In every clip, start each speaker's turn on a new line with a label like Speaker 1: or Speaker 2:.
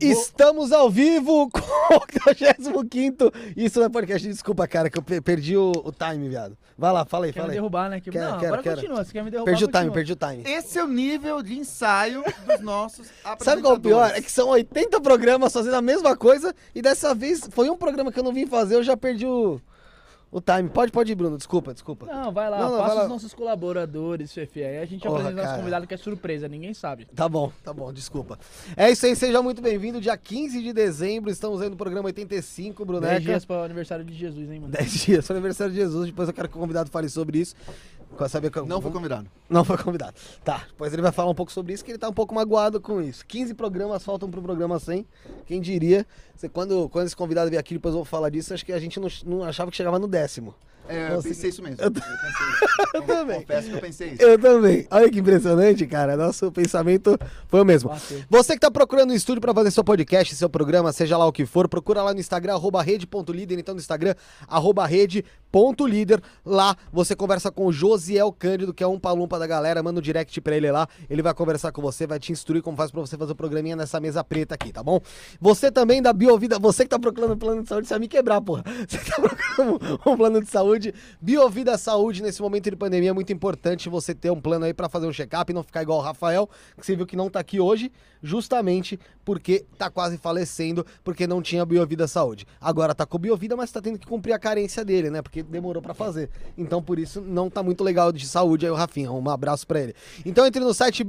Speaker 1: Estamos ao vivo com o 35 Isso não é podcast. Desculpa, cara, que eu pe- perdi o, o time, viado. Vai lá, fala aí,
Speaker 2: Quer
Speaker 1: fala
Speaker 2: me
Speaker 1: aí.
Speaker 2: derrubar, né? Que...
Speaker 1: Quero,
Speaker 2: não,
Speaker 1: quero,
Speaker 2: agora
Speaker 1: quero.
Speaker 2: continua. Você quer me derrubar?
Speaker 1: Perdi o time,
Speaker 2: continua.
Speaker 1: perdi o time.
Speaker 3: Esse é o nível de ensaio dos nossos apresentadores.
Speaker 1: Sabe qual é o pior? É que são 80 programas fazendo a mesma coisa e dessa vez foi um programa que eu não vim fazer, eu já perdi o, o time. Pode, pode ir, Bruno. Desculpa, desculpa.
Speaker 2: Não, vai lá,
Speaker 1: Não, não,
Speaker 2: passa
Speaker 1: vai lá.
Speaker 2: os nossos colaboradores, Fefe. Aí a gente
Speaker 1: Porra,
Speaker 2: apresenta
Speaker 1: cara.
Speaker 2: nosso convidado que é surpresa, ninguém sabe.
Speaker 1: Tá bom, tá bom, desculpa. É isso aí, seja muito bem-vindo. Dia 15 de dezembro, estamos aí no programa 85, Bruneca.
Speaker 2: 10 dias para o aniversário de Jesus, hein, mano?
Speaker 1: 10 é dias, foi aniversário de Jesus. Depois eu quero que o convidado fale sobre isso. Quer saber qual-
Speaker 3: Não foi combinado.
Speaker 1: Não foi convidado. Tá, depois ele vai falar um pouco sobre isso, que ele tá um pouco magoado com isso. 15 programas faltam pro programa 100. Quem diria? Você- Quando, quando esse convidado vier aqui, depois eu vou falar disso, acho que a gente não, não achava que chegava no décimo.
Speaker 3: É, eu
Speaker 1: Nossa,
Speaker 3: pensei isso mesmo.
Speaker 1: eu
Speaker 3: Eu, pensei isso. Eu
Speaker 1: também.
Speaker 3: Confesso que eu pensei isso.
Speaker 1: Eu também. Olha que impressionante, cara. Nosso pensamento foi o mesmo.
Speaker 2: Bateu.
Speaker 1: Você que tá procurando um estúdio para fazer seu podcast, seu programa, seja lá o que for, procura lá no Instagram, arroba rede.líder, então no Instagram, arroba rede.líder. Lá você conversa com o Josiel Cândido, que é um palumpa da galera, manda um direct pra ele lá, ele vai conversar com você, vai te instruir como faz pra você fazer o programinha nessa mesa preta aqui, tá bom? Você também da Biovida, você que tá procurando um plano de saúde, você vai me quebrar, porra. Você tá procurando um plano de saúde, Biovida Saúde, nesse momento de pandemia é muito importante você ter um plano aí pra fazer um check-up e não ficar igual o Rafael, que você viu que não tá aqui hoje, justamente porque tá quase falecendo, porque não tinha Biovida Saúde. Agora tá com Biovida, mas tá tendo que cumprir a carência dele, né? Porque demorou pra fazer. Então por isso não tá muito legal de saúde aí o Rafinha. Um abraço pra ele. Então entre no site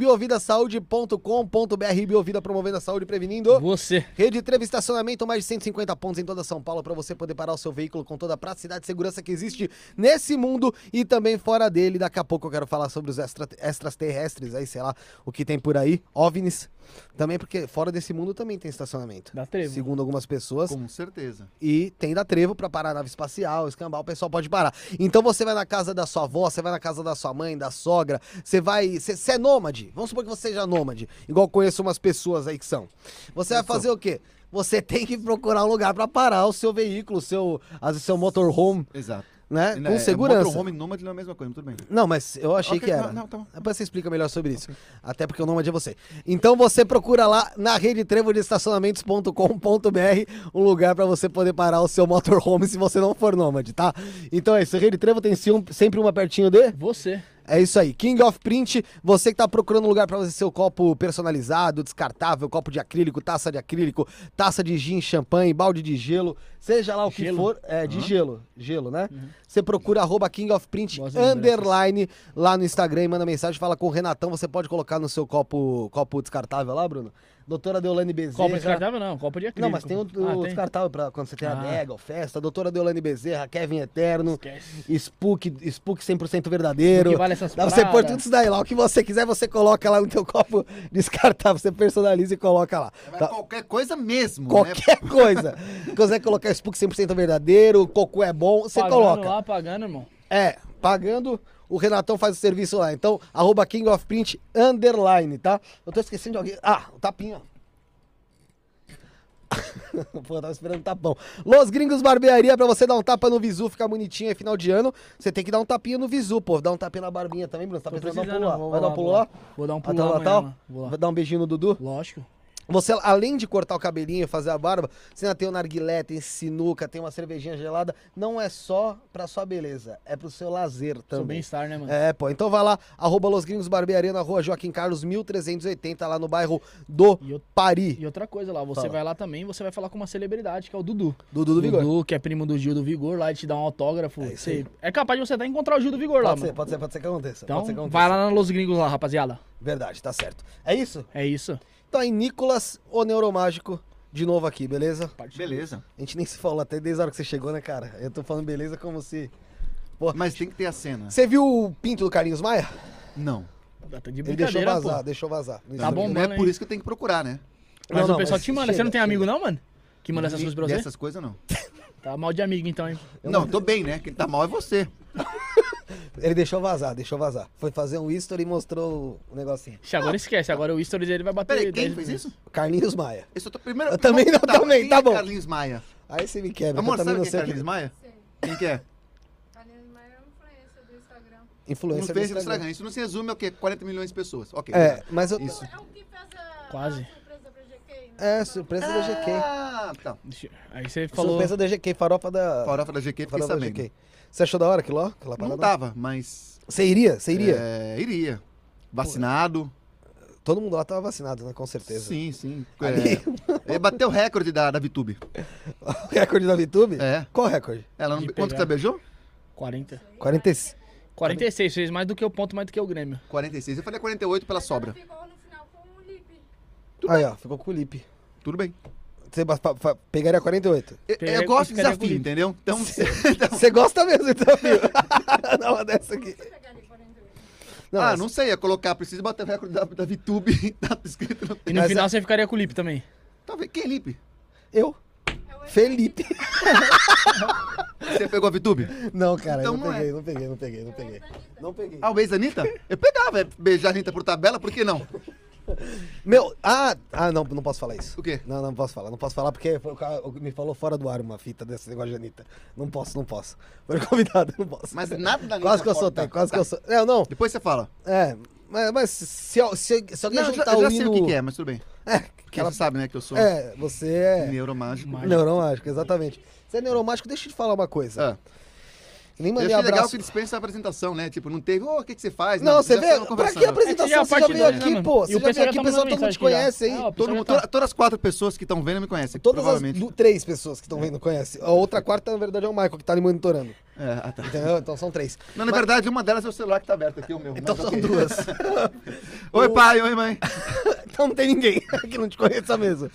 Speaker 1: biovidasaude.com.br Biovida promovendo a saúde e prevenindo.
Speaker 2: Você.
Speaker 1: Rede Trevo Estacionamento, mais de 150 pontos em toda São Paulo para você poder parar o seu veículo com toda a praticidade e segurança que existe nesse mundo e também fora dele. Daqui a pouco eu quero falar sobre os extra, extras terrestres, aí sei lá o que tem por aí, OVNIs. Também porque fora desse mundo também tem estacionamento.
Speaker 2: Dá trevo.
Speaker 1: Segundo algumas pessoas.
Speaker 3: Com certeza.
Speaker 1: E tem da Trevo pra parar a nave espacial, escambar, o pessoal pode parar. Então você vai na casa da sua avó, você vai na casa da sua mãe, da sogra, você vai. Você você é nômade. Vamos supor que você seja nômade, igual conheço umas pessoas aí que são. Você vai fazer o quê? Você tem que procurar um lugar pra parar o seu veículo, o seu, as- o seu motorhome,
Speaker 3: Exato. é,
Speaker 1: né?
Speaker 3: Não,
Speaker 1: Com segurança. Tá.
Speaker 3: Motorhome e Nômade não é a mesma coisa, mas tudo bem.
Speaker 1: Não, mas eu achei
Speaker 3: Ok,
Speaker 1: que era.
Speaker 3: não, não, tá bom.
Speaker 1: Depois você explica melhor sobre isso. Até porque o nome é você. Então você procura lá na rede trevo de estacionamentos.com.br um lugar para você poder parar o seu motorhome se você não for nômade, tá? Então é isso. Rede Trevo tem sim- sempre uma pertinho de.
Speaker 2: Você.
Speaker 1: É isso aí. King of Print, você que tá procurando um lugar para fazer seu copo personalizado, descartável, copo de acrílico, taça de acrílico, taça de gin, champanhe, balde de gelo, seja lá o que
Speaker 2: Gelo? Uhum.
Speaker 1: for, é de gelo, gelo, né? Você procura arroba King of Print
Speaker 2: Boas lembranças.
Speaker 1: underline lá no Instagram e manda mensagem, fala com o Renatão, você pode colocar no seu copo, copo descartável lá, Bruno. Doutora Deolane Bezerra.
Speaker 2: Copa descartável não, Copa de acrílico.
Speaker 1: Não, mas tem o,
Speaker 2: Ah,
Speaker 1: o descartável para quando você tem
Speaker 2: Ah.
Speaker 1: adega, ou festa. Doutora Deolane Bezerra, Kevin Eterno.
Speaker 2: Esquece.
Speaker 1: Spook, Spook 100% verdadeiro.
Speaker 2: O que vale essas
Speaker 1: Dá pra você pôr
Speaker 2: paradas?
Speaker 1: tudo isso daí lá. O que você quiser, você coloca lá no teu copo descartável. Você personaliza e coloca lá.
Speaker 3: Mas
Speaker 1: Tá?
Speaker 3: qualquer coisa mesmo, né?
Speaker 1: Qualquer coisa. Se quiser colocar Spook 100% verdadeiro, cocô é bom, você
Speaker 2: Pagando
Speaker 1: coloca.
Speaker 2: lá, pagando, irmão.
Speaker 1: É, pagando, o Renatão faz o serviço lá. Então, arroba King of Print, underline, tá? Eu tô esquecendo de alguém. Ah, o tapinha. Pô, eu tava esperando o tapão. Los Gringos Barbearia, pra você dar um tapa no visu, ficar bonitinho, é final de ano. Você tem que dar um tapinha no visu, pô. Dar um tapinha na barbinha também, Bruno. Tá
Speaker 2: Tô
Speaker 1: pensando em dar um pulo
Speaker 2: precisando,
Speaker 1: lá?
Speaker 2: vou
Speaker 1: Vai dar um
Speaker 2: lá,
Speaker 1: pulo
Speaker 2: vou lá.
Speaker 1: lá?
Speaker 2: Vou dar um pulo
Speaker 1: Até
Speaker 2: lá
Speaker 1: o
Speaker 2: amanhã,
Speaker 1: Natal?
Speaker 2: mano. Vou lá.
Speaker 1: Vai dar um beijinho no Dudu?
Speaker 2: Lógico.
Speaker 1: Você, além de cortar o cabelinho e fazer a barba, você ainda tem o narguilé, tem sinuca, tem uma cervejinha gelada. Não é só pra sua beleza, é pro seu lazer
Speaker 2: Sou
Speaker 1: também.
Speaker 2: bem-estar, né, mano?
Speaker 1: É, pô. Então vai lá, arroba Los Gringos Barbearia na rua Joaquim Carlos 1380, lá no bairro do
Speaker 2: E, eu-
Speaker 1: Pari.
Speaker 2: e outra coisa lá, você
Speaker 1: Fala.
Speaker 2: vai lá também, você vai falar com uma celebridade, que é o Dudu.
Speaker 1: Do Dudu Vigor.
Speaker 2: Dudu, que é primo do Gil do Vigor, lá ele te dá um autógrafo.
Speaker 1: É
Speaker 2: É,
Speaker 1: isso aí.
Speaker 2: é capaz de você até encontrar o Gil do Vigor lá,
Speaker 1: Pode ser,
Speaker 2: mano.
Speaker 1: pode ser, pode ser que aconteça.
Speaker 2: Então,
Speaker 1: pode ser que aconteça.
Speaker 2: vai lá na Los Gringos lá, rapaziada.
Speaker 1: Verdade, tá certo. É isso?
Speaker 2: É isso.
Speaker 1: Então aí, Nicolas, o Neuromágico, de novo aqui, beleza?
Speaker 3: Beleza.
Speaker 1: A gente nem se falou até desde a hora que você chegou, né, cara? Eu tô falando beleza como se...
Speaker 3: Mas tem que ter a cena.
Speaker 1: Você viu o pinto do Carlinhos Maia?
Speaker 3: Não.
Speaker 2: Tá
Speaker 1: Ele
Speaker 2: de
Speaker 1: deixou
Speaker 2: brincadeira, pô.
Speaker 1: vazar, deixou vazar. No
Speaker 2: Tá
Speaker 1: Instagram.
Speaker 2: bom,
Speaker 3: não
Speaker 2: mano,
Speaker 3: é
Speaker 2: hein?
Speaker 3: por isso que eu tenho que procurar, né?
Speaker 2: Mas
Speaker 1: Não,
Speaker 2: o
Speaker 1: não,
Speaker 2: pessoal
Speaker 1: mas
Speaker 2: te manda.
Speaker 1: chega,
Speaker 2: você não tem amigo,
Speaker 1: chega.
Speaker 2: não, mano? Que manda essas coisas pra você?
Speaker 3: Dessas coisas, não.
Speaker 2: Tá mal de amigo, então, hein?
Speaker 3: não, tô bem, né? Quem tá mal é você.
Speaker 1: Ele deixou vazar, deixou vazar. Foi fazer um history e mostrou o negocinho.
Speaker 2: Se agora esquece, agora o Stories ele vai bater.
Speaker 3: Peraí, quem
Speaker 2: 10
Speaker 3: fez
Speaker 2: vezes.
Speaker 3: isso?
Speaker 1: Carlinhos Maia.
Speaker 3: Eu só tô primeiro.
Speaker 1: Eu também não,
Speaker 3: Tá,
Speaker 1: também,
Speaker 3: quem
Speaker 1: tá
Speaker 3: é
Speaker 1: bom.
Speaker 3: Carlinhos Maia.
Speaker 1: Aí você me quebra,
Speaker 3: Amor,
Speaker 1: que eu também não
Speaker 3: sabe quem
Speaker 1: sei o
Speaker 3: é
Speaker 1: que-
Speaker 3: Carlinhos Maia?
Speaker 4: Sei.
Speaker 3: Quem que é?
Speaker 4: Carlinhos Maia é um influencer do Instagram.
Speaker 1: Influencer
Speaker 3: Não
Speaker 1: do
Speaker 3: fez
Speaker 1: Instagram.
Speaker 3: Instagram. Isso não se resume ao quê? 40 milhões de pessoas. Ok.
Speaker 1: É, mas eu.
Speaker 3: Isso.
Speaker 4: É o que fez a,
Speaker 2: Quase.
Speaker 4: a surpresa pra GK, né?
Speaker 1: É, surpresa da GQ.
Speaker 3: Ah, tá.
Speaker 2: Deixa eu- Aí você falou.
Speaker 1: Surpresa da GQ, farofa da.
Speaker 3: Farofa da GQ, fiquei
Speaker 1: farofa da
Speaker 3: sabendo.
Speaker 1: GQ. Você achou da hora aquilo, ó? Aquela parada?
Speaker 3: Não tava, mas...
Speaker 1: Você iria? Você iria?
Speaker 3: é, iria. Vacinado.
Speaker 1: Todo mundo lá tava vacinado, né? Com certeza.
Speaker 3: Sim, sim.
Speaker 1: Ali-
Speaker 3: É, ia bater o recorde da, da VTube.
Speaker 1: o recorde da VTube?
Speaker 3: É.
Speaker 1: Qual o recorde?
Speaker 3: Ela não...
Speaker 2: De
Speaker 3: Quanto que
Speaker 2: pegar.
Speaker 3: você beijou?
Speaker 2: 40.
Speaker 1: 45.
Speaker 2: 46, fez mais do que o ponto, mais do que o Grêmio.
Speaker 3: 46. Eu falei 48 pela sobra.
Speaker 4: Ficou no final com um o Lipe.
Speaker 1: Aí, ó, ficou com o Lipe.
Speaker 3: Tudo bem.
Speaker 1: Você ba- fa- fa- pegaria 48.
Speaker 3: Eu,
Speaker 2: Pega
Speaker 3: eu
Speaker 2: e
Speaker 3: gosto de
Speaker 2: ficaria
Speaker 3: desafio,
Speaker 2: bonito.
Speaker 3: entendeu? Então,
Speaker 1: Você gosta mesmo, então, viu? Dá uma dessa aqui.
Speaker 4: Você pegaria 48.
Speaker 1: Não,
Speaker 3: ah,
Speaker 1: mas-
Speaker 3: não sei, ia colocar, precisa bater o recorde da, da VTube, tá escrito no...
Speaker 2: E no
Speaker 1: Mas é-
Speaker 2: final você ficaria com o Lipe também.
Speaker 3: Talvez, quem é Lipe?
Speaker 1: Eu?
Speaker 4: É o
Speaker 1: Felipe.
Speaker 3: Você pegou a VTube?
Speaker 1: Não, cara,
Speaker 3: Então
Speaker 1: eu não
Speaker 3: não é.
Speaker 1: peguei, não peguei, não peguei, não peguei. Não peguei.
Speaker 3: Ah, o ex-Anitta? Eu pegava, é, beijar a Anitta por tabela, por que não?
Speaker 1: Meu, ah, ah, não, não posso falar isso.
Speaker 3: O quê?
Speaker 1: Não, não posso falar, não posso falar porque foi o cara o que me falou fora do ar uma fita desse negócio de Anitta. Não posso, não posso. Foi convidado, não posso.
Speaker 3: Mas nada da Anitta
Speaker 1: quase que eu
Speaker 3: fora
Speaker 1: soltei,
Speaker 3: da-
Speaker 1: quase
Speaker 3: tá.
Speaker 1: que eu soltei. Não, não,
Speaker 3: Depois você fala.
Speaker 1: é, mas, mas se, al- se, se alguém
Speaker 3: Não, eu já,
Speaker 1: juntar
Speaker 3: eu já
Speaker 1: o
Speaker 3: sei
Speaker 1: hino...
Speaker 3: o que, que é, mas tudo bem.
Speaker 1: É,
Speaker 3: Que ela sabe, né, que eu sou um
Speaker 1: é, você é
Speaker 3: neuromágico.
Speaker 2: Mas-
Speaker 1: neuromágico, exatamente. Você é neuromágico, deixa eu te falar uma coisa.
Speaker 3: Ah,
Speaker 1: Nem
Speaker 3: eu
Speaker 1: mandei
Speaker 3: achei legal
Speaker 1: um abraço.
Speaker 3: que dispensa a apresentação, né? Tipo, não teve, ô, o que, que você faz?
Speaker 1: Não, você
Speaker 3: já
Speaker 1: vê,
Speaker 3: estavam
Speaker 1: pra que
Speaker 2: É
Speaker 3: conversando.
Speaker 2: que já é
Speaker 1: apresentação?
Speaker 2: a
Speaker 1: Você já
Speaker 2: parte
Speaker 1: veio
Speaker 2: dois, né,
Speaker 1: aqui,
Speaker 2: mano?
Speaker 1: pô.
Speaker 2: E
Speaker 1: Você já
Speaker 2: o
Speaker 1: veio
Speaker 2: pessoal já
Speaker 1: aqui,
Speaker 2: tá
Speaker 1: o pessoal todo mundo
Speaker 2: mandando
Speaker 1: te
Speaker 2: mensagem
Speaker 1: conhece
Speaker 2: aqui já.
Speaker 1: aí.
Speaker 2: Ah, o
Speaker 3: Todo
Speaker 2: pessoal
Speaker 3: mundo,
Speaker 2: já tá-
Speaker 3: toda- todas as quatro pessoas que estão vendo me conhecem,
Speaker 1: Todas as
Speaker 3: provavelmente.
Speaker 1: du- três pessoas que estão vendo conhecem. A outra quarta, na verdade, é o Michael que tá ali monitorando.
Speaker 3: É, ah, tá.
Speaker 1: Entendeu? Então são três.
Speaker 3: Não, na verdade, uma delas é o celular que tá aberto aqui, o meu.
Speaker 1: Então
Speaker 3: Mas
Speaker 1: são
Speaker 3: ok.
Speaker 1: duas.
Speaker 3: Oi, pai, oi, mãe.
Speaker 1: então não tem ninguém que não te conheça mesmo.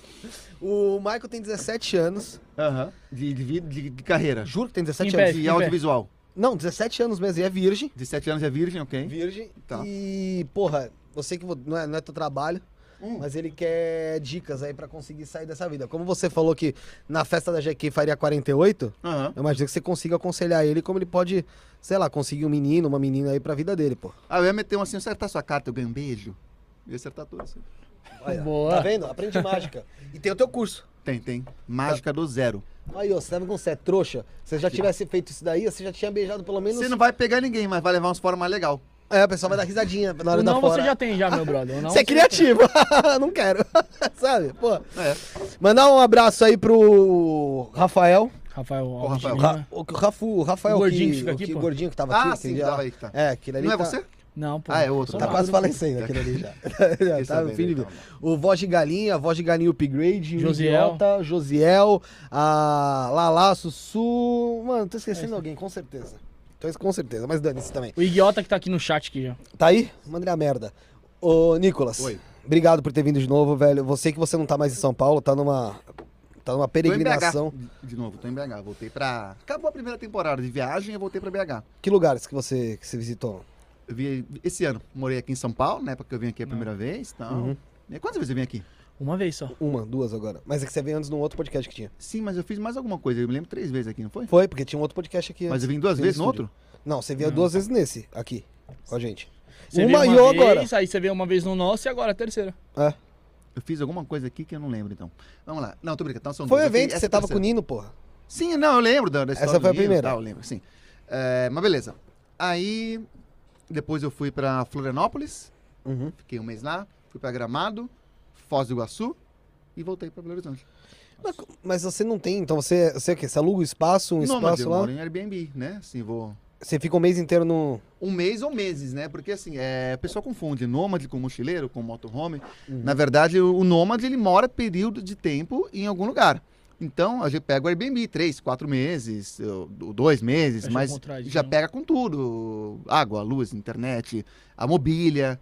Speaker 1: O Michael tem 17 anos.
Speaker 3: Aham. De, de, vida- de- de carreira.
Speaker 1: Juro que tem 17
Speaker 2: Em pé.
Speaker 1: anos.
Speaker 3: De
Speaker 2: fica em
Speaker 3: audiovisual.
Speaker 1: Não, 17 anos mesmo. E é virgem.
Speaker 3: 17 anos é virgem, ok.
Speaker 1: Virgem.
Speaker 3: Tá.
Speaker 1: E, porra, eu sei que vo- não é, não é teu trabalho,
Speaker 3: Hum.
Speaker 1: mas ele quer dicas aí pra conseguir sair dessa vida. Como você falou que na festa da GQ faria 48,
Speaker 3: Aham.
Speaker 1: eu imagino que você consiga aconselhar ele como ele pode, sei lá, conseguir um menino, uma menina aí pra vida dele, pô.
Speaker 3: Ah, eu ia meter um assim, acertar sua carta, eu ganho um beijo. Ia acertar tudo assim.
Speaker 1: Aí, ó.
Speaker 2: Boa.
Speaker 1: Tá vendo? Aprende mágica. E tem o teu curso.
Speaker 3: Tem, tem. Mágica do zero.
Speaker 1: Aí, ó, você sabe como você é trouxa? Se você já tivesse feito isso daí, você já tinha beijado pelo menos.
Speaker 3: Você não vai pegar ninguém, mas vai levar uns fora mais legal.
Speaker 1: É, a pessoa vai dar risadinha na hora
Speaker 2: O
Speaker 1: da
Speaker 2: não
Speaker 1: fora.
Speaker 2: você já tem já, meu brother. O não
Speaker 1: Você é
Speaker 2: já tem.
Speaker 1: criativo. não quero. sabe? Pô.
Speaker 3: É.
Speaker 1: Mandar um abraço aí pro Rafael.
Speaker 2: Rafael,
Speaker 3: Ô, Rafael.
Speaker 1: O,
Speaker 2: Alves
Speaker 1: Ra
Speaker 2: Júnior.
Speaker 1: o, Rafu, o Rafael
Speaker 2: O
Speaker 1: que,
Speaker 2: gordinho que fica
Speaker 1: o
Speaker 2: aqui,
Speaker 1: que
Speaker 2: pô.
Speaker 1: gordinho que tava
Speaker 3: Ah,
Speaker 1: aqui.
Speaker 3: sim,
Speaker 1: aquele
Speaker 3: que
Speaker 1: já-
Speaker 3: tava aí que tá.
Speaker 1: É, aquele ali
Speaker 3: Não é
Speaker 1: tá-
Speaker 3: você?
Speaker 2: Não, pô.
Speaker 3: Ah, é outro.
Speaker 2: Sou
Speaker 1: Tá
Speaker 3: Tá
Speaker 1: quase
Speaker 2: maduro,
Speaker 1: falecendo aquele ali já. já
Speaker 3: Fiquei
Speaker 1: tá no
Speaker 3: sabendo,
Speaker 1: fim de
Speaker 3: então.
Speaker 1: vida. O Voz de Galinha, a Voz de Galinha Upgrade, o
Speaker 2: Josiel.
Speaker 1: Idiota, Josiel, a Lala, Sussu. Mano, tô esquecendo alguém, com certeza. Tô es- com certeza, mas dane-se também.
Speaker 2: O idiota que tá aqui no chat aqui já.
Speaker 1: Tá aí? Mandei a merda. Ô, Nicolas.
Speaker 3: Oi.
Speaker 1: Obrigado por ter vindo de novo, velho. Você que você não tá mais em São Paulo, tá numa. Tá numa
Speaker 3: Tô em
Speaker 1: peregrinação.
Speaker 3: BH. De- De novo, tô em BH. Voltei pra. Acabou a primeira temporada de viagem, eu voltei pra BH.
Speaker 1: Que lugares que você, que você visitou?
Speaker 3: Eu vim esse ano, morei aqui em São Paulo, na época que eu vim aqui a primeira vez. Então.
Speaker 1: Hum. Uhum.
Speaker 3: E Quantas vezes eu vim aqui?
Speaker 2: Uma vez só.
Speaker 1: Uma, duas agora. Mas é que você veio antes num outro podcast que tinha.
Speaker 3: Sim, mas eu fiz mais alguma coisa. Eu me lembro três vezes aqui, não foi?
Speaker 1: Foi, porque tinha um outro podcast aqui.
Speaker 3: Mas
Speaker 1: antes.
Speaker 3: eu vim duas
Speaker 1: Sim,
Speaker 3: vezes no
Speaker 1: estúdio.
Speaker 3: outro?
Speaker 1: Não, você veio
Speaker 2: Não.
Speaker 1: duas vezes nesse, aqui, com a gente.
Speaker 2: Você
Speaker 1: uma
Speaker 2: veio
Speaker 1: e eu
Speaker 2: vez,
Speaker 1: agora.
Speaker 2: Aí você veio uma vez no nosso e agora a terceira.
Speaker 1: É.
Speaker 3: Eu fiz alguma coisa aqui que eu não lembro, então. Vamos lá. Não, tô brincando. Então, são
Speaker 1: Foi o
Speaker 3: duas. Eu fiz
Speaker 1: evento que
Speaker 3: essa
Speaker 1: você tava
Speaker 3: terceira.
Speaker 1: com o Nino, porra.
Speaker 3: Sim, não, eu lembro da, da história
Speaker 1: Essa
Speaker 3: do
Speaker 1: foi a
Speaker 3: Nilo e
Speaker 1: primeira.
Speaker 3: tal, eu lembro, sim. É, mas beleza. Aí, depois eu fui pra Florianópolis,
Speaker 1: Uhum.
Speaker 3: fiquei um mês lá, fui pra Gramado, Foz do Iguaçu e voltei pra Belo Horizonte.
Speaker 1: Mas, mas você não tem, então você, você o quê? Você aluga o espaço, um
Speaker 3: Nômade,
Speaker 1: espaço
Speaker 3: eu
Speaker 1: lá?
Speaker 3: moro em Airbnb, né? Assim, vou...
Speaker 1: Você fica um mês inteiro no...
Speaker 3: Um mês ou meses, né? Porque assim, é, o pessoal confunde nômade com mochileiro, com motorhome.
Speaker 1: Uhum.
Speaker 3: Na verdade, o, o nômade, ele mora período de tempo em algum lugar. Então, a gente pega o Airbnb, três, quatro meses, ou dois meses,
Speaker 2: Fecha o
Speaker 3: mas
Speaker 2: contrato,
Speaker 3: já
Speaker 2: né?
Speaker 3: pega com tudo. Água, luz, internet, a mobília.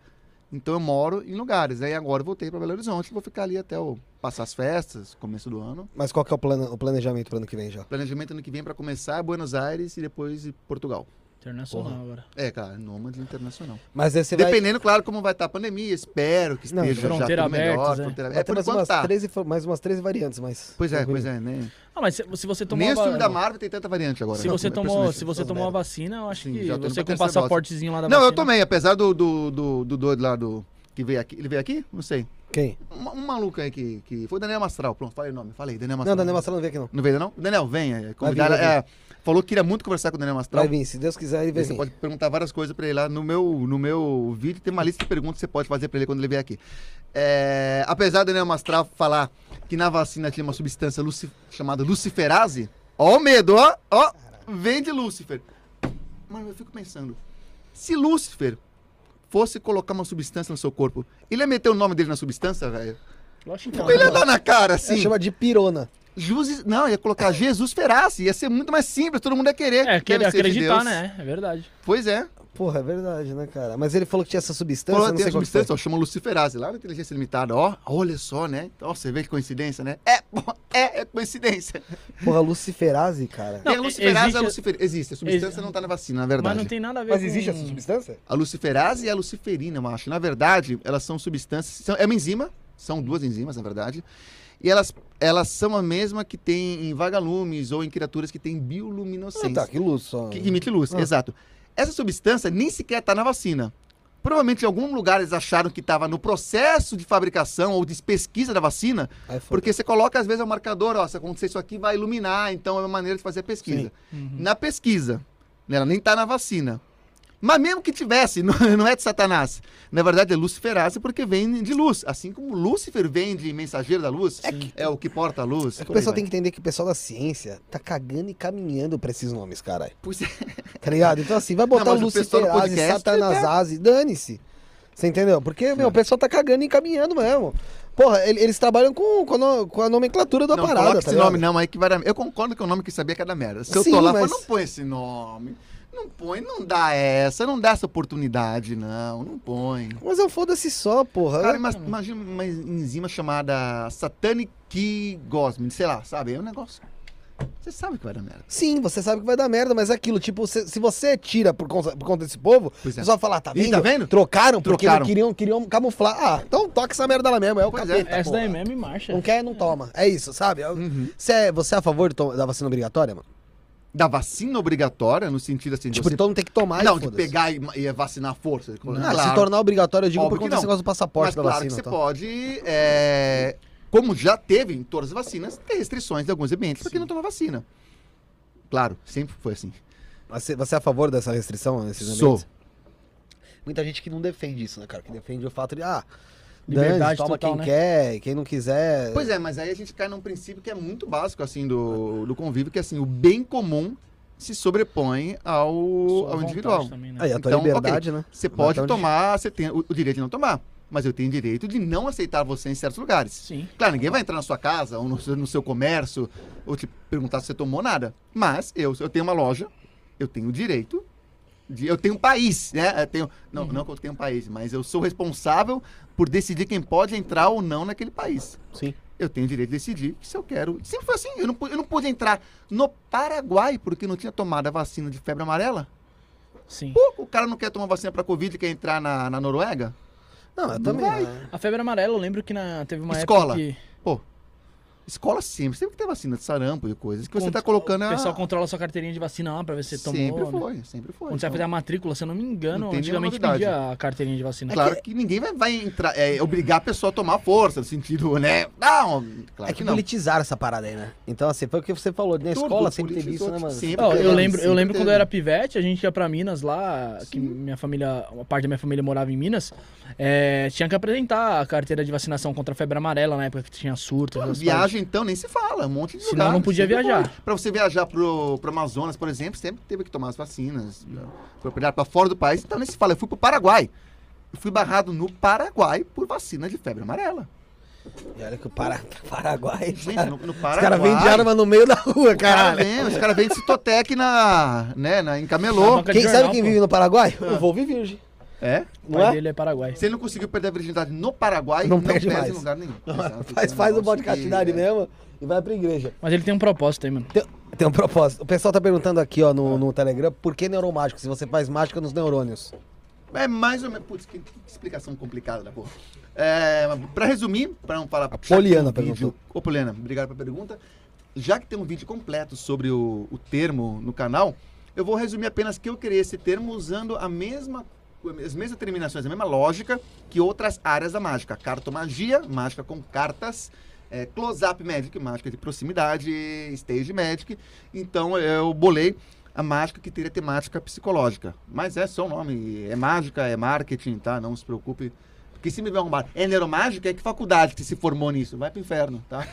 Speaker 3: Então eu moro em lugares. Aí agora eu voltei para Belo Horizonte, vou ficar ali até o, passar as festas, começo do ano.
Speaker 1: Mas qual que é o, plano, o planejamento pro ano que vem já?
Speaker 3: Planejamento ano que vem para começar é Buenos Aires e depois ir Portugal.
Speaker 2: Internacional
Speaker 1: Porra.
Speaker 2: agora.
Speaker 3: É, cara, nômade internacional.
Speaker 1: Mas aí você vai...
Speaker 3: Dependendo, claro, como vai estar a pandemia, espero que
Speaker 1: Não,
Speaker 3: esteja já
Speaker 2: fronteira
Speaker 3: tudo melhor.
Speaker 2: abertas, né?
Speaker 3: fronteira-
Speaker 1: vai
Speaker 3: É
Speaker 1: ter
Speaker 3: por
Speaker 1: mais
Speaker 3: enquanto
Speaker 1: umas,
Speaker 3: tá.
Speaker 1: 13, fa- mais umas 13 variantes, mas...
Speaker 3: Pois é, pois é, né?
Speaker 2: Ah, mas se, se você tomou
Speaker 3: Nem
Speaker 2: a
Speaker 3: os filmes
Speaker 2: va-
Speaker 3: da Marvel tem tanta variante agora.
Speaker 2: Se você
Speaker 3: É
Speaker 2: tomou,
Speaker 3: impressionante.
Speaker 2: se você
Speaker 1: Essas
Speaker 2: tomou a
Speaker 1: merda.
Speaker 2: vacina, eu acho
Speaker 3: Sim,
Speaker 2: que você
Speaker 3: já tô indo pra
Speaker 2: com o
Speaker 3: terceira dose.
Speaker 2: passaportezinho lá da
Speaker 3: Não, eu
Speaker 2: vacina-
Speaker 3: tomei, apesar do, do, do, do doido lá do. Que veio aqui. Ele veio aqui? Não sei.
Speaker 1: Quem?
Speaker 3: Um, um maluco aí que, que. Foi o Daniel Mastral, pronto, falei o nome. Falei, Daniel Mastral.
Speaker 1: Não, Daniel Mastral não veio aqui não.
Speaker 3: Não veio, não? Daniel, vem. É, convidar,
Speaker 1: vai vir.
Speaker 3: é, falou que queria muito conversar com o Daniel Mastral.
Speaker 1: Vai vir, se Deus quiser ele vai
Speaker 3: Você
Speaker 1: vir.
Speaker 3: pode perguntar várias coisas pra ele lá no meu, no meu vídeo. Tem uma lista de perguntas que você pode fazer pra ele quando ele vier aqui. É, apesar do Daniel Mastral falar que na vacina tinha uma substância luci- chamada luciferase. Ó o medo, ó, ó, vem de Lúcifer. Mano, eu fico pensando, se Lúcifer fosse colocar uma substância no seu corpo, ele ia meter o nome dele na substância, velho?
Speaker 2: Lógico que não.
Speaker 3: Ou Ele ia dar na cara,
Speaker 1: Sim.
Speaker 3: assim.
Speaker 1: É, Chama de pirona.
Speaker 3: Jesus, não, ia colocar Jesus Ferace, ia ser muito mais simples, todo mundo ia querer.
Speaker 2: É, querer
Speaker 3: Deve ser de
Speaker 2: acreditar,
Speaker 3: Deus.
Speaker 2: né? É verdade.
Speaker 3: Pois é.
Speaker 1: Porra, é verdade, né, cara? Mas ele falou que tinha essa substância,
Speaker 3: Falou,
Speaker 1: não
Speaker 3: tem
Speaker 1: sei
Speaker 3: a
Speaker 1: qual que foi.
Speaker 3: substância, ó, chama Luciferase, lá na Inteligência Limitada, ó, olha só, né? Ó, você vê que coincidência, né? É, pô, é, é coincidência.
Speaker 1: Porra, luciferase, cara.
Speaker 2: Não,
Speaker 3: tem a Luciferase e a
Speaker 2: existe-
Speaker 3: Lucifer... Existe, a substância
Speaker 2: Exi-
Speaker 3: não tá na vacina, na
Speaker 2: Mas
Speaker 3: verdade.
Speaker 2: não tem nada a ver
Speaker 1: Mas
Speaker 2: com...
Speaker 1: existe essa substância?
Speaker 3: A luciferase e a luciferina, eu acho. Na verdade, elas são substâncias. São, é uma enzima, são duas enzimas, na verdade. E elas, elas são a mesma que tem em vagalumes ou em criaturas que têm bioluminescência.
Speaker 1: Ah, tá, que luz só.
Speaker 3: Que emite luz,
Speaker 1: Ah.
Speaker 3: exato. Essa substância nem sequer está na vacina. Provavelmente em algum lugar eles acharam que estava no processo de fabricação ou de pesquisa da vacina,
Speaker 1: Aí foi.
Speaker 3: porque você coloca às vezes o marcador, ó, se acontecer isso aqui vai iluminar, então é uma maneira de fazer a pesquisa
Speaker 2: Uhum.
Speaker 3: na pesquisa. né? Ela nem tá na vacina. Mas mesmo que tivesse, não, não é de Satanás. Na verdade, é luciferase porque vem de luz. Assim como Lúcifer vem de mensageiro da luz, é, o que porta a luz.
Speaker 1: É que o pessoal tem que entender que o pessoal da ciência tá cagando e caminhando pra esses nomes, caralho.
Speaker 3: Pois é.
Speaker 1: Tá ligado? Então assim, vai botar
Speaker 3: Não, mas o pessoal do
Speaker 1: Luciferase,
Speaker 3: podcast, é-
Speaker 1: Satanasase, dane-se. Você entendeu? Porque, meu, o pessoal tá cagando e caminhando mesmo. Porra, ele- eles trabalham com, com, a, no- com a nomenclatura da
Speaker 3: Não
Speaker 1: parada,
Speaker 3: coloca
Speaker 1: tá
Speaker 3: esse
Speaker 1: ligado?
Speaker 3: nome não aí que vai dar... Eu concordo que é o nome que sabia que é da merda. Se eu
Speaker 1: Sim,
Speaker 3: tô lá,
Speaker 1: mas-
Speaker 3: mas... não põe esse nome. Não põe, não dá essa, não dá essa oportunidade, não. Não põe.
Speaker 1: Mas eu foda-se só, porra.
Speaker 3: Cara, mas, imagina uma enzima chamada Satanic Gosmin, sei lá, sabe? É um negócio... Você sabe que vai dar merda.
Speaker 1: Sim, você sabe que vai dar merda, mas é aquilo, tipo, se, se você tira por conta, por conta desse povo,
Speaker 3: Pois
Speaker 1: o
Speaker 3: é.
Speaker 1: pessoal fala, ah, tá
Speaker 3: Ih,
Speaker 1: vendo?
Speaker 3: tá vendo?
Speaker 1: Trocaram porque
Speaker 3: Trocaram.
Speaker 1: não queriam, queriam camuflar. Ah, então toca essa merda lá mesmo, é o
Speaker 3: Pois é.
Speaker 1: capeta,
Speaker 2: Essa daí
Speaker 1: porra.
Speaker 2: mesmo e marcha.
Speaker 3: Um
Speaker 1: Não quer, não toma. É isso, sabe? Eu-
Speaker 3: Uhum.
Speaker 1: Você é, você é a favor de to- da vacina obrigatória, mano?
Speaker 3: da vacina obrigatória, no sentido assim, de
Speaker 1: tipo,
Speaker 3: você...
Speaker 1: todo mundo tem que tomar
Speaker 3: não,
Speaker 1: e
Speaker 3: de
Speaker 1: foda-se.
Speaker 3: pegar e, e vacinar à força.
Speaker 1: Não, se tornar obrigatório, eu digo por
Speaker 3: Óbvio que
Speaker 1: conta desse
Speaker 3: não.
Speaker 1: negócio do passaporte
Speaker 3: mas
Speaker 1: da
Speaker 3: claro
Speaker 1: vacina. então.
Speaker 3: que você
Speaker 1: e tal.
Speaker 3: pode, é, como já teve em todas as vacinas, ter restrições de alguns ambientes porque não toma vacina. Claro, sempre foi assim.
Speaker 1: Mas você, você é a favor dessa restrição nesses
Speaker 3: Sou.
Speaker 1: ambientes? Muita gente que não defende isso, né, cara? Que defende o fato de, ah,
Speaker 2: Liberdade
Speaker 1: dane, toma
Speaker 2: total,
Speaker 1: quem
Speaker 2: né?
Speaker 1: quer, quem não quiser.
Speaker 3: Pois é, mas aí a gente cai num princípio que é muito básico, assim, do, do convívio, que é assim, o bem comum se sobrepõe ao,
Speaker 2: Sua
Speaker 3: ao
Speaker 2: vontade
Speaker 3: individual.
Speaker 2: também, né?
Speaker 1: Aí a tua
Speaker 3: Então, ok.
Speaker 1: liberdade, né?
Speaker 3: Você
Speaker 1: Vai
Speaker 3: pode
Speaker 1: até onde-
Speaker 3: tomar, você tem o, o direito de não tomar, mas eu tenho o direito de não aceitar você em certos lugares.
Speaker 2: Sim.
Speaker 3: Claro, ninguém vai entrar na sua casa ou no seu, no seu comércio ou te perguntar se você tomou nada. Mas eu, eu tenho uma loja, eu tenho o direito, de, eu tenho um país, né? Eu tenho, não, não que eu tenho um país, mas eu sou responsável por decidir quem pode entrar ou não naquele país.
Speaker 1: Sim.
Speaker 3: Eu tenho o direito de decidir se eu quero. Sempre foi assim, eu não, pu- eu não pude entrar no Paraguai porque não tinha tomado a vacina de febre amarela.
Speaker 2: Sim.
Speaker 3: Pô, o cara não quer tomar vacina para Covid e quer entrar na, na Noruega?
Speaker 1: Não, eu
Speaker 3: Não
Speaker 1: também.
Speaker 3: vai.
Speaker 1: né?
Speaker 2: A febre amarela, eu lembro que na, teve uma
Speaker 3: Escola.
Speaker 2: época que...
Speaker 3: Escola sempre, sempre tem vacina de sarampo e coisas que você
Speaker 2: cont-
Speaker 3: tá colocando
Speaker 2: O
Speaker 3: a-
Speaker 2: pessoal controla sua carteirinha de vacina lá pra ver se você tomou.
Speaker 3: Sempre
Speaker 2: né?
Speaker 3: foi, sempre foi.
Speaker 2: Quando você vai fazer a matrícula, se eu não me engano,
Speaker 3: Não tem nenhuma
Speaker 2: antigamente
Speaker 3: novidade.
Speaker 2: pedia a carteirinha de vacina.
Speaker 3: É claro que... ninguém vai, vai entrar, é, obrigar a pessoa a tomar força, no sentido, né? Não, claro
Speaker 1: é
Speaker 3: que,
Speaker 1: que
Speaker 3: não.
Speaker 1: politizaram essa parada aí, né? Então, assim, foi o que você falou. Na
Speaker 3: Tudo
Speaker 1: escola sempre teve
Speaker 3: politizou, tipo,
Speaker 1: isso, né, mano?
Speaker 3: sempre
Speaker 2: Ó,
Speaker 3: teve,
Speaker 2: eu lembro, eu
Speaker 3: sempre
Speaker 2: lembro quando eu
Speaker 3: teve.
Speaker 2: era pivete, a gente ia pra Minas lá, que minha família, uma parte da minha família morava em Minas, é, tinha que apresentar a carteira de vacinação contra a febre amarela na época que tinha surto. essas paradas.
Speaker 3: Viagem, então, nem se fala, um monte de
Speaker 2: Senão
Speaker 3: lugar.
Speaker 2: não podia
Speaker 3: sempre
Speaker 2: viajar.
Speaker 3: foi. Pra você viajar pro, pro Amazonas, por exemplo, sempre teve que tomar as vacinas. Foi operado pra fora do país, então nem se fala. Eu fui pro Paraguai. Eu fui barrado no Paraguai por vacina de febre amarela.
Speaker 1: E olha que o Pará- Paraguai.
Speaker 3: Gente, no, no
Speaker 1: Os
Speaker 3: Paraguai...
Speaker 1: caras vendem arma no meio da rua,
Speaker 3: Cara,
Speaker 1: caralho.
Speaker 3: vem, os caras vendem citotec na, né, na, em camelô.
Speaker 2: Na banca-
Speaker 1: Quem
Speaker 2: Jornal,
Speaker 1: sabe quem
Speaker 2: pô.
Speaker 1: vive no Paraguai?
Speaker 3: Ah.
Speaker 1: Eu vou viver virgem.
Speaker 3: É?
Speaker 2: O
Speaker 1: Não
Speaker 2: pai
Speaker 1: é?
Speaker 2: dele é Paraguai.
Speaker 3: Se ele não conseguiu perder a virgindade no Paraguai,
Speaker 1: Não
Speaker 3: não,
Speaker 1: perde
Speaker 3: perde,
Speaker 1: mais.
Speaker 3: em lugar nenhum.
Speaker 1: Faz,
Speaker 3: Exato, é um
Speaker 1: faz o
Speaker 3: negócio
Speaker 1: bode de
Speaker 3: que-
Speaker 1: castidade
Speaker 3: é.
Speaker 1: mesmo e vai pra igreja.
Speaker 2: Mas ele tem um propósito aí, mano.
Speaker 1: Tem, tem um propósito. O pessoal tá perguntando aqui, ó,
Speaker 3: Ah.
Speaker 1: no, no Telegram, por que neuromágico? Se você faz mágica nos neurônios.
Speaker 3: É mais ou menos. Putz, que, que explicação complicada da porra. É, pra resumir, pra não falar. A
Speaker 1: Poliana perguntou.
Speaker 3: vídeo, Ô, Poliana, obrigado pela pergunta. Já que tem um vídeo completo sobre o, o termo no canal, eu vou resumir apenas que eu criei esse termo usando a mesma, as mesmas terminações, a mesma lógica que outras áreas da mágica. Cartomagia, mágica com cartas. é, Close-up Magic, mágica de proximidade, Stage Magic. Então eu bolei a mágica que teria temática psicológica. Mas é só o nome, é mágica, é marketing, tá? Não se preocupe, Porque se me arrumar é neuromágica, é que faculdade que se formou nisso? Vai pro inferno, tá?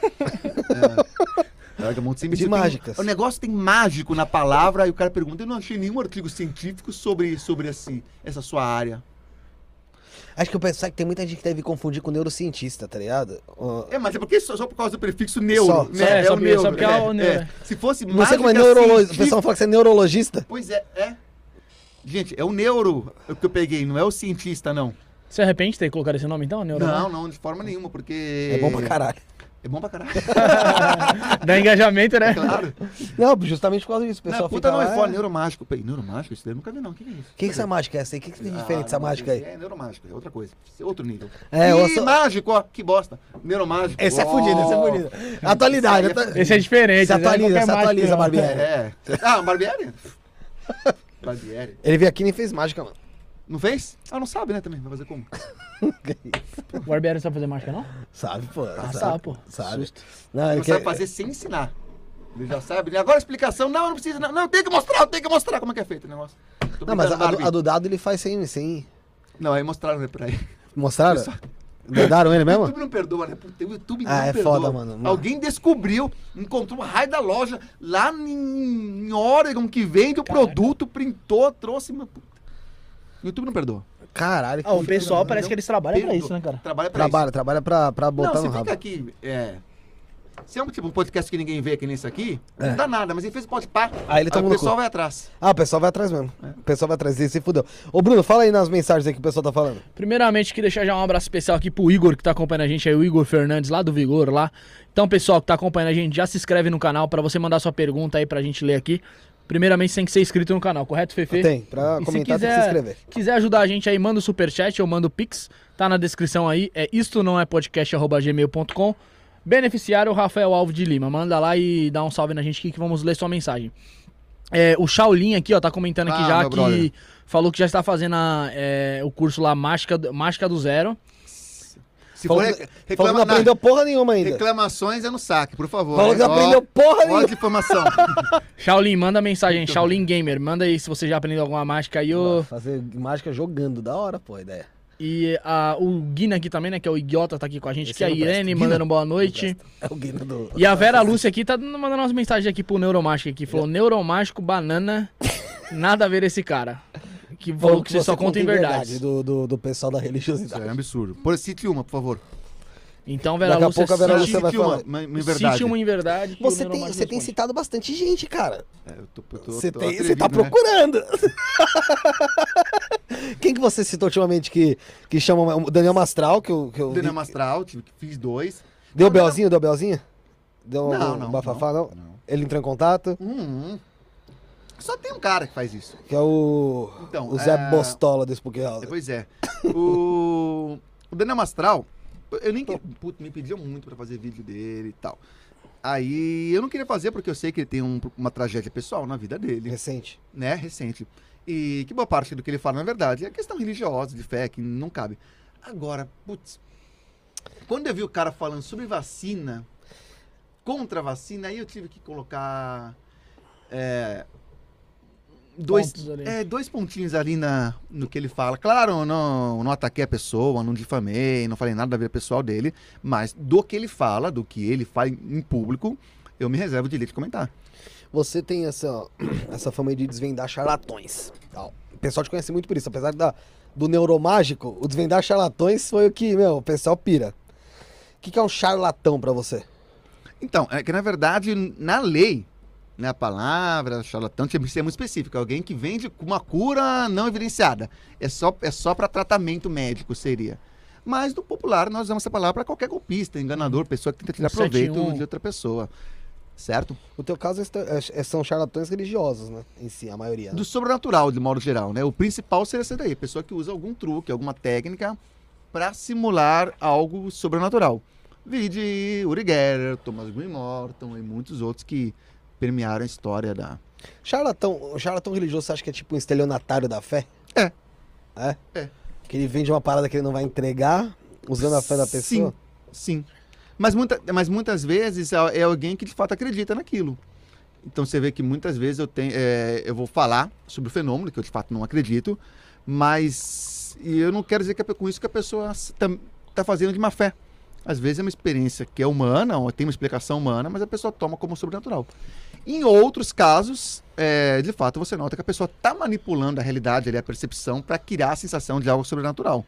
Speaker 3: é. Caraca, Monte Sem
Speaker 1: um De
Speaker 3: Mistura tem-
Speaker 1: mágicas.
Speaker 3: o negócio tem mágico na palavra e o cara pergunta: eu não achei nenhum artigo científico sobre, sobre assim, essa sua área.
Speaker 1: Acho que eu penso sabe que tem muita gente que deve confundir com neurocientista, tá ligado? Ó,
Speaker 3: É, mas é porque só, só por causa do prefixo neuro,
Speaker 1: Só,
Speaker 3: né?
Speaker 2: só,
Speaker 3: é,
Speaker 2: só
Speaker 3: o
Speaker 2: porque-
Speaker 3: neuro.
Speaker 2: só porque é o neuro.
Speaker 3: Se fosse
Speaker 1: Não sei como é
Speaker 3: mágica
Speaker 1: neurologista. O
Speaker 3: científica-
Speaker 1: pessoal fala que você é neurologista.
Speaker 3: Pois é, é. Gente, é o neuro que eu peguei, não é o cientista, não.
Speaker 2: Você arrepende de ter colocado esse nome então, Neuro?
Speaker 3: Não, não, de forma nenhuma, porque.
Speaker 1: né? É bom pra caralho.
Speaker 3: É bom pra caralho.
Speaker 2: Dá engajamento, né?
Speaker 3: claro.
Speaker 1: Não, justamente por causa disso. O pessoal
Speaker 3: Não, puta
Speaker 1: fica
Speaker 3: não é
Speaker 1: lá,
Speaker 3: fora, neuromágico. Peraí, neuromágico? Isso daí eu nunca vi, não. O que, que é isso?
Speaker 1: O que, que essa mágica é essa aí? O que, que tem de diferente essa
Speaker 3: não,
Speaker 1: mágica aí?
Speaker 3: É neuromágico, é outra coisa. Isso é outro nível.
Speaker 1: É,
Speaker 3: Ih,
Speaker 1: eu sou-
Speaker 3: mágico, ó, que bosta. Neuromágico.
Speaker 1: Esse é
Speaker 3: ó.
Speaker 1: fudido, esse é fudido. Atualidade.
Speaker 3: Esse aí é
Speaker 1: atu-
Speaker 2: Esse é diferente.
Speaker 1: Se
Speaker 2: né?
Speaker 1: atualiza,
Speaker 2: Qualquer
Speaker 1: se
Speaker 2: mágica,
Speaker 1: atualiza,
Speaker 2: né?
Speaker 1: Barbieri.
Speaker 3: É. Ah, Barbieri? Barbieri.
Speaker 1: Ele veio aqui e nem fez mágica, mano.
Speaker 3: Não fez? Ah, não sabe, né, também. Vai fazer como?
Speaker 2: O Barbieri não sabe fazer mágica, não?
Speaker 1: Sabe, pô.
Speaker 2: Ah,
Speaker 1: sabe,
Speaker 2: sabe, pô.
Speaker 1: Sabe.
Speaker 2: Susto.
Speaker 1: Não, ele
Speaker 3: Ele
Speaker 1: quer...
Speaker 3: sabe fazer sem ensinar. Ele já sabe. né? Agora a explicação. Não, não precisa. Não, não eu tenho que mostrar, eu tenho que mostrar como é que é feito o negócio. Tô
Speaker 1: Não, mas
Speaker 3: brincando,
Speaker 1: a, do-
Speaker 3: Barbie.
Speaker 1: a do dado ele faz sem. sem...
Speaker 3: Não, aí mostraram né, pra ele.
Speaker 1: Mostraram? Mandaram ele
Speaker 3: O
Speaker 1: mesmo?
Speaker 3: YouTube não perdoa, né? Puta, o YouTube não
Speaker 1: Ah, é
Speaker 3: perdoa.
Speaker 1: foda, mano.
Speaker 3: Alguém descobriu, encontrou o raio da loja lá em em Oregon que vende o produto, printou, trouxe. Mas... puta. O YouTube não perdoa.
Speaker 1: Caralho.
Speaker 2: Ah, o
Speaker 1: que-
Speaker 2: pessoal parece que eles trabalham pra
Speaker 3: Perdoa.
Speaker 2: isso, né, cara?
Speaker 3: Trabalha pra
Speaker 1: Trabalha, trabalha pra, pra
Speaker 3: isso. Não,
Speaker 1: botar
Speaker 3: se
Speaker 1: no
Speaker 3: fica
Speaker 1: rabo.
Speaker 3: aqui. É. Se é um, tipo, um podcast que ninguém vê, que nem esse aqui, não dá nada, mas ele fez o pode pá.
Speaker 1: Aí É. Ah, ele toma
Speaker 3: o
Speaker 1: no
Speaker 3: pessoal
Speaker 1: cu.
Speaker 3: vai atrás.
Speaker 1: Ah, o pessoal vai atrás mesmo.
Speaker 3: É.
Speaker 1: O pessoal vai atrás dele, se fudeu. Ô, Bruno, fala aí nas mensagens aí que o pessoal tá falando.
Speaker 2: Primeiramente, queria deixar já um abraço especial aqui pro Igor, que tá acompanhando a gente aí, o Igor Fernandes, lá do Vigor, lá. Então, pessoal que tá acompanhando a gente, já se inscreve no canal pra você mandar sua pergunta aí pra gente ler aqui. Primeiramente, você tem que ser inscrito no canal, correto, Fefe?
Speaker 1: Tem, pra
Speaker 2: E
Speaker 1: comentar
Speaker 2: se quiser,
Speaker 1: tem que se inscrever.
Speaker 2: quiser ajudar a gente aí, manda o superchat, eu mando o pix, tá na descrição aí, é isto não é podcast@gmail.com. Beneficiário Rafael Alves de Lima, manda lá e dá um salve na gente aqui que vamos ler sua mensagem. É, o Shaolin aqui, ó, tá comentando aqui
Speaker 3: Ah,
Speaker 2: já
Speaker 3: meu
Speaker 2: que
Speaker 3: brother.
Speaker 2: falou que já está fazendo a, é, o curso lá Mágica, do- Mágica do Zero.
Speaker 3: Se
Speaker 1: Falou,
Speaker 3: rec-
Speaker 1: falou que
Speaker 3: reclama
Speaker 1: não
Speaker 3: na-
Speaker 1: aprendeu porra nenhuma ainda.
Speaker 3: Reclamações é no saque, por favor.
Speaker 1: Falou que não
Speaker 3: Ó,
Speaker 1: aprendeu porra
Speaker 3: Olha
Speaker 1: nenhuma.
Speaker 3: que informação.
Speaker 2: Shaolin, manda mensagem, Shaolin Gamer, manda aí se você já aprendeu alguma mágica aí. ô.
Speaker 1: Fazer mágica jogando, da hora, pô, a ideia.
Speaker 2: E a, o Guina aqui também, né, que é o idiota, tá aqui com a gente,
Speaker 1: Esse
Speaker 2: que é a
Speaker 1: não presta.
Speaker 2: Irene,
Speaker 1: Guina?
Speaker 2: mandando boa noite.
Speaker 1: É o Guina do.
Speaker 2: E a Vera Lúcia aqui tá dando- mandando umas mensagens aqui pro Neuromágico aqui. Falou, Neuromágico, banana, nada a ver esse cara. Que falou que você só conta em verdade.
Speaker 1: Do, do, do pessoal da
Speaker 3: Isso é
Speaker 1: religiosidade.
Speaker 3: um absurdo. Por, cite uma, por favor.
Speaker 2: Então, Vera
Speaker 1: Daqui a
Speaker 2: Lúcia,
Speaker 1: pouco a Vera
Speaker 2: cite-
Speaker 1: Lúcia vai
Speaker 3: Cite uma,
Speaker 1: falar.
Speaker 3: uma, uma verdade.
Speaker 2: cite uma em verdade. que o
Speaker 1: Você tem,
Speaker 2: Neuromágico
Speaker 1: você tem
Speaker 2: responde.
Speaker 1: citado bastante gente, cara.
Speaker 3: É, eu tô- eu tô-
Speaker 1: Você
Speaker 3: tô
Speaker 1: tem, você
Speaker 3: atrevido,
Speaker 1: tá
Speaker 3: né?
Speaker 1: procurando. Quem que você citou ultimamente que, que chama o Daniel Mastral, que eu, que eu vi-
Speaker 3: Daniel Mastral, tive- fiz dois.
Speaker 1: Deu
Speaker 3: Não, não,
Speaker 1: belzinho, deu belzinho? Deu
Speaker 3: Não,
Speaker 1: um
Speaker 3: não,
Speaker 1: bafafá, não?
Speaker 3: não, não.
Speaker 1: Ele entrou em contato,
Speaker 3: Hum, hum. Só tem um cara que faz isso.
Speaker 1: que é o
Speaker 3: Então,
Speaker 1: o Zé
Speaker 3: é-
Speaker 1: Bostola desse Pokéhouse.
Speaker 3: Pois é. O, o Daniel Mastral, eu nem queria, puto, me pediam muito pra fazer vídeo dele e tal. Aí eu não queria fazer porque eu sei que ele tem um- uma tragédia pessoal na vida
Speaker 1: É
Speaker 3: dele.
Speaker 1: Recente.
Speaker 3: né, recente. E que boa parte do que ele fala, na verdade, é questão religiosa, de fé, que não cabe. Agora, putz, quando eu vi o cara falando sobre vacina, contra a vacina, aí eu tive que colocar é, dois,
Speaker 2: Pontos ali.
Speaker 3: é, dois pontinhos ali na, no que ele fala. Claro, eu não, não ataquei a pessoa, não difamei, não falei nada da vida pessoal dele, mas do que ele fala, do que ele faz em público, eu me reservo o direito de comentar.
Speaker 1: Você tem essa, essa fama de desvendar charlatões. tal. O pessoal te conhece muito por isso. Apesar da, do neuromágico, o desvendar charlatões foi o que, meu, o pessoal pira. O que, que é um charlatão pra você?
Speaker 3: Então, é que na verdade, na lei, né, a palavra charlatão tinha que ser muito específica. É Alguém que vende uma cura não evidenciada. É só, é só para tratamento médico, seria. Mas no popular, nós usamos essa palavra para qualquer golpista, enganador, pessoa que tenta tirar
Speaker 2: O 71.
Speaker 3: proveito de outra pessoa. Certo?
Speaker 1: O teu caso é esta- é- é- são charlatões religiosos, né? Em si, a maioria. né?
Speaker 3: Do sobrenatural, de modo geral, né? O principal seria essa daí, pessoa que usa algum truque, alguma técnica para simular algo sobrenatural. Vide Uri Geller, Thomas Green Morton e muitos outros que permearam a história da,
Speaker 1: Charlatão, o charlatão religioso, você acha que é tipo um estelionatário da fé?
Speaker 3: É.
Speaker 1: É?
Speaker 3: É.
Speaker 1: Que ele vende uma parada que ele não vai entregar, usando a fé da pessoa?
Speaker 3: Sim, sim. Mas, muita, mas muitas vezes é é alguém que de fato acredita naquilo. Então você vê que muitas vezes eu, tenho, é, eu vou falar sobre o fenômeno, que eu de fato não acredito, mas E eu não quero dizer que é com isso que a pessoa está fazendo de má fé. Às vezes é uma experiência que é humana, ou tem uma explicação humana, mas a pessoa toma como sobrenatural. Em outros casos, é, de fato, você nota que a pessoa está manipulando a realidade, ali, a percepção, para criar a sensação de algo sobrenatural.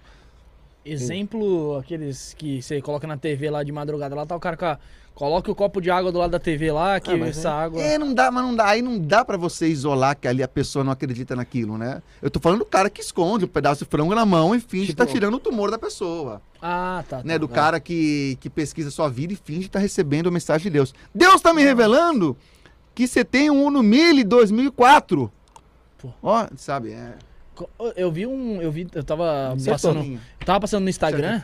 Speaker 2: Exemplo, aqueles que você coloca na TV lá de madrugada, lá tá o cara com a... Coloca o copo de água do lado da TV lá, que
Speaker 1: Ah, mas
Speaker 2: essa água...
Speaker 3: É, não dá, mas não dá. Aí não dá pra você isolar que ali a pessoa não acredita naquilo, né? Eu tô falando do cara que esconde um pedaço de frango na mão e finge que tá
Speaker 1: Tipo-
Speaker 3: tirando o tumor da pessoa.
Speaker 2: Ah, tá. tá.
Speaker 3: Né? Do cara que, que pesquisa sua vida e finge que tá recebendo a mensagem de Deus. Deus tá me revelando que você tem um Uno Mille 2004.
Speaker 2: Pô.
Speaker 3: Ó, sabe, é...
Speaker 2: Co- Eu vi um... Eu vi... Eu tava
Speaker 3: Você
Speaker 2: passando...
Speaker 3: tolinho.
Speaker 2: Eu tava passando no Instagram,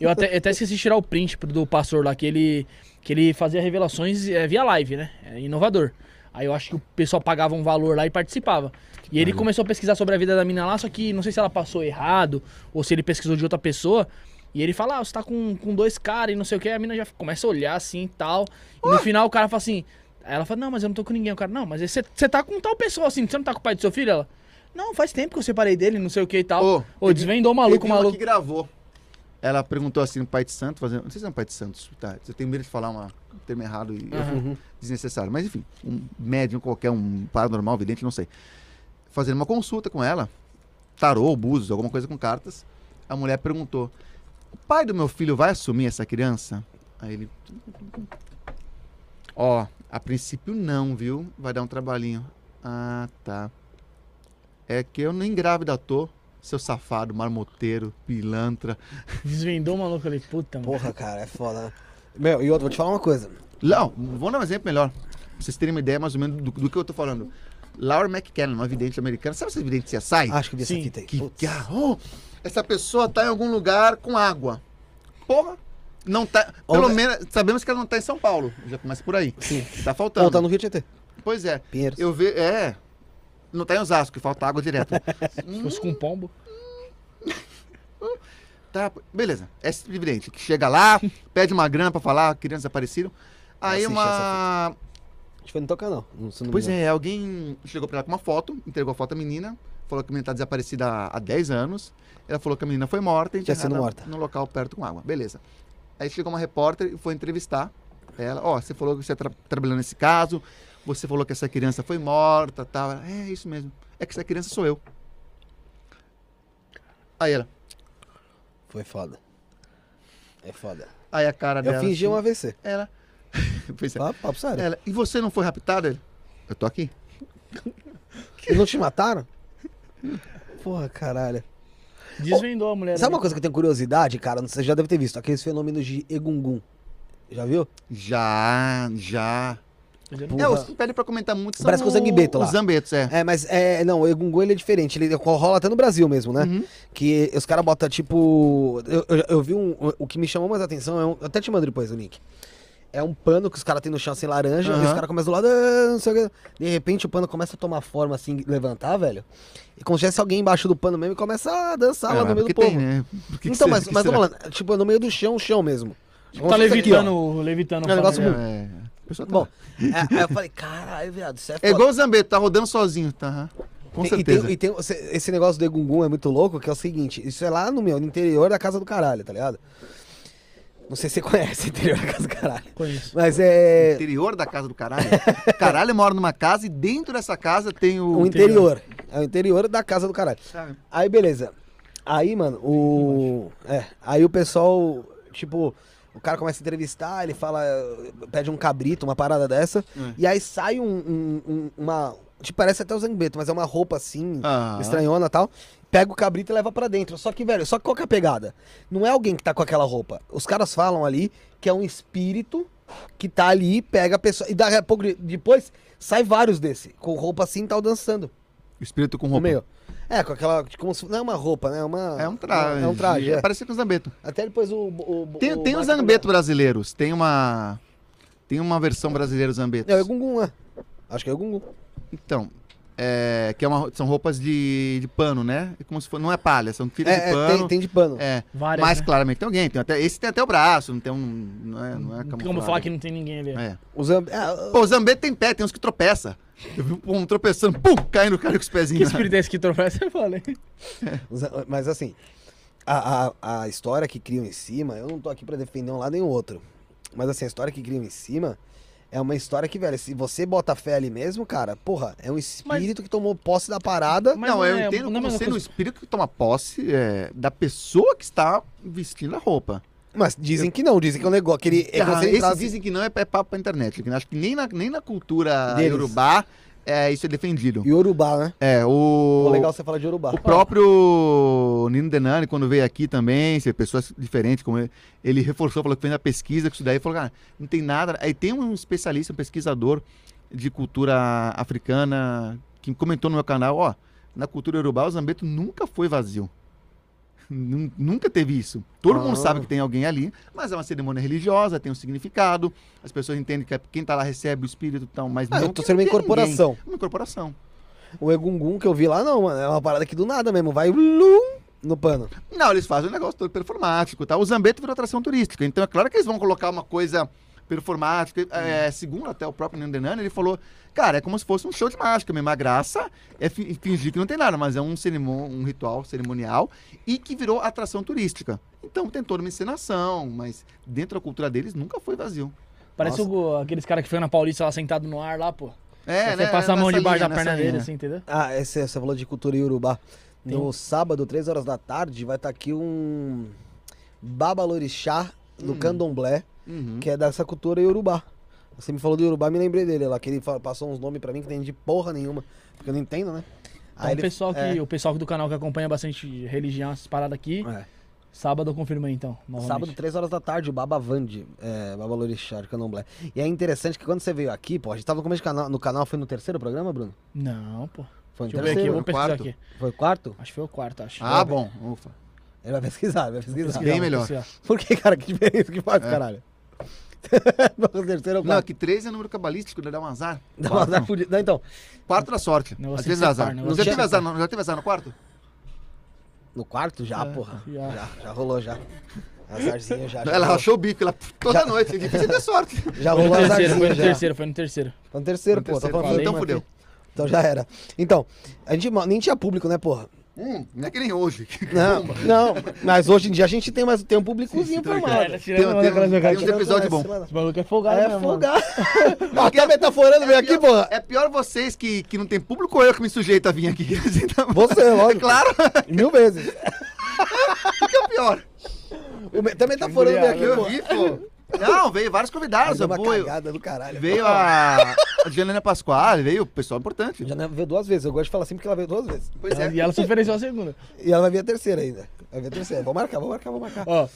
Speaker 2: eu até, eu até esqueci de tirar o print pro- do pastor lá, que ele, que ele fazia revelações eh, via live, né? É inovador. Aí eu acho que o pessoal pagava um valor lá e participava. E ele começou a pesquisar sobre a vida da mina lá, só que não sei se ela passou errado ou se ele pesquisou de outra pessoa. E ele fala, ah, você tá com, com dois caras e não sei o que, a mina já começa a olhar assim e tal. E no final o cara fala assim. Aí ela fala, não, mas eu não tô com ninguém. O cara, não, mas você você tá com tal pessoa assim, você não tá com o pai do seu filho? Ela, não, faz tempo que eu separei dele, não sei o que e tal.
Speaker 3: Ô,
Speaker 2: Ô, desvendou o maluco,
Speaker 3: Teve
Speaker 2: o
Speaker 3: uma
Speaker 2: maluco.
Speaker 3: que gravou. Ela perguntou assim no Pai de Santo, fazendo. Não sei se é um Pai de Santos, tá? Eu tenho medo de falar uma- um termo errado e
Speaker 2: Aham.
Speaker 3: desnecessário. Mas enfim, um médium qualquer, um paranormal, vidente, não sei. Fazendo uma consulta com ela, tarô, búzios, alguma coisa com cartas. A mulher perguntou: O pai do meu filho vai assumir essa criança? Aí ele. Ó, a princípio não, viu? Vai dar um trabalhinho. Ah, tá. É que eu nem grávida tô, seu safado, marmoteiro, pilantra.
Speaker 2: Desvendou o maluco ali, puta, mano.
Speaker 1: Porra, cara, é foda. né? Meu, e outra, vou te falar uma coisa.
Speaker 3: Não, vou dar um exemplo melhor. Pra vocês terem uma ideia mais ou menos do, do que eu tô falando. Laura McKenna, uma vidente americana. Sabe essa vidente que sai?
Speaker 1: Acho que eu vi essa
Speaker 2: Sim,
Speaker 1: fita aí.
Speaker 3: que,
Speaker 1: Ah, Putz.
Speaker 3: que ah, oh, essa pessoa tá em algum lugar com água. Porra! Não tá. Pelo
Speaker 1: Onde-
Speaker 3: menos sabemos que ela não tá em São Paulo. Já começa por aí.
Speaker 1: Sim.
Speaker 3: Tá faltando.
Speaker 1: Ou tá no Rio Tietê.
Speaker 3: Pois é.
Speaker 1: Pinheiros.
Speaker 3: Eu vejo. É. Não tá em Osasco, que falta água direto.
Speaker 2: Se fosse com um pombo.
Speaker 3: Tá, beleza. Essa vidente que chega lá, pede uma grana pra falar, crianças desapareceram. Aí
Speaker 1: assisti
Speaker 3: uma.
Speaker 1: Acho que foi no teu canal. Não, se não me
Speaker 3: Pois
Speaker 1: engano.
Speaker 3: é, alguém chegou pra ela com uma foto, entregou a foto à menina, falou que a menina tá desaparecida há- há 10 anos. Ela falou que a menina foi morta, e
Speaker 1: Tinha sido
Speaker 3: enterrada
Speaker 1: morta.
Speaker 3: num local perto com água. Beleza. Aí chegou uma repórter e foi entrevistar ela. Ó, você falou que você tá trabalhando nesse caso, você falou que essa criança foi morta, tal. Ela, é isso mesmo. É que essa criança sou eu. Aí ela,
Speaker 1: Foi foda. É foda.
Speaker 3: aí a cara
Speaker 1: Eu
Speaker 3: dela.
Speaker 1: fingi um
Speaker 3: assim,
Speaker 1: AVC.
Speaker 3: Ela. pois é.
Speaker 1: Papo, papo sério.
Speaker 3: Ela, e você não foi raptada? Ele, Eu tô aqui.
Speaker 1: E não te mataram? Porra, caralho.
Speaker 2: Desvendou a mulher.
Speaker 1: Sabe
Speaker 2: ali.
Speaker 1: uma coisa que eu tenho curiosidade, cara? Você já deve ter visto. Aqueles fenômenos de Egungun. Já viu?
Speaker 3: Já, já.
Speaker 2: Tá
Speaker 3: É, os
Speaker 1: Porra.
Speaker 3: que pedem pra comentar muito são
Speaker 1: Parece que o Zambeto lá.
Speaker 3: Os Zambetos, é.
Speaker 1: É, mas é, não, o Egungun ele é diferente. Ele rola até no Brasil mesmo, né?
Speaker 3: Uhum.
Speaker 1: Que os caras botam tipo. Eu, eu- eu vi um. O que me chamou mais atenção é um. eu até te mando depois o link. É um pano que os caras têm no chão assim laranja, e os
Speaker 3: Aham.
Speaker 1: caras começam do lado, "Ah, não sei o quê". De repente o pano começa a tomar forma assim, levantar, velho. E como se tivesse alguém embaixo do pano mesmo e começa a dançar
Speaker 3: Ah,
Speaker 1: tá lá no
Speaker 3: mas
Speaker 1: meio do
Speaker 3: porque
Speaker 1: povo.
Speaker 3: tem, né? Por que que
Speaker 1: então,
Speaker 3: será-
Speaker 1: mas,
Speaker 3: que
Speaker 1: mas tô
Speaker 3: será?
Speaker 1: falando, tipo, no meio do chão, chão mesmo. Como
Speaker 2: Tá
Speaker 1: se fosse aqui,
Speaker 2: levitando, levitando.
Speaker 1: É um
Speaker 2: o
Speaker 1: negócio
Speaker 2: pano.
Speaker 1: muito-
Speaker 3: É, a pessoa
Speaker 1: ó.
Speaker 3: tá-
Speaker 1: Bom, é, aí eu falei, caralho, viado, isso é
Speaker 3: É
Speaker 1: foda."
Speaker 3: igual o Zambeto, tá rodando sozinho, tá? Com
Speaker 1: Tem-
Speaker 3: certeza.
Speaker 1: E tem, e tem esse- esse negócio do Egungun é muito louco, que é o seguinte, isso é lá no meu, no interior da casa do caralho, tá ligado? Não sei se você conhece o interior da casa do caralho.
Speaker 2: Conheço.
Speaker 1: Mas é
Speaker 3: Interior da casa do caralho. caralho mora numa casa e dentro dessa casa tem o.
Speaker 1: o interior. É o interior da casa do caralho.
Speaker 3: Sabe?
Speaker 1: Aí, beleza. Aí, mano, o. É. Aí o pessoal, tipo, o cara começa a entrevistar, ele fala. Pede um cabrito, uma parada dessa.
Speaker 3: É.
Speaker 1: E aí sai um, um- um- uma. Tipo, parece até o Zangbeto, mas é uma roupa assim,
Speaker 3: Ah.
Speaker 1: estranhona e tal. Pega o cabrito e leva pra dentro. Só que, velho, só que qual que é a pegada? Não é alguém que tá com aquela roupa. Os caras falam ali que é um espírito que tá ali, pega a pessoa. E daqui a pouco de- depois sai vários desse, com roupa assim e tal, dançando.
Speaker 3: O espírito com
Speaker 1: No
Speaker 3: roupa.
Speaker 1: meio. É, com aquela. Como se, não é uma roupa, né? É, uma,
Speaker 3: É um traje.
Speaker 1: É um traje.
Speaker 3: É
Speaker 1: é.
Speaker 3: parecido com o Zambeto.
Speaker 1: Até depois o. o-
Speaker 3: Tem,
Speaker 1: o
Speaker 3: tem os
Speaker 1: Marco-
Speaker 3: Zambeto brasileiros. Tem uma. Tem uma versão brasileira do Zambeto.
Speaker 1: né? Não, é Gungun, é. Acho que é Gungun.
Speaker 3: Então, é, que é uma- são roupas de, de pano, né? É Como se for, não é palha, são fitas
Speaker 1: É,
Speaker 3: de
Speaker 1: é, tem,
Speaker 3: pano.
Speaker 1: tem de pano.
Speaker 3: É,
Speaker 2: Várias.
Speaker 3: mas
Speaker 2: né?
Speaker 3: claramente tem alguém. Tem até, esse tem até o braço, não tem um. Não é, não é
Speaker 2: Como
Speaker 3: camuflado.
Speaker 2: falar que não tem ninguém a ver.
Speaker 3: É.
Speaker 1: Os amb- ah,
Speaker 3: Pô, o Zambê tem pé, tem uns que tropeça. Eu vi um tropeçando, pum, caindo o cara com os
Speaker 2: Que
Speaker 3: pezinhos.
Speaker 2: espírito é esse que troféu você fala, hein?
Speaker 1: os am- Mas assim, a, a, a história que criam em cima, eu não tô aqui pra defender um lado nem o outro. Mas assim, a história que criam em cima é uma história que, velho, se você bota fé ali mesmo, cara, porra, é um espírito que tomou posse da parada.
Speaker 2: Mas
Speaker 3: não, eu
Speaker 2: é-
Speaker 3: entendo
Speaker 2: não é a
Speaker 3: como
Speaker 2: mesma
Speaker 3: sendo o
Speaker 2: coisa.
Speaker 3: espírito que toma posse é, da pessoa que está vestindo a roupa.
Speaker 1: Mas dizem que não, dizem que é um negócio. Que ele, é
Speaker 3: Ah,
Speaker 1: como se ele
Speaker 3: esses
Speaker 1: entrasse-
Speaker 3: dizem que não é, é papo pra internet. que Acho que nem na, nem na cultura
Speaker 1: Deles.
Speaker 3: yorubá é, isso é defendido.
Speaker 1: Yorubá, né?
Speaker 3: É, o.
Speaker 1: Pô, legal você falar de Yorubá.
Speaker 3: O próprio Nino Denani, quando veio aqui também, se pessoas diferentes, como ele, ele reforçou, falou que fez a pesquisa, que isso daí, falou, cara, não tem nada. Aí tem um especialista, um pesquisador de cultura africana, que comentou no meu canal, ó, na cultura urubá o Zambeto nunca foi vazio. Nun- Nunca teve isso. Todo mundo
Speaker 1: Ah.
Speaker 3: sabe que tem alguém ali, mas é uma cerimônia religiosa, tem um significado. As pessoas entendem que quem tá lá recebe o espírito e tal, mas
Speaker 1: Ah,
Speaker 3: não.
Speaker 1: eu tô
Speaker 3: que
Speaker 1: sendo uma
Speaker 3: não tem ninguém.
Speaker 1: incorporação.
Speaker 3: Uma incorporação.
Speaker 1: O Egungun que eu vi lá, não, mano. É uma parada que do nada mesmo. Vai lum, no pano.
Speaker 3: Não, eles fazem um negócio todo performático, tá? O Zambeto virou atração turística, então é claro que eles vão colocar uma coisa performática.
Speaker 2: Uhum.
Speaker 3: É, segundo até o próprio Nendenani, ele falou, cara, é como se fosse um show de mágica, mesmo a graça é fi- fingir que não tem nada, mas é um, cerimon- um ritual cerimonial e que virou atração turística. Então tem toda uma encenação, mas dentro da cultura deles nunca foi vazio.
Speaker 2: Parece o- aqueles caras que ficam na Paulista lá sentado no ar lá, pô.
Speaker 3: É,
Speaker 2: Aí você passa a mão
Speaker 3: Nessa
Speaker 2: debaixo
Speaker 3: linha,
Speaker 2: da
Speaker 3: nessa
Speaker 2: perna dele,
Speaker 3: linha.
Speaker 2: assim, entendeu?
Speaker 1: Ah, esse, você falou de cultura Yorubá. No sábado, três horas da tarde, vai estar aqui um Babalorixá do
Speaker 3: Hum.
Speaker 1: Candomblé,
Speaker 2: assim. Hum.
Speaker 3: Uhum.
Speaker 1: que é dessa cultura Yorubá. Você me falou do Yorubá, me lembrei dele lá, que ele fa- passou uns nomes pra mim que tem de porra nenhuma, porque eu não entendo, né?
Speaker 2: Então, o,
Speaker 1: ele-
Speaker 2: pessoal que,
Speaker 1: é,
Speaker 2: o pessoal do canal que acompanha bastante religião, essas paradas aqui,
Speaker 1: é.
Speaker 2: sábado eu confirmei, então. novamente.
Speaker 1: Sábado, 3 horas da tarde, o Baba Vandi, é, Baba Lorixá, de Candomblé. E é interessante que quando você veio aqui, pô, a gente tava no começo de canal, no canal, foi no terceiro programa, Bruno?
Speaker 2: Não, pô.
Speaker 1: Então Foi no
Speaker 2: Deixa eu ver aqui,
Speaker 1: terceiro?
Speaker 2: eu vou
Speaker 3: no
Speaker 2: pesquisar
Speaker 3: quarto?
Speaker 2: aqui.
Speaker 1: Foi o quarto?
Speaker 2: Acho que foi o quarto, acho.
Speaker 3: Ah, bom. Ufa.
Speaker 1: Ele vai pesquisar, ele vai pesquisar.
Speaker 2: Pesquisar,
Speaker 3: bem
Speaker 2: vou
Speaker 3: melhor.
Speaker 2: pesquisar.
Speaker 1: Por que, cara? Que diferença que faz, caralho? o terceiro ou
Speaker 3: É. Não,
Speaker 1: quarto?
Speaker 3: que três é número cabalístico, né? dá um azar.
Speaker 1: Dá uma
Speaker 3: Quarto
Speaker 1: azar
Speaker 3: não.
Speaker 1: fudida. Não, então,
Speaker 3: Quarto da sorte.
Speaker 2: Negócio
Speaker 3: Às
Speaker 2: de
Speaker 3: vezes
Speaker 2: separ,
Speaker 3: azar.
Speaker 2: negócio
Speaker 3: Já
Speaker 1: de
Speaker 3: teve
Speaker 1: separ.
Speaker 3: azar, no- já teve azar no quarto?
Speaker 1: no quarto já, porra.
Speaker 2: É, já.
Speaker 1: Já, já rolou já. Azarzinho já. já
Speaker 3: Ela
Speaker 1: rolou.
Speaker 3: rachou o bico ela, puf, toda
Speaker 1: Já-
Speaker 3: noite. É difícil ter sorte.
Speaker 1: Já
Speaker 2: Foi
Speaker 1: rolou
Speaker 2: no terceiro, foi
Speaker 1: azarzinho
Speaker 2: no
Speaker 1: já.
Speaker 2: terceiro, foi no terceiro.
Speaker 1: Foi no terceiro,
Speaker 3: No
Speaker 1: pô. Tô
Speaker 3: terceiro,
Speaker 1: falando
Speaker 3: então
Speaker 1: do
Speaker 3: fudeu.
Speaker 1: aqui. Então já era. Então, a gente ma- nem tinha público, né, porra?
Speaker 3: Hum, não é que nem hoje.
Speaker 1: Não, não. Mas hoje em dia a gente tem mais tem um publicozinho
Speaker 3: Então,
Speaker 1: formado.
Speaker 2: cara,
Speaker 3: cara,
Speaker 2: né, tirando
Speaker 3: tem-
Speaker 2: onda
Speaker 3: tem-
Speaker 2: com ela jogar
Speaker 3: tem uns
Speaker 2: aqui.
Speaker 3: episódios bons.
Speaker 1: bom.
Speaker 2: Esse maluco é folgado,
Speaker 1: É
Speaker 2: né, mano?
Speaker 1: folgado. Ó, Até metaforando veio aqui, porra.
Speaker 3: É pior vocês que, que não tem público ou eu que me sujeito a vir aqui? Assim, tá-
Speaker 1: Você, lógico.
Speaker 3: Claro,
Speaker 1: Mil vezes.
Speaker 3: fica pior. É
Speaker 1: O me- Até metaforando veio
Speaker 2: é,
Speaker 1: aqui,
Speaker 3: Eu
Speaker 1: porra.
Speaker 3: vi, pô. Não, veio vários
Speaker 1: Ah,
Speaker 3: convidados.
Speaker 1: deu uma
Speaker 3: pô, eu-
Speaker 1: cagada do caralho.
Speaker 3: veio a, a Juliana Pascoal, veio o pessoal importante.
Speaker 1: Já veio duas vezes. Eu gosto de falar assim porque ela veio duas vezes.
Speaker 3: Pois é.
Speaker 2: E ela se ofereceu a segunda.
Speaker 1: E ela vai vir a terceira ainda. Vai vir a terceira. Vou marcar, vou marcar, vou marcar.
Speaker 2: Ó,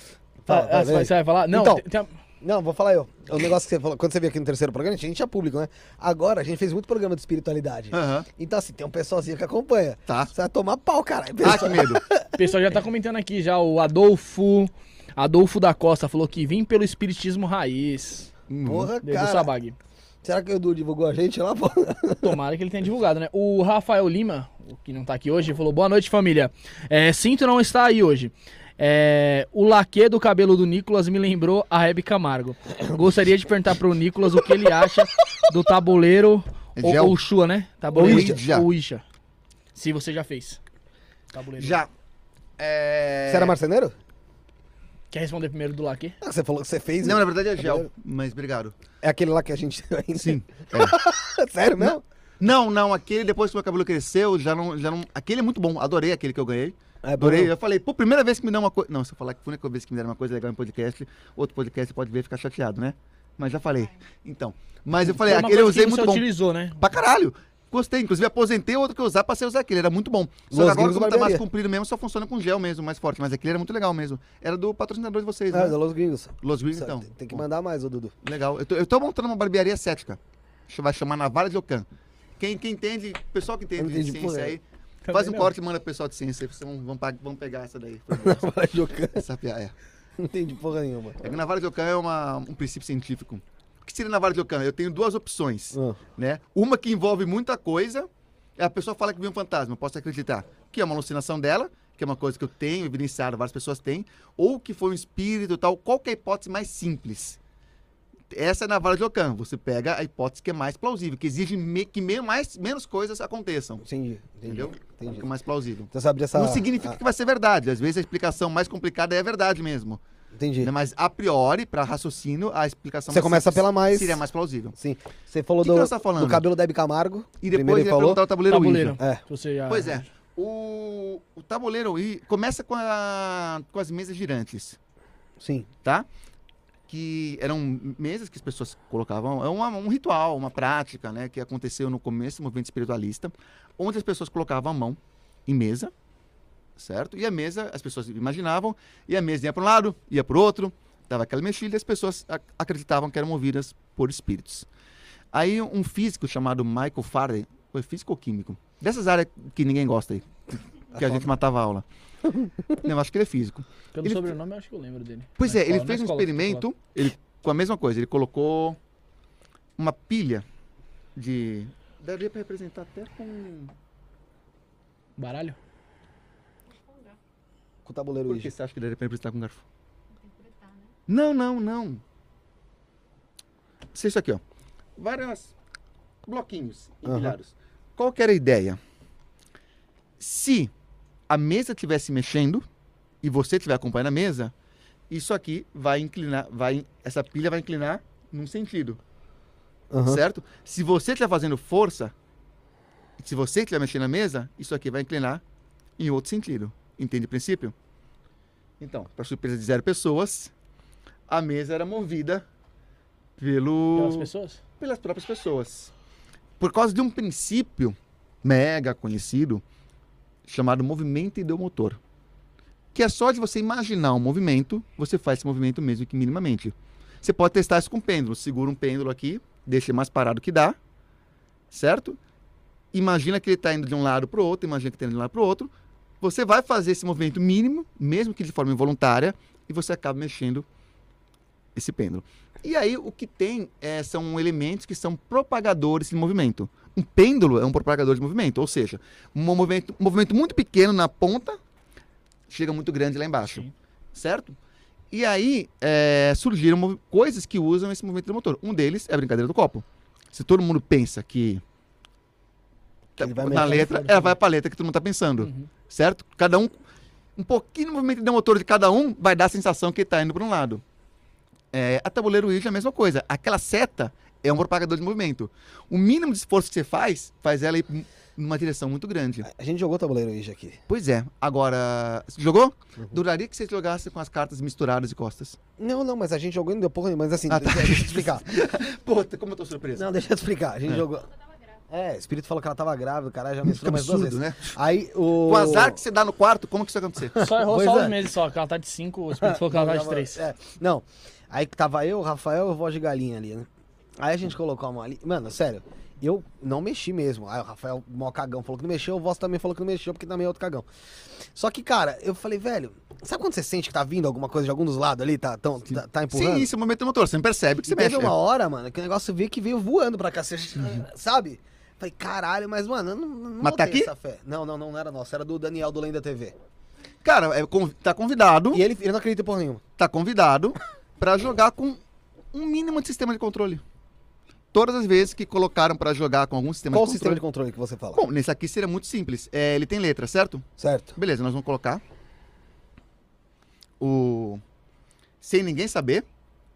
Speaker 1: Fala, fala,
Speaker 2: ah, você vai-
Speaker 1: vem.
Speaker 2: você vai falar? Não,
Speaker 1: Então.
Speaker 2: tem- tem a-
Speaker 1: Não, vou falar eu. O negócio que você falou, quando você veio aqui no terceiro programa, a gente tinha público, né? Agora a gente fez muito programa de espiritualidade.
Speaker 3: Aham.
Speaker 1: Então, assim, tem um pessoalzinho que acompanha.
Speaker 3: Tá.
Speaker 1: Você vai tomar pau, caralho.
Speaker 3: Ah, que medo.
Speaker 2: O pessoal já tá comentando aqui já, o Adolfo. Adolfo da Costa falou que vim pelo espiritismo raiz.
Speaker 1: Porra,
Speaker 2: Desde o
Speaker 1: cara.
Speaker 2: Sabag.
Speaker 1: Será que o Edu divulgou a gente lá? pô?
Speaker 3: É.
Speaker 2: Tomara que ele tenha divulgado, né? O Rafael Lima, o que não tá aqui hoje, falou: Boa noite, família. É, sinto não estar aí hoje. É, o laque do cabelo do Nicolas me lembrou a Hebe Camargo. Gostaria de perguntar pro Nicolas o que ele acha do tabuleiro
Speaker 3: É
Speaker 2: ou,
Speaker 3: gel?
Speaker 2: ou Shua, né? Tabuleiro
Speaker 3: Ouija.
Speaker 2: ou Isha. Se você já fez. Tabuleiro.
Speaker 3: Já. É...
Speaker 1: Você era marceneiro?
Speaker 2: Quer responder primeiro do laque?
Speaker 1: Ah, você falou que você fez.
Speaker 3: Não, na verdade é gel, mas obrigado.
Speaker 1: É aquele lá que a gente ainda.
Speaker 3: Sim. é.
Speaker 1: Sério mesmo?
Speaker 3: Não, não, aquele depois que meu cabelo cresceu, já não, já não. Aquele é muito bom, adorei aquele que eu ganhei.
Speaker 1: É,
Speaker 3: Adorei. Eu falei, pô, primeira vez que me dão uma coisa. Não, se eu falar que foi a única vez que me deram uma coisa legal em podcast, outro podcast pode ver e ficar chateado, né? Mas já falei. Então. Mas eu falei,
Speaker 2: Foi uma
Speaker 3: aquele eu
Speaker 2: coisa que
Speaker 3: usei muito
Speaker 2: você
Speaker 3: bom.
Speaker 2: utilizou, né?
Speaker 3: Pra caralho. Gostei, inclusive aposentei outro que eu usava, passei a usar aquele, era muito bom. Só
Speaker 1: Los
Speaker 3: que agora
Speaker 1: Gringos é
Speaker 3: como tá mais
Speaker 1: Barbearia.
Speaker 3: comprido mesmo, só funciona com gel mesmo, mais forte. Mas aquele era muito legal mesmo. Era do patrocinador de vocês,
Speaker 1: Ah,
Speaker 3: né?
Speaker 1: da Los Gringos.
Speaker 3: Los Gringos,
Speaker 1: Só
Speaker 3: então.
Speaker 1: tem- Tem que mandar mais, ô Dudu.
Speaker 3: Legal. Eu tô, eu tô montando uma barbearia cética. Vai chamar Navalha de Ocan. Quem, quem entende, o pessoal que entende
Speaker 1: Eu não
Speaker 3: de
Speaker 1: entendi é. Tá
Speaker 3: ciência
Speaker 1: porra.
Speaker 3: aí,
Speaker 2: Também
Speaker 3: faz um
Speaker 2: não.
Speaker 3: corte e manda pro pessoal de ciência. aí, Vocês vão, vão, pa- vão pegar essa daí.
Speaker 1: Vai jogar.
Speaker 3: essa piada. É.
Speaker 1: Não entendi porra nenhuma.
Speaker 3: É que navalha de Ocan é uma- um princípio científico. O que seria navalha de Ocan? Eu tenho duas opções,
Speaker 1: Ah.
Speaker 3: né? Uma que envolve muita coisa A pessoa fala que viu um fantasma, eu posso acreditar que é uma alucinação dela, que é uma coisa que eu tenho evidenciado, várias pessoas têm, ou que foi um espírito e tal. Qual que é a hipótese mais simples? Essa é na vara de Ocam. Você pega a hipótese que é mais plausível, que exige me- que me- mais, menos coisas aconteçam.
Speaker 1: Entendi, entendi.
Speaker 3: Entendeu?
Speaker 1: entendi.
Speaker 3: Fica mais plausível.
Speaker 1: Você sabe dessa.
Speaker 3: Não significa
Speaker 1: ah,
Speaker 3: que vai ser verdade. Às vezes a explicação mais complicada é a verdade mesmo.
Speaker 1: Ah, entendi.
Speaker 3: né? Mas a priori, para raciocínio, a explicação
Speaker 1: Você
Speaker 3: mais
Speaker 1: começa
Speaker 3: simples
Speaker 1: pela mais.
Speaker 3: seria mais plausível.
Speaker 1: Sim. Você falou
Speaker 3: O que, que
Speaker 1: do,
Speaker 3: nós tá falando?
Speaker 1: do cabelo da Hebe Camargo.
Speaker 3: E
Speaker 1: Primeiro
Speaker 3: depois ele
Speaker 1: ele falou.
Speaker 3: perguntar o tabuleiro,
Speaker 2: Tabuleiro.
Speaker 3: Ouija.
Speaker 1: É.
Speaker 2: Se Você já...
Speaker 3: Pois é. O, o tabuleiro Ouija começa com, a- com as mesas girantes,
Speaker 1: Sim.
Speaker 3: tá? Que eram mesas que as pessoas colocavam. É uma- um ritual, uma prática, né? Que aconteceu no começo do movimento espiritualista, onde as pessoas colocavam a mão em mesa, certo? E a mesa, as pessoas imaginavam, e a mesa ia para um lado, ia para o outro, dava aquela mexida e as pessoas ac- acreditavam que eram movidas por espíritos. Aí um físico chamado Michael Faraday, foi físico ou químico? Dessas áreas que ninguém gosta aí, que a gente matava a aula. Não, eu acho que ele é físico.
Speaker 2: Pelo
Speaker 3: Ele-
Speaker 2: sobrenome, eu acho que eu lembro dele.
Speaker 3: Pois
Speaker 2: Na
Speaker 3: é, ele
Speaker 2: escola-
Speaker 3: fez
Speaker 2: na
Speaker 3: um
Speaker 2: escola tá que eu
Speaker 3: experimento ele, com a mesma coisa. Ele colocou uma pilha de. Daria para representar até com.
Speaker 2: colocava. Baralho?
Speaker 1: Com o tabuleiro
Speaker 3: Por que
Speaker 1: Ouija.
Speaker 3: você acha que daria para representar com um garfo? Não, não, não. Isso é isso aqui, ó. Vários bloquinhos
Speaker 1: Aham.
Speaker 3: empilhados. Qual que era a ideia? Se a mesa estivesse mexendo e você estiver acompanhando a mesa, isso aqui vai inclinar, vai, essa pilha vai inclinar num sentido,
Speaker 1: Aham.
Speaker 3: certo? Se você estiver fazendo força, se você estiver mexendo na mesa, isso aqui vai inclinar em outro sentido. Entende o princípio? Então, para surpresa de zero pessoas, a mesa era movida
Speaker 2: Pelas
Speaker 3: pelo
Speaker 2: pessoas?
Speaker 3: pelas próprias pessoas. Por causa de um princípio mega conhecido chamado movimento ideomotor. Que é só de você imaginar um movimento, você faz esse movimento mesmo que minimamente. Você pode testar isso com pêndulo. Segura um pêndulo aqui, deixa ele mais parado que dá, certo? Imagina que ele está indo de um lado para o outro, imagina que está indo de um lado para o outro. Você vai fazer esse movimento mínimo, mesmo que de forma involuntária, e você acaba mexendo esse pêndulo. E aí o que tem é, são elementos que são propagadores de movimento. Um pêndulo é um propagador de movimento, ou seja, um movimento, um movimento muito pequeno na ponta chega muito grande lá embaixo,
Speaker 2: Sim.
Speaker 3: certo? E aí é, surgiram movi- coisas que usam esse movimento do motor. Um deles é a brincadeira do copo. Se todo mundo pensa que
Speaker 1: Ele vai
Speaker 3: na
Speaker 1: mexer,
Speaker 3: letra,
Speaker 1: foda-se.
Speaker 3: ela vai para a letra que todo mundo está pensando,
Speaker 2: Uhum.
Speaker 3: certo? Cada um, um pouquinho do movimento do motor de cada um vai dar a sensação que está indo para um lado. É, a tabuleiro Ouija é a mesma coisa. Aquela seta é um propagador de movimento. O mínimo de esforço que você faz, faz ela ir m- numa direção muito grande.
Speaker 1: A gente jogou o tabuleiro Ouija aqui.
Speaker 3: Pois é. Agora, você jogou?
Speaker 1: Uhum.
Speaker 3: Duraria que você jogasse com as cartas misturadas de costas.
Speaker 1: Não, não, mas a gente jogou e não deu porra nenhuma. Mas assim,
Speaker 3: Ah, tá.
Speaker 1: deixa eu te explicar.
Speaker 3: Pô, tá, como eu tô surpreso.
Speaker 1: Não, deixa eu te explicar. A gente
Speaker 3: É.
Speaker 1: jogou. É, o espírito falou que ela tava grávida, o caralho já
Speaker 3: Fica
Speaker 1: menstruou mais duas
Speaker 3: absurdo,
Speaker 1: vezes.
Speaker 3: né?
Speaker 1: Aí o.
Speaker 3: O azar que você dá no quarto, como que isso vai acontecer?
Speaker 2: Só errou
Speaker 1: Pois
Speaker 2: só
Speaker 1: é.
Speaker 2: os meses só, que ela tá de 5, o Espírito falou que ela tá de 3.
Speaker 1: É, não. Aí que tava eu, o Rafael e o voz de galinha ali, né? Aí a gente colocou a mão ali. Mano, sério, eu não mexi mesmo. Aí o Rafael, mó cagão, falou que não mexeu, o voz também falou que não mexeu, porque também é outro cagão. Só que, cara, eu falei, velho, sabe quando você sente que tá vindo alguma coisa de algum dos lados ali, tá, tão, tá, tá empurrando?
Speaker 3: Sim, isso é o momento do motor. Você não percebe que
Speaker 1: E
Speaker 3: você
Speaker 1: teve
Speaker 3: mexe.
Speaker 1: uma hora, mano, que o negócio veio que veio voando pra cá, você, sabe? Falei, caralho, mas, mano, eu não, não
Speaker 3: Mas tá
Speaker 1: botei
Speaker 3: aqui?
Speaker 1: essa fé. Não, não, não, não era nosso, era do Daniel do Lenda TV.
Speaker 3: Cara, é conv- tá convidado.
Speaker 1: E é- ele, ele não acredita por nenhuma.
Speaker 3: tá convidado para jogar com um mínimo de sistema de controle. Todas as vezes que colocaram para jogar com algum sistema
Speaker 1: Qual o
Speaker 3: de
Speaker 1: sistema
Speaker 3: controle.
Speaker 1: de controle que você fala?
Speaker 3: Bom, nesse aqui seria muito simples. É, ele tem letra, certo?
Speaker 1: certo.
Speaker 3: Beleza, nós vamos colocar o sem ninguém saber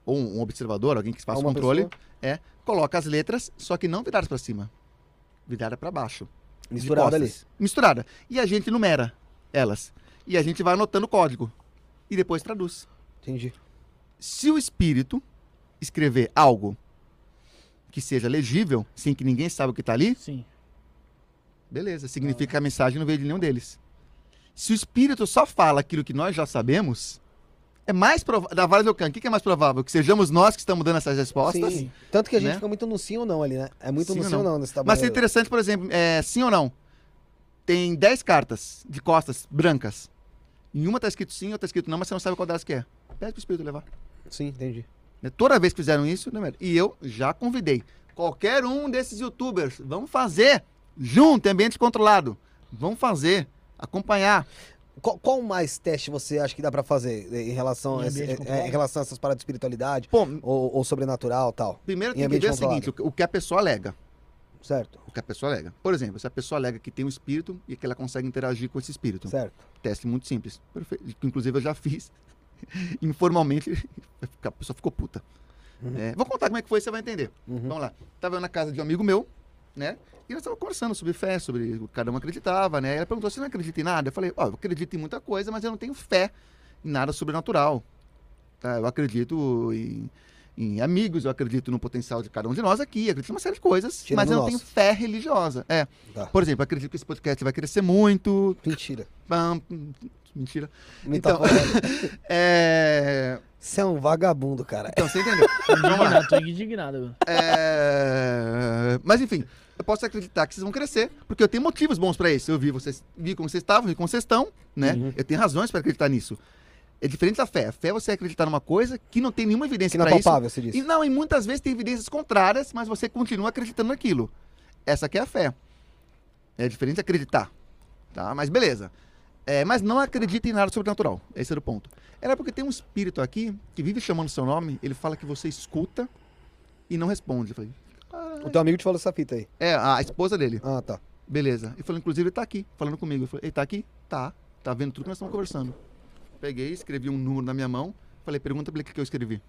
Speaker 3: ou um observador, alguém que faça o
Speaker 1: Uma
Speaker 3: controle,
Speaker 1: pessoa.
Speaker 3: é, coloca as letras, só que não viradas para cima. Virada para baixo. de
Speaker 1: Misturado ali.
Speaker 3: costas. Misturada. E a gente numera elas. E a gente vai anotando o código e depois traduz.
Speaker 1: Entendi.
Speaker 3: se o espírito escrever algo que seja legível, sem que ninguém saiba o que está ali,
Speaker 2: Sim.
Speaker 3: beleza, significa que a mensagem não veio de nenhum deles. Se o espírito só fala aquilo que nós já sabemos, é mais provável. Da Vale do Can, o que que é mais provável? Que sejamos nós que estamos dando essas respostas?
Speaker 1: Sim. Tanto que a gente
Speaker 3: né?
Speaker 1: fica muito no sim ou não ali, né? É muito
Speaker 3: Sim
Speaker 1: no
Speaker 3: ou
Speaker 1: sim ou
Speaker 3: não.
Speaker 1: não nesse
Speaker 3: Mas
Speaker 1: tabuleiro.
Speaker 3: é interessante, por exemplo, é, sim ou não? Tem 10 cartas de costas brancas. Em uma tá escrito sim, outra tá escrito não, mas você não sabe qual delas que é. Pede pro espírito levar.
Speaker 1: Sim, entendi.
Speaker 3: Né? Toda vez que fizeram isso, né, merda? e eu já convidei qualquer um desses youtubers, vamos fazer Junto, em ambiente controlado. Vamos fazer, acompanhar.
Speaker 1: Qual, qual mais teste você acha que dá pra fazer eh, em relação, a,
Speaker 2: Em
Speaker 1: esse-
Speaker 2: ambiente
Speaker 1: eh,
Speaker 2: controlado?
Speaker 1: em relação a essas paradas de espiritualidade
Speaker 3: Pô,
Speaker 1: ou, ou sobrenatural e tal?
Speaker 3: primeiro
Speaker 1: Em
Speaker 3: tem que
Speaker 1: ambiente
Speaker 3: ver o seguinte, o que- o que a pessoa alega.
Speaker 1: Certo?
Speaker 3: O que a pessoa alega. Por exemplo, se a pessoa alega que tem um espírito e que ela consegue interagir com esse espírito.
Speaker 1: Certo.
Speaker 3: Teste muito simples. Perfeito. Inclusive, eu já fiz. Informalmente, a pessoa ficou puta.
Speaker 1: Uhum.
Speaker 3: É, vou contar como é que foi, você vai entender.
Speaker 1: Uhum.
Speaker 3: Vamos lá. Tava eu na casa de um amigo meu, né? E nós estávamos conversando sobre fé, sobre o que cada um acreditava, né? Ela perguntou, você não acredita em nada? Eu falei, ó, eu acredito em muita coisa, mas eu não tenho fé em nada sobrenatural. Tá? Eu acredito em, em amigos, eu acredito no potencial de cada um de nós aqui, acredito em uma série de coisas,
Speaker 1: Tirando
Speaker 3: mas eu não
Speaker 1: nós.
Speaker 3: tenho fé religiosa. É,
Speaker 1: Tá.
Speaker 3: por exemplo, eu acredito que esse podcast vai crescer muito.
Speaker 1: Mentira.
Speaker 3: pam, mentira.
Speaker 1: Me tá
Speaker 3: Então-
Speaker 1: falando.
Speaker 3: É...
Speaker 1: Você é um vagabundo, cara.
Speaker 3: Então, você entendeu? Vamos lá.
Speaker 2: Indignado, tô indignado. mano.
Speaker 3: É... Mas enfim, eu posso acreditar que vocês vão crescer, porque eu tenho motivos bons pra isso. Eu vi vocês, vi como vocês estavam, vi como vocês estão, né?
Speaker 1: Uhum.
Speaker 3: Eu tenho razões pra acreditar nisso. É diferente da fé. A fé é você acreditar numa coisa que não tem nenhuma
Speaker 1: Que
Speaker 3: evidência
Speaker 1: não é
Speaker 3: pra isso.
Speaker 1: palpável, você disse.
Speaker 3: E não, e muitas vezes tem evidências contrárias, mas você continua acreditando naquilo. Essa aqui é a fé. É diferente de acreditar. Tá? Mas beleza. É, mas não acredita em nada sobrenatural. Esse era o ponto. Era porque tem um espírito aqui que vive chamando seu nome, ele fala que você escuta e não responde. Eu falei, "Caralho."
Speaker 1: O teu amigo te falou essa fita aí.
Speaker 3: É, a esposa dele.
Speaker 1: Ah, tá.
Speaker 3: Beleza. E falou, inclusive, ele tá aqui, falando comigo. Eu falei, ele tá aqui? Tá. Tá vendo tudo que nós estamos conversando. Peguei, escrevi um número na minha mão. Falei, pergunta pra ele o que que eu escrevi.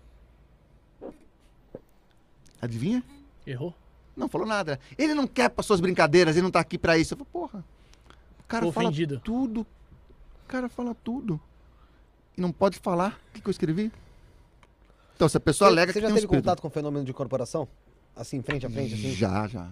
Speaker 3: Adivinha?
Speaker 2: Errou.
Speaker 3: Não falou nada. Ele não quer para suas brincadeiras, ele não tá aqui para isso. Eu falei, porra. O cara
Speaker 2: Tô
Speaker 3: fala
Speaker 2: ofendido.
Speaker 3: tudo. O cara fala tudo. E não pode falar o que, que eu escrevi? Então, se a pessoa alega
Speaker 1: você
Speaker 3: que
Speaker 1: já
Speaker 3: tem um
Speaker 1: teve
Speaker 3: espírito.
Speaker 1: contato com o fenômeno de corporação? Assim, frente a frente, assim?
Speaker 3: Já, já.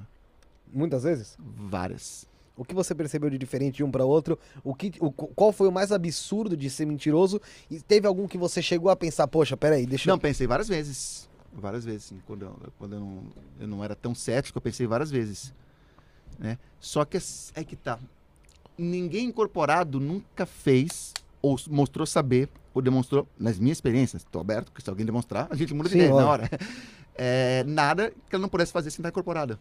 Speaker 1: Muitas vezes?
Speaker 3: Várias.
Speaker 1: O que você percebeu de diferente de um pra outro? O que, o, qual foi o mais absurdo de ser mentiroso? E teve algum que você chegou a pensar, poxa, peraí, deixa
Speaker 3: Não,
Speaker 1: eu.
Speaker 3: pensei várias vezes. Várias vezes, sim. Quando, eu, quando eu, não, eu não era tão cético, eu pensei várias vezes. Né? Só que as- é que tá. Ninguém incorporado nunca fez, ou s- mostrou saber, ou demonstrou, nas minhas experiências, estou aberto, porque se alguém demonstrar, a gente muda de
Speaker 1: Sim,
Speaker 3: ideia na
Speaker 1: óbvio.
Speaker 3: hora. É, nada que ela não pudesse fazer sem estar incorporada.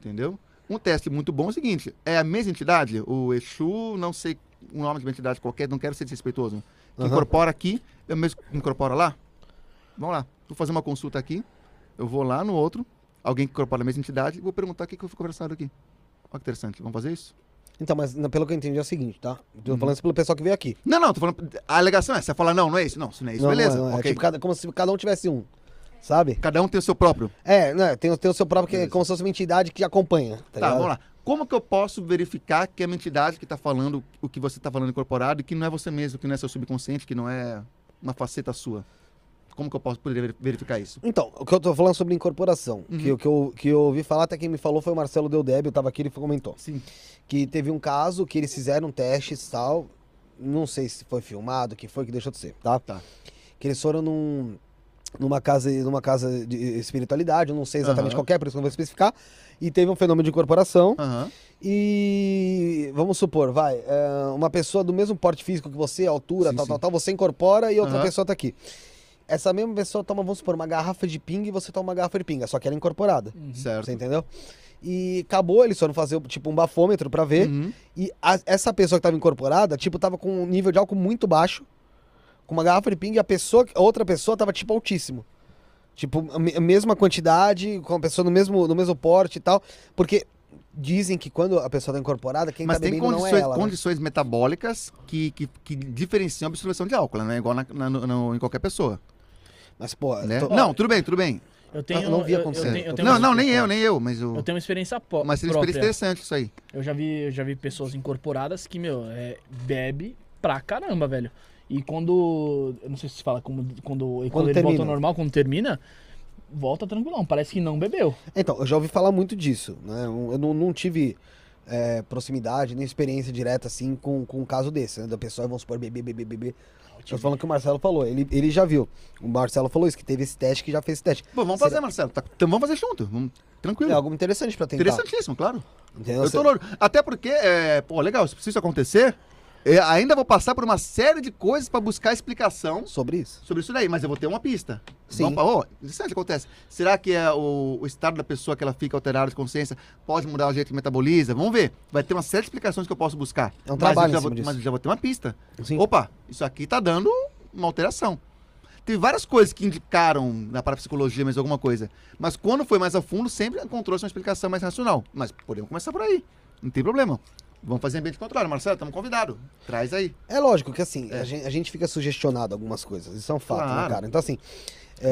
Speaker 3: Entendeu? Um teste muito bom é o seguinte: é a mesma entidade, o Exu, não sei o nome de uma entidade qualquer, não quero ser desrespeitoso. Que
Speaker 1: Aham.
Speaker 3: incorpora aqui, eu mesmo incorpora lá. Vamos lá, vou fazer uma consulta aqui, eu vou lá no outro, alguém que incorpora a mesma entidade, e vou perguntar o que, que eu fui conversado aqui. Olha que interessante, vamos fazer isso?
Speaker 1: Então, mas não, pelo que eu entendi é o seguinte, tá? Eu Tô
Speaker 3: Uhum.
Speaker 1: falando isso pelo pessoal que veio aqui.
Speaker 3: Não, não, tô falando. A alegação é: você fala, não, não é isso, não, isso não é isso,
Speaker 1: Não, não é,
Speaker 3: beleza.
Speaker 1: não é,
Speaker 3: ok.
Speaker 1: tipo, cada- como se cada um tivesse um, sabe?
Speaker 3: Cada um tem o seu próprio.
Speaker 1: É, né? Tem, o- tem o seu próprio, que é
Speaker 3: Beleza.
Speaker 1: como se fosse uma entidade que acompanha. Tá,
Speaker 3: Tá,
Speaker 1: ligado?
Speaker 3: vamos lá. Como que eu posso verificar que é uma entidade que está falando o que você está falando incorporado e que não é você mesmo, que não é seu subconsciente, que não é uma faceta sua? Como que eu posso poder ver- verificar isso?
Speaker 1: Então, o que eu tô falando sobre incorporação,
Speaker 3: Uhum.
Speaker 1: que, que, eu, que eu ouvi falar, até quem me falou foi o Marcelo Deldeb, eu tava aqui, ele comentou.
Speaker 3: Sim.
Speaker 1: Que teve um caso que eles fizeram testes e tal, não sei se foi filmado, que foi, que deixou de ser, tá?
Speaker 3: Tá.
Speaker 1: Que eles foram num, numa, casa, numa casa de espiritualidade, eu não sei exatamente
Speaker 3: Aham.
Speaker 1: qual que é, por isso que eu não vou especificar, e teve um fenômeno de incorporação,
Speaker 3: Aham.
Speaker 1: e vamos supor, vai, é, uma pessoa do mesmo porte físico que você, altura,
Speaker 3: Sim,
Speaker 1: tal,
Speaker 3: sim.
Speaker 1: tal, tal, você incorpora e outra
Speaker 3: Aham.
Speaker 1: pessoa tá aqui. Essa mesma pessoa toma, vamos supor, uma garrafa de pinga e você toma uma garrafa de pinga, só que ela é incorporada.
Speaker 3: Hum. Certo.
Speaker 1: Você entendeu? E acabou, eles foram fazer tipo um bafômetro pra ver.
Speaker 3: Uhum.
Speaker 1: E a- essa pessoa que tava incorporada, tipo, tava com um nível de álcool muito baixo, com uma garrafa de pinga, e a pessoa, a outra pessoa tava, tipo, altíssimo. Tipo, a me- a mesma quantidade, com a pessoa no mesmo, no mesmo porte e tal. Porque dizem que quando a pessoa tá incorporada, quem
Speaker 3: Mas
Speaker 1: tá
Speaker 3: tem
Speaker 1: bebendo não
Speaker 3: condições,
Speaker 1: é ela. né?
Speaker 3: condições metabólicas que, que, que diferenciam a absorção de álcool, não é igual na- na- no- no- em qualquer pessoa.
Speaker 1: Mas, pô,
Speaker 3: né?
Speaker 1: Ah, tô-
Speaker 3: Não, tudo bem, tudo bem.
Speaker 2: Eu tenho.
Speaker 1: Eu não vi
Speaker 2: eu- eu
Speaker 1: acontecer.
Speaker 2: tenho- eu tenho
Speaker 3: não,
Speaker 2: uma-
Speaker 3: não, nem eu, nem eu,
Speaker 1: Uhum.
Speaker 3: mas o.
Speaker 2: Eu tenho uma experiência po-
Speaker 3: Mas seria uma
Speaker 2: própria.
Speaker 1: é.
Speaker 3: experiência interessante isso aí.
Speaker 2: Eu já vi, eu já vi pessoas incorporadas que, meu, é, bebe pra caramba, velho. E quando. Eu não sei se fala como, quando, e quando, ele
Speaker 1: termina.
Speaker 2: volta ao normal, quando termina, volta tranquilão. Parece que não bebeu.
Speaker 1: Então, eu já ouvi falar muito disso, né? Eu não, não tive é, proximidade, nem experiência direta, assim, com, com um caso desse, né? Da pessoa, vamos supor, beber, beber, beber. Eu tô falando que o Marcelo falou, ele, ele já viu. O Marcelo falou isso, que teve esse teste, que já fez esse teste.
Speaker 3: Pô, vamos
Speaker 1: Será-
Speaker 3: fazer, Marcelo. tá- então vamos fazer junto. Vamos, tranquilo.
Speaker 1: É algo interessante pra tentar.
Speaker 3: Interessantíssimo, claro.
Speaker 1: Entendeu?
Speaker 3: Eu tô no- Até porque, é, pô, legal, se isso acontecer, Eu ainda vou passar por uma série de coisas para buscar explicação
Speaker 1: Sobre isso?
Speaker 3: sobre isso daí, mas eu vou ter uma pista.
Speaker 1: Sim.
Speaker 3: Vamos pra- Ô, isso aí acontece. Será que é o, o estado da pessoa que ela fica alterada de consciência pode mudar o jeito que metaboliza? Vamos ver. Vai ter uma série de explicações que eu posso buscar.
Speaker 1: É um
Speaker 3: Mas
Speaker 1: trabalho
Speaker 3: eu já
Speaker 1: em cima
Speaker 3: vou,
Speaker 1: disso.
Speaker 3: Mas eu já vou ter uma pista.
Speaker 1: Sim.
Speaker 3: Opa, isso aqui tá dando uma alteração. Teve várias coisas que indicaram na parapsicologia, mas alguma coisa. Mas quando foi mais a fundo, sempre encontrou-se uma explicação mais racional. Mas podemos começar por aí. Não tem problema. Vamos fazer ambiente contrário. Marcelo, estamos convidados. Traz aí.
Speaker 1: É lógico que assim, a, gen- a gente, fica sugestionado algumas coisas. Isso é um fato, né,
Speaker 3: Claro.
Speaker 1: cara? Então, assim.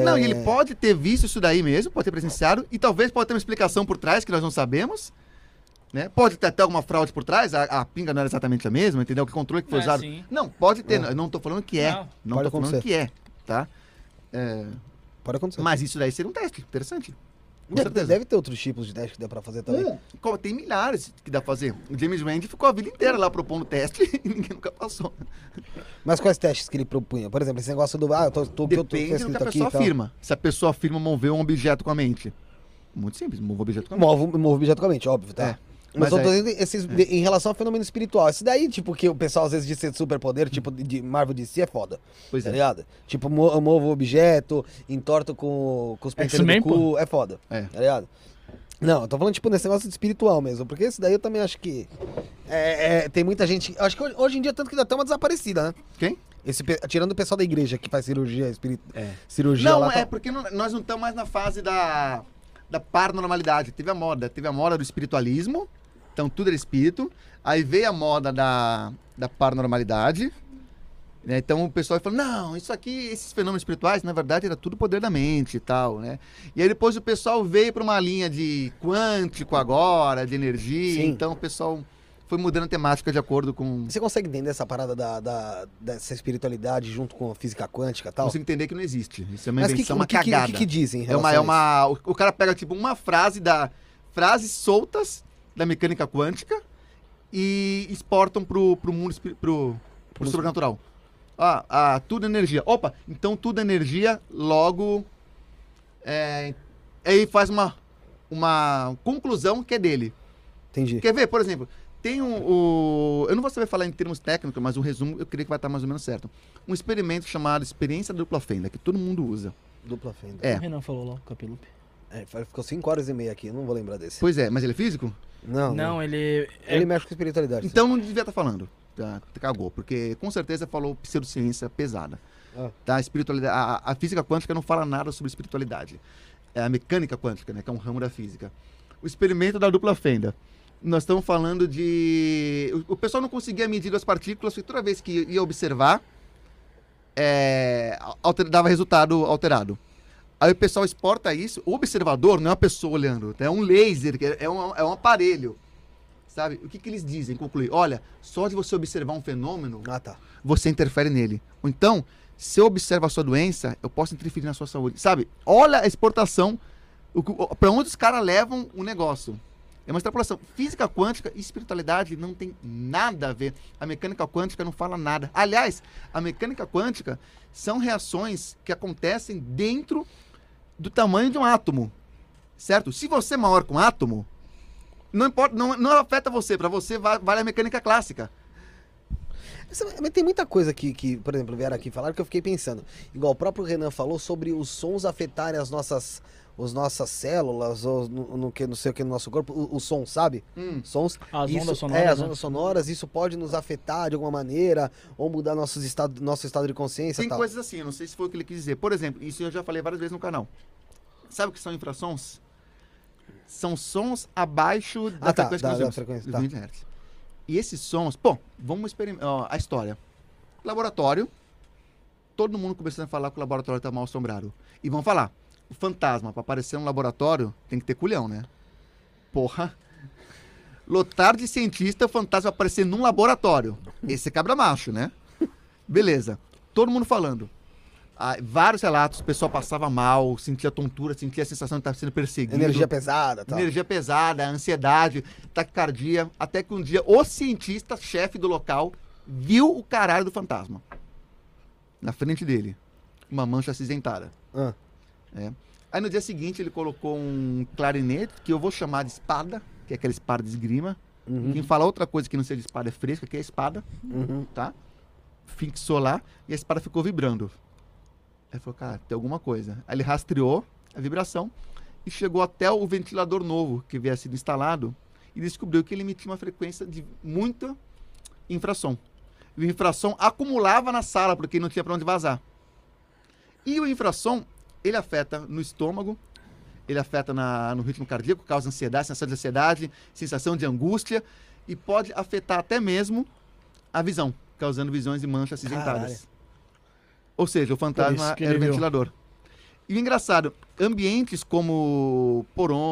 Speaker 3: Não, e ele pode ter visto isso daí mesmo, pode ter presenciado, e talvez pode ter uma explicação por trás que nós não sabemos. Né? Pode ter até alguma fraude por trás, a, a pinga não era exatamente a mesma, entendeu? Que controle que foi
Speaker 2: É,
Speaker 3: usado.
Speaker 2: sim.
Speaker 3: Não, pode ter,
Speaker 1: É.
Speaker 3: não- eu não tô falando que é.
Speaker 2: Não.
Speaker 3: Não,
Speaker 1: Pode
Speaker 3: tô falando
Speaker 1: acontecer.
Speaker 3: que é, tá?
Speaker 1: Pode acontecer.
Speaker 3: Mas isso daí seria um teste, interessante. Com
Speaker 1: Deve-
Speaker 3: certeza.
Speaker 1: É, Deve ter outros tipos de teste que dá pra fazer também.
Speaker 3: Um, como tem milhares que dá pra fazer. O James Randi ficou a vida inteira lá propondo teste e ninguém nunca passou.
Speaker 1: Mas quais testes que ele propunha? Por exemplo, esse negócio do. Ah, eu tô, tô, tô, tô, tá
Speaker 3: Depende do que
Speaker 1: escrito aqui.
Speaker 3: a
Speaker 1: e
Speaker 3: pessoa
Speaker 1: tal.
Speaker 3: afirma. Se a pessoa afirma mover um objeto com a mente. Muito simples, move o objeto com a mente.
Speaker 1: Move, move objeticamente, óbvio, tá?
Speaker 3: É,
Speaker 1: Mas,
Speaker 3: mas
Speaker 1: eu tô
Speaker 3: aí- É.
Speaker 1: dizendo esses, de- em relação ao fenômeno espiritual. Isso daí, tipo, que o pessoal às vezes diz ser superpoder, tipo, de- de Marvel DC é foda.
Speaker 3: Hum. Pois
Speaker 1: tá
Speaker 3: é.
Speaker 1: ligado? Tipo, mo- eu movo objeto, entorto com, com os penteiros do
Speaker 2: X-Men,
Speaker 1: cu, é foda.
Speaker 3: É.
Speaker 1: Tá ligado? Não, eu tô falando, tipo, nesse negócio de espiritual mesmo, porque esse daí eu também acho que. é, é, tem muita gente. Acho que hoje- hoje em dia, tanto que dá até uma desaparecida, né?
Speaker 3: Quem?
Speaker 1: Esse, pe- tirando o pessoal da igreja que faz cirurgia, espírito,
Speaker 3: É.
Speaker 1: cirurgia
Speaker 3: Não,
Speaker 1: lá, tá-
Speaker 3: é
Speaker 1: tal.
Speaker 3: porque não- nós não estamos mais na fase da, da paranormalidade. Teve a moda. Teve a moda do espiritualismo. Então tudo era espírito. Aí veio a moda da, da paranormalidade. né? Então o pessoal falou, não, isso aqui, esses fenômenos espirituais, na verdade, era tudo poder da mente e tal, né? E aí depois o pessoal veio para uma linha de quântico agora, de energia.
Speaker 1: Sim.
Speaker 3: Então o pessoal foi mudando a temática de acordo com...
Speaker 1: Você consegue entender essa parada da, da- dessa espiritualidade junto com a física quântica e tal?
Speaker 3: Você entender que não existe. Isso é uma
Speaker 1: Mas o que, que,
Speaker 3: invenção,
Speaker 1: o
Speaker 3: uma
Speaker 1: que, que, o
Speaker 3: cagada.
Speaker 1: que que dizem? em
Speaker 3: É uma,
Speaker 1: relação
Speaker 3: é
Speaker 1: a isso?
Speaker 3: uma. O, o cara pega, tipo, uma frase da. Frases soltas da mecânica quântica e exportam pro, pro mundo espir- pro, pro
Speaker 1: Pro-
Speaker 3: sobrenatural. Ah, ah, tudo é energia. Opa, então tudo é energia, logo. É, aí faz uma, uma conclusão que é dele.
Speaker 1: Entendi.
Speaker 3: Quer ver, por exemplo, tem um, o. Eu não vou saber falar em termos técnicos, mas o resumo eu creio que vai estar mais ou menos certo. Um experimento chamado experiência da dupla fenda, que todo mundo usa.
Speaker 1: Dupla fenda.
Speaker 3: É.
Speaker 2: O Renan falou lá, o Capilupe.
Speaker 1: É, ficou 5 horas e meia aqui, eu não vou lembrar desse.
Speaker 3: Pois é, mas ele é físico?
Speaker 1: Não,
Speaker 2: Não, ele. é-
Speaker 1: Ele mexe com espiritualidade. sim.
Speaker 3: Então não devia estar falando. Tá, cagou, porque com certeza falou pseudociência pesada.
Speaker 1: Ah.
Speaker 3: Tá, a, espiritualidade, a, a física quântica não fala nada sobre espiritualidade. É a mecânica quântica, né, que é um ramo da física. O experimento da dupla fenda. Nós estamos falando de. O, o pessoal não conseguia medir as partículas, porque toda vez que ia observar, é, alter- dava resultado alterado. Aí o pessoal exporta isso. O observador não é uma pessoa olhando, é um laser, que é- é um, é um aparelho. Sabe? O que, que eles dizem? Concluir. Olha, só de você observar um fenômeno,
Speaker 1: Ah, tá.
Speaker 3: você interfere nele. Ou então, se eu observo a sua doença, eu posso interferir na sua saúde. Sabe? Olha a exportação, para onde os caras levam o negócio. É uma extrapolação. Física quântica e espiritualidade não tem nada a ver. A mecânica quântica não fala nada. Aliás, a mecânica quântica são reações que acontecem dentro do tamanho de um átomo. Certo? Se você é maior que um átomo, não importa, não, não afeta você. Para você va- vale a mecânica clássica.
Speaker 1: Mas, mas tem muita coisa que, que, por exemplo, vieram aqui falar que eu fiquei pensando. Igual o próprio Renan falou sobre os sons afetarem as nossas, os nossas células, ou no, no que, não sei o que no nosso corpo, o, o som, sabe?
Speaker 3: Hum.
Speaker 1: Sons.
Speaker 2: As
Speaker 1: isso,
Speaker 2: ondas sonoras,
Speaker 1: É, as
Speaker 2: né?
Speaker 1: ondas sonoras, isso pode nos afetar de alguma maneira, ou mudar nossos estado, nosso estado de consciência e
Speaker 3: Tem
Speaker 1: tal.
Speaker 3: coisas assim, eu não sei se foi o que ele quis dizer. Por exemplo, isso eu já falei várias vezes no canal. Sabe o que são infrassons? São sons abaixo da
Speaker 1: Ah, tá,
Speaker 3: frequência
Speaker 1: da-
Speaker 3: que
Speaker 1: da
Speaker 3: nós
Speaker 1: frequência,
Speaker 3: dos
Speaker 1: tá.
Speaker 3: 20 Hz. E esses sons, bom, vamos experimentar a história. Laboratório, todo mundo começando a falar que o laboratório tá mal assombrado. E vão falar, o fantasma para aparecer no laboratório tem que ter culhão, né? Porra. Lotar de cientista, o fantasma aparecer num laboratório. Esse é cabra macho, né? Beleza. Todo mundo falando. Ah, vários relatos, o pessoal passava mal, sentia tontura, sentia a sensação de estar sendo perseguido.
Speaker 1: Energia pesada e tal.
Speaker 3: Energia pesada, ansiedade, taquicardia. Até que um dia o cientista, chefe do local, viu o caralho do fantasma. Na frente dele. Uma mancha acinzentada.
Speaker 1: Ah,
Speaker 3: Aí no dia seguinte ele colocou um clarinete, que eu vou chamar de é espada, que é aquela espada de esgrima,
Speaker 1: Uhum,
Speaker 3: Quem fala outra coisa que não seja espada é fresca, que é espada,
Speaker 1: uhum.
Speaker 3: tá? Fixou lá e a espada ficou vibrando. Aí falou, cara, tem alguma coisa. Aí ele rastreou a vibração e chegou até o ventilador novo que havia sido instalado e descobriu que ele emitia uma frequência de muita infração. E o infração acumulava na sala porque não tinha para onde vazar. E o infração, ele afeta no estômago, ele afeta na- no ritmo cardíaco, causa ansiedade, sensação de ansiedade, sensação de angústia e pode afetar até mesmo a visão, causando visões e manchas acidentadas. Ou seja, o
Speaker 2: isso
Speaker 3: fantasma
Speaker 2: que ele
Speaker 3: era o
Speaker 2: viu.
Speaker 3: ventilador. E o engraçado, ambientes como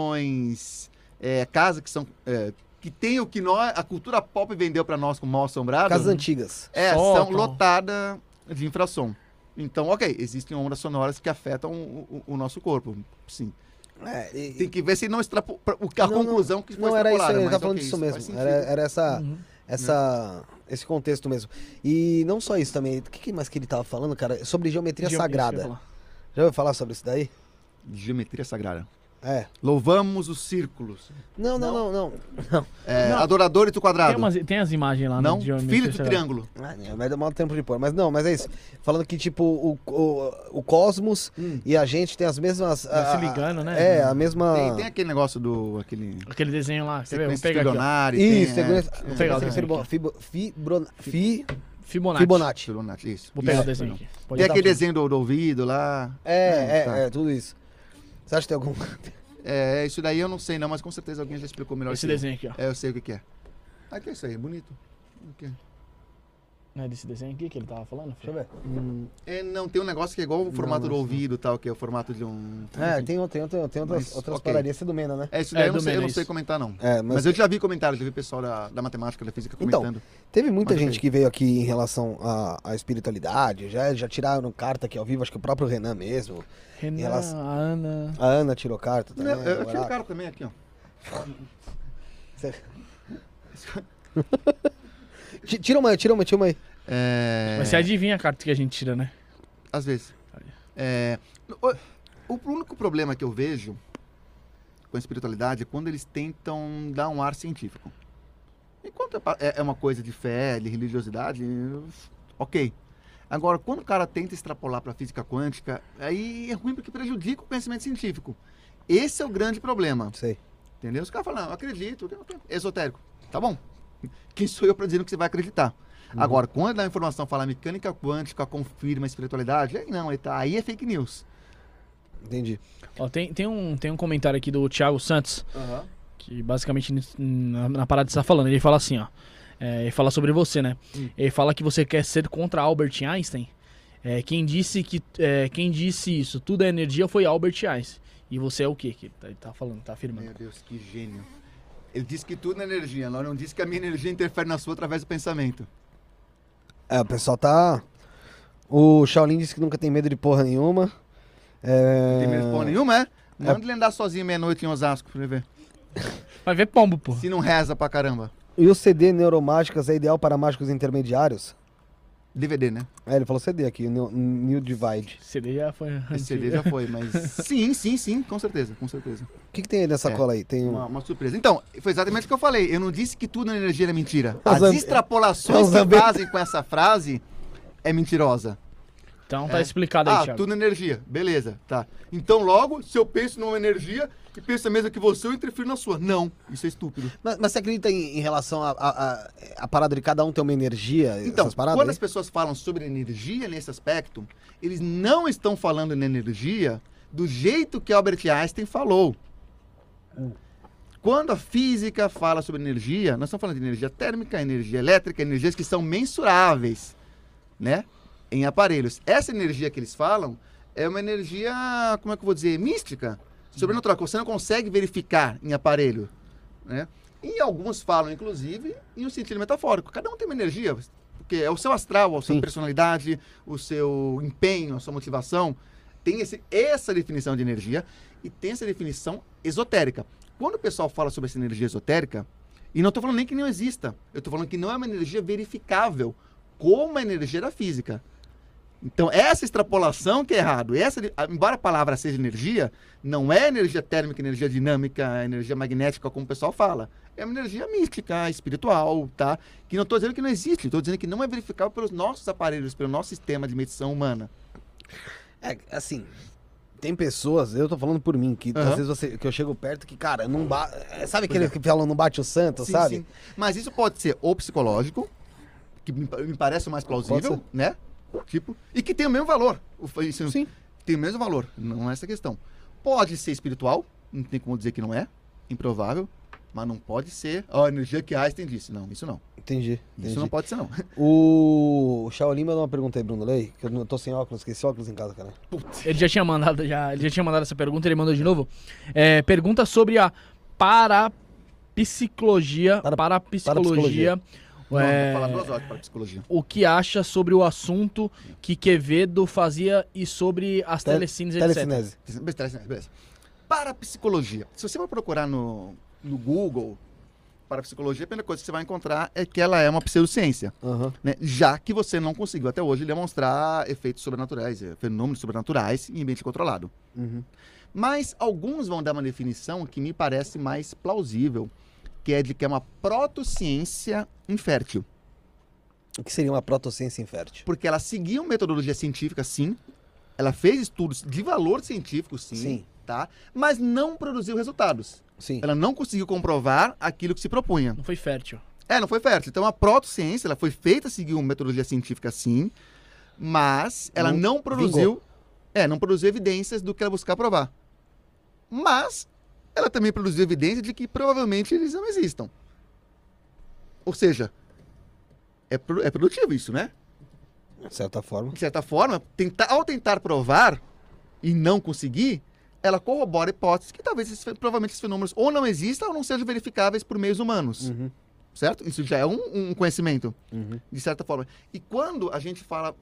Speaker 3: porões, é, casa que são é, que tem o que nós, a cultura pop vendeu para nós como mal assombrado,
Speaker 1: Casas antigas.
Speaker 3: é, são
Speaker 2: Sótão.
Speaker 3: lotadas de infração. Então, ok, existem ondas sonoras que afetam o, o- o nosso corpo, sim.
Speaker 1: É, e-
Speaker 3: Tem que ver se não extrapo... pra- o-
Speaker 1: Não,
Speaker 3: a
Speaker 1: não.
Speaker 3: conclusão que foi
Speaker 1: Não era isso,
Speaker 3: extrapolada,
Speaker 1: ele
Speaker 3: mas
Speaker 1: tá falando
Speaker 3: ok,
Speaker 1: disso
Speaker 3: isso faz
Speaker 1: mesmo.
Speaker 3: sentido.
Speaker 1: Era, é era essa,
Speaker 2: Uhum.
Speaker 1: essa, esse contexto mesmo. E não só isso também. O que, que mais que ele tava falando, cara? Sobre
Speaker 3: é
Speaker 1: geometria
Speaker 2: Isso que eu ia
Speaker 1: sagrada.
Speaker 2: falar.
Speaker 1: Já ouviu falar sobre isso daí?
Speaker 3: Geometria sagrada.
Speaker 1: É.
Speaker 3: Louvamos os círculos.
Speaker 1: Não, não, não, não.
Speaker 3: É,
Speaker 2: Não.
Speaker 3: Adoradores do quadrado.
Speaker 2: Tem, umas- tem as imagens lá né,
Speaker 3: não,
Speaker 2: no Geometry
Speaker 3: filho do
Speaker 2: Sagrada.
Speaker 3: triângulo.
Speaker 1: Ah, né, Vai demorar um tempo de pôr. Mas não, mas é isso. Falando que, tipo, o, o, o cosmos
Speaker 3: Hum.
Speaker 1: e a gente tem as mesmas.
Speaker 2: Vai
Speaker 1: a-
Speaker 2: se ligando, né?
Speaker 1: É, a mesma.
Speaker 3: Tem, tem aquele negócio do aquele
Speaker 2: Aquele desenho lá, quer ver? Vou
Speaker 3: sequência
Speaker 2: pegar aqui, ó.
Speaker 3: trilionária.
Speaker 1: Isso,
Speaker 3: tem,
Speaker 1: segurança.
Speaker 3: é,
Speaker 2: Vou pegar o
Speaker 1: Tem
Speaker 2: desenho
Speaker 1: fibro-
Speaker 2: aqui.
Speaker 1: fibro- fibron- fi-
Speaker 2: Fibonacci.
Speaker 1: Fibonacci.
Speaker 3: Fibonacci, isso.
Speaker 2: Vou pegar
Speaker 3: Isso,
Speaker 2: o desenho
Speaker 3: perdão.
Speaker 2: aqui.
Speaker 3: Tem
Speaker 2: Pode dar
Speaker 3: aquele
Speaker 2: pra-
Speaker 3: desenho do, do ouvido lá.
Speaker 1: É, é,
Speaker 3: tá.
Speaker 1: é, tudo isso. Você acha que tem algum.
Speaker 3: É, isso daí eu não sei não, mas com certeza alguém já explicou melhor.
Speaker 2: Esse
Speaker 3: que eu.
Speaker 2: desenho aqui, ó.
Speaker 3: É, eu sei o que, que é. Ah, que é isso aí, bonito. Ok.
Speaker 2: Não é desse desenho aqui que ele tava falando?
Speaker 1: Deixa eu ver.
Speaker 3: É, não, tem um negócio que é igual o formato do ouvido e tal, que é o formato de um...
Speaker 1: É, tem, outra- tem, outra- tem outras,
Speaker 3: Mas,
Speaker 1: outras
Speaker 3: ok.
Speaker 1: paradinhas. Você do Mena, né?
Speaker 3: É, isso daí
Speaker 2: É,
Speaker 3: eu não,
Speaker 2: do
Speaker 3: sei, eu
Speaker 2: Mena,
Speaker 3: não sei
Speaker 2: isso.
Speaker 3: comentar não.
Speaker 1: É,
Speaker 3: Mas, eu já vi comentário, já vi pessoal da, da matemática, da física
Speaker 1: Então,
Speaker 3: comentando.
Speaker 1: Teve muita
Speaker 3: Mas
Speaker 1: gente
Speaker 3: ok.
Speaker 1: que veio aqui em relação à, à espiritualidade, já, já tiraram carta aqui ao vivo, acho que o próprio Renan mesmo.
Speaker 2: Renan,
Speaker 1: elas-
Speaker 2: a Ana...
Speaker 1: A Ana tirou carta também.
Speaker 3: Não, É, eu, eu tiro o
Speaker 1: Buraco.
Speaker 3: cara também aqui, ó.
Speaker 1: Ti- Tira uma aí, tira uma, tira uma aí.
Speaker 3: É...
Speaker 2: Mas você adivinha a carta que a gente tira, né?
Speaker 3: Às vezes. É, o, o único problema que eu vejo com a espiritualidade é quando eles tentam dar um ar científico. Enquanto é pa- é, é uma coisa de fé, de religiosidade, eu- ok. Agora, quando o cara tenta extrapolar para a física quântica, aí é ruim porque prejudica o conhecimento científico. Esse é o grande problema,
Speaker 1: Não sei.
Speaker 3: entendeu? Os caras falam, não, eu acredito, ok, ok, esotérico. Tá bom. Quem sou eu para dizer no que você vai acreditar? Agora, quando a informação fala mecânica quântica confirma a espiritualidade, aí não, aí, tá, aí é fake news.
Speaker 1: Entendi.
Speaker 2: Ó, tem, tem, um, tem um comentário aqui do Thiago Santos, que basicamente nis- na, na parada que você tá falando, ele fala assim, ó. É, ele fala sobre você, né?
Speaker 3: Hum.
Speaker 2: Ele fala que você quer ser contra Albert Einstein. É, quem disse que é, quem disse isso, tudo é energia, foi Albert Einstein. E você é o quê? Que ele tá, ele tá falando, tá afirmando.
Speaker 3: Meu Deus, que gênio. Ele diz que tudo é energia, ela não diz que a minha energia interfere na sua através do pensamento.
Speaker 1: É, o pessoal tá. O Shaolin disse que nunca tem medo de porra nenhuma.
Speaker 3: Não tem
Speaker 1: É...
Speaker 3: medo de porra nenhuma, é? Manda ele andar sozinho meia-noite em Osasco pra ele ver.
Speaker 2: Vai ver pombo, pô.
Speaker 3: Se não reza pra caramba.
Speaker 1: E o CD Neuromágicas é ideal para mágicos intermediários?
Speaker 3: DVD, né?
Speaker 1: É, ele falou CD aqui, New, New Divide.
Speaker 2: CD já foi.
Speaker 3: Esse
Speaker 2: antigo.
Speaker 3: CD já foi, mas. Sim, sim, sim, com certeza, com certeza.
Speaker 1: O que, que tem aí nessa
Speaker 3: É.
Speaker 1: cola aí? Tem um.
Speaker 3: Uma, uma surpresa. Então, foi exatamente o que eu falei. Eu não disse que tudo na energia era mentira.
Speaker 1: Os
Speaker 3: As
Speaker 1: ambi-
Speaker 3: extrapolações
Speaker 1: Os
Speaker 3: que
Speaker 1: ambi-
Speaker 3: fazem com essa frase é mentirosa.
Speaker 2: Então tá
Speaker 3: É.
Speaker 2: explicado aí,
Speaker 3: Ah,
Speaker 2: Thiago.
Speaker 3: tudo energia. Beleza, tá. Então, logo, se eu penso numa energia e penso a mesma que você, eu interfiro na sua. Não, isso é estúpido.
Speaker 1: Mas, mas você acredita em, em relação à a, a, a parada de cada um ter uma energia?
Speaker 3: Então,
Speaker 1: essas paradas?
Speaker 3: quando
Speaker 1: aí?
Speaker 3: as pessoas falam sobre energia nesse aspecto, eles não estão falando em energia do jeito que Albert Einstein falou. Quando a física fala sobre energia, nós estamos falando de energia térmica, energia elétrica, energias que são mensuráveis, né? Em aparelhos. Essa energia que eles falam é uma energia, como é que eu vou dizer, mística, sobrenatural, que você não consegue verificar em aparelho, né? E alguns falam, inclusive, em um sentido metafórico. Cada um tem uma energia, porque é o seu astral, a sua
Speaker 1: Sim.
Speaker 3: personalidade, o seu empenho, a sua motivação. Tem esse, essa definição de energia e tem essa definição esotérica. Quando o pessoal fala sobre essa energia esotérica, e não estou falando nem que não exista, eu estou falando que não é uma energia verificável, como a energia da física. Então, essa extrapolação que é errado. Essa, de- a- embora a palavra seja energia, não é energia térmica, energia dinâmica, energia magnética, como o pessoal fala. É uma energia mística, espiritual, tá? Que não estou dizendo que não existe, estou dizendo que não é verificável pelos nossos aparelhos, pelo nosso sistema de medição humana.
Speaker 1: É, assim, tem pessoas, eu tô falando por mim, que às
Speaker 3: Aham. é.
Speaker 1: vezes você, que eu chego perto que, cara, não bate. Sabe aquele que falam não bate o santo, sabe?
Speaker 3: Mas isso pode ser ou psicológico, que me, pa- me parece o mais plausível,
Speaker 1: ser.
Speaker 3: né? Tipo, e que tem o mesmo valor. O fa- Isso
Speaker 2: Sim.
Speaker 3: Tem o mesmo valor, não é essa a questão. Pode ser espiritual, não tem como dizer que não é, improvável, mas não pode ser a energia que Einstein disse. Não, isso não.
Speaker 1: Entendi. entendi.
Speaker 3: Isso não pode ser, não.
Speaker 1: O... o Shaolin mandou uma pergunta aí, Bruno Lei, que eu não- eu tô sem óculos, esqueci óculos em casa, cara.
Speaker 2: Ele já tinha mandado, já, ele já tinha mandado essa pergunta, ele mandou de novo. É, pergunta sobre a parapsicologia.
Speaker 1: Para-
Speaker 2: Parapsicologia.
Speaker 3: Não,
Speaker 2: é,
Speaker 3: vou falar duas horas para psicologia.
Speaker 2: o que acha sobre o assunto que Quevedo fazia e sobre as
Speaker 1: Tele-
Speaker 2: telecines, etc.
Speaker 1: Telecinese.
Speaker 3: Beleza, beleza. Parapsicologia. Se você vai procurar no, no Google, parapsicologia, a primeira coisa que você vai encontrar é que ela é uma pseudociência.
Speaker 1: Aham.
Speaker 3: né? já que você não conseguiu até hoje demonstrar efeitos sobrenaturais, eh, fenômenos sobrenaturais em ambiente controlado.
Speaker 1: Uhum.
Speaker 3: Mas alguns vão dar uma definição que me parece mais plausível, que é de que é uma protociência infértil,
Speaker 1: O que seria uma protociência infértil?
Speaker 3: porque ela seguiu metodologia científica, sim, ela fez estudos de valor científico, sim,
Speaker 1: Sim.
Speaker 3: tá? Mas não produziu resultados.
Speaker 1: Sim.
Speaker 3: Ela não conseguiu comprovar aquilo que se propunha.
Speaker 2: Não foi fértil.
Speaker 3: É, não foi fértil. Então a protociência, ela foi feita seguir uma metodologia científica sim, mas ela
Speaker 1: Não
Speaker 3: não, produziu, é, não produziu evidências do que ela buscava provar. Mas ela também produziu evidência de que provavelmente eles não existam. Ou seja, é, pro- é produtivo isso, né?
Speaker 1: De certa forma.
Speaker 3: De certa forma, tentar, ao tentar provar e não conseguir, ela corrobora a hipótese que talvez esses, fe- provavelmente esses fenômenos ou não existam ou não sejam verificáveis por meios humanos
Speaker 1: Uhum.
Speaker 3: certo? Isso já é um, um conhecimento,
Speaker 1: Uhum.
Speaker 3: de certa forma. E quando a gente fala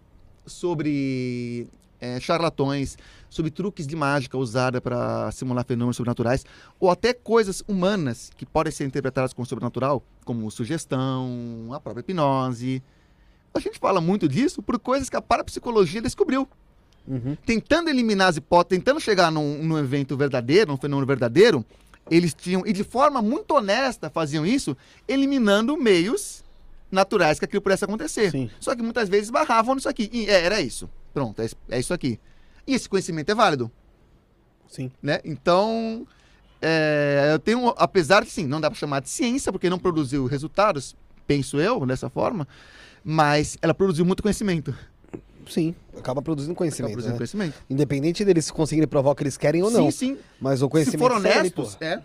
Speaker 3: sobre eh, charlatões, sobre truques de mágica usada para simular fenômenos sobrenaturais, ou até coisas humanas que podem ser interpretadas como sobrenatural, como sugestão, a própria hipnose. A gente fala muito disso por coisas que a parapsicologia descobriu
Speaker 1: Uhum.
Speaker 3: tentando eliminar as hipóteses, tentando chegar num, num evento verdadeiro, num fenômeno verdadeiro, eles tinham, e de forma muito honesta faziam isso, eliminando meios naturais que aquilo pudesse acontecer.
Speaker 1: Sim.
Speaker 3: Só que muitas vezes barravam nisso aqui. E é, era isso. Pronto, é, isso- é isso aqui. E esse conhecimento é válido,
Speaker 1: Sim.
Speaker 3: né? Então, é, eu tenho, apesar de sim, não dá para chamar de ciência, porque não produziu resultados, penso eu, dessa forma, mas ela produziu muito conhecimento. Ela
Speaker 1: Sim. Acaba produzindo conhecimento,
Speaker 3: produziu
Speaker 1: né?
Speaker 3: conhecimento.
Speaker 1: Independente deles conseguirem provar o que eles querem ou não.
Speaker 3: Sim, sim.
Speaker 1: Mas o
Speaker 3: Se
Speaker 1: conhecimento...
Speaker 3: for
Speaker 1: tá ali,
Speaker 3: honestos,
Speaker 1: pô.
Speaker 3: é,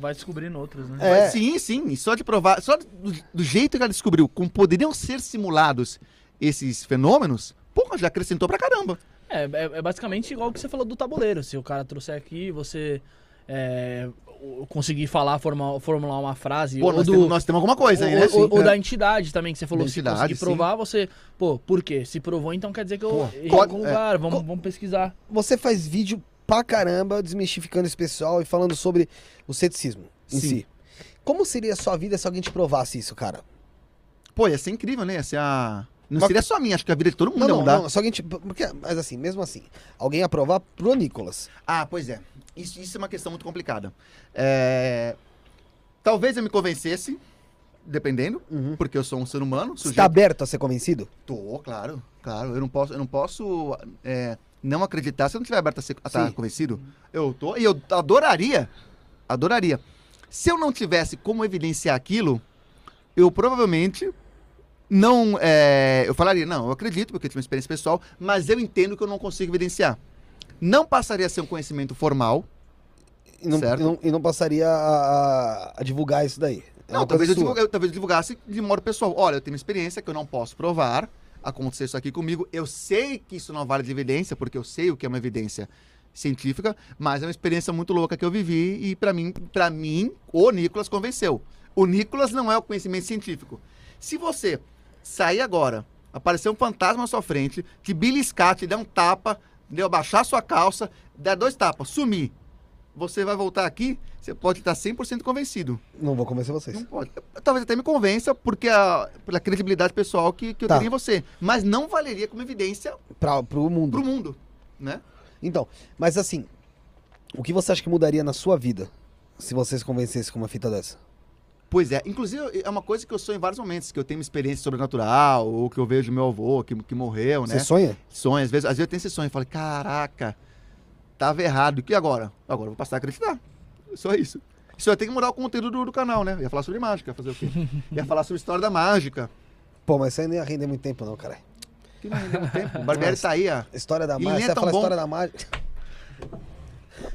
Speaker 2: Vai descobrindo outras, né?
Speaker 1: É.
Speaker 3: Mas Sim, sim. E só de provar, só do, do jeito que ela descobriu como poderiam ser simulados esses fenômenos, porra, já acrescentou pra caramba.
Speaker 2: É, é- é basicamente igual o que você falou do tabuleiro. Se o cara trouxer aqui, você é, o- conseguir falar, forma- formular uma frase.
Speaker 3: Pô,
Speaker 2: ou
Speaker 3: nós,
Speaker 2: do,
Speaker 3: temos, nós temos alguma coisa aí, né?
Speaker 2: ou, ou- ou
Speaker 3: Sim.
Speaker 2: da entidade também, que você falou.
Speaker 3: Da
Speaker 2: se
Speaker 3: entidade,
Speaker 2: conseguir
Speaker 3: sim.
Speaker 2: provar, você. Pô, por quê? Se provou, então quer dizer que eu
Speaker 1: Pô,
Speaker 2: errei em
Speaker 3: co-
Speaker 2: algum
Speaker 3: é,
Speaker 2: lugar. Vamos, vamos pesquisar.
Speaker 1: Você faz vídeo pra caramba desmistificando esse pessoal e falando sobre o ceticismo em
Speaker 3: Sim.
Speaker 1: si. Como seria a sua vida se alguém te provasse isso, cara?
Speaker 3: Pô, ia ser incrível, né? Ia ser a... Não
Speaker 1: Mas-
Speaker 3: seria só a minha, acho que a vida de todo mundo
Speaker 1: Não,
Speaker 3: ia
Speaker 1: não,
Speaker 3: mudar.
Speaker 1: não. Se alguém te... porque- Mas assim, mesmo assim, alguém aprovar pro Nicolas.
Speaker 3: Ah, pois é. Isso, isso é uma questão muito complicada. É, Talvez eu me convencesse, dependendo,
Speaker 1: Uhum.
Speaker 3: porque eu sou um ser humano,
Speaker 1: Você
Speaker 3: sujeito
Speaker 1: Está tá aberto a ser convencido?
Speaker 3: Tô, claro, claro. Eu não posso, eu não posso é, não acreditar se eu não tiver aberto a ser a estar
Speaker 1: Sim.
Speaker 3: convencido. Eu tô e eu adoraria, adoraria. Se eu não tivesse como evidenciar aquilo, eu provavelmente não, é, eu falaria não, eu acredito porque eu tive uma experiência pessoal, mas eu entendo que eu não consigo evidenciar. Não passaria a ser um conhecimento formal.
Speaker 1: E não,
Speaker 3: Certo.
Speaker 1: e não- e não passaria a, a- a divulgar isso daí. É
Speaker 3: não,
Speaker 1: uma
Speaker 3: talvez
Speaker 1: coisa
Speaker 3: eu,
Speaker 1: sua.
Speaker 3: divulga- eu- talvez eu divulgasse de modo pessoal. Olha, eu tenho uma experiência que eu não posso provar. Aconteceu isso aqui comigo. Eu sei que isso não vale de evidência, porque eu sei o que é uma evidência científica, mas é uma experiência muito louca que eu vivi e pra mim, para mim, o Nicolas convenceu. O Nicolas não é o conhecimento científico. Se você sair agora, aparecer um fantasma na sua frente, te beliscar, te der um tapa, entendeu? abaixar sua calça, dar dois tapas, sumir, você vai voltar aqui, você pode estar 100% convencido.
Speaker 1: Não vou convencer vocês.
Speaker 3: Não pode. Talvez até me convença, porque a- pela credibilidade pessoal que, que eu
Speaker 1: Tá.
Speaker 3: teria em você. Mas não valeria como evidência
Speaker 1: Pra, pro mundo.
Speaker 3: pro mundo, né?
Speaker 1: Então, mas assim, o que você acha que mudaria na sua vida se você se convencesse com uma fita dessa?
Speaker 3: Pois é, inclusive é uma coisa que eu sou em vários momentos, que eu tenho uma experiência sobrenatural, ou que eu vejo meu avô que, que morreu, né?
Speaker 1: Você sonha?
Speaker 3: Sonho, às vezes, às vezes eu tenho esse sonho, eu falo, caraca, tava errado, e agora? Agora eu vou passar a acreditar, só isso. Só tem que mudar o conteúdo do, do canal, né? Ia falar sobre mágica, fazer o quê? Ia falar sobre história da mágica,
Speaker 1: Pô, mas isso aí não ia render muito tempo, não, cara.
Speaker 3: que não rendeu muito tempo. O Barbieri tá aí, ó.
Speaker 1: História da
Speaker 3: Ele
Speaker 1: mágica.
Speaker 3: nem é
Speaker 1: Você
Speaker 3: tão
Speaker 1: fala
Speaker 3: bom.
Speaker 1: história da mágica.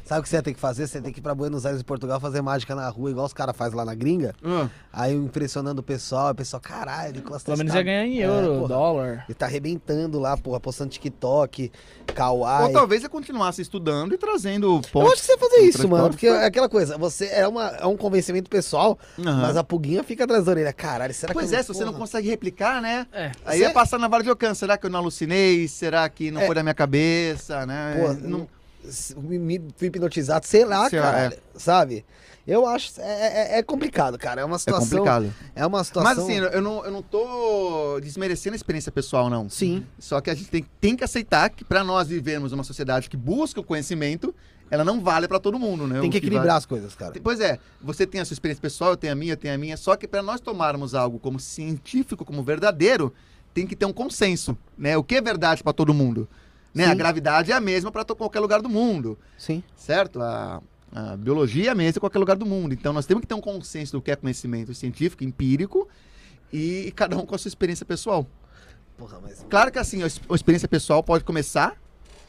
Speaker 1: Sabe o que você ia ter que fazer? Você ia ter que ir pra Buenos Aires, Portugal, fazer mágica na rua, igual os caras fazem lá na gringa.
Speaker 3: Ah,
Speaker 1: Aí impressionando o pessoal, o pessoal, caralho, ele gosta
Speaker 2: Pelo menos
Speaker 1: desse
Speaker 2: ia ganhar em
Speaker 1: É,
Speaker 2: euro,
Speaker 1: porra.
Speaker 2: dólar.
Speaker 1: Ele tá arrebentando lá, porra, postando TikTok, Kawaii.
Speaker 3: Ou talvez eu continuasse estudando e trazendo
Speaker 1: Eu acho
Speaker 3: pontos.
Speaker 1: que você ia fazer isso,
Speaker 3: Transporte.
Speaker 1: mano. Porque é aquela coisa, você é, uma, é um convencimento pessoal,
Speaker 3: Aham.
Speaker 1: mas a puguinha fica atrás da orelha. Caralho, será
Speaker 3: Pois
Speaker 1: que. eu-
Speaker 3: é, se você não
Speaker 1: porra.
Speaker 3: consegue replicar, né?
Speaker 2: É.
Speaker 3: Aí
Speaker 1: Você-
Speaker 3: ia passar na vara de Ocan. Será que eu não alucinei? Será que não
Speaker 1: É.
Speaker 3: foi da minha cabeça, né?
Speaker 1: Pô,
Speaker 3: É,
Speaker 1: não- se- me, me fui hipnotizado, sei lá,
Speaker 3: Sei lá, é.
Speaker 1: cara. Sabe? Eu acho. É, é- é complicado, cara. É uma
Speaker 3: é
Speaker 1: situação.
Speaker 3: complicado.
Speaker 1: É uma
Speaker 3: Mas
Speaker 1: situação.
Speaker 3: assim, eu não, eu não tô desmerecendo a experiência pessoal, não.
Speaker 1: sim.
Speaker 3: Só que a gente tem, tem que aceitar que para nós vivermos uma sociedade que busca o conhecimento, ela não vale para todo mundo, né?
Speaker 1: Tem
Speaker 3: O
Speaker 1: que
Speaker 3: vale-
Speaker 1: equilibrar as coisas, cara.
Speaker 3: Pois é, você tem a sua experiência pessoal, eu tenho a minha, eu tenho a minha. Só que para nós tomarmos algo como científico, como verdadeiro, tem que ter um consenso, né? O que é verdade para todo mundo? Né? A
Speaker 1: Sim.
Speaker 3: gravidade é a mesma para qualquer lugar do mundo,
Speaker 1: Sim.
Speaker 3: certo? A, a biologia é a mesma em qualquer lugar do mundo. Então nós temos que ter um consenso do que é conhecimento científico, empírico e cada um com a sua experiência pessoal.
Speaker 1: Porra, mas.
Speaker 3: Claro que assim, a ex- a experiência pessoal pode começar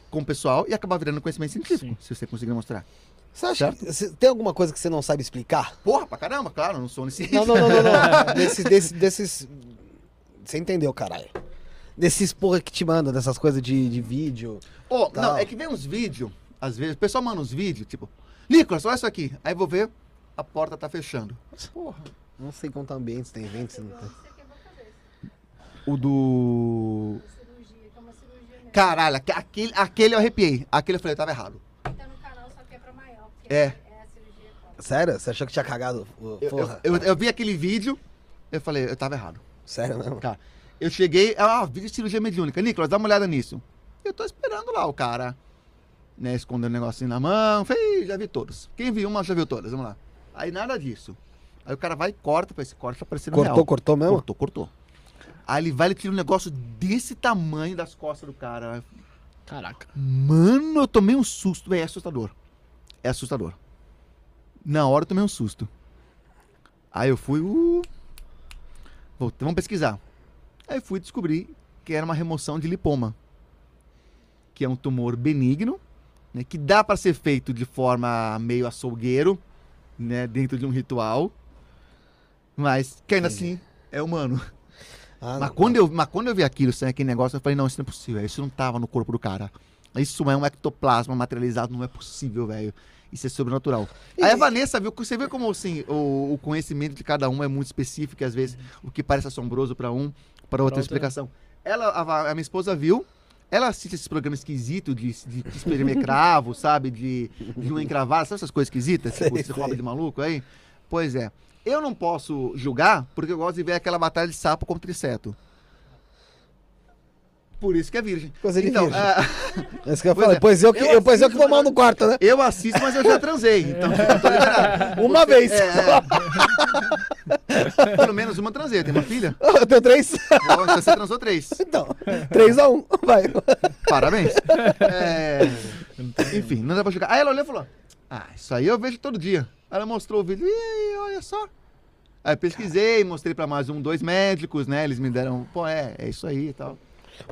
Speaker 3: com o pessoal e acabar virando conhecimento científico, se você conseguir mostrar.
Speaker 1: Você acha que. você- Tem alguma coisa que você não sabe explicar?
Speaker 3: Porra, pra caramba, claro, não sou onisciente.
Speaker 1: Não, não, não, não, não. desses, desses, desses. Você entendeu, caralho. Desses porra que te mandam, dessas coisas de, de vídeo.
Speaker 3: Ô,
Speaker 1: Tá.
Speaker 3: não, é que vem uns vídeos, às vezes, o pessoal manda uns vídeos, tipo, Nicolas, olha isso aqui. Aí vou ver, a porta tá fechando. Porra.
Speaker 1: Não sei quanto ambiente tem evento, se não tem.
Speaker 4: Você quebrou a cabeça.
Speaker 3: O do.
Speaker 4: A cirurgia, que é uma cirurgia mesmo.
Speaker 3: Caralho, aque- aquele, aquele eu arrepiei. Aquele eu falei, tava errado.
Speaker 4: Tá no canal, só que é pra maior. porque
Speaker 3: É.
Speaker 4: É a cirurgia. cósmica.
Speaker 1: Sério? Você achou que tinha cagado? Ô,
Speaker 3: Eu,
Speaker 1: Porra.
Speaker 3: eu- eu- eu vi aquele vídeo, eu falei, eu tava errado.
Speaker 1: Sério mesmo?
Speaker 3: Tá. Eu cheguei, ah, vídeo de cirurgia mediúnica. Nicolas, dá uma olhada nisso. Eu tô esperando lá o cara, né, escondendo o negocinho na mão. Falei, "Ih, já vi todos. Quem viu uma, já viu todas, vamos lá. Aí nada disso. Aí o cara vai e corta, falei, esse corte tá parecendo
Speaker 1: Cortou,
Speaker 3: real.
Speaker 1: cortou mesmo?
Speaker 3: Cortou, cortou. Aí ele vai, ele tira um negócio desse tamanho das costas do cara.
Speaker 2: Caraca.
Speaker 3: Mano, eu tomei um susto. É assustador. É assustador. Na hora eu tomei um susto. Aí eu fui. Uh... Voltei, vamos pesquisar. Aí fui descobrir que era uma remoção de lipoma. Que é um tumor benigno, né, que dá para ser feito de forma meio açougueiro, né, dentro de um ritual. Mas que ainda assim é humano.
Speaker 1: Ah,
Speaker 3: Mas
Speaker 1: não.
Speaker 3: quando, eu, mas quando eu vi aquilo, assim, aquele negócio, eu falei, não, isso não é possível, isso não tava no corpo do cara. Isso é um ectoplasma materializado, não é possível, velho. Isso é sobrenatural.
Speaker 1: E-
Speaker 3: Aí a Vanessa viu, você vê como assim, o, o conhecimento de cada um é muito específico, e às vezes
Speaker 1: Uhum.
Speaker 3: o que parece assombroso para um, para outra
Speaker 2: outra.
Speaker 3: explicação. Ela, a, Va- a minha esposa viu, ela assiste esses programas esquisitos de, de, de espremer cravo, sabe? De, de um encravado, sabe essas coisas esquisitas?
Speaker 1: Sei,
Speaker 3: Tipo, esse
Speaker 1: sei.
Speaker 3: hobby de maluco aí? Pois é. Eu não posso julgar, porque eu gosto de ver aquela batalha de sapo contra inseto. Por isso que é virgem.
Speaker 1: Coisa de
Speaker 3: então,
Speaker 1: virgem.
Speaker 3: ah,
Speaker 1: É isso que eu
Speaker 3: Pois
Speaker 1: falei.
Speaker 3: é.
Speaker 1: Pois eu que,
Speaker 3: Eu
Speaker 1: eu, pois eu que
Speaker 3: assisto,
Speaker 1: vou mal
Speaker 3: mas-
Speaker 1: no quarto, né?
Speaker 3: eu assisto, mas eu já transei.
Speaker 1: É.
Speaker 3: Então, eu tô liberado.
Speaker 1: Uma vez.
Speaker 3: É, Pelo menos uma transei. Tem uma filha?
Speaker 1: Eu tenho três.
Speaker 3: Então, Você transou três.
Speaker 1: Então,
Speaker 3: É.
Speaker 1: três a um. Vai.
Speaker 3: Parabéns. É, Enfim, não dá pra jogar. Aí ela olhou e falou: Ah, isso aí eu vejo todo dia. Ela mostrou o vídeo. Ih, olha só. Aí eu pesquisei, mostrei pra mais um, dois médicos, né? Eles me deram, pô, é, é isso aí e tal.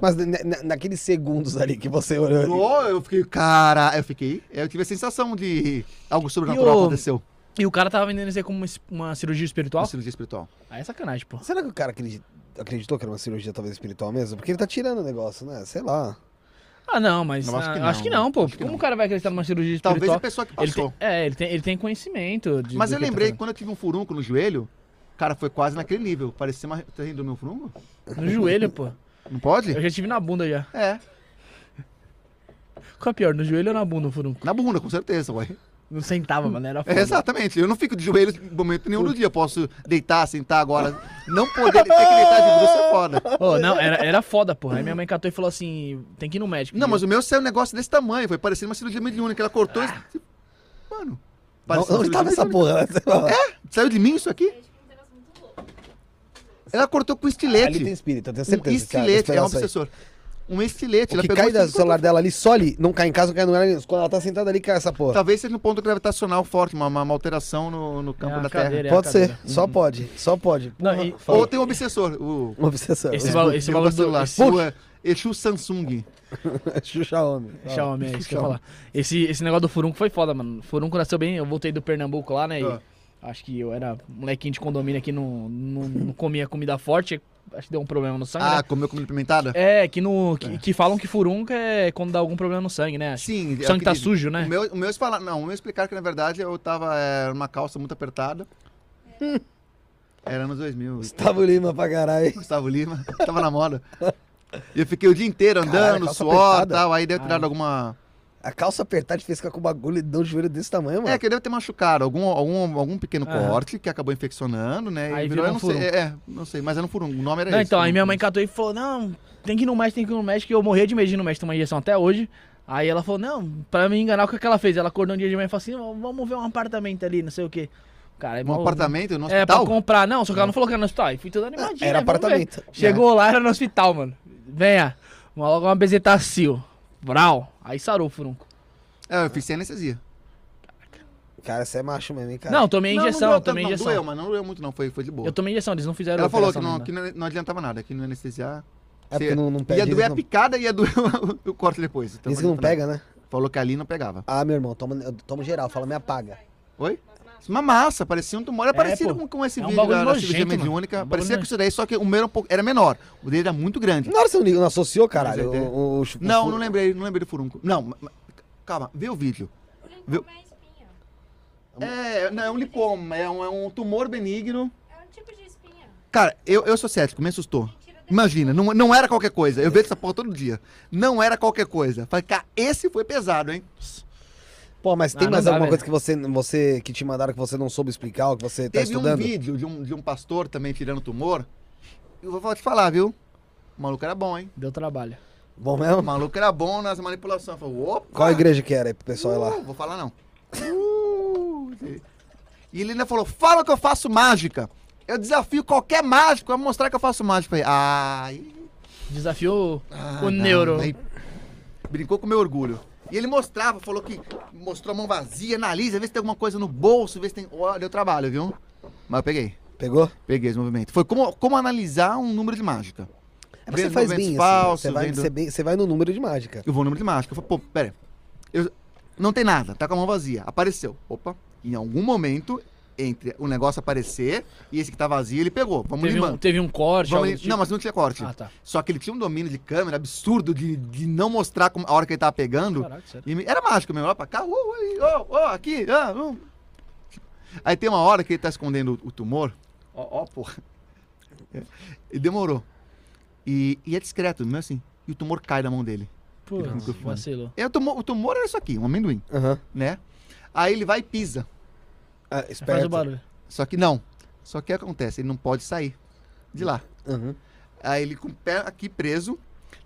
Speaker 1: Mas na- na- naqueles segundos ali que você olhou ali.
Speaker 3: Oh, eu fiquei, cara, eu fiquei. Eu tive a sensação de algo sobrenatural
Speaker 2: E o-
Speaker 3: aconteceu
Speaker 2: E o cara tava vendendo isso aí como uma es- uma cirurgia espiritual?
Speaker 3: na cirurgia espiritual.
Speaker 2: Aí é sacanagem, pô.
Speaker 1: Será que o cara acredi- acreditou que era uma cirurgia talvez espiritual mesmo? Porque ele tá tirando o negócio, né? Sei lá.
Speaker 2: Ah, não, mas
Speaker 3: Eu
Speaker 2: ah,
Speaker 3: acho
Speaker 2: acho,
Speaker 3: que
Speaker 2: que
Speaker 3: não. né?
Speaker 2: não, pô.
Speaker 3: Acho que
Speaker 2: Como
Speaker 3: não.
Speaker 2: o cara vai acreditar numa cirurgia
Speaker 3: Talvez
Speaker 2: espiritual?
Speaker 3: a pessoa que
Speaker 2: ele
Speaker 3: passou.
Speaker 2: tem, é, ele tem, ele tem conhecimento. De,
Speaker 3: Mas
Speaker 2: do
Speaker 3: eu
Speaker 2: que ele tá
Speaker 3: lembrei que quando eu tive um furúnculo no joelho, cara, foi quase naquele nível. Parecia uma. Tá rindo do meu furúnculo?
Speaker 2: fazendo. No joelho, pô.
Speaker 3: Não pode?
Speaker 2: Eu já tive na bunda já.
Speaker 3: É.
Speaker 2: Qual é pior, no joelho ou na bunda, o furunco?
Speaker 3: Na bunda, com certeza, ué.
Speaker 2: Não sentava, mano. Era
Speaker 3: É,
Speaker 2: foda.
Speaker 3: exatamente. Eu não fico de joelhos em momento nenhum do dia. Eu posso deitar, sentar agora. Não poder ter que deitar de bruxo é foda.
Speaker 2: Ô, não, era, era foda, porra. Aí minha mãe catou e falou assim: tem que ir no médico.
Speaker 3: Não,
Speaker 2: E
Speaker 3: mas o meu saiu um negócio desse tamanho. Foi parecendo uma cirurgia mediúnica. Ela cortou e...
Speaker 2: Ah.
Speaker 3: Mano... parecia uma
Speaker 1: Onde tava
Speaker 3: cirurgia
Speaker 1: essa porra?
Speaker 3: mediúnica. É? Saiu de mim isso aqui?
Speaker 4: Gente, com um negócio muito louco.
Speaker 3: Ela cortou com
Speaker 1: Ali tem
Speaker 3: estilete.
Speaker 1: espírito, eu tenho
Speaker 3: É Um
Speaker 1: certeza. cara,
Speaker 3: estilete. É um
Speaker 1: esperança aí.
Speaker 3: obsessor. Um estilete.
Speaker 1: O
Speaker 3: ela
Speaker 1: que
Speaker 3: pegou
Speaker 1: cai
Speaker 3: e um
Speaker 1: do celular dela ali, só ali, não cai em casa, não cai no lugar nenhum. Quando ela tá sentada ali, cai essa porra.
Speaker 3: Talvez seja um ponto gravitacional forte, uma, uma- uma alteração no, no campo
Speaker 2: É, a
Speaker 3: da
Speaker 2: cadeira.
Speaker 3: Terra.
Speaker 1: Pode
Speaker 2: a
Speaker 1: ser,
Speaker 2: cadeira.
Speaker 1: só pode, só pode.
Speaker 2: Não,
Speaker 1: Porra,
Speaker 2: e-
Speaker 1: fala.
Speaker 3: Ou tem um obsessor, o
Speaker 1: Uma obsessão.
Speaker 2: Esse valor, esse valor do.
Speaker 3: celular.
Speaker 2: Esse,
Speaker 3: Sua, Exu Samsung.
Speaker 1: Xuxa homem.
Speaker 2: Xiaomi, é isso que eu ia
Speaker 3: Xiaomi.
Speaker 2: falar. Esse, esse negócio do furunco foi foda, mano. Furunco nasceu bem, eu voltei do Pernambuco lá, né? e
Speaker 3: Ah.
Speaker 2: acho que eu era molequinho de condomínio aqui, não, não, não comia comida forte. Acho que deu um problema no sangue,
Speaker 3: Ah,
Speaker 2: né?
Speaker 3: comeu comida pimentada?
Speaker 2: É, que, no, que, que falam que furunco é quando dá algum problema no sangue, né? Acho
Speaker 3: Sim.
Speaker 2: que o sangue tá
Speaker 3: acredito.
Speaker 2: sujo, né?
Speaker 3: O meu, o meu falar, não, o meu explicar que na verdade eu tava é, numa calça muito apertada.
Speaker 1: Hum.
Speaker 3: Era anos 2000.
Speaker 1: Gustavo Lima pra caralho.
Speaker 3: Gustavo Lima, tava na moda. E eu fiquei o dia inteiro
Speaker 1: Caralho,
Speaker 3: andando,
Speaker 1: calça
Speaker 3: suor e
Speaker 1: apertada.
Speaker 3: tal. Aí deve ter
Speaker 2: Ah.
Speaker 3: dado alguma.
Speaker 1: A calça apertada te fez ficar com o bagulho de um joelho desse tamanho, mano.
Speaker 3: É, que deve ter machucado algum, algum, algum pequeno
Speaker 2: Aham.
Speaker 3: corte que acabou infeccionando, né?
Speaker 2: Ah. Aí
Speaker 3: e
Speaker 2: virou
Speaker 3: eu não
Speaker 2: um
Speaker 3: sei.
Speaker 2: furunco.
Speaker 3: É, é, não sei, mas era um furunco. O nome era
Speaker 2: Não,
Speaker 3: esse.
Speaker 2: então, aí minha
Speaker 3: furunco.
Speaker 2: mãe catou e falou: Não, tem que ir no médico, tem que ir no médico. E eu morria de medo de ir no médico, tomar injeção até hoje. Aí ela falou: Não, pra me enganar, o que, que ela fez? Ela acordou um dia de manhã e falou assim: "Vamos- Vamos ver um apartamento ali, não sei o quê. Cara, é
Speaker 3: Um
Speaker 2: mó-
Speaker 3: apartamento no
Speaker 2: É, pra
Speaker 3: hospital? É,
Speaker 2: comprar. Não, só que ela não falou que era no hospital. Aí fui todo animadinho.
Speaker 1: Era
Speaker 2: né? Vamos ver.
Speaker 1: apartamento.
Speaker 2: Chegou lá, era no hospital, mano. Venha. Uma logo uma bezetacil. Brau. Aí sarou o furunco.
Speaker 3: é, eu fiz sem anestesia.
Speaker 1: Cara, você é macho mesmo, hein, cara?
Speaker 2: Não, tomei a injeção,
Speaker 3: doeu
Speaker 2: tomei a
Speaker 3: tanto,
Speaker 2: injeção.
Speaker 3: Não doeu, mas não doeu muito, não. Foi, foi de boa.
Speaker 2: Eu tomei injeção, eles não fizeram
Speaker 3: Ela falou que
Speaker 2: operação né?
Speaker 3: não,
Speaker 2: ainda.
Speaker 3: que não não adiantava nada, que não ia anestesiar.
Speaker 1: É porque
Speaker 3: Cê-
Speaker 1: não, não pega.
Speaker 3: Ia
Speaker 1: diz
Speaker 3: doer a
Speaker 1: não-
Speaker 3: picada e ia doer o, o corte depois. Então,
Speaker 1: Diz que não
Speaker 3: adianta nada.
Speaker 1: pega, né?
Speaker 3: Falou que ali não pegava.
Speaker 1: Ah, meu irmão, toma, eu tomo geral, fala, me apaga.
Speaker 3: Oi? Uma massa, parecia um tumor. É parecido
Speaker 2: pô.
Speaker 3: com, com esse
Speaker 2: É um
Speaker 3: vídeo
Speaker 2: bagulho
Speaker 3: da, da
Speaker 2: nojento,
Speaker 3: cirurgia
Speaker 2: mano.
Speaker 3: mediúnica.
Speaker 2: É um bagulho
Speaker 3: parecia com
Speaker 2: nojento.
Speaker 3: isso daí, só que o meu era, um pouco- era menor. O dele era muito grande.
Speaker 1: Na hora você não, liga- não associou, caralho?
Speaker 3: Mas é-
Speaker 1: o- o- o-
Speaker 3: Não,
Speaker 1: o-
Speaker 3: não lembrei, não lembrei do furunco. Não, ma- ma- calma, vê o vídeo. Viu?
Speaker 4: Linfoma é espinha.
Speaker 3: É, não, é um lipoma, é um, é um tumor benigno.
Speaker 4: É um tipo de espinha.
Speaker 3: Cara, eu, eu sou cético, me assustou.
Speaker 4: Mentira desse
Speaker 3: Imagina, não, não era qualquer coisa. Eu vejo essa porra todo dia. Não era qualquer coisa. Falei, cara, esse foi pesado, hein?
Speaker 1: Pô, mas tem
Speaker 2: Ah, não
Speaker 1: mais
Speaker 2: dá,
Speaker 1: alguma
Speaker 2: velho.
Speaker 1: coisa que você, você que te mandaram que você não soube explicar, ou que você tá
Speaker 3: Teve
Speaker 1: estudando?
Speaker 3: um vídeo de um, de um pastor também tirando tumor. Eu vou te falar, viu? O maluco era bom, hein?
Speaker 2: Deu trabalho.
Speaker 1: Bom
Speaker 3: O
Speaker 1: mesmo?
Speaker 3: maluco era bom nas manipulações. Eu Falei, opa!
Speaker 1: Qual igreja que era aí pro pessoal ir lá?
Speaker 3: Uh, Vou falar não. Uh, e ele ainda falou, fala que eu faço mágica. Eu desafio qualquer mágico a mostrar que eu faço mágica. Eu Falei, ai...
Speaker 2: Desafiou
Speaker 3: ah,
Speaker 2: o
Speaker 3: não."
Speaker 2: neuro.
Speaker 3: Aí brincou com o meu orgulho. E ele mostrava, falou que mostrou a mão vazia, analisa, vê se tem alguma coisa no bolso, vê se tem... Ó, deu trabalho, viu? Mas eu peguei.
Speaker 1: Pegou?
Speaker 3: Peguei esse movimento. Foi como, como analisar um número de mágica.
Speaker 1: É porque você
Speaker 3: Vendo
Speaker 1: faz bem,
Speaker 3: movimentos
Speaker 1: assim,
Speaker 3: falsos,
Speaker 1: você, vai,
Speaker 3: vendo-
Speaker 1: você bem- você vai no número de mágica.
Speaker 3: Eu vou no número de mágica. Eu falo, pô, pera aí. Eu, não tem nada, tá com a mão vazia. Apareceu. Opa, em algum momento, entre o negócio aparecer e esse que tá vazio, ele pegou. Vamos
Speaker 2: Teve um,
Speaker 3: limando.
Speaker 2: teve um corte.
Speaker 3: Vamos
Speaker 2: algo
Speaker 3: lim-
Speaker 2: do tipo.
Speaker 3: Não, mas não tinha corte.
Speaker 2: Ah, tá.
Speaker 3: Só que ele tinha um domínio de câmera absurdo de, de não mostrar como- a hora que ele tava pegando.
Speaker 2: Caraca, sério.
Speaker 3: E me- era mágico mesmo. Opa, cá, uh, uh, oh, oh, aqui, ah, uh. Aí tem uma hora que ele tá escondendo o, o tumor. Ó, ó, porra. E demorou. E, e é discreto, mesmo assim. E o tumor cai da mão dele.
Speaker 2: Pô,
Speaker 3: Ele ficou fã.
Speaker 2: vacilou.
Speaker 3: É, o, tumor, o tumor era isso aqui, um amendoim,
Speaker 1: Aham.
Speaker 3: né? Aí ele vai e pisa.
Speaker 1: Ah,
Speaker 2: Faz o
Speaker 1: esperto.
Speaker 2: barulho.
Speaker 3: Só que não. Só que o que acontece? Ele não pode sair de lá.
Speaker 1: Aham.
Speaker 3: Aí ele com o pé aqui preso,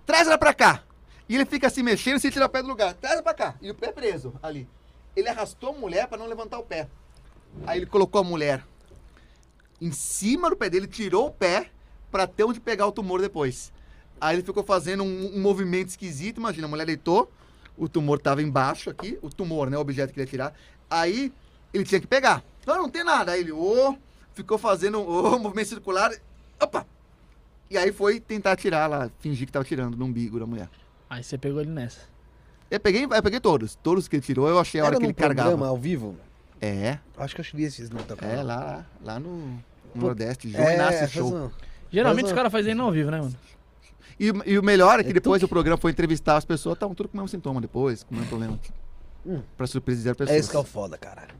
Speaker 3: traz ela pra cá. E ele fica se mexendo sem tirar o pé do lugar. Traz ela pra cá. E o pé preso ali. Ele arrastou a mulher pra não levantar o pé. Aí ele colocou a mulher em cima do pé dele, tirou o pé pra ter onde pegar o tumor depois. Aí ele ficou fazendo um, um movimento esquisito. Imagina, a mulher deitou, o tumor tava embaixo aqui, o tumor, né? O objeto que ele ia tirar. Aí ele tinha que pegar. Não, não tem nada. Aí ele, ô, ficou fazendo um movimento circular. Opa! E aí foi tentar tirar lá, fingir que tava tirando do umbigo da mulher.
Speaker 2: Aí você pegou ele nessa.
Speaker 3: Eu peguei, eu peguei todos. Todos que ele tirou, eu achei a hora
Speaker 1: Era
Speaker 3: que ele
Speaker 1: num programa
Speaker 3: carregava.
Speaker 1: ao vivo?
Speaker 3: É,
Speaker 1: Acho que eu cheguei esses não, tá
Speaker 3: é, lá, lá no, no Nordeste, João
Speaker 1: É,
Speaker 3: Inácio
Speaker 1: faz
Speaker 3: Show.
Speaker 1: um-
Speaker 2: Geralmente
Speaker 1: Mas,
Speaker 2: os
Speaker 1: ó,
Speaker 2: caras fazem no ao vivo, né, mano?
Speaker 3: E, e o melhor é que
Speaker 1: É
Speaker 3: depois
Speaker 1: tu
Speaker 3: o programa foi entrevistar as pessoas, estavam tudo com o mesmo sintoma depois, com o mesmo problema.
Speaker 1: Hum.
Speaker 3: Pra surpreender a pessoa.
Speaker 1: É isso que é o foda, caralho.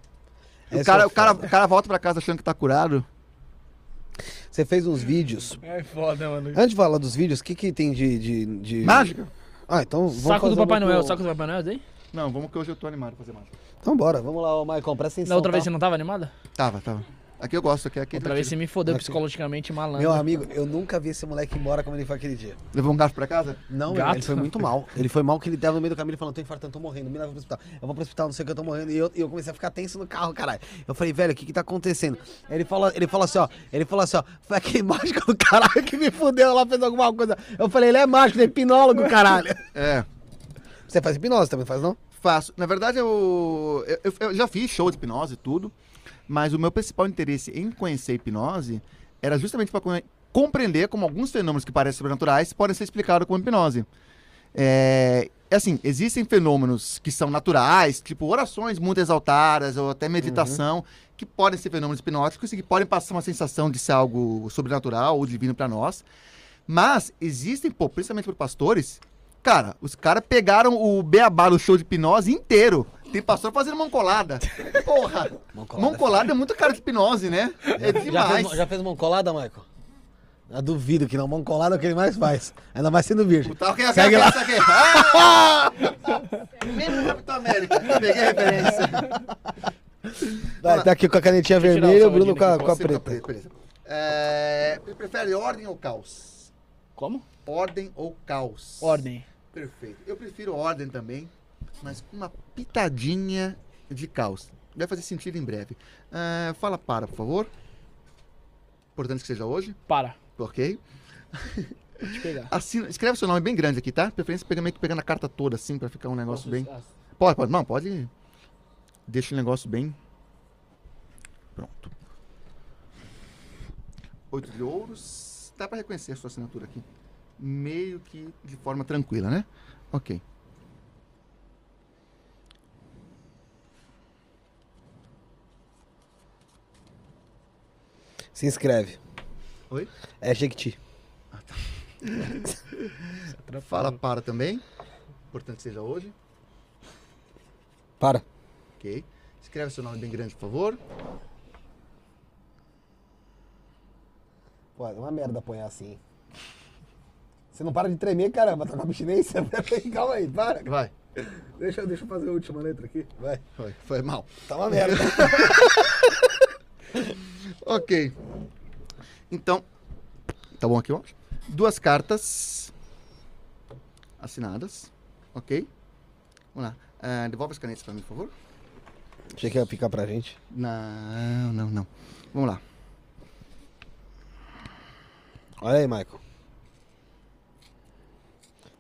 Speaker 1: É
Speaker 3: o,
Speaker 1: isso
Speaker 3: cara,
Speaker 1: que é
Speaker 3: o, cara,
Speaker 1: foda.
Speaker 3: o cara volta pra casa achando que tá curado.
Speaker 1: Você fez uns vídeos.
Speaker 2: É foda, mano.
Speaker 1: Antes de falar dos vídeos, o que, que tem de, de, de-
Speaker 3: Mágica?
Speaker 1: Ah, então vamos
Speaker 2: Saco do
Speaker 1: fazer um uma
Speaker 2: Papai Noel,
Speaker 1: pro-
Speaker 2: saco do Papai Noel, aí?
Speaker 3: Não, vamos que hoje eu tô animado pra fazer mágica.
Speaker 1: Então bora, vamos lá, ô Maicon, presta atenção.
Speaker 2: Na outra
Speaker 1: tá?
Speaker 2: vez você não tava animada?
Speaker 3: Tava, tava. Aqui eu gosto, aqui, aqui é
Speaker 2: Outra vez você
Speaker 3: divertido.
Speaker 2: me fodeu
Speaker 1: Aqui.
Speaker 2: psicologicamente, malandro.
Speaker 1: Meu amigo, eu nunca vi esse moleque embora como ele foi aquele dia.
Speaker 3: Levou um gato pra casa?
Speaker 1: Não,
Speaker 2: Gato.
Speaker 1: meu, ele foi muito mal. Ele foi mal que ele tava no meio do caminho e falou: tô infartando, tô morrendo, me leva pro hospital. Eu vou pro hospital, não sei o que eu tô morrendo. E eu, e eu comecei a ficar tenso no carro, caralho. Eu falei, velho, o que que tá acontecendo? Ele falou, ele falou assim, ó, ele falou assim, ó, foi aquele mágico do caralho que me fudeu lá, fez alguma coisa. Eu falei, ele é mágico, ele é hipnólogo, caralho.
Speaker 3: É.
Speaker 1: Você faz hipnose também, faz não?
Speaker 3: Faço. Na verdade, eu, eu, eu já fiz show de hipnose e tudo, mas o meu principal interesse em conhecer a hipnose era justamente para compreender como alguns fenômenos que parecem sobrenaturais podem ser explicados com hipnose. É, é assim, existem fenômenos que são naturais, tipo orações muito exaltadas ou até meditação, que podem ser fenômenos hipnóticos e que podem passar uma sensação de ser algo sobrenatural ou divino para nós. Mas existem, pô, principalmente por pastores, cara, os caras pegaram o beabá do show de hipnose inteiro. Tem pastor fazendo mão colada. Porra!
Speaker 1: Mão colada.
Speaker 3: Mão colada é muito cara de hipnose, né? É
Speaker 1: Já
Speaker 3: demais.
Speaker 1: fez, já fez mão colada, Maicon? Eu duvido que não. Mão colada é o que ele mais faz. Ainda mais sendo virgem.
Speaker 3: O tal que é
Speaker 1: Segue lá.
Speaker 3: essa aqui. Ah! Mesmo Capitão América. Peguei a referência.
Speaker 1: Vai, tá aqui com a canetinha
Speaker 2: Deixa eu tirar
Speaker 1: vermelha e o
Speaker 2: o
Speaker 1: Bruno com a,
Speaker 2: salgadinho
Speaker 1: com a
Speaker 3: Você tá
Speaker 1: preta.
Speaker 3: beleza. É, você prefere ordem ou caos?
Speaker 2: Como?
Speaker 3: Ordem ou caos?
Speaker 2: Ordem.
Speaker 3: Perfeito. Eu prefiro ordem também, mas com uma pitadinha de caos. Vai fazer sentido em breve. Ah, fala para, por favor. Importante que seja hoje.
Speaker 2: Para.
Speaker 3: Ok.
Speaker 2: Deixa eu pegar.
Speaker 3: Assina, escreve seu nome bem grande aqui, tá? De Preferência pega meio que pegando a carta toda, assim, pra ficar um negócio bem. Pode, pode. Não, pode. Deixa o negócio bem. Pronto. Oito de ouros. Dá pra reconhecer a sua assinatura aqui. Meio que de forma tranquila, né? Ok.
Speaker 1: Se inscreve.
Speaker 3: Oi?
Speaker 1: É Jequiti.
Speaker 3: Fala para também. Importante que seja hoje.
Speaker 1: Para.
Speaker 3: Ok. Escreve seu nome bem grande, por favor.
Speaker 1: Pô, é uma merda apanhar assim. hein? Você não para de tremer, caramba, tá com abstinência? Peraí, Calma aí, para.
Speaker 3: Vai.
Speaker 1: Deixa, deixa eu fazer a última letra aqui. Vai.
Speaker 3: Foi, foi mal.
Speaker 1: Tá uma merda.
Speaker 3: Ok. Então, tá bom aqui, ó. Duas cartas assinadas. Ok. Vamos lá. Ah, devolve as canetas pra mim, por favor.
Speaker 1: Achei que ia ficar pra gente.
Speaker 3: Não, não, não. Vamos lá.
Speaker 1: Olha aí, Michael.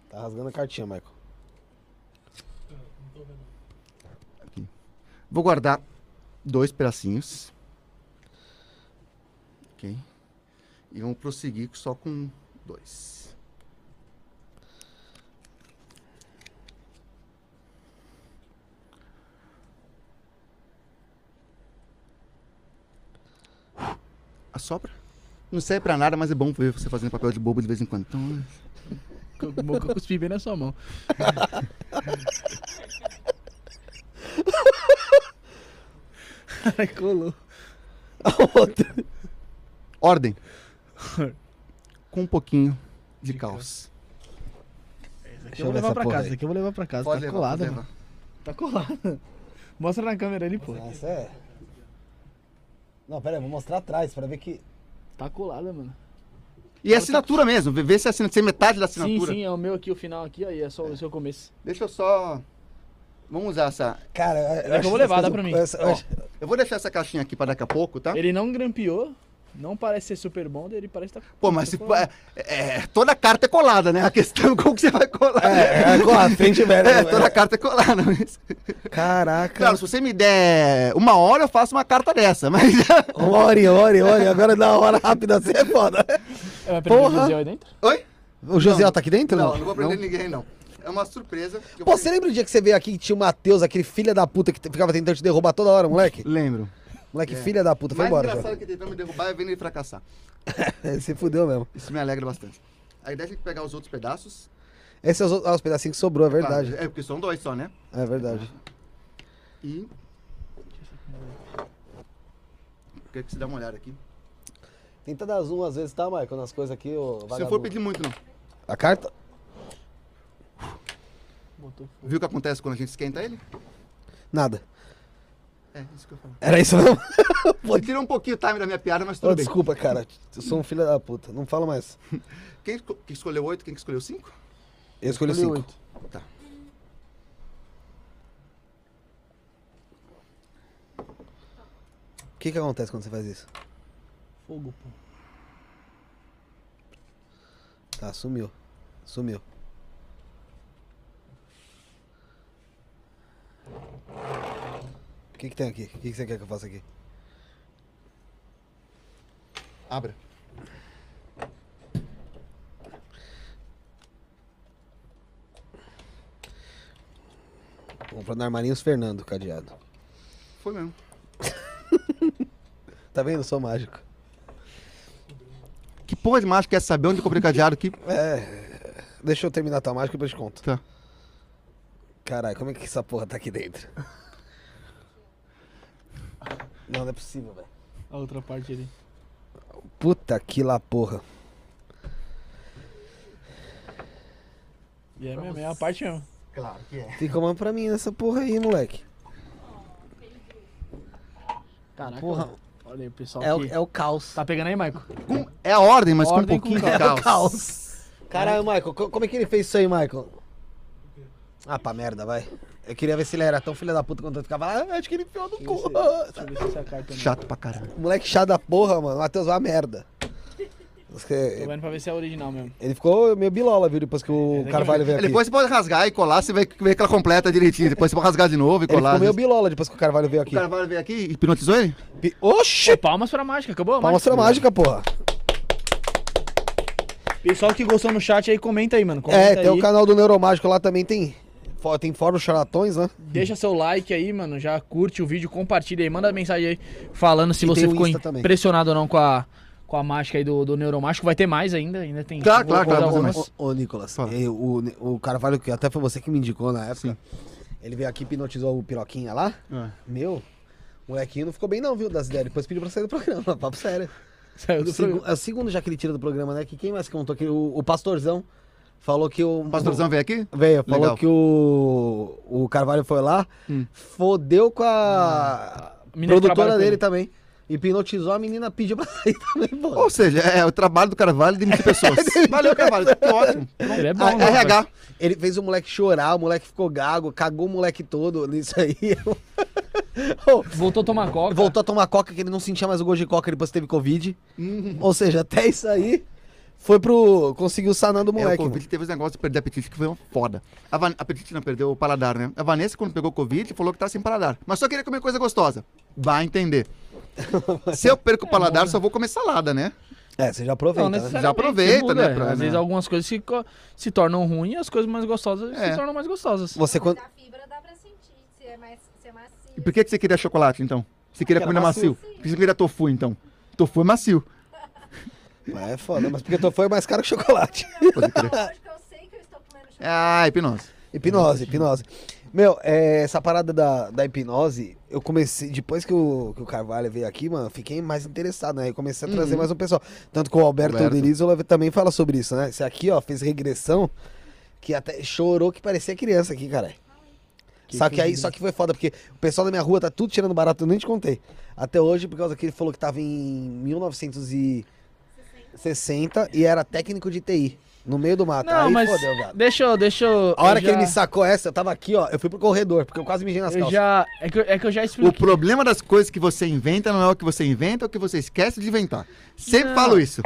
Speaker 1: Tá rasgando a cartinha, Michael.
Speaker 3: Vou guardar dois pedacinhos. Ok. E vamos prosseguir só com dois. Assopra? Não serve pra nada, mas é bom ver você fazendo papel de bobo de vez em quando. Então,
Speaker 2: Com a boca eu cuspi bem na sua mão. Ai, colou.
Speaker 3: ordem. Com um pouquinho de caos.
Speaker 1: Deixa
Speaker 2: Eu vou
Speaker 1: ver
Speaker 2: levar
Speaker 1: essa
Speaker 2: pra
Speaker 1: porra
Speaker 2: casa,
Speaker 1: aí.
Speaker 2: aqui eu vou levar pra casa.
Speaker 3: Pode
Speaker 2: tá
Speaker 3: levar,
Speaker 2: colada,
Speaker 3: pode
Speaker 2: mano. Tá colada. Mostra na câmera ali, pô.
Speaker 1: Nossa, é. Não, pera aí, vou mostrar atrás pra ver que.
Speaker 2: Tá colada, mano.
Speaker 3: E é assinatura mesmo. Vê vê se é assina- se é metade da
Speaker 2: Então, Sim,
Speaker 3: assinatura.
Speaker 2: sim, é o meu aqui, o final aqui, aí é só o seu começo.
Speaker 3: Deixa eu só. Vamos usar essa.
Speaker 1: Cara, eu,
Speaker 2: É que eu vou levar, dá pra mim.
Speaker 3: Ó, eu vou deixar essa caixinha aqui pra daqui a pouco, tá?
Speaker 2: Ele não grampeou, não parece ser super bom, ele parece que tá.
Speaker 3: Pô, mas
Speaker 2: tá
Speaker 3: se-
Speaker 2: colado.
Speaker 3: é, é, toda carta é colada, né? A questão é como que você vai colar. É,
Speaker 1: É, com a frente, né? velho.
Speaker 3: toda carta é colada. Mas...
Speaker 1: Caraca.
Speaker 3: Claro, se você me der uma hora, eu faço uma carta dessa. Mas
Speaker 1: Ore, ore, ore. Agora dá uma hora rápida, você é foda.
Speaker 2: É, vai prender o
Speaker 1: Porra!
Speaker 2: José aí dentro?
Speaker 3: Oi?
Speaker 1: O Josiel tá aqui dentro?
Speaker 3: Não, não vou prender ninguém, não. É uma surpresa. que eu
Speaker 1: Pô,
Speaker 3: vou-
Speaker 1: você lembra o dia que você veio aqui que tinha o Matheus, aquele filho da puta que t- ficava tentando te derrubar toda hora, moleque?
Speaker 3: Lembro.
Speaker 1: Moleque,
Speaker 3: É.
Speaker 1: filha da puta,
Speaker 3: O
Speaker 1: foi
Speaker 3: mais
Speaker 1: embora.
Speaker 3: engraçado que tentando me derrubar é vendo ele fracassar.
Speaker 1: Já. Você fudeu mesmo.
Speaker 3: Isso me alegra bastante. A ideia é a gente pegar os outros pedaços.
Speaker 1: Esses são os, ah, os pedacinhos que sobrou, é verdade.
Speaker 3: Claro, É, porque são dois só, né?
Speaker 1: É verdade.
Speaker 3: E. Eu quero que você dê uma olhada aqui.
Speaker 1: Tenta dar zoom às vezes, tá, Michael? Nas coisas aqui, ô
Speaker 3: Se eu for pedir muito, não.
Speaker 1: A carta?
Speaker 2: Botou fogo.
Speaker 3: Viu o que acontece quando a gente esquenta ele?
Speaker 1: Nada.
Speaker 3: É, isso que eu falo.
Speaker 1: Era isso mesmo?
Speaker 3: Você tirou um pouquinho o time da minha piada, mas
Speaker 1: Ô,
Speaker 3: tudo bem.
Speaker 1: desculpa, cara. Eu sou um filho da puta. Não fala mais.
Speaker 3: Quem esco- que escolheu oito, quem que escolheu cinco?
Speaker 1: Eu escolhi cinco.
Speaker 2: Escolhi oito.
Speaker 1: O que que acontece quando você faz isso?
Speaker 2: Fogo, pô.
Speaker 1: Tá, sumiu. Sumiu. O que que tem aqui? O que que você quer que eu faça aqui?
Speaker 3: Abra.
Speaker 1: Comprando armarinhos Fernando, cadeado.
Speaker 3: Foi mesmo.
Speaker 1: Tá vendo? Eu sou mágico.
Speaker 3: Que porra de mágico quer saber onde eu comprei cadeado aqui?
Speaker 1: É, Deixa eu terminar tua mágica e depois eu te conto.
Speaker 3: Tá.
Speaker 1: Caralho, como é que essa porra tá aqui dentro? Não, não é possível, velho.
Speaker 2: A outra parte ali.
Speaker 1: Puta que lá porra.
Speaker 2: E é mesmo, é a parte mesmo.
Speaker 3: Claro que é.
Speaker 1: Tem comando pra mim essa porra aí, moleque.
Speaker 2: Caraca.
Speaker 1: Porra.
Speaker 2: mano. Olha aí o pessoal
Speaker 1: É o,
Speaker 2: aqui.
Speaker 1: é o caos.
Speaker 2: Tá pegando aí, Maico?
Speaker 3: É a ordem, mas
Speaker 2: Ordem
Speaker 3: com um pouquinho
Speaker 2: com
Speaker 3: de caos.
Speaker 1: Caralho, Michael, co- como é que ele fez isso aí, Michael? Ah, pra merda, vai. Eu queria ver se ele era tão filha da puta quanto eu ficava lá. Ah, acho que ele enfiou no cu.
Speaker 2: Deixa eu ver se essa carta não.
Speaker 3: Chato pra caralho.
Speaker 1: Moleque chato da porra, mano. Matheus, vai a merda.
Speaker 2: Tô
Speaker 1: Você-
Speaker 2: vendo pra ver se é a original mesmo.
Speaker 1: Ele ficou meio bilola, viu, depois que o
Speaker 2: daqui
Speaker 1: Carvalho veio aqui.
Speaker 3: É, Depois você pode rasgar e colar, você vai ver que ela completa direitinho. Depois você pode rasgar de novo e
Speaker 1: Ele
Speaker 3: colar.
Speaker 1: ficou meio bilola depois que o Carvalho veio
Speaker 3: O
Speaker 1: aqui.
Speaker 3: Carvalho veio aqui e hipnotizou ele?
Speaker 1: Pi- Oxi!
Speaker 2: Palmas pra É, mágica, acabou? a
Speaker 1: Palmas pra mágica, porra.
Speaker 2: Pessoal que gostou no chat aí, comenta aí, mano. Comenta
Speaker 1: É, tem
Speaker 2: aí.
Speaker 1: o canal do Neuromágico lá também, tem... fo- Tem fora os charlatões, né?
Speaker 2: Deixa seu like aí, mano. Já curte o vídeo, compartilha aí. Manda mensagem aí falando se
Speaker 1: E tem
Speaker 2: você
Speaker 1: o
Speaker 2: ficou
Speaker 1: Insta também.
Speaker 2: impressionado ou não com a, com a mágica aí do, do Neuromágico. Vai ter mais ainda, ainda tem.
Speaker 3: Claro,
Speaker 2: vou-
Speaker 3: claro,
Speaker 2: vou dar
Speaker 3: claro,
Speaker 2: algumas.
Speaker 3: mas-
Speaker 1: Ô, ô, Nicolas,
Speaker 3: Fala.
Speaker 1: eu- o, o Carvalho, que até foi você que me indicou na época, ele veio aqui e hipnotizou o Piroquinha lá. Meu, o molequinho não ficou bem não, viu, das ideias. Depois pediu pra sair do programa, papo sério.
Speaker 2: Saiu do
Speaker 1: O segu-
Speaker 2: programa.
Speaker 1: É o segundo já que ele tira do programa, né? Que quem mais que contou aqui? O, o Pastorzão falou que o...
Speaker 3: O pastorzão veio aqui?
Speaker 1: Veio, falou
Speaker 3: Legal.
Speaker 1: que o, o Carvalho foi lá, fodeu com a
Speaker 2: Menina que trabalha
Speaker 1: produtora
Speaker 2: com
Speaker 1: dele
Speaker 2: ele.
Speaker 1: também. Hipnotizou a menina, pediu pra sair também, pô.
Speaker 3: Ou seja, é o trabalho do Carvalho de demitir pessoas. Valeu, Carvalho. Que ótimo.
Speaker 2: Ele é bom,
Speaker 1: Ah,
Speaker 2: né, rapaz?
Speaker 3: RH.
Speaker 1: Ele fez o moleque chorar, o moleque ficou gago, cagou o moleque todo nisso aí. Ô,
Speaker 2: Voltou a tomar coca.
Speaker 1: Voltou a tomar coca, que ele não sentia mais o gosto de coca depois que teve Covid.
Speaker 3: Uhum.
Speaker 1: Ou seja, até isso aí foi pro. conseguiu sanar do
Speaker 3: É, o
Speaker 1: moleque.
Speaker 3: Covid teve esse negócio de perder apetite que foi uma foda. A Van... Apetite não, perdeu o paladar, né? A Vanessa, quando pegou Covid, falou que tá sem paladar. Mas só queria comer coisa gostosa. Vai entender. Se eu perco o paladar, só vou comer salada, né?
Speaker 1: mano. é, você já aproveita.
Speaker 2: Não,
Speaker 1: né?
Speaker 2: necessariamente,
Speaker 3: Já aproveita,
Speaker 2: muda,
Speaker 3: né,
Speaker 2: é.
Speaker 3: pra-
Speaker 2: Às vezes
Speaker 3: né?
Speaker 2: algumas coisas se, co- se tornam ruins e as coisas mais gostosas
Speaker 3: É.
Speaker 2: se tornam mais gostosas.
Speaker 1: Você quando.
Speaker 4: A fibra dá pra sentir, se é mais, se é macio.
Speaker 3: E por que, que você queria chocolate, então? Você queria
Speaker 1: Era
Speaker 3: comida macio?
Speaker 4: macio.
Speaker 3: Por que você queria tofu, então? Tofu é macio.
Speaker 1: É foda, mas porque tu foi mais caro que chocolate.
Speaker 3: Pode crer.
Speaker 4: Lógico, eu sei que eu estou comendo chocolate.
Speaker 3: Ah, hipnose.
Speaker 1: Hipnose, hipnose. Meu, é, essa parada da, da hipnose, eu comecei. Depois que o, que o Carvalho veio aqui, mano, eu fiquei mais interessado, né? Eu comecei a trazer mais um pessoal. Tanto que o Alberto,
Speaker 3: Alberto.
Speaker 1: Denizola também fala sobre isso, né? Esse aqui, ó, fez regressão que até chorou que parecia criança aqui, cara. só que aí, só que foi foda, porque o pessoal da minha rua tá tudo tirando barato, eu nem te contei. Até hoje, por causa que ele falou que tava em 1960 e era técnico de TI, no meio do mato.
Speaker 2: Não,
Speaker 1: tá aí
Speaker 2: mas
Speaker 1: fodeu, viado.
Speaker 2: deixa eu... Deixa eu
Speaker 1: A hora
Speaker 2: eu
Speaker 1: que ele
Speaker 2: já-
Speaker 1: me sacou essa, eu tava aqui, ó. Eu fui pro corredor, porque eu quase mijei nas
Speaker 2: Eu
Speaker 1: calças.
Speaker 2: já... É que, eu- é que eu já
Speaker 3: O
Speaker 2: expliquei.
Speaker 3: problema das coisas que você inventa não é o que você inventa, é o que você esquece de inventar. Sempre
Speaker 2: Não.
Speaker 3: falo isso.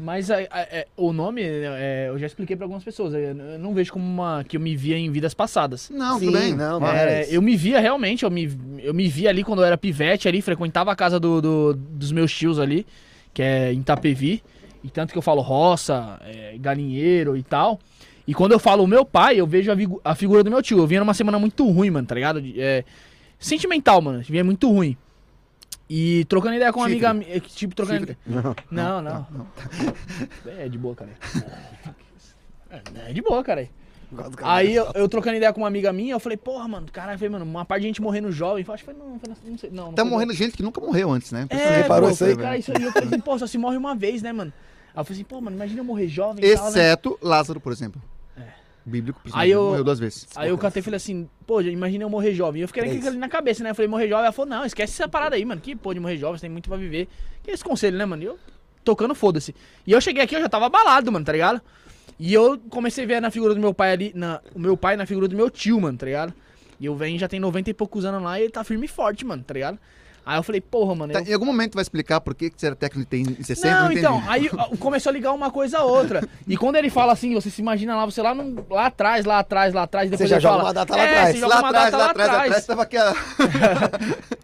Speaker 2: Mas a- a- é, o nome, é, eu já expliquei pra algumas pessoas. Eu n- eu não vejo como uma que eu me via em vidas passadas.
Speaker 3: Não,
Speaker 1: Sim,
Speaker 3: tudo bem.
Speaker 1: não, não
Speaker 3: Ah,
Speaker 1: era
Speaker 2: É,
Speaker 1: isso.
Speaker 2: eu me via realmente, eu me, eu me via ali quando eu era pivete ali, frequentava a casa do, do- dos meus tios ali, que é em Itapevi. E tanto que eu falo roça, é, galinheiro e tal. E quando eu falo o meu pai, eu vejo a, vigu- a figura do meu tio. Eu vinha numa semana muito ruim, mano, tá ligado? De- é, sentimental, mano. Vinha muito ruim. E trocando ideia com uma
Speaker 3: Chifre.
Speaker 2: amiga. mi- é, Tipo, trocando
Speaker 3: Chifre.
Speaker 2: ideia. Não, não. É de boa, cara. É, é de boa, cara. Aí eu, eu trocando ideia com uma amiga minha, eu falei, porra, mano, caralho, falei, mano, uma parte de gente morrendo jovem. Eu Acho que foi, não, foi, na- não sei, não. não
Speaker 3: Tá
Speaker 2: foi-
Speaker 3: morrendo gente que nunca morreu antes, né?
Speaker 2: É,
Speaker 1: Você reparou
Speaker 2: pô,
Speaker 1: isso aí?
Speaker 2: eu falei, Cara, isso aí, eu falei assim, pô, só se morre uma vez, né, mano? Aí eu falei assim, pô, mano, imagina eu morrer jovem e tal, né?
Speaker 3: Exceto Lázaro, por exemplo. Bíblico,
Speaker 2: Aí eu-
Speaker 3: morreu duas vezes.
Speaker 2: Aí eu cantei e falei assim, pô, gente, imagina eu morrer jovem. E eu fiquei com
Speaker 1: Três.
Speaker 2: aquilo ali na cabeça, né? Eu falei, morrer jovem. Ela falou, não, esquece essa parada aí, mano. Que pô de morrer jovem, você tem muito pra viver. Que é esse conselho, né, mano? E eu tocando foda-se. E eu cheguei aqui, eu já tava abalado, mano, tá ligado? E eu comecei a ver na figura do meu pai ali, na, o meu pai na figura do meu tio, mano, tá ligado? E o velho já tem 90 e poucos anos lá e ele tá firme e forte, mano, tá ligado? Aí eu falei, porra, mano.
Speaker 3: Tá,
Speaker 2: eu-
Speaker 3: em algum momento vai explicar por que que você era técnico e tem 60, não,
Speaker 2: não,
Speaker 3: entendi.
Speaker 2: então, aí ó, começou a ligar uma coisa a outra. E quando ele fala assim, você se imagina lá, você lá, no- lá atrás, lá atrás, lá atrás,
Speaker 1: Você
Speaker 2: depois
Speaker 1: já
Speaker 2: ele
Speaker 1: joga
Speaker 2: fala,
Speaker 1: uma data lá
Speaker 2: "É,
Speaker 1: atrás,
Speaker 2: você joga
Speaker 3: lá
Speaker 2: uma
Speaker 3: atrás,
Speaker 2: data
Speaker 3: lá atrás, atrás, tava aqui.
Speaker 2: Então,
Speaker 3: ó.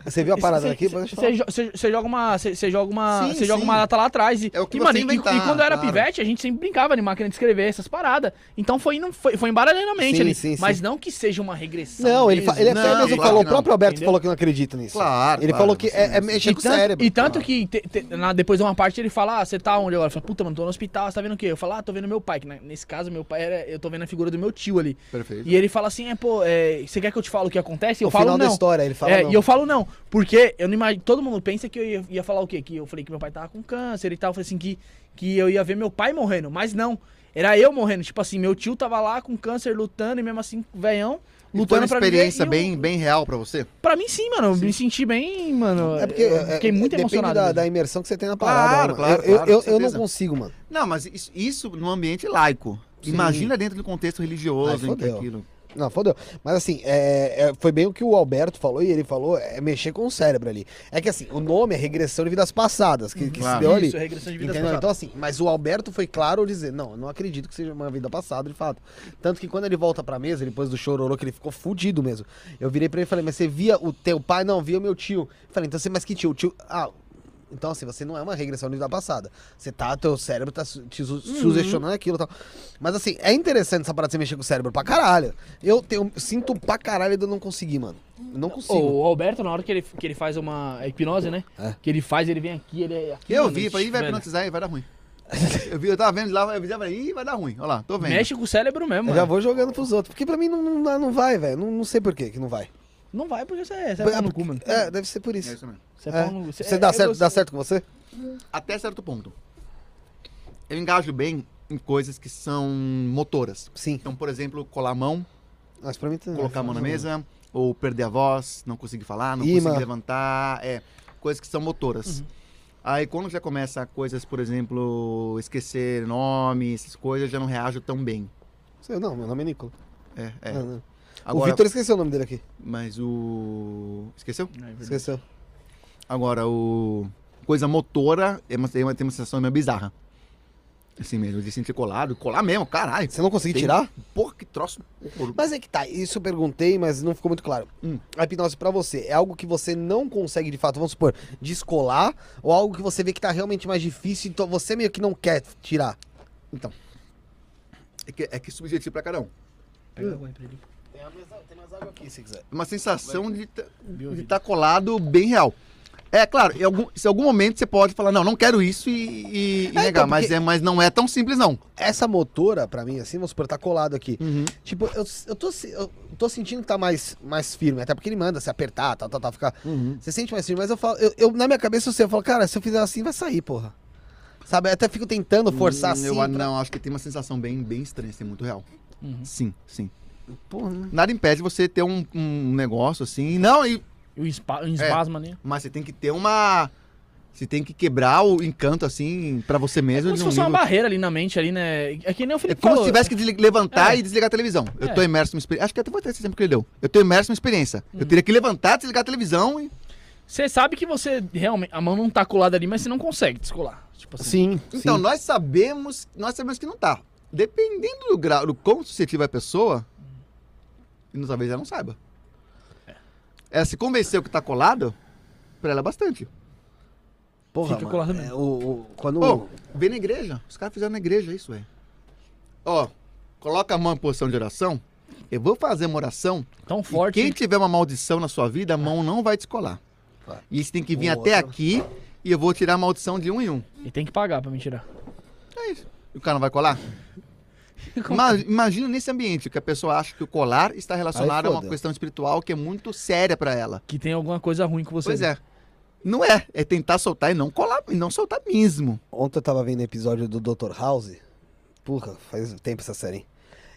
Speaker 1: Você viu a parada
Speaker 2: Cê-
Speaker 1: aqui?
Speaker 2: cê- cê jo- cê- Cê joga uma. Você joga uma.
Speaker 3: Sim,
Speaker 2: Você joga
Speaker 3: sim.
Speaker 2: uma data lá atrás. E,
Speaker 3: É o que
Speaker 2: e,
Speaker 3: você
Speaker 2: mano, e-
Speaker 3: inventar,
Speaker 2: e quando eu era
Speaker 3: claro.
Speaker 2: pivete, a gente sempre brincava de máquina de escrever, essas paradas. Então foi, indo- foi, foi embaralhando a mente
Speaker 1: Sim,
Speaker 2: ali.
Speaker 1: sim, sim.
Speaker 2: Mas não que seja uma regressão.
Speaker 1: Não, ele, fa- ele
Speaker 3: Não,
Speaker 1: até mesmo
Speaker 3: claro
Speaker 1: falou, o
Speaker 3: que não.
Speaker 1: próprio Alberto
Speaker 2: Entendeu?
Speaker 1: falou que não acredita nisso.
Speaker 3: Claro,
Speaker 1: Ele
Speaker 3: claro,
Speaker 1: falou que
Speaker 3: sim,
Speaker 1: é, é
Speaker 3: sim.
Speaker 1: mexer com o
Speaker 2: tanto-
Speaker 1: cérebro.
Speaker 2: E tanto que te- te- na- depois de uma parte ele fala, ah, você tá onde agora? Eu falo, puta, mano, tô no hospital, você tá vendo o quê? Eu falo, ah, tô vendo meu pai, que né, nesse caso meu pai era, eu tô vendo a figura do meu tio ali.
Speaker 3: Perfeito.
Speaker 2: E ele fala assim, é, pô, é, você quer que eu te fale o que acontece? Eu
Speaker 1: o
Speaker 2: falo,
Speaker 1: final da
Speaker 2: não.
Speaker 1: história, ele fala
Speaker 2: É,
Speaker 1: não.
Speaker 2: e eu falo não, porque eu não imagino, todo mundo pensa que eu ia, ia falar o quê? Que eu falei que meu pai tava com câncer e tal, eu falei assim que, que eu ia ver meu pai morrendo, mas não, era eu morrendo, tipo assim, meu tio tava lá com câncer lutando e mesmo assim, velhão,
Speaker 3: E foi uma
Speaker 2: lutando pra viver.
Speaker 3: experiência
Speaker 2: e eu-
Speaker 3: bem, bem real pra você?
Speaker 2: Pra mim sim, mano, eu me senti bem, mano,
Speaker 1: É porque
Speaker 2: eu
Speaker 1: é,
Speaker 2: fiquei muito
Speaker 1: depende
Speaker 2: emocionado.
Speaker 1: da,
Speaker 2: mesmo.
Speaker 1: da imersão que você tem na parada. né, mano?
Speaker 3: claro,
Speaker 1: eu,
Speaker 3: claro,
Speaker 1: eu,
Speaker 3: com
Speaker 1: eu não
Speaker 3: certeza.
Speaker 1: consigo, mano.
Speaker 3: Não, mas isso, isso num ambiente laico.
Speaker 1: Sim.
Speaker 3: Imagina dentro do contexto religioso
Speaker 1: Ai,
Speaker 3: em que
Speaker 1: fodeu.
Speaker 3: aquilo.
Speaker 1: Não, fodeu. Mas assim, é- é- foi bem o que o Alberto falou e ele falou, é mexer com o cérebro ali. É que assim, o nome é regressão de vidas passadas, que, que se
Speaker 3: Claro.
Speaker 1: deu ali.
Speaker 2: Isso, é regressão de vidas
Speaker 1: Entendeu?
Speaker 2: passadas.
Speaker 1: Então, assim, mas o Alberto foi claro ao dizer: não, eu não acredito que seja uma vida passada, de fato. Tanto que quando ele volta pra mesa, depois do chororô, que ele ficou fudido mesmo. Eu virei pra ele e falei: mas você via o teu pai? Não, via o meu tio. Eu falei: então você, mas que tio? O Tio. Ah. Então, assim, você não é uma regressão de vida passada. Você tá, teu cérebro tá su- te su- sugestionando aquilo e tal. Mas, assim, é interessante essa parada de você mexer com o cérebro pra caralho. Eu tenho, sinto pra caralho de eu não conseguir, mano. Eu não consigo.
Speaker 2: O Alberto, na hora que ele, que ele faz uma hipnose, né?
Speaker 1: Então, É.
Speaker 2: Que ele faz, ele vem aqui, ele é aqui,
Speaker 3: Eu
Speaker 2: mano,
Speaker 3: vi, falei, "Ih, vai
Speaker 2: velho,
Speaker 3: hipnotizar e vai dar ruim. Eu vi, eu tava vendo lá, eu vi, eu falei, ih, vai dar ruim. Olha lá, tô vendo.
Speaker 2: Mexe com o cérebro
Speaker 1: Eu
Speaker 2: mesmo, mano.
Speaker 1: já vou jogando pros outros. Porque pra mim não, não, dá- não vai, velho. Não, não sei por que que não vai.
Speaker 2: Não vai porque você é, você é
Speaker 1: É,
Speaker 2: pau no
Speaker 1: porque-
Speaker 2: cu, mano.
Speaker 1: É, deve ser por
Speaker 3: É
Speaker 1: isso.
Speaker 3: isso mesmo.
Speaker 2: Você é
Speaker 1: É.
Speaker 2: pau no cu.
Speaker 1: Você
Speaker 2: é-
Speaker 1: dá,
Speaker 2: eu
Speaker 1: certo,
Speaker 2: gosto-
Speaker 1: dá certo com você?
Speaker 3: Até certo ponto. Eu engajo bem em coisas que são motoras.
Speaker 1: Sim.
Speaker 3: Então, por exemplo, colar a mão,
Speaker 1: Mas pra mim tá também.
Speaker 3: colocar a mão na mesa, ou perder a voz, não conseguir falar, não
Speaker 1: Ima.
Speaker 3: conseguir levantar, é, coisas que são motoras.
Speaker 1: Uhum.
Speaker 3: Aí quando já começa coisas, por exemplo, esquecer nome, essas coisas, eu já não reajo tão bem.
Speaker 1: Sei, Não, meu nome é Nicola.
Speaker 3: É, é.
Speaker 1: Não, não. Uhum. O
Speaker 3: Agora,
Speaker 1: Vitor esqueceu o nome dele aqui.
Speaker 3: mas o esqueceu?
Speaker 2: Não, é verdade.
Speaker 1: Esqueceu.
Speaker 3: Agora o coisa motora é uma, tem uma, tem uma sensação meio bizarra. Assim mesmo, de sentir colado, colar mesmo, caralho.
Speaker 1: Você não conseguiu
Speaker 3: Tem-
Speaker 1: tirar?
Speaker 3: Porra, que troço.
Speaker 1: Mas é que tá, isso eu perguntei, mas não ficou muito claro.
Speaker 3: Hum.
Speaker 1: A hipnose pra você é algo que você não consegue, de fato, vamos supor, descolar, ou algo que você vê que tá realmente mais difícil, então você meio que não quer tirar.
Speaker 3: É que, é que é subjetivo pra cada um.
Speaker 2: Pega a água aí pra ele.
Speaker 1: Tem, mais água aqui, se quiser.
Speaker 3: É Uma sensação de estar
Speaker 2: Viu, Vitor?
Speaker 3: colado bem real. É claro, em algum, se em algum momento você pode falar, não, não quero isso e, e- e
Speaker 1: então,
Speaker 3: negar, mas,
Speaker 1: porque-
Speaker 3: é, mas não é tão simples não.
Speaker 1: Essa motora, pra mim, assim, vamos supor, tá colado aqui.
Speaker 3: Uhum.
Speaker 1: Tipo, eu, eu, tô, se- eu tô sentindo que tá mais, mais firme, até porque ele manda se apertar, tal, tal, tal, ficar. Você sente mais firme, mas eu falo, eu, eu- na minha cabeça eu sei, eu falo, cara, se eu fizer assim vai sair, porra. Sabe, eu até fico tentando forçar
Speaker 3: Hum,
Speaker 1: assim.
Speaker 3: Eu,
Speaker 1: pra-
Speaker 3: Não, acho que tem uma sensação bem, bem estranha, assim, muito real.
Speaker 2: Uhum.
Speaker 3: Sim, sim.
Speaker 1: Porra, né?
Speaker 3: Nada impede você ter um, um negócio assim, não, e,
Speaker 2: E O espa-
Speaker 1: É.
Speaker 2: o espasma, né?
Speaker 3: mas você tem que ter uma... Você tem que quebrar o encanto, assim, pra você
Speaker 2: É
Speaker 3: mesmo.
Speaker 2: como
Speaker 3: de
Speaker 2: se
Speaker 3: um
Speaker 2: fosse uma
Speaker 3: nível-
Speaker 2: barreira ali na mente, ali, né? É que nem o
Speaker 3: É
Speaker 2: Felipe
Speaker 3: como
Speaker 2: falou.
Speaker 3: se tivesse que desli- levantar
Speaker 2: É.
Speaker 3: e desligar a televisão. Eu
Speaker 2: É.
Speaker 3: tô imerso numa experiência. Acho que até vou ter esse exemplo que ele deu. Eu tô imerso numa experiência. Eu
Speaker 2: Hum.
Speaker 3: teria que levantar, desligar a televisão e.
Speaker 2: Você sabe que você realmente... A mão não tá colada ali, mas você não consegue descolar. Tipo assim.
Speaker 1: Sim,
Speaker 3: Então,
Speaker 1: sim.
Speaker 3: nós sabemos. Nós sabemos que não tá. Dependendo do grau, do quão suscetível é a pessoa, e talvez ela não saiba.
Speaker 2: É.
Speaker 3: Ela se convenceu que tá colado, pra ela é bastante.
Speaker 1: Porra,
Speaker 2: fica
Speaker 1: mano,
Speaker 2: colado mesmo.
Speaker 1: é, o, o- quando.
Speaker 3: Ô, vê na igreja. Os caras fizeram na igreja isso, é. Ó, coloca a mão em posição de oração. Eu vou fazer uma oração
Speaker 2: Tão
Speaker 3: E
Speaker 2: forte.
Speaker 3: quem tiver uma maldição na sua vida, a mão não vai descolar.
Speaker 1: Vai.
Speaker 3: E você tem que vir
Speaker 1: Um
Speaker 3: até
Speaker 1: outro.
Speaker 3: aqui e eu vou tirar a maldição de um em um.
Speaker 2: E tem que pagar pra me tirar.
Speaker 3: É isso. E o cara não vai colar?
Speaker 2: Como-
Speaker 3: Ma-
Speaker 1: assim?
Speaker 3: imagina nesse ambiente que a pessoa acha que o colar está relacionado a uma
Speaker 1: foda.
Speaker 3: questão espiritual que é muito séria pra ela.
Speaker 2: Que tem alguma coisa ruim com você.
Speaker 3: Pois é. Não é. É tentar soltar e não colar, e não soltar mesmo.
Speaker 1: Ontem eu tava vendo episódio do Dr. House. Porra, faz tempo essa série, hein?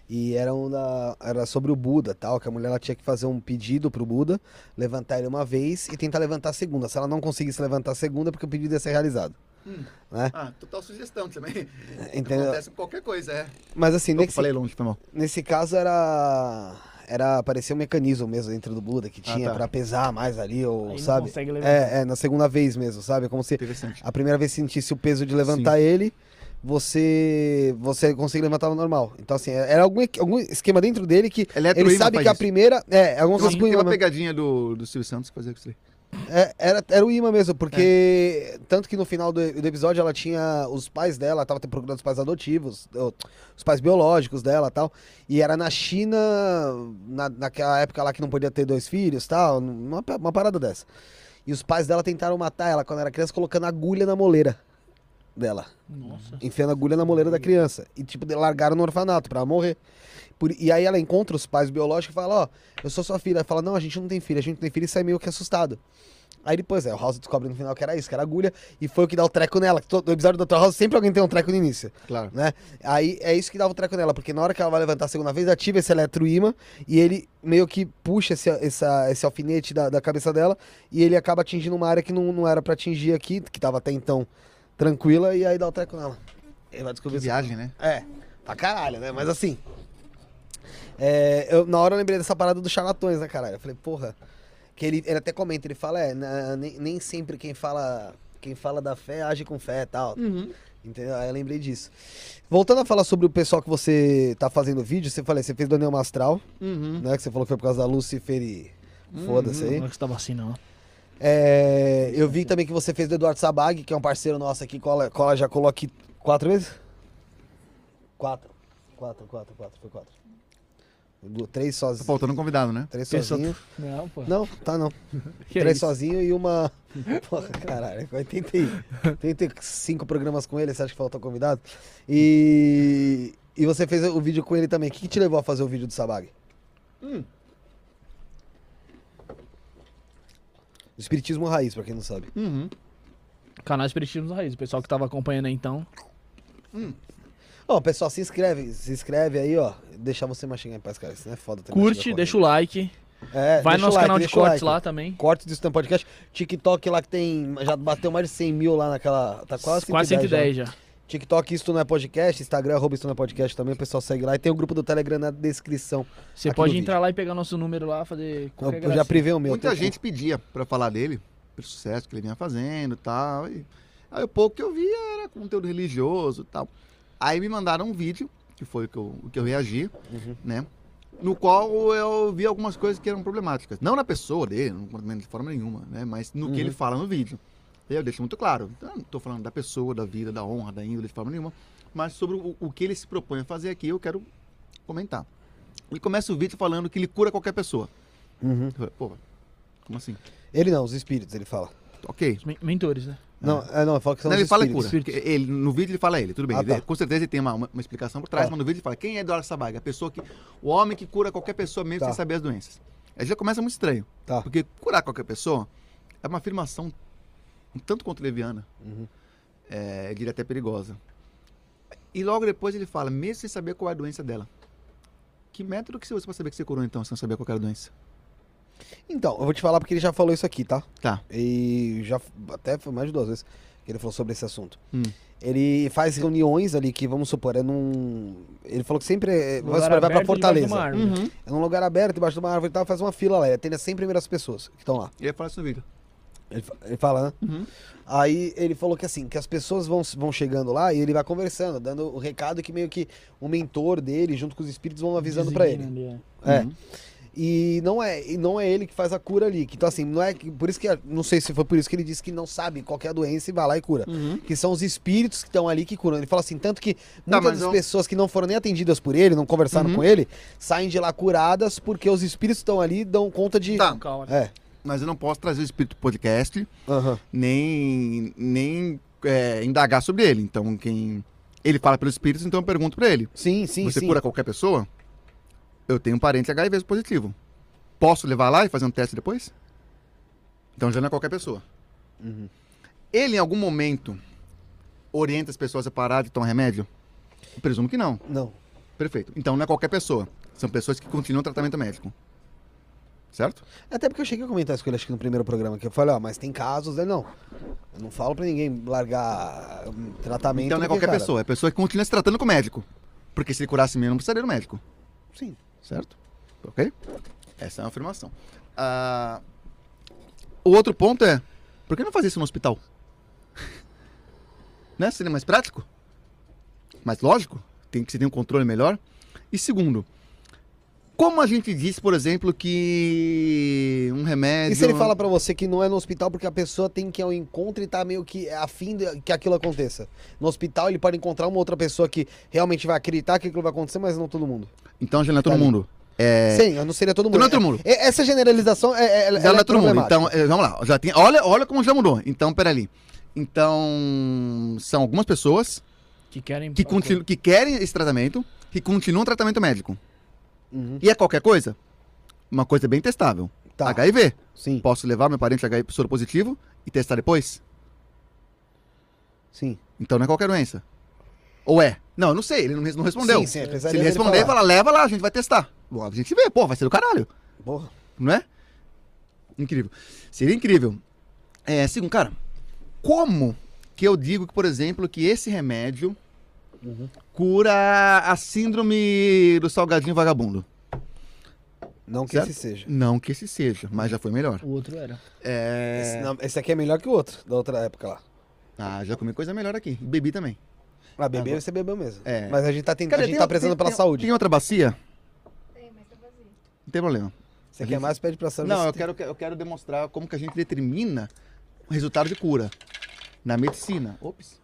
Speaker 1: E era, um da, era sobre o Buda, tal, que a mulher ela tinha que fazer um pedido pro Buda, levantar ele uma vez e tentar levantar a segunda. Se ela não conseguisse levantar a segunda, é porque o pedido ia ser realizado.
Speaker 3: Hum.
Speaker 1: Né?
Speaker 3: Ah, total sugestão também.
Speaker 1: Entendeu?
Speaker 3: Acontece com qualquer coisa, é.
Speaker 1: Mas assim,
Speaker 3: Eu
Speaker 1: nesse,
Speaker 3: falei longe, foi mal.
Speaker 1: nesse caso era. Era parecia um mecanismo mesmo dentro do Buda que
Speaker 3: Ah,
Speaker 1: tinha
Speaker 3: tá.
Speaker 1: pra pesar mais ali, ou
Speaker 2: Aí não
Speaker 1: sabe?
Speaker 2: consegue levantar.
Speaker 1: É, é, na segunda vez mesmo, sabe? É Como se
Speaker 3: Interessante.
Speaker 1: a primeira vez sentisse o peso de levantar ele, você você consegue levantar o normal. Então, assim, era algum, equi- algum esquema dentro dele que ele sabe que a primeira. É, é alguma coisa com
Speaker 3: Tem
Speaker 1: imã
Speaker 3: uma
Speaker 1: mesmo.
Speaker 3: pegadinha do, do Silvio Santos que fazia com isso aí.
Speaker 1: É, era, era o imã mesmo, porque. Tanto que no final do, do episódio ela tinha. Os pais dela, tava procurando os pais adotivos, ou, os pais biológicos dela e tal. E era na China, na, naquela época lá que não podia ter dois filhos tal, uma, pa- uma parada dessa. E os pais dela tentaram matar ela quando era criança, colocando agulha na moleira dela.
Speaker 2: Nossa.
Speaker 1: enfiando agulha na moleira da criança. E, tipo, de- largaram no orfanato pra ela morrer. Por- e aí ela encontra os pais biológicos e fala, ó, eu sou sua filha. Ela fala, não, a gente não tem filha, a gente não tem filha, e sai meio que assustado. Aí depois, é, o House descobre no final que era isso, que era agulha, e foi o que dá o treco nela. que Todo no episódio do Dr. House sempre alguém tem um treco no início,
Speaker 3: Claro.
Speaker 1: né? Aí é isso que dava o treco nela, porque na hora que ela vai levantar a segunda vez, ativa esse eletroímã e ele meio que puxa esse, essa- esse alfinete da, da cabeça dela e ele acaba atingindo uma área que não, não era pra atingir aqui, que tava até então tranquila, e aí dá o treco nela. Ele vai descobrir
Speaker 3: Que
Speaker 1: isso.
Speaker 3: viagem, né?
Speaker 1: É, pra caralho, né? Mas assim. é, eu, na hora eu lembrei dessa parada dos charlatões, né, caralho? Eu falei, porra. Que ele, ele até comenta, ele fala, é, na- nem, nem sempre quem fala. Quem fala da fé age com fé e tal. Entendeu? Aí eu lembrei disso. Voltando a falar sobre o pessoal que você tá fazendo vídeo, você falei, você fez do Anel Mastral,
Speaker 3: Uhum.
Speaker 1: né? Que você falou que foi por causa da Lucifer e. Foda-se aí.
Speaker 2: Não é que você tá vacina, ó.
Speaker 1: É, eu vi também que você fez do Eduardo Sabag, que é um parceiro nosso aqui, cola, cola já colou aqui quatro vezes? Quatro. Quatro, quatro, quatro, foi quatro. Du- três
Speaker 3: Tá
Speaker 1: sozinho.
Speaker 3: faltando um convidado, né?
Speaker 1: Três
Speaker 2: Pessoa-
Speaker 1: sozinho.
Speaker 2: Não, pô.
Speaker 1: Não, tá não.
Speaker 2: Que é
Speaker 1: três
Speaker 2: isso?
Speaker 1: sozinho e uma. Porra, caralho. 80 e... 85 programas com ele, você acha que faltou convidado? E. E você fez o vídeo com ele também. O que, que te levou a fazer o vídeo do Sabag? Espiritismo raiz, pra quem não sabe.
Speaker 3: Uhum.
Speaker 2: Canal Espiritismo da Raiz. O pessoal que tava acompanhando aí, então.
Speaker 1: Ó, pessoal, se inscreve, se inscreve aí, ó. Deixar você mais chegar em paz, cara. Isso não é foda também.
Speaker 2: Curte, deixa o like.
Speaker 1: É, deixa
Speaker 2: Vai no
Speaker 1: o
Speaker 2: nosso
Speaker 1: like,
Speaker 2: canal de
Speaker 1: deixa o
Speaker 2: cortes
Speaker 1: like.
Speaker 2: lá também.
Speaker 1: Corte do Stan Podcast. TikTok lá que tem. Já bateu mais de 100 mil lá naquela. Tá quase 110.
Speaker 2: Quase
Speaker 1: já.
Speaker 2: 110 já.
Speaker 1: TikTok, Isto Não É Podcast. Instagram, arroba Isto Não É Podcast também. O pessoal segue lá. E tem o grupo do Telegram na descrição.
Speaker 2: Você
Speaker 1: Aqui
Speaker 2: pode
Speaker 1: no
Speaker 2: entrar lá e pegar nosso número lá, fazer
Speaker 1: Eu,
Speaker 2: qualquer
Speaker 1: eu já
Speaker 2: gracinha.
Speaker 1: prevê o meu. tá?
Speaker 3: Muita
Speaker 1: tem-
Speaker 3: gente pedia pra falar dele, pelo sucesso que ele vinha fazendo e tal, e tal. Aí o pouco que eu via era conteúdo religioso e tal. Aí me mandaram um vídeo, que foi o que eu, o que eu reagi,
Speaker 1: Uhum.
Speaker 3: né? No qual eu vi algumas coisas que eram problemáticas. Não na pessoa dele, não comento de forma nenhuma, né? Mas no
Speaker 1: Uhum.
Speaker 3: que ele fala no vídeo. E Eu deixo muito claro. Eu não tô falando da pessoa, da vida, da honra, da índole de forma nenhuma. Mas sobre o, o que ele se propõe a fazer aqui, eu quero comentar. Ele começa o vídeo falando que ele cura qualquer pessoa.
Speaker 1: Uhum.
Speaker 3: Eu falei, Pô, como assim?
Speaker 1: Ele não, os espíritos, ele fala.
Speaker 3: Ok.
Speaker 2: Os men- mentores, né?
Speaker 1: Não, é, não, ele fala que são
Speaker 3: Não,
Speaker 1: os
Speaker 3: ele fala
Speaker 1: espíritos.
Speaker 3: cura. porque Ele, no vídeo ele fala ele, tudo bem.
Speaker 1: Ah,
Speaker 3: ele-
Speaker 1: tá.
Speaker 3: com certeza ele tem uma, uma, uma explicação por trás,
Speaker 1: Tá.
Speaker 3: mas no vídeo ele fala quem é Eduardo Sabaga? A pessoa que. O homem que cura qualquer pessoa mesmo
Speaker 1: Tá.
Speaker 3: sem saber as doenças. Aí já começa muito estranho.
Speaker 1: Tá.
Speaker 3: Porque curar qualquer pessoa é uma afirmação um tanto quanto leviana.
Speaker 1: Uhum.
Speaker 3: É, eu diria até perigosa. E logo depois ele fala, mesmo sem saber qual é a doença dela. Que método que você usa pra saber que você curou então, se não saber qual era a doença?
Speaker 1: Então, eu vou te falar porque ele já falou isso aqui, tá?
Speaker 3: Tá.
Speaker 1: E já f- até foi mais de duas vezes que ele falou sobre esse assunto.
Speaker 3: Hum.
Speaker 1: Ele faz reuniões ali que, vamos supor, é num. Ele falou que sempre. É, vamos
Speaker 2: Lugar
Speaker 1: supor, vai pra
Speaker 2: aberto debaixo de uma
Speaker 1: Fortaleza.
Speaker 2: árvore. Um
Speaker 1: É num lugar aberto, debaixo de uma árvore e tal, faz uma fila lá. Ele atende as 100 primeiras pessoas que estão lá.
Speaker 3: Ele fala isso no vídeo.
Speaker 1: Ele, fa- ele fala, né?
Speaker 3: Uhum.
Speaker 1: Aí ele falou que assim, que as pessoas vão, vão chegando lá e ele vai conversando, dando o recado que meio que o mentor dele, junto com os espíritos, vão avisando pra ele.
Speaker 2: Designa ali, é.
Speaker 1: É.
Speaker 3: Uhum.
Speaker 1: E não é, e não é ele que faz a cura ali. que- Então, assim, não é. que- Por isso que. Não sei se foi por isso que ele disse que não sabe qual que é a doença e vai lá e cura. Que são os espíritos que estão ali que curam. Ele fala assim, tanto que muitas
Speaker 3: Tá, mas
Speaker 1: das
Speaker 3: eu-
Speaker 1: pessoas que não foram nem atendidas por ele, não conversaram
Speaker 3: Uhum.
Speaker 1: com ele, saem de lá curadas porque os espíritos estão ali e dão conta de.
Speaker 3: Tá.
Speaker 2: Com calma.
Speaker 1: É.
Speaker 3: Mas eu não posso trazer o espírito do podcast
Speaker 1: Aham.
Speaker 3: nem, nem é, indagar sobre ele. Então, quem ele fala pelos espíritos, então eu pergunto pra ele:
Speaker 1: Sim, sim,
Speaker 3: Você
Speaker 1: sim.
Speaker 3: cura qualquer pessoa? Eu tenho um parente HIV positivo. Posso levar lá e fazer um teste depois? Então já não é qualquer pessoa.
Speaker 1: Uhum.
Speaker 3: Ele, em algum momento, orienta as pessoas a parar de tomar remédio? Eu presumo que não.
Speaker 1: Não.
Speaker 3: Perfeito. Então não é qualquer pessoa. São pessoas que continuam tratamento médico. Certo?
Speaker 1: Até porque eu cheguei a comentar isso com ele, acho que no primeiro programa, que eu falei, ó, mas tem casos, ele não. Eu não falo pra ninguém largar hum, tratamento.
Speaker 3: então não é
Speaker 1: porque,
Speaker 3: qualquer
Speaker 1: cara,
Speaker 3: pessoa. É pessoa que continua se tratando com o médico. Porque se ele curasse mesmo, não precisaria do médico.
Speaker 1: Sim.
Speaker 3: Certo? Ok? Essa é uma afirmação. Ah, o outro ponto é: por que não fazer isso no hospital? né? Seria mais prático? Mais lógico? Tem que se ter um controle melhor. E segundo, como a gente diz, por exemplo, que um remédio.
Speaker 1: E se ele fala pra você que não é no hospital porque a pessoa tem que ir ao encontro e tá meio que afim de- que aquilo aconteça? No hospital ele pode encontrar uma outra pessoa que realmente vai acreditar que aquilo vai acontecer, mas não todo mundo.
Speaker 3: Então já não é todo
Speaker 1: Tá ali.
Speaker 3: mundo. É.
Speaker 1: Sim, eu não seria todo mundo.
Speaker 3: Não é todo mundo.
Speaker 1: É- Essa generalização é, é,
Speaker 3: Já
Speaker 1: ela
Speaker 3: não é todo mundo.
Speaker 1: problemática.
Speaker 3: Então, eh, vamos lá. Já tem, olha, olha como já mudou. Então, peraí. Então, são algumas pessoas
Speaker 2: Que querem.
Speaker 3: que, continu, que querem esse tratamento, que continuam o tratamento médico.
Speaker 1: Uhum,
Speaker 3: E é qualquer coisa? Uma coisa bem testável.
Speaker 1: tá,
Speaker 3: HIV.
Speaker 1: sim,
Speaker 3: Posso levar meu parente HIV soro positivo e testar depois?
Speaker 1: sim.
Speaker 3: Então não é qualquer doença. Ou é? Não, eu não sei. Ele não, res- não respondeu.
Speaker 1: Sim, sim, é,
Speaker 3: Se
Speaker 1: precisaria
Speaker 3: ele
Speaker 1: dele
Speaker 3: responder,
Speaker 1: falar.
Speaker 3: fala, leva lá, a gente vai testar. Bom, a gente vê, pô, vai ser do caralho.
Speaker 1: Porra.
Speaker 3: não é? Incrível. Seria incrível. É, segundo, cara, como que eu digo que, por exemplo, que esse remédio
Speaker 1: Uhum.
Speaker 3: cura a síndrome do salgadinho vagabundo?
Speaker 1: Não que
Speaker 3: Certo?
Speaker 1: esse seja.
Speaker 3: Não que esse seja, mas já foi melhor.
Speaker 2: O outro era.
Speaker 1: Esse,
Speaker 3: É...
Speaker 1: não, esse aqui é melhor que o outro, da outra época lá.
Speaker 3: Ah, já comi coisa melhor aqui. Bebi também.
Speaker 1: Ah, bebeu,
Speaker 3: Agora-
Speaker 1: você bebeu mesmo.
Speaker 3: É.
Speaker 1: Mas a gente tá, tentando,
Speaker 3: Cara,
Speaker 1: a gente
Speaker 3: tem-
Speaker 1: tá prezando
Speaker 3: tem-
Speaker 1: pela
Speaker 3: tem- um-
Speaker 1: saúde.
Speaker 3: Tem outra bacia?
Speaker 4: Tem, mas tá vazio.
Speaker 3: Não um- tem problema.
Speaker 1: Você
Speaker 3: a
Speaker 1: quer
Speaker 3: gente-
Speaker 1: mais, pede pra saúde.
Speaker 3: Não,
Speaker 1: você
Speaker 3: eu
Speaker 1: tem-
Speaker 3: quero, eu quero demonstrar como que a gente determina o resultado de cura na medicina. Ops.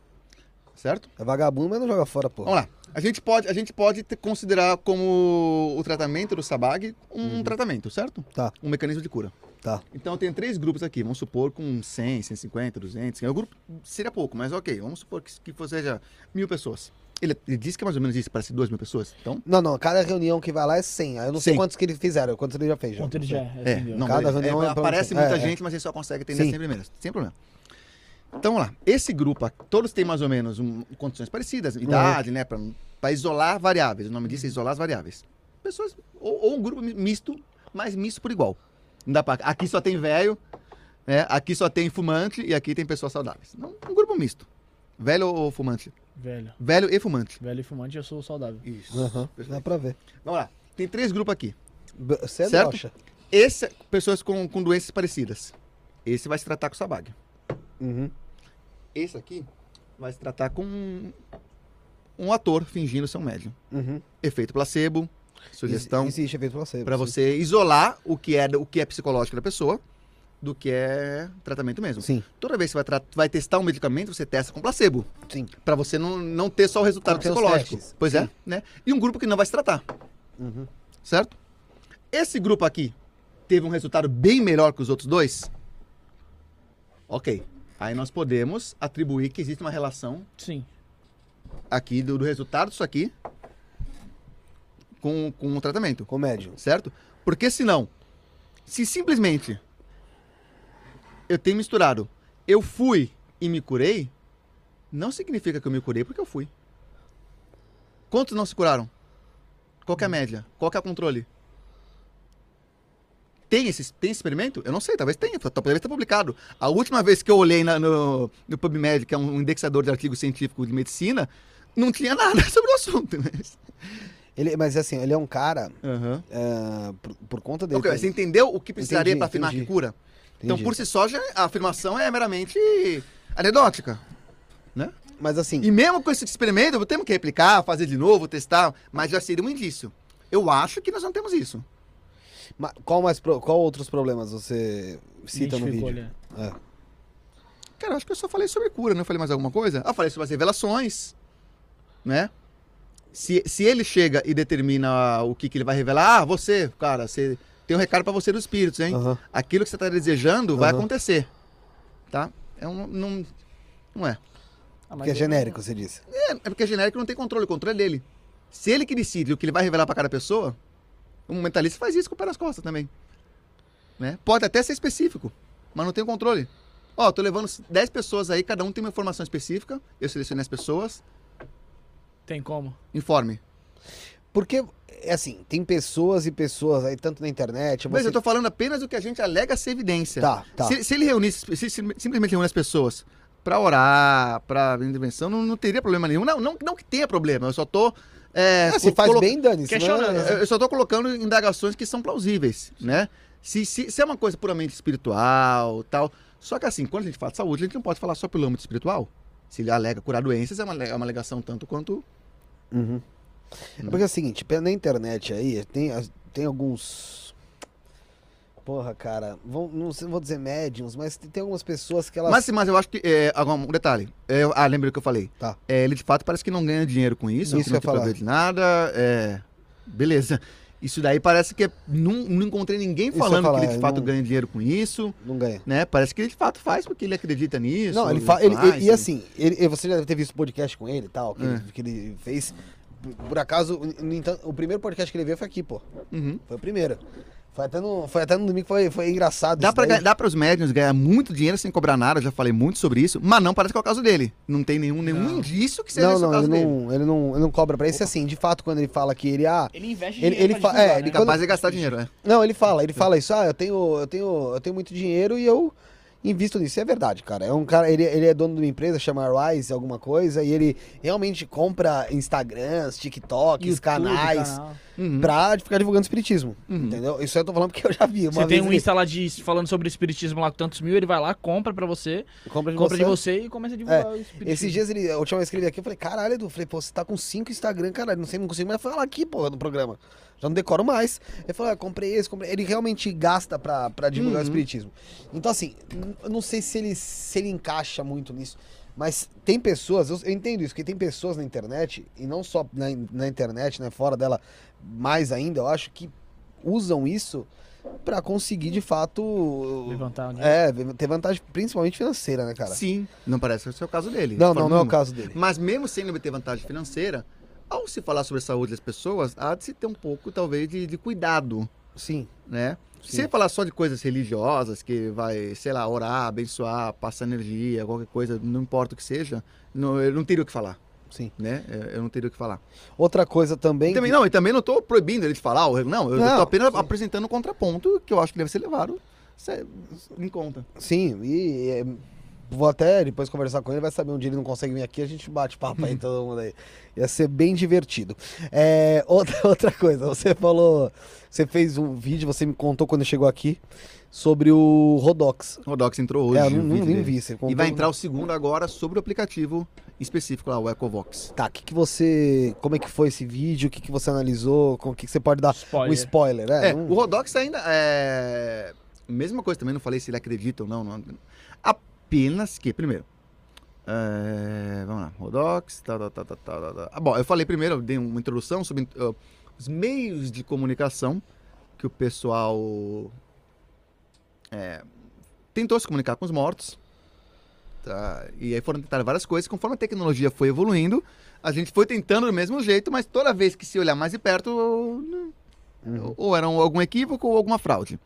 Speaker 3: Certo?
Speaker 1: É vagabundo, mas não joga fora, pô.
Speaker 3: Vamos lá. A gente pode, a gente pode te- considerar como o tratamento do SABAG um tratamento, certo?
Speaker 1: Uhum. Tá.
Speaker 3: Um mecanismo de cura.
Speaker 1: Tá.
Speaker 3: Então eu tenho três grupos aqui, vamos supor com 100, 150, 200. 100. O É um grupo seria pouco, mas ok, vamos supor que, que fosse já mil pessoas. Ele, ele disse que é mais ou menos isso, parece duas mil pessoas. Então,
Speaker 1: Não, não, cada reunião que vai lá é 100. Aí eu não sei
Speaker 3: 100.
Speaker 1: quantos que eles fizeram, quantos ele já fez. Já.
Speaker 2: Quanto ele já.
Speaker 3: é,
Speaker 2: entendeu?
Speaker 3: não,
Speaker 1: Cada
Speaker 3: beleza.
Speaker 1: reunião
Speaker 3: É,
Speaker 1: é um
Speaker 3: aparece
Speaker 1: problema.
Speaker 3: muita
Speaker 1: É, é.
Speaker 3: gente, mas ele só consegue atender
Speaker 1: Sim.
Speaker 3: 100 primeiras, sem problema. Então vamos lá, esse grupo, aqui, todos têm mais ou menos um, condições parecidas,
Speaker 1: Uhum.
Speaker 3: idade, né, pra- Pra isolar variáveis. O nome disso é isolar as variáveis. Pessoas. Ou, ou um grupo mi- misto, mas misto por igual. Não dá pra. Aqui só tem velho, né? Aqui só tem fumante e aqui tem pessoas saudáveis. Não, um grupo misto. Velho ou fumante?
Speaker 2: Velho.
Speaker 3: Velho e fumante.
Speaker 2: Velho e fumante, eu sou saudável.
Speaker 3: Isso.
Speaker 1: Aham, Dá pra ver.
Speaker 3: Vamos lá. Tem três grupos aqui.
Speaker 1: B- Você é
Speaker 3: Certo?
Speaker 1: broxa.
Speaker 3: Esse, é pessoas com, com doenças parecidas. Esse vai se tratar com sabag.
Speaker 1: Uhum.
Speaker 3: Esse aqui vai se tratar com um, um ator fingindo ser um médium.
Speaker 1: Uhum.
Speaker 3: Efeito placebo, sugestão.
Speaker 1: Ex- Existe é efeito placebo.
Speaker 3: Pra
Speaker 1: sim.
Speaker 3: você isolar o que é o que é psicológico da pessoa do que é tratamento mesmo.
Speaker 1: Sim.
Speaker 3: Toda vez que você vai, tra- vai testar um medicamento, você testa com placebo,
Speaker 1: Sim.
Speaker 3: Pra você não, não ter só o resultado
Speaker 1: Não ter os
Speaker 3: psicológico.
Speaker 1: testes.
Speaker 3: Pois é, né? E um grupo que não vai se tratar,
Speaker 1: Uhum.
Speaker 3: certo? Esse grupo aqui teve um resultado bem melhor que os outros dois? OK. Aí nós podemos atribuir que existe uma relação
Speaker 2: Sim.
Speaker 3: aqui do, do resultado disso aqui com, com o tratamento.
Speaker 1: Com médium.
Speaker 3: certo? Porque senão, se simplesmente eu tenho misturado, eu fui e me curei, não significa que eu me curei porque eu fui. Quantos não se curaram? Qual que é a média? Qual que é o controle? Tem esse, tem esse experimento? Eu não sei, talvez tenha, tá- talvez está publicado. A última vez que eu olhei na- no, no PubMed, que é um indexador de artigo científico de medicina, não tinha nada sobre o assunto. Mas...
Speaker 1: Ele, mas assim, ele é um cara,
Speaker 3: Aham.
Speaker 1: ah, por, por conta dele.
Speaker 3: Ok, você entendeu o que precisaria
Speaker 1: Entendi,
Speaker 3: para afirmar
Speaker 1: entendi.
Speaker 3: que cura? Então,
Speaker 1: Entendi.
Speaker 3: por si só, já, a afirmação é meramente anedótica.
Speaker 1: Mas assim,
Speaker 3: E mesmo com esse experimento, temos que replicar, fazer de novo, testar, mas já seria um indício. Eu acho que nós não temos isso.
Speaker 1: ma- qual, mais, pro- qual outros problemas você cita no
Speaker 2: Identificou,
Speaker 1: vídeo?
Speaker 2: né?
Speaker 1: É.
Speaker 3: Cara, eu acho que eu só falei sobre cura, não falei mais alguma coisa? Ah, falei sobre as revelações, né? Se, se ele chega e determina o que, que ele vai revelar, ah, você, cara, você tem um recado para você dos espíritos, hein?
Speaker 1: Aham.
Speaker 3: Aquilo que você tá desejando vai
Speaker 1: Ah. Aham.
Speaker 3: acontecer, tá? É um, não, não é.
Speaker 2: Ah, mas
Speaker 1: Porque é
Speaker 2: eu-
Speaker 1: genérico, você disse.
Speaker 3: É, é porque genérico não tem controle, o controle é dele. Se ele que decide o que ele vai revelar pra cada pessoa, o mentalista faz isso com o pé nas costas também. Né? Pode até ser específico, mas não tem o controle. Ó, tô levando 10 pessoas aí, cada um tem uma informação específica, eu selecionei as pessoas,
Speaker 2: Tem como.
Speaker 3: informe.
Speaker 1: Porque, é assim, tem pessoas e pessoas aí, tanto na internet. Então
Speaker 3: Mas
Speaker 1: você-
Speaker 3: eu tô falando apenas o que a gente alega ser evidência.
Speaker 1: Tá, tá.
Speaker 3: Se, se ele reunisse, se sim- simplesmente reúne as pessoas pra orar, pra intervenção, não, não teria problema nenhum. Não, não, não que tenha problema, eu só tô. É,
Speaker 1: Ah, se
Speaker 3: co-
Speaker 1: faz
Speaker 3: colo-
Speaker 1: bem, dane
Speaker 2: questionando, né?
Speaker 3: Eu eu só tô colocando indagações que são plausíveis, né? Se, se, se é uma coisa puramente espiritual tal. Só que assim, quando a gente fala de saúde, a gente não pode falar só pelo âmbito espiritual. Se ele alega curar doenças, é uma, ale- é uma alegação tanto quanto.
Speaker 1: Uhum. É porque é o seguinte, pe- na internet aí, tem, as- tem alguns. Porra, cara, vão, não sei- vou dizer médiums, mas tem, tem algumas pessoas que elas.
Speaker 3: Mas, mas eu acho que. É, agora, um detalhe. É, ah, lembra do que eu falei.
Speaker 1: Tá.
Speaker 3: É, ele de fato parece que não ganha dinheiro com isso,
Speaker 1: Isso
Speaker 3: que não
Speaker 1: que eu ia
Speaker 3: tem problema de nada. é, beleza. Isso daí parece que é- não, não encontrei ninguém
Speaker 1: Isso que eu ia
Speaker 3: falando
Speaker 1: falar,
Speaker 3: que ele de
Speaker 1: é,
Speaker 3: fato
Speaker 1: não-
Speaker 3: ganha dinheiro com isso,
Speaker 1: Não ganha.
Speaker 3: né? Parece que ele de fato faz porque ele acredita nisso.
Speaker 1: não, ele fala. Ele,
Speaker 3: faz, né?
Speaker 1: e- e assim, ele, e você já deve ter visto podcast com ele e tal, que,
Speaker 3: É.
Speaker 1: ele, que ele fez. Por- Por acaso, no entanto, o primeiro podcast que ele veio foi aqui, pô.
Speaker 3: Uhum.
Speaker 1: Foi o primeiro. Foi até no, foi até no domingo, foi, foi engraçado.
Speaker 3: Dá
Speaker 1: isso
Speaker 3: pra,
Speaker 1: daí.
Speaker 3: ganhar- dá para os médiums ganhar muito dinheiro sem cobrar nada, eu já falei muito sobre isso, mas não parece que é o caso dele. Não tem nenhum, nenhum
Speaker 2: Não.
Speaker 3: indício que seja
Speaker 1: Não,
Speaker 3: esse o
Speaker 1: não, ele
Speaker 3: caso dele.
Speaker 1: não, ele não, ele não cobra pra isso. E assim, de fato, quando ele fala que ele. Ah,
Speaker 2: Ele investe
Speaker 1: Ele-
Speaker 2: dinheiro
Speaker 1: ele
Speaker 2: pra
Speaker 1: fa-
Speaker 2: divulgar,
Speaker 1: é, ele
Speaker 2: né?
Speaker 1: quando-
Speaker 3: Capaz de gastar dinheiro, é.
Speaker 1: Não, ele fala, ele fala isso, ah, eu tenho, eu tenho, eu tenho muito dinheiro e eu invisto nisso. E é verdade, cara. É um cara, ele, ele é dono de uma empresa, chama Rise, alguma coisa, e ele realmente compra Instagrams, TikToks,
Speaker 2: YouTube,
Speaker 1: canais,
Speaker 2: canal.
Speaker 3: Uhum.
Speaker 1: pra ficar divulgando espiritismo.
Speaker 3: Uhum.
Speaker 1: Entendeu? Isso eu tô falando porque eu já vi. Uma
Speaker 2: Você tem
Speaker 1: vez
Speaker 2: um
Speaker 1: ele
Speaker 2: Insta lá de, falando sobre espiritismo lá com tantos mil, ele vai lá, compra pra você,
Speaker 1: compra de
Speaker 2: compra
Speaker 1: você. É,
Speaker 2: de você e começa a divulgar o espiritismo.
Speaker 1: Esses dias ele, a última vez que ele veio aqui, eu falei, caralho, Edu, eu falei, pô, você tá com cinco Instagram, caralho, não sei, não consigo mais falar aqui, porra, no programa. Já não decoro mais. Ele falou, ah, comprei esse, comprei. Ele realmente gasta pra, pra divulgar o
Speaker 3: Uhum.
Speaker 1: espiritismo. Então, assim, n- eu não sei se ele, se ele encaixa muito nisso. Mas tem pessoas, eu, eu entendo isso, que tem pessoas na internet, e não só na, in- na internet, né, fora dela, mais ainda, eu acho que usam isso pra conseguir, de fato,
Speaker 2: Levantar né? o dinheiro.
Speaker 1: é, ter vantagem, principalmente financeira, né, cara?
Speaker 3: um Sim, não parece que esse é o caso dele.
Speaker 1: Não,
Speaker 3: de
Speaker 1: não,
Speaker 3: forma
Speaker 1: não é o
Speaker 3: nenhuma.
Speaker 1: caso dele.
Speaker 3: Mas mesmo sem obter vantagem financeira, ao se falar sobre a saúde das pessoas, há de se ter um pouco, talvez, de, de cuidado,
Speaker 1: Sim.
Speaker 3: né?
Speaker 1: Sim.
Speaker 3: Se falar só de coisas religiosas, que vai, sei lá, orar, abençoar, passar energia, qualquer coisa, não importa o que seja, não, eu não teria o que falar,
Speaker 1: Sim.
Speaker 3: né? É, Eu não teria o que falar.
Speaker 1: Outra coisa também.
Speaker 3: E também, não, e também não estou proibindo ele de falar, ou- não, eu
Speaker 1: Não,
Speaker 3: estou apenas
Speaker 1: sim.
Speaker 3: apresentando um contraponto que eu acho que deve ser levado sé- em conta.
Speaker 1: Sim, e é, vou até depois conversar com ele, vai saber onde ele não consegue vir aqui, a gente bate papo aí todo mundo aí. Ia ser bem divertido. É, outra, outra coisa, você falou. Você fez um vídeo, você me contou quando chegou aqui, sobre o Rodox.
Speaker 3: O Rodox entrou hoje.
Speaker 1: É, eu não,
Speaker 3: o vídeo
Speaker 1: não- nem
Speaker 3: dele.
Speaker 1: vi, você contou. né?
Speaker 3: E vai entrar o segundo agora sobre o aplicativo específico lá, o Ecovox.
Speaker 1: Tá, que que você. Como é que foi esse vídeo? O que, que você analisou? O que, que você pode dar?
Speaker 2: Spoiler.
Speaker 1: Um spoiler, né?
Speaker 3: É,
Speaker 1: Não-
Speaker 3: o Rodox ainda é. Mesma coisa também, não falei se ele acredita ou não. não- Apenas que, primeiro. é, Vamos lá, Rodox. Tá, tá, tá, tá, tá, tá, tá. Ah, bom, eu falei primeiro, eu dei uma introdução sobre ah, os meios de comunicação que o pessoal. é, tentou se comunicar com os mortos. tá? E aí foram tentar várias coisas. Conforme a tecnologia foi evoluindo, a gente foi tentando do mesmo jeito, mas toda vez que se olhar mais de perto,
Speaker 1: Uhum.
Speaker 3: ou era um- algum equívoco ou alguma fraude.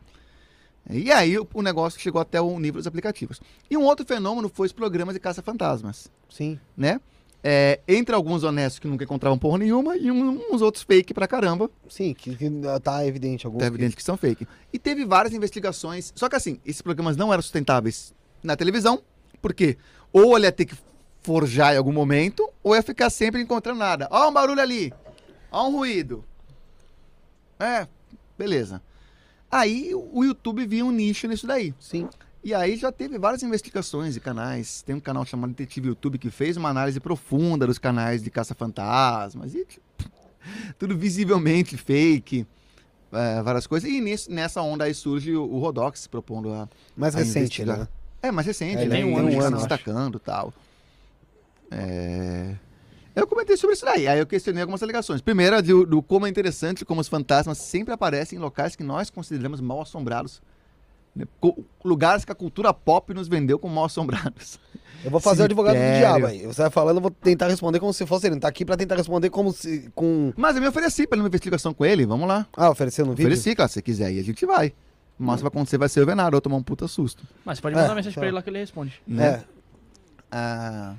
Speaker 3: E aí o, o negócio chegou até o nível dos aplicativos. E um outro fenômeno foi os programas de caça-fantasmas,
Speaker 1: Sim.
Speaker 3: né? É, entre alguns honestos que nunca encontravam porra nenhuma e um- uns outros fake pra caramba,
Speaker 1: Sim, que, que tá evidente alguns.
Speaker 3: tá evidente que são fake. E teve várias investigações, só que assim, esses programas não eram sustentáveis na televisão, porque ou ele ia ter que forjar em algum momento, ou ia ficar sempre encontrando nada. Ó um barulho ali, ó um ruído. É, beleza. Aí o YouTube via um nicho nisso daí.
Speaker 1: que- Sim.
Speaker 3: E aí já teve várias investigações de canais. Tem um canal chamado Detetive YouTube que fez uma análise profunda dos canais de caça-fantasmas e tipo, tudo visivelmente fake. é, várias coisas. E nisso- nessa onda aí surge o, o Rodox propondo a.
Speaker 1: Mais
Speaker 3: A
Speaker 1: recente, né?
Speaker 3: investigar. É, mais recente,
Speaker 1: É, ele
Speaker 3: né?
Speaker 1: tem
Speaker 2: um ano
Speaker 3: que
Speaker 2: de
Speaker 3: tá se
Speaker 2: canal, acho.
Speaker 3: destacando e tal. É, Eu comentei sobre isso daí. Aí eu questionei algumas alegações. Primeira, do, do como é interessante como os fantasmas sempre aparecem em locais que nós consideramos mal assombrados. né? Co- Lugares que a cultura pop nos vendeu como mal assombrados.
Speaker 1: Eu vou fazer o advogado do
Speaker 3: Cemitério.
Speaker 1: diabo aí. Você vai falando, eu vou tentar responder como se fosse ele. Não tá aqui pra tentar responder como se. com.
Speaker 3: Mas eu me ofereci pra ele uma investigação com ele. Vamos lá.
Speaker 1: Ah, oferecendo um vídeo?
Speaker 3: Ofereci, claro, se você quiser. E a gente vai. O máximo que vai acontecer vai ser o Venado, eu tomar um puta susto.
Speaker 2: Mas você pode mandar
Speaker 1: É,
Speaker 2: mensagem
Speaker 1: tá.
Speaker 2: pra ele lá que ele responde.
Speaker 3: né?
Speaker 1: É.
Speaker 3: Ah,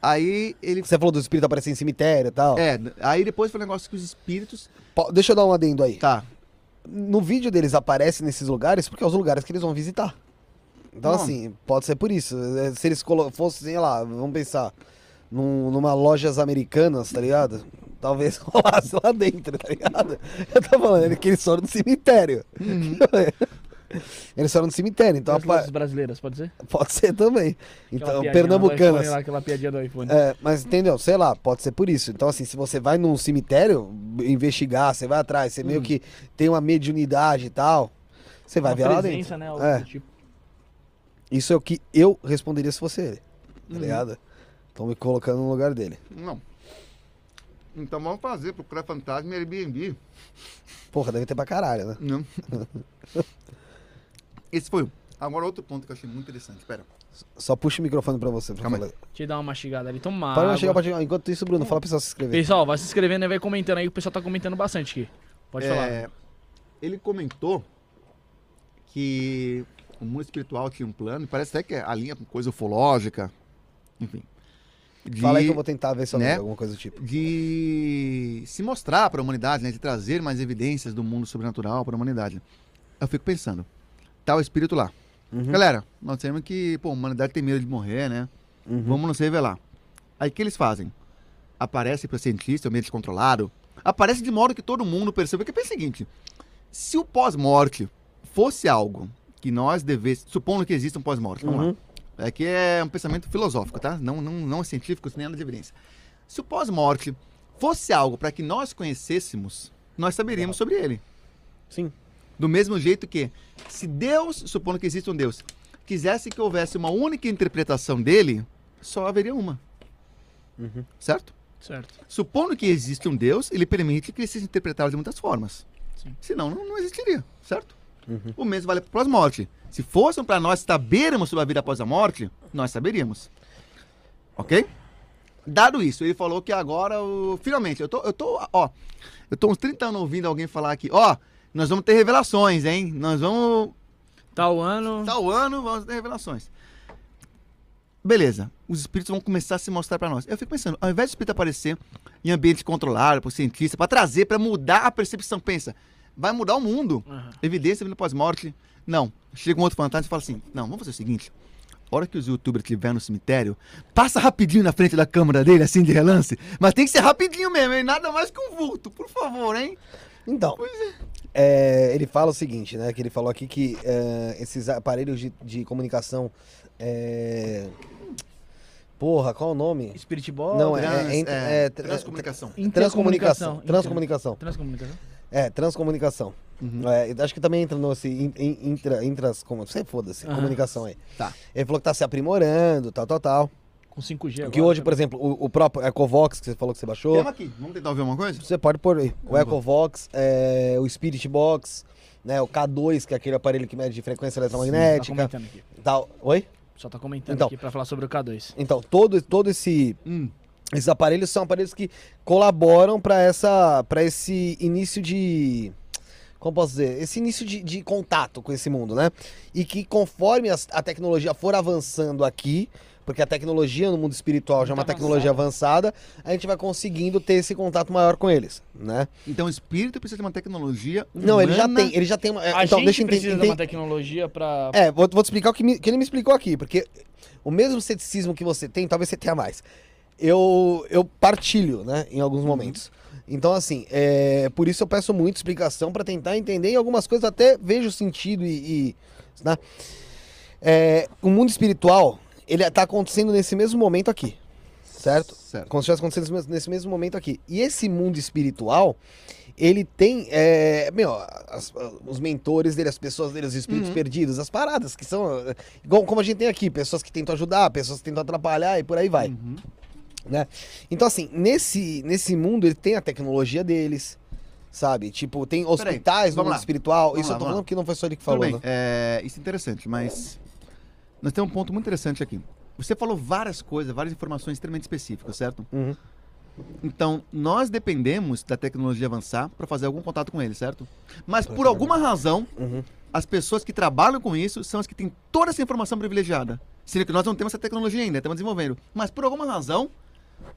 Speaker 3: Aí ele.
Speaker 1: Você falou do espírito aparecer em cemitério e tal.
Speaker 3: É, aí depois foi um negócio que os espíritos.
Speaker 1: Po- Deixa eu dar um adendo aí.
Speaker 3: Tá.
Speaker 1: No vídeo deles aparece nesses lugares porque é os lugares que eles vão visitar. Então,
Speaker 3: Não.
Speaker 1: assim, pode ser por isso. É, Se eles colo- fossem, sei lá, vamos pensar, num, numa lojas americanas, tá ligado? Talvez rolasse lá dentro, tá ligado? Eu tô falando é que eles foram no cemitério.
Speaker 3: Uhum.
Speaker 1: eles foram no cemitério, então
Speaker 2: Então,
Speaker 1: apa-
Speaker 2: brasileiras, pode ser?
Speaker 1: pode ser também.
Speaker 2: Aquela
Speaker 1: Então,
Speaker 2: piadinha do
Speaker 1: pernambucanas.
Speaker 2: iPhone lá, aquela piadinha do iPhone.
Speaker 1: É, mas entendeu? Sei lá, pode ser por isso. Então, assim, se você vai num cemitério investigar, você vai atrás, você meio que tem uma mediunidade e tal, você vai
Speaker 2: Hum. Uma
Speaker 1: ver lá
Speaker 2: presença,
Speaker 1: dentro.
Speaker 2: Né, algo
Speaker 1: É.
Speaker 2: do tipo.
Speaker 1: Isso é o que eu responderia se fosse ele. Tá
Speaker 2: Uhum.
Speaker 1: ligado? Estão me colocando no lugar dele.
Speaker 3: Não. Então vamos fazer, procurar fantasma e Airbnb.
Speaker 1: Porra, deve ter pra caralho, né?
Speaker 3: Não. Esse foi um. Agora outro ponto que eu achei muito interessante. Pera.
Speaker 1: Só puxa o microfone pra você. Pra
Speaker 3: Calma Ah,
Speaker 1: falar.
Speaker 2: Deixa eu dar uma mastigada ali. Toma
Speaker 1: Para
Speaker 2: água.
Speaker 1: chegar, pode chegar. Enquanto isso, Bruno, fala pro pessoal se inscrever.
Speaker 2: Pessoal, vai se inscrevendo e vai comentando aí. que O pessoal tá comentando bastante aqui. Pode falar.
Speaker 3: É, Ele comentou que o mundo espiritual tinha um plano, e parece até que a linha com coisa ufológica, enfim. De,
Speaker 1: Fala aí que eu vou tentar ver se eu
Speaker 3: né?
Speaker 1: lembro alguma coisa do tipo.
Speaker 3: de se mostrar para a humanidade, né, de trazer mais evidências do mundo sobrenatural para a humanidade. Eu fico pensando, tá o espírito lá.
Speaker 1: Uhum.
Speaker 3: Galera, nós sabemos que pô, a humanidade tem medo de morrer, né?
Speaker 1: Uhum.
Speaker 3: Vamos nos revelar. Aí o que eles fazem? Aparece para cientista, ambiente controlado. Aparece de modo que todo mundo perceba. Porque pensa o seguinte: se o pós-morte fosse algo que nós devêssemos. Supondo que exista um pós-morte, vamos
Speaker 1: Uhum.
Speaker 3: lá. Aqui é um pensamento filosófico, tá? Não, não, não é científico, nem nada de evidência. Se o pós-morte fosse algo para que nós conhecêssemos, nós saberíamos sobre ele.
Speaker 1: Sim.
Speaker 3: Do mesmo jeito que, se Deus, supondo que exista um Deus, quisesse que houvesse uma única interpretação dele, só haveria uma.
Speaker 1: Uhum.
Speaker 3: Certo?
Speaker 2: Certo.
Speaker 3: Supondo que existe um Deus, ele permite que ele seja interpretado de muitas formas.
Speaker 2: Sim.
Speaker 3: Senão, não, não existiria, certo?
Speaker 1: Uhum.
Speaker 3: O mesmo vale para a pós-morte. Se fossem para nós sabermos sobre a vida após a morte, nós saberíamos. Ok? Dado isso, ele falou que agora, o- finalmente, eu tô, eu tô, ó, eu tô uns 30 anos ouvindo alguém falar aqui, ó, nós vamos ter revelações, hein? Nós vamos
Speaker 2: Tal ano.
Speaker 3: tal ano vamos ter revelações. Beleza, os espíritos vão começar a se mostrar pra nós. Eu fico pensando, ao invés do espírito aparecer em ambiente controlado, por cientista, pra trazer, pra mudar a percepção, pensa, vai mudar o mundo.
Speaker 2: Aham.
Speaker 3: Evidência vindo pós-morte. Não, chega um outro fantasma e fala assim: não, vamos fazer o seguinte. A hora que os youtubers estiver no cemitério, passa rapidinho na frente da câmera dele, assim de relance. Mas tem que ser rapidinho mesmo, hein? Nada mais que um vulto, por favor, hein?
Speaker 1: Então, é, ele fala o seguinte, né? Que ele falou aqui que é, esses aparelhos de, de comunicação. é, Porra, qual é o nome?
Speaker 2: Spirit Ball.
Speaker 1: Não, é-
Speaker 3: Trans-
Speaker 1: ent-
Speaker 3: é,
Speaker 1: é, tra- Transcomunicação.
Speaker 3: transcomunicação.
Speaker 2: Inter-
Speaker 1: Transcomunicação.
Speaker 2: Transcomunicação.
Speaker 1: É, transcomunicação. É, eu acho que também entra nesse in, in, intra, intras, como, você foda-se,
Speaker 2: Aham.
Speaker 1: comunicação aí.
Speaker 3: Tá.
Speaker 1: Ele falou que tá se aprimorando, tal, tal, tal.
Speaker 2: Com 5G agora. né? tá
Speaker 1: que hoje, por
Speaker 2: também.
Speaker 1: exemplo, o, o próprio Ecovox, que você falou que você baixou,
Speaker 3: Temos aqui, vamos tentar ouvir uma coisa?
Speaker 1: você pode pôr aí. O
Speaker 3: Vamos.
Speaker 1: Ecovox, é, o Spirit Box, né, o K2, que é aquele aparelho que mede frequência
Speaker 2: Tá
Speaker 1: eletromagnética,
Speaker 2: comentando aqui.
Speaker 1: tal. Oi?
Speaker 2: Só tá comentando
Speaker 1: é Então.
Speaker 2: aqui pra falar sobre o K2.
Speaker 1: Então, todo, todo esse
Speaker 3: Hum.
Speaker 1: esses aparelhos são aparelhos que colaboram para essa para esse início de como posso dizer? Esse início de, de contato com esse mundo, né? E que conforme as- a, tecnologia for avançando aqui, porque a tecnologia no mundo espiritual já é uma
Speaker 2: Muito
Speaker 1: tecnologia avançada, a gente vai conseguindo ter esse contato maior com eles, né?
Speaker 3: Então o espírito precisa de uma tecnologia humana.
Speaker 1: Não, ele já tem, ele já tem uma. é,
Speaker 2: A
Speaker 1: então,
Speaker 2: gente
Speaker 1: deixa eu
Speaker 2: precisa
Speaker 1: entender.
Speaker 2: de uma tecnologia pra...
Speaker 1: É, vou, vou te explicar o que, me- que ele me explicou aqui, porque o mesmo ceticismo que você tem, talvez você tenha mais. Eu, eu partilho, né, em
Speaker 2: Uhum.
Speaker 1: alguns momentos. Então, assim, é, por isso eu peço muito explicação para tentar entender e algumas coisas eu até vejo sentido e. e, né? É, o mundo espiritual, ele tá acontecendo nesse mesmo momento aqui, certo?
Speaker 3: Certo.
Speaker 1: Como se estivesse acontecendo nesse mes- nesse mesmo momento aqui. E esse mundo espiritual, ele tem. É, meu, as- os mentores dele, as pessoas dele, os espíritos
Speaker 3: Uhum.
Speaker 1: perdidos, as paradas que são. é, Igual, como a gente tem aqui, pessoas que tentam ajudar, pessoas que tentam atrapalhar e por aí vai.
Speaker 3: Uhum.
Speaker 1: Então, assim, nesse, nesse mundo, ele tem a tecnologia deles. Sabe? Tipo, tem hospitais no
Speaker 3: vamos
Speaker 1: mundo
Speaker 3: lá.
Speaker 1: espiritual.
Speaker 3: Vamos
Speaker 1: Isso
Speaker 3: lá,
Speaker 1: eu tô
Speaker 3: vamos
Speaker 1: falando
Speaker 3: lá.
Speaker 1: que não foi só ele que
Speaker 3: Tudo
Speaker 1: falou.
Speaker 3: bem,
Speaker 1: né?
Speaker 3: é, isso é interessante, mas nós temos um ponto muito interessante aqui. Você falou várias coisas, várias informações extremamente específicas, certo?
Speaker 1: Uhum.
Speaker 3: Então, nós dependemos da tecnologia avançar para fazer algum contato com ele, certo? Mas por alguma razão,
Speaker 1: Uhum.
Speaker 3: as pessoas que trabalham com isso são as que têm toda essa informação privilegiada. Sendo que nós não temos essa tecnologia ainda, estamos desenvolvendo. Mas por alguma razão,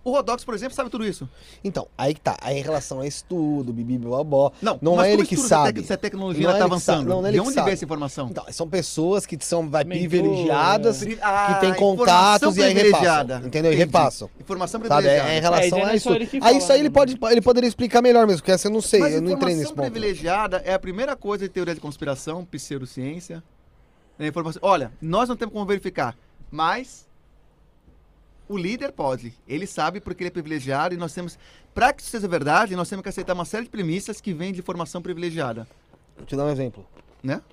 Speaker 3: o Rodox, por exemplo, sabe tudo isso.
Speaker 1: Então, aí que tá. Aí em relação a estudo, bibi, babó.
Speaker 3: Não,
Speaker 1: Não
Speaker 3: mas
Speaker 1: é
Speaker 3: como
Speaker 1: ele que
Speaker 3: estuda se a tec-
Speaker 1: sabe.
Speaker 3: Se a tecnologia
Speaker 1: Não
Speaker 3: está
Speaker 1: é ele que sabe,
Speaker 3: avançando,
Speaker 1: não, não é ele
Speaker 3: de
Speaker 1: que
Speaker 3: onde
Speaker 1: sabe.
Speaker 3: vem essa informação?
Speaker 1: Então, são pessoas que são vai,
Speaker 2: Mentor,
Speaker 1: privilegiadas,
Speaker 3: Pri-
Speaker 1: que têm
Speaker 3: Ah,
Speaker 1: contatos e aí
Speaker 3: informação
Speaker 1: repassam.
Speaker 3: privilegiada.
Speaker 1: Entendeu? E
Speaker 3: Entendi.
Speaker 1: repassam.
Speaker 3: Informação
Speaker 1: Sabe? É,
Speaker 3: privilegiada.
Speaker 1: é em relação
Speaker 2: É, e
Speaker 1: a
Speaker 2: não é
Speaker 1: isso.
Speaker 2: só ele que
Speaker 1: Aí
Speaker 2: fala,
Speaker 1: isso aí ele,
Speaker 2: né?
Speaker 1: pode, ele poderia explicar melhor mesmo, porque essa eu não sei,
Speaker 3: Mas
Speaker 1: eu não entrei nesse
Speaker 3: informação
Speaker 1: ponto.
Speaker 3: privilegiada é a primeira coisa de teoria de conspiração, pseudociência. É informação- Olha, nós não temos como verificar, mas o líder pode. Ele sabe porque ele é privilegiado e nós temos... Para que isso seja verdade, nós temos que aceitar uma série de premissas que vêm de informação privilegiada,
Speaker 1: Vou te dar um exemplo.
Speaker 3: né?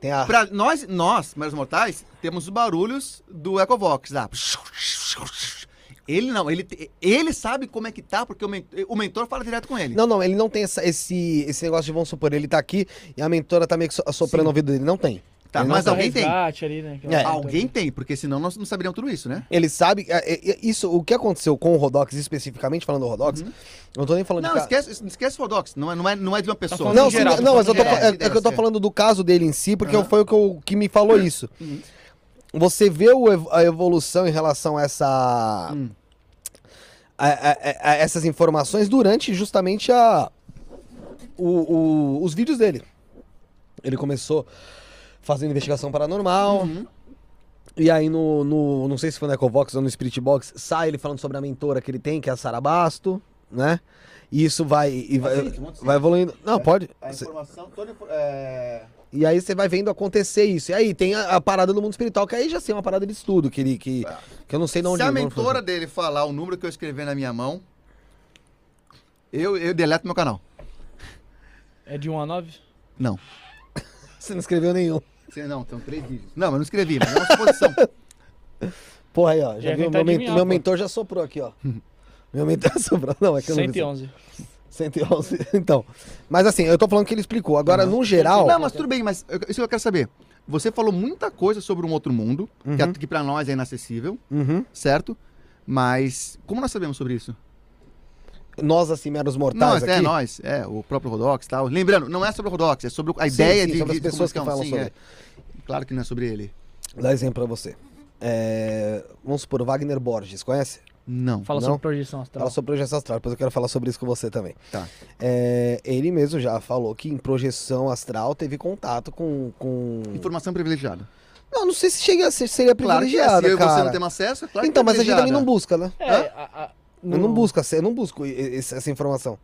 Speaker 1: Tem a.
Speaker 3: Pra nós, nós, meros mortais, temos os barulhos do Ecovox. lá. Ele não, ele, ele sabe como é que tá, porque o men- o mentor fala direto com ele.
Speaker 1: Não, não, ele não tem essa- esse, esse negócio de vamos supor, ele tá aqui e a mentora tá meio que so- soprando o ouvido dele. Não tem.
Speaker 3: tá,
Speaker 1: ele
Speaker 3: mas
Speaker 1: não
Speaker 3: alguém tem.
Speaker 2: Resgate ali, né?
Speaker 1: É.
Speaker 3: Alguém tem, porque senão nós não saberíamos tudo isso, né?
Speaker 1: Ele sabe. é, é, é, Isso, o que aconteceu com o Rodox, especificamente falando do Rodox, eu não Tá tô nem falando
Speaker 3: Uhum. Não,
Speaker 1: de. ca-
Speaker 3: esquece, esquece o Rodox, não é, não, é, não é de uma pessoa.
Speaker 2: Tá falando
Speaker 1: Não,
Speaker 2: em
Speaker 1: sim,
Speaker 2: geral,
Speaker 1: não, mas eu tô,
Speaker 2: falando
Speaker 1: fa- é, é que eu tô falando do caso dele em si, porque foi o que, eu- que me falou isso. Você vê o ev- a evolução em relação a essa.
Speaker 3: Hum.
Speaker 1: a- a- a- a essas informações durante justamente a. o- o- os vídeos dele. Ele começou fazendo investigação paranormal.
Speaker 2: Uhum.
Speaker 1: E aí no, no- Não sei se foi no Ecovox ou no Spirit Box, sai ele falando sobre a mentora que ele tem, que é a Sara Basto, né? E isso vai. e vai,
Speaker 3: seguinte,
Speaker 2: um
Speaker 3: vamos seguir.
Speaker 1: vai evoluindo. Não,
Speaker 3: É.
Speaker 1: pode. Cê-
Speaker 3: informação toda. É...
Speaker 1: e aí você vai vendo acontecer isso. E aí tem a, a parada do mundo espiritual, que aí já sei é uma parada de estudo, que, ele, que, que eu não sei de onde...
Speaker 3: É. Se a mentora dele falar o número que eu escrevi na minha mão, eu, eu deleto meu canal.
Speaker 2: É de 1 a 9?
Speaker 3: Não.
Speaker 1: Você não escreveu nenhum.
Speaker 3: Você- Não, são três dígitos. Não, eu não escrevi, mas é uma suposição.
Speaker 1: Porra aí, ó.
Speaker 2: Já
Speaker 1: Já
Speaker 2: ia
Speaker 1: viu,
Speaker 2: tentar
Speaker 1: meu, men-
Speaker 2: adivinhar,
Speaker 1: meu
Speaker 2: pô.
Speaker 1: mentor já soprou aqui, ó. meu mentor soprou. Não, é que eu não vi.
Speaker 2: 111.
Speaker 1: 111. Então. Mas assim, eu tô falando que ele explicou. Agora, no geral...
Speaker 3: Não, mas tudo bem, mas eu- isso que eu quero saber. Você falou muita coisa sobre um outro mundo, que, a- que pra nós é inacessível,
Speaker 1: Uhum.
Speaker 3: certo? Mas como nós sabemos sobre isso?
Speaker 1: Nós, assim, meros mortais
Speaker 3: Nós,
Speaker 1: aqui...
Speaker 3: é, nós, é, o próprio Rodox e tal. Lembrando, não é sobre o Rodox, é sobre o- a
Speaker 1: Sim,
Speaker 3: ideia
Speaker 1: sim,
Speaker 3: de,
Speaker 1: sobre
Speaker 3: de-
Speaker 1: as pessoas
Speaker 3: de
Speaker 1: que
Speaker 3: comunicação,
Speaker 1: falam sobre.
Speaker 3: um é. Claro que não é sobre ele.
Speaker 1: Vou dar exemplo pra você. É, Vamos supor, Wagner Borges, conhece?
Speaker 3: Não.
Speaker 2: Fala
Speaker 1: Não.
Speaker 2: sobre projeção astral.
Speaker 1: Tá. Fala sobre projeção astral, depois eu quero falar sobre isso com você também.
Speaker 3: Tá.
Speaker 1: É, ele mesmo já falou que em projeção astral teve contato com. com...
Speaker 3: Informação privilegiada.
Speaker 1: Não, não sei se chega a ser, seria
Speaker 3: Claro que é,
Speaker 1: privilegiada,
Speaker 3: se eu e você
Speaker 1: cara.
Speaker 3: não temos acesso, é claro
Speaker 1: então,
Speaker 3: que é
Speaker 1: mas a gente também não busca, né?
Speaker 2: É,
Speaker 3: Hã?
Speaker 2: a- a-
Speaker 1: Eu não
Speaker 2: no-
Speaker 1: busco, essa- eu não busco e- e- essa informação.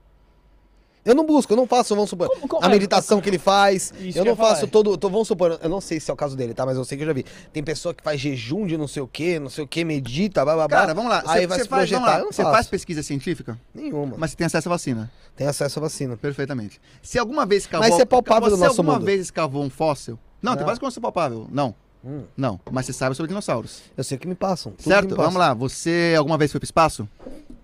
Speaker 1: Eu não busco, eu não faço, vamos supor,
Speaker 2: Como- é? como-
Speaker 1: a meditação que ele faz.
Speaker 2: Isso
Speaker 1: eu
Speaker 2: que eu
Speaker 1: não
Speaker 2: ia falar,
Speaker 1: faço
Speaker 2: é.
Speaker 1: todo. tô- vamos supor, eu não sei se é o caso dele, tá? Mas eu sei que eu já vi. Tem pessoa que faz jejum de não sei o quê, não sei o quê, medita, blá blá blá.
Speaker 3: Cara, vamos lá.
Speaker 1: Aí vai
Speaker 3: você, você
Speaker 1: se
Speaker 3: faz,
Speaker 1: projetar,
Speaker 3: vamos lá.
Speaker 1: eu não
Speaker 3: Você
Speaker 1: faço.
Speaker 3: faz pesquisa científica,
Speaker 1: Nenhuma.
Speaker 3: mas você tem acesso à vacina.
Speaker 1: Tem acesso à vacina.
Speaker 3: Perfeitamente. Se alguma vez escavou...
Speaker 1: Mas isso é palpável
Speaker 3: você
Speaker 1: no nosso
Speaker 3: alguma
Speaker 1: mundo.
Speaker 3: vez escavou um fóssil... Não,
Speaker 1: Não.
Speaker 3: tem várias coisas que são palpável. Não,
Speaker 1: Hum,
Speaker 3: não. Mas você sabe sobre dinossauros.
Speaker 1: eu sei que me passam. tudo que
Speaker 3: certo?
Speaker 1: me
Speaker 3: Vamos
Speaker 1: passam.
Speaker 3: lá. Você alguma vez foi pro espaço?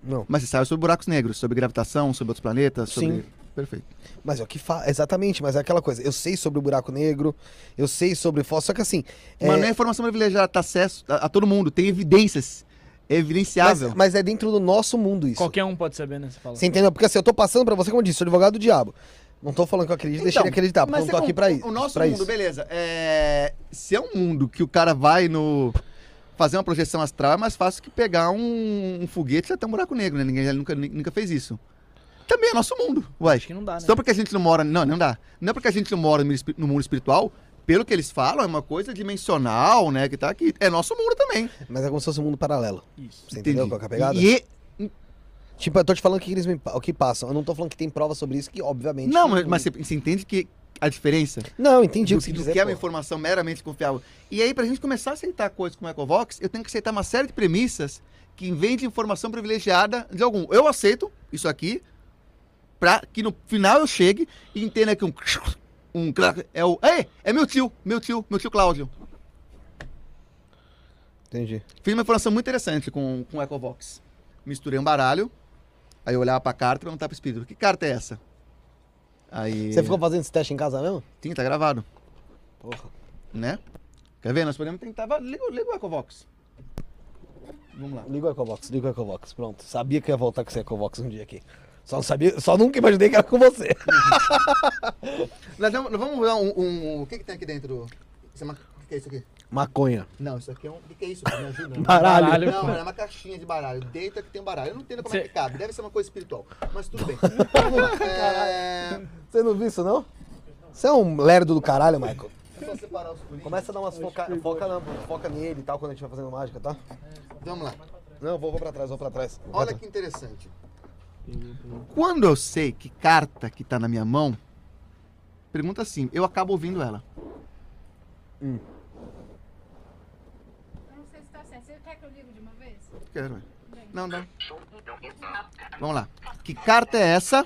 Speaker 1: Não.
Speaker 3: Mas você sabe sobre buracos negros, sobre gravitação, sobre outros planetas, sobre...
Speaker 1: Sim.
Speaker 3: Perfeito.
Speaker 1: Mas é o que faz. Exatamente, mas é aquela coisa. Eu sei sobre o buraco negro, eu sei sobre fóssil. Só que assim. é-
Speaker 3: Mas não é informação privilegiada, tá acesso a, a todo mundo, tem evidências. É
Speaker 1: mas,
Speaker 3: evidenciável.
Speaker 1: mas é dentro do nosso mundo isso.
Speaker 2: Qualquer um pode saber, né? Você fala.
Speaker 1: Você entendeu? Porque assim, eu tô passando pra você, como eu disse, sou advogado do diabo. Não tô falando que eu acredito, deixei
Speaker 3: Então,
Speaker 1: de acreditar, porque eu não
Speaker 3: mas você
Speaker 1: tô Tá aqui
Speaker 3: com-
Speaker 1: pra isso.
Speaker 3: O nosso
Speaker 1: pra
Speaker 3: mundo,
Speaker 1: isso.
Speaker 3: beleza. é, Se é um mundo que o cara vai no. Fazer uma projeção astral é mais fácil que pegar um, um foguete até um buraco negro, né? Ninguém nunca, nunca fez isso. Também é nosso mundo, ué.
Speaker 2: Acho que não dá, né?
Speaker 3: Só porque a gente não mora. Não, não dá. Não é porque a gente não mora no mundo espi- no mundo espiritual. Pelo que eles falam, é uma coisa dimensional, né? Que tá aqui. É nosso mundo também.
Speaker 1: Mas é como se fosse um mundo paralelo.
Speaker 2: Isso.
Speaker 1: Você entendeu qual que é a pegada?
Speaker 3: E,
Speaker 1: Tipo, eu tô te falando o que eles me, pa- o que passam. Eu não tô falando que tem prova sobre isso, que obviamente.
Speaker 3: não, mas, mas você, você entende que a diferença?
Speaker 1: Não, entendi o
Speaker 3: do,
Speaker 1: que você
Speaker 3: do
Speaker 1: quiser.
Speaker 3: que é uma informação meramente confiável. E aí, pra gente começar a aceitar coisas como o Ecovox, eu tenho que aceitar uma série de premissas que vem de informação privilegiada de algum. Eu aceito isso aqui, pra que no final eu chegue e entenda que um... um crack- é o... Ei, é meu tio, meu tio, meu tio Cláudio.
Speaker 1: Entendi.
Speaker 3: Fiz uma informação muito interessante com, com o Ecovox. Misturei um baralho, aí eu olhava pra carta e perguntava pro espírito, que carta é essa? Aí...
Speaker 1: Você ficou fazendo esse teste em casa mesmo?
Speaker 3: Sim, tá gravado.
Speaker 1: Porra.
Speaker 3: né? Quer ver? Nós podemos tentar. Vai, Liga, o- liga o Ecovox. Vamos lá.
Speaker 1: Liga o Ecovox, liga o Ecovox. Pronto. Sabia que eu ia voltar com esse Ecovox um dia aqui. Só não sabia, só nunca imaginei que era com você.
Speaker 3: um, Nós vamos, nós vamos dar um, um- O que, que tem aqui dentro? do- isso é uma- O que, que é isso aqui?
Speaker 1: Maconha.
Speaker 3: Não, isso aqui é um. O que, que é isso? Me ajuda.
Speaker 1: Baralho.
Speaker 2: Baralho.
Speaker 3: Não, era uma caixinha de baralho. Deita que tem um baralho. Eu não entendo como é
Speaker 2: Cê-
Speaker 3: que cabe. Deve ser uma coisa espiritual. Mas tudo bem. Vamos lá. É...
Speaker 1: Você não viu isso, não? Você é um lerdo do caralho, Michael.
Speaker 3: é só separar os pulinhos.
Speaker 1: Começa a dar umas foca... Foca, na... foca nele e tal, quando a gente vai fazendo mágica, tá?
Speaker 3: Vamos lá.
Speaker 1: Não, vou, vou pra trás, vou pra trás. Vou pra
Speaker 3: Olha
Speaker 1: trás.
Speaker 3: que interessante. Quando eu sei que carta que tá na minha mão, pergunta assim, eu acabo ouvindo ela.
Speaker 4: Eu não sei se tá certo. Você quer que eu ligo de uma vez?
Speaker 3: Quero.
Speaker 4: Bem.
Speaker 3: Não, não. Vamos lá. Que carta é essa?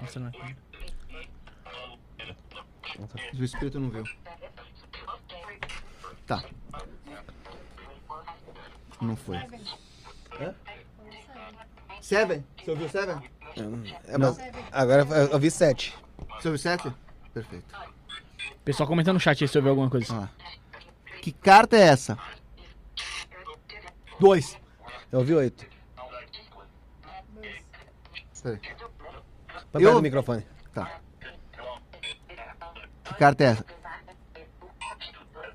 Speaker 2: Nossa, não é.
Speaker 3: O espírito não viu. Tá. Não foi. Seven? Você ouviu Seven?
Speaker 1: É, mas agora eu- eu vi sete.
Speaker 3: Você ouviu sete? Perfeito.
Speaker 2: Pessoal comentando no chat aí se ouviu alguma coisa.
Speaker 3: Vamos lá. Que carta é essa? Dois.
Speaker 1: Eu vi oito.
Speaker 3: Peraí.
Speaker 1: Pra
Speaker 3: Eu-
Speaker 1: perto do microfone.
Speaker 3: Tá. Que carta é essa?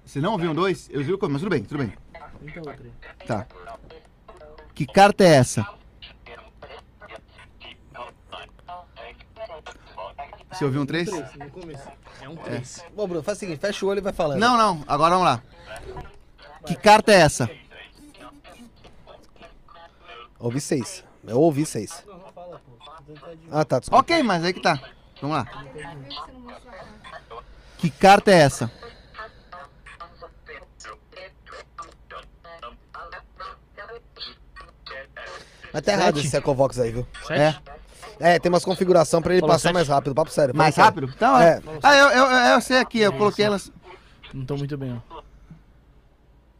Speaker 3: Se não ouviram dois, eu juro que mas tudo bem, tudo bem.
Speaker 2: Então,
Speaker 3: Tá. Que carta é essa? Você ouviu um três?
Speaker 2: É um 3.
Speaker 1: Bom, Bruno, faz o seguinte, fecha o olho e vai falando.
Speaker 3: Não, não, agora vamos lá. Que carta é essa?
Speaker 1: Ouvi seis. Eu ouvi seis. Ah, tá, desculpa.
Speaker 3: Ok, mas aí que tá. Vamos lá.
Speaker 4: Você viu que você não mostrou a carta?
Speaker 3: Que carta é essa?
Speaker 1: Mas tá errado
Speaker 3: Sete.
Speaker 1: esse Ecovox aí, viu?
Speaker 3: É.
Speaker 1: É, tem umas configuração pra ele
Speaker 2: Falou
Speaker 1: passar
Speaker 2: sete?
Speaker 1: mais rápido, papo sério.
Speaker 3: Mais
Speaker 1: papo
Speaker 3: rápido?
Speaker 1: sério.
Speaker 3: Então é. Ah, eu, eu, eu, eu sei aqui, eu coloquei elas.
Speaker 2: Não tô muito bem, ó.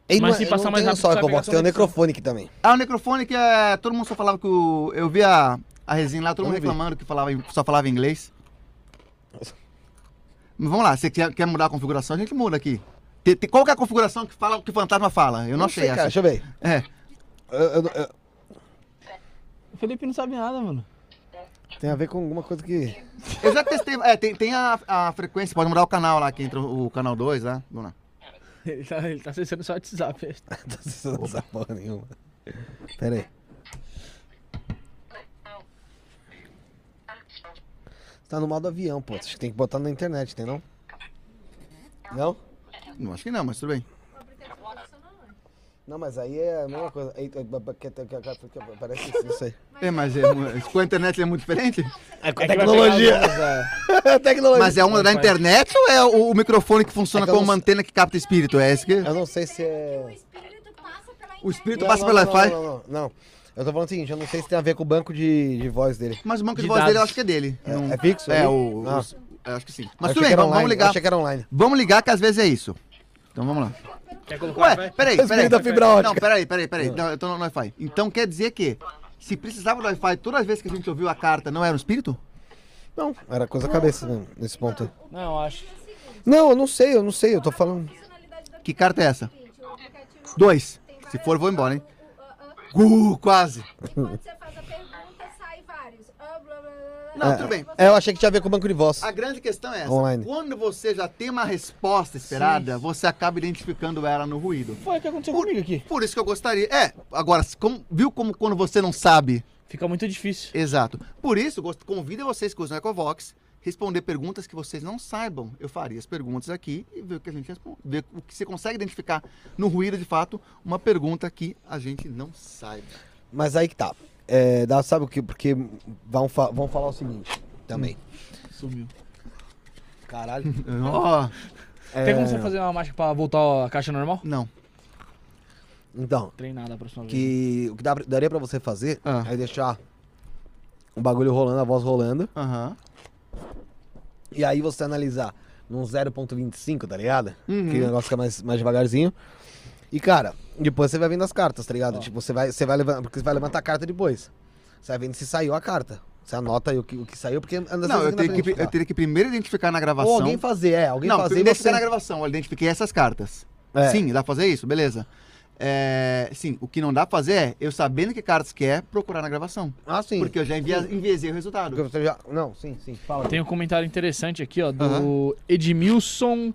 Speaker 1: E
Speaker 2: Mas
Speaker 1: não-
Speaker 2: se
Speaker 1: eu
Speaker 2: passar
Speaker 1: não
Speaker 2: mais
Speaker 1: tenho
Speaker 2: rápido,
Speaker 1: só
Speaker 2: você vai
Speaker 1: Ecovox,
Speaker 2: pegar
Speaker 1: tem o
Speaker 2: só uma
Speaker 1: necrofone aqui também.
Speaker 3: Ah, o necrofone que é, todo mundo só falava que o, eu vi a, a resenha lá, todo mundo
Speaker 1: Eu vi.
Speaker 3: reclamando que falava, em- só falava inglês. Mas vamos lá, você quer, quer mudar a configuração? A gente muda aqui. Te- te- qual que é a configuração que fala que o fantasma fala? Eu não, achei
Speaker 1: sei, cara, deixa
Speaker 3: essa.
Speaker 1: eu ver.
Speaker 3: É.
Speaker 1: Eu- eu- eu-
Speaker 2: O Felipe não sabe nada, mano.
Speaker 1: tem a ver com alguma coisa que...
Speaker 3: Eu já testei. É, tem, tem a, a frequência, pode mudar o canal lá, que entra o, o canal 2 lá. Vamos lá.
Speaker 2: Ele tá, ele tá acessando só o WhatsApp.
Speaker 1: Não precisa usar porra nenhuma. Pera aí. Você tá no modo avião, pô. Acho que tem que botar na internet, tem não? Não?
Speaker 3: Não, acho que não, mas tudo bem.
Speaker 4: O aplicativo funciona onde?
Speaker 1: Não, mas aí é a mesma coisa. Aí, é, ba- ba- que- que- que- que- Parece isso aí.
Speaker 3: É, mas é, mu- com a internet é muito diferente?
Speaker 1: É
Speaker 2: que vai tecnologia.
Speaker 1: Tecnologia.
Speaker 3: Mas é uma da internet ou é o, o microfone que funciona
Speaker 1: É que eu
Speaker 3: com uma
Speaker 1: não-
Speaker 3: antena que capta espírito? É esse que.
Speaker 1: Eu não sei se é.
Speaker 4: O espírito passa pela
Speaker 3: O espírito
Speaker 1: Não,
Speaker 3: passa
Speaker 1: não,
Speaker 3: pelo
Speaker 1: não,
Speaker 3: Wi-Fi.
Speaker 1: Não, não, não. Eu tô falando o seguinte, eu não sei se tem a ver com o banco de, de voz dele.
Speaker 3: Mas o banco de,
Speaker 2: De
Speaker 3: voz dele eu
Speaker 2: dados.
Speaker 3: acho que é dele. Não-
Speaker 1: É fixo?
Speaker 3: É,
Speaker 1: ali?
Speaker 3: o.
Speaker 1: Ah.
Speaker 3: os- eu acho que sim. Mas
Speaker 1: Eu achei que
Speaker 3: tudo bem,
Speaker 1: era
Speaker 3: vamos, vamos
Speaker 1: online, eu
Speaker 3: ligar.
Speaker 1: Achei que era online.
Speaker 3: Vamos ligar que às vezes é isso. Então vamos lá.
Speaker 2: Quer colocar
Speaker 3: Ué,
Speaker 2: o Wi-Fi?
Speaker 3: peraí,
Speaker 1: Espírito
Speaker 3: peraí.
Speaker 1: da fibra ótica.
Speaker 3: Não, peraí, peraí, peraí. Não, eu tô no Wi-Fi. Então quer dizer que se precisava do Wi-Fi todas as vezes que a gente ouviu a carta, não era um espírito?
Speaker 1: Não, era coisa da cabeça né, nesse ponto. aí.
Speaker 2: Não, acho.
Speaker 1: Não, eu não sei, eu não sei, eu tô falando.
Speaker 4: funcionalidade do
Speaker 3: Que carta é essa?
Speaker 4: aplicativo. O aplicativo
Speaker 3: Dois.
Speaker 4: tem
Speaker 3: Se
Speaker 4: várias-
Speaker 3: for, vou embora, hein?
Speaker 4: o- o- ah, ah,
Speaker 3: Uh, quase.
Speaker 4: E quando você faz a pergunta, sai vários. Ah, blá, blá, blá, blá.
Speaker 3: Não,
Speaker 1: É,
Speaker 3: tudo bem.
Speaker 1: É, eu achei que tinha a ver com o banco de voz.
Speaker 3: A grande questão é essa.
Speaker 1: Online.
Speaker 3: Quando você já tem uma resposta esperada, você acaba identificando ela no ruído.
Speaker 2: Foi o que aconteceu comigo aqui.
Speaker 3: Por isso que eu gostaria. É, agora, como- viu como quando você não sabe
Speaker 2: Fica muito difícil.
Speaker 3: Exato. Por isso, gost- convido vocês que usam o Ecovox responder perguntas que vocês não saibam. Eu faria as perguntas aqui e ver o que a gente responde, ver o que você consegue identificar no ruído de fato, uma pergunta que a gente não saiba.
Speaker 1: Mas aí que tá. É, dá, sabe o que? Porque vão, fa- vão falar o seguinte também.
Speaker 3: Hum.
Speaker 2: Sumiu.
Speaker 1: Caralho.
Speaker 3: Ó,
Speaker 2: Tem como
Speaker 1: É.
Speaker 2: você fazer uma mágica pra voltar a caixa normal?
Speaker 3: não.
Speaker 1: Então,
Speaker 2: Treinada a próxima vez.
Speaker 1: que o que dá pra- daria pra você fazer
Speaker 3: Ah.
Speaker 1: é deixar o bagulho rolando, a voz rolando,
Speaker 3: Aham.
Speaker 1: e aí você analisar num 0.25, tá ligado?
Speaker 3: Uhum.
Speaker 1: Que o negócio fica mais, mais devagarzinho. E, cara, depois você vai vendo as cartas, tá ligado?
Speaker 2: Ó.
Speaker 1: Tipo, você vai, você vai levantar. Porque você vai levantar a carta depois. Você vai vendo se saiu a carta. Você anota aí o que, o que saiu, porque anda às
Speaker 3: Não,
Speaker 1: vezes
Speaker 3: eu
Speaker 1: aqui na
Speaker 3: teria, que,
Speaker 1: frente,
Speaker 3: eu
Speaker 1: tá?
Speaker 3: teria que primeiro identificar na gravação.
Speaker 1: Ou alguém fazer, é, alguém
Speaker 3: não,
Speaker 1: fazer e
Speaker 3: identificar
Speaker 1: você.
Speaker 3: na gravação. Olha, identifiquei essas cartas.
Speaker 1: É.
Speaker 3: Sim, dá pra fazer isso? Beleza. É, sim, o que não dá pra fazer é, eu sabendo que Carlos quer, procurar na gravação.
Speaker 1: Ah, sim.
Speaker 3: Porque eu já envia, enviesei o resultado.
Speaker 1: Porque você já... Não, sim, sim. Fala.
Speaker 2: Tem um comentário interessante aqui, ó, do Edmilson.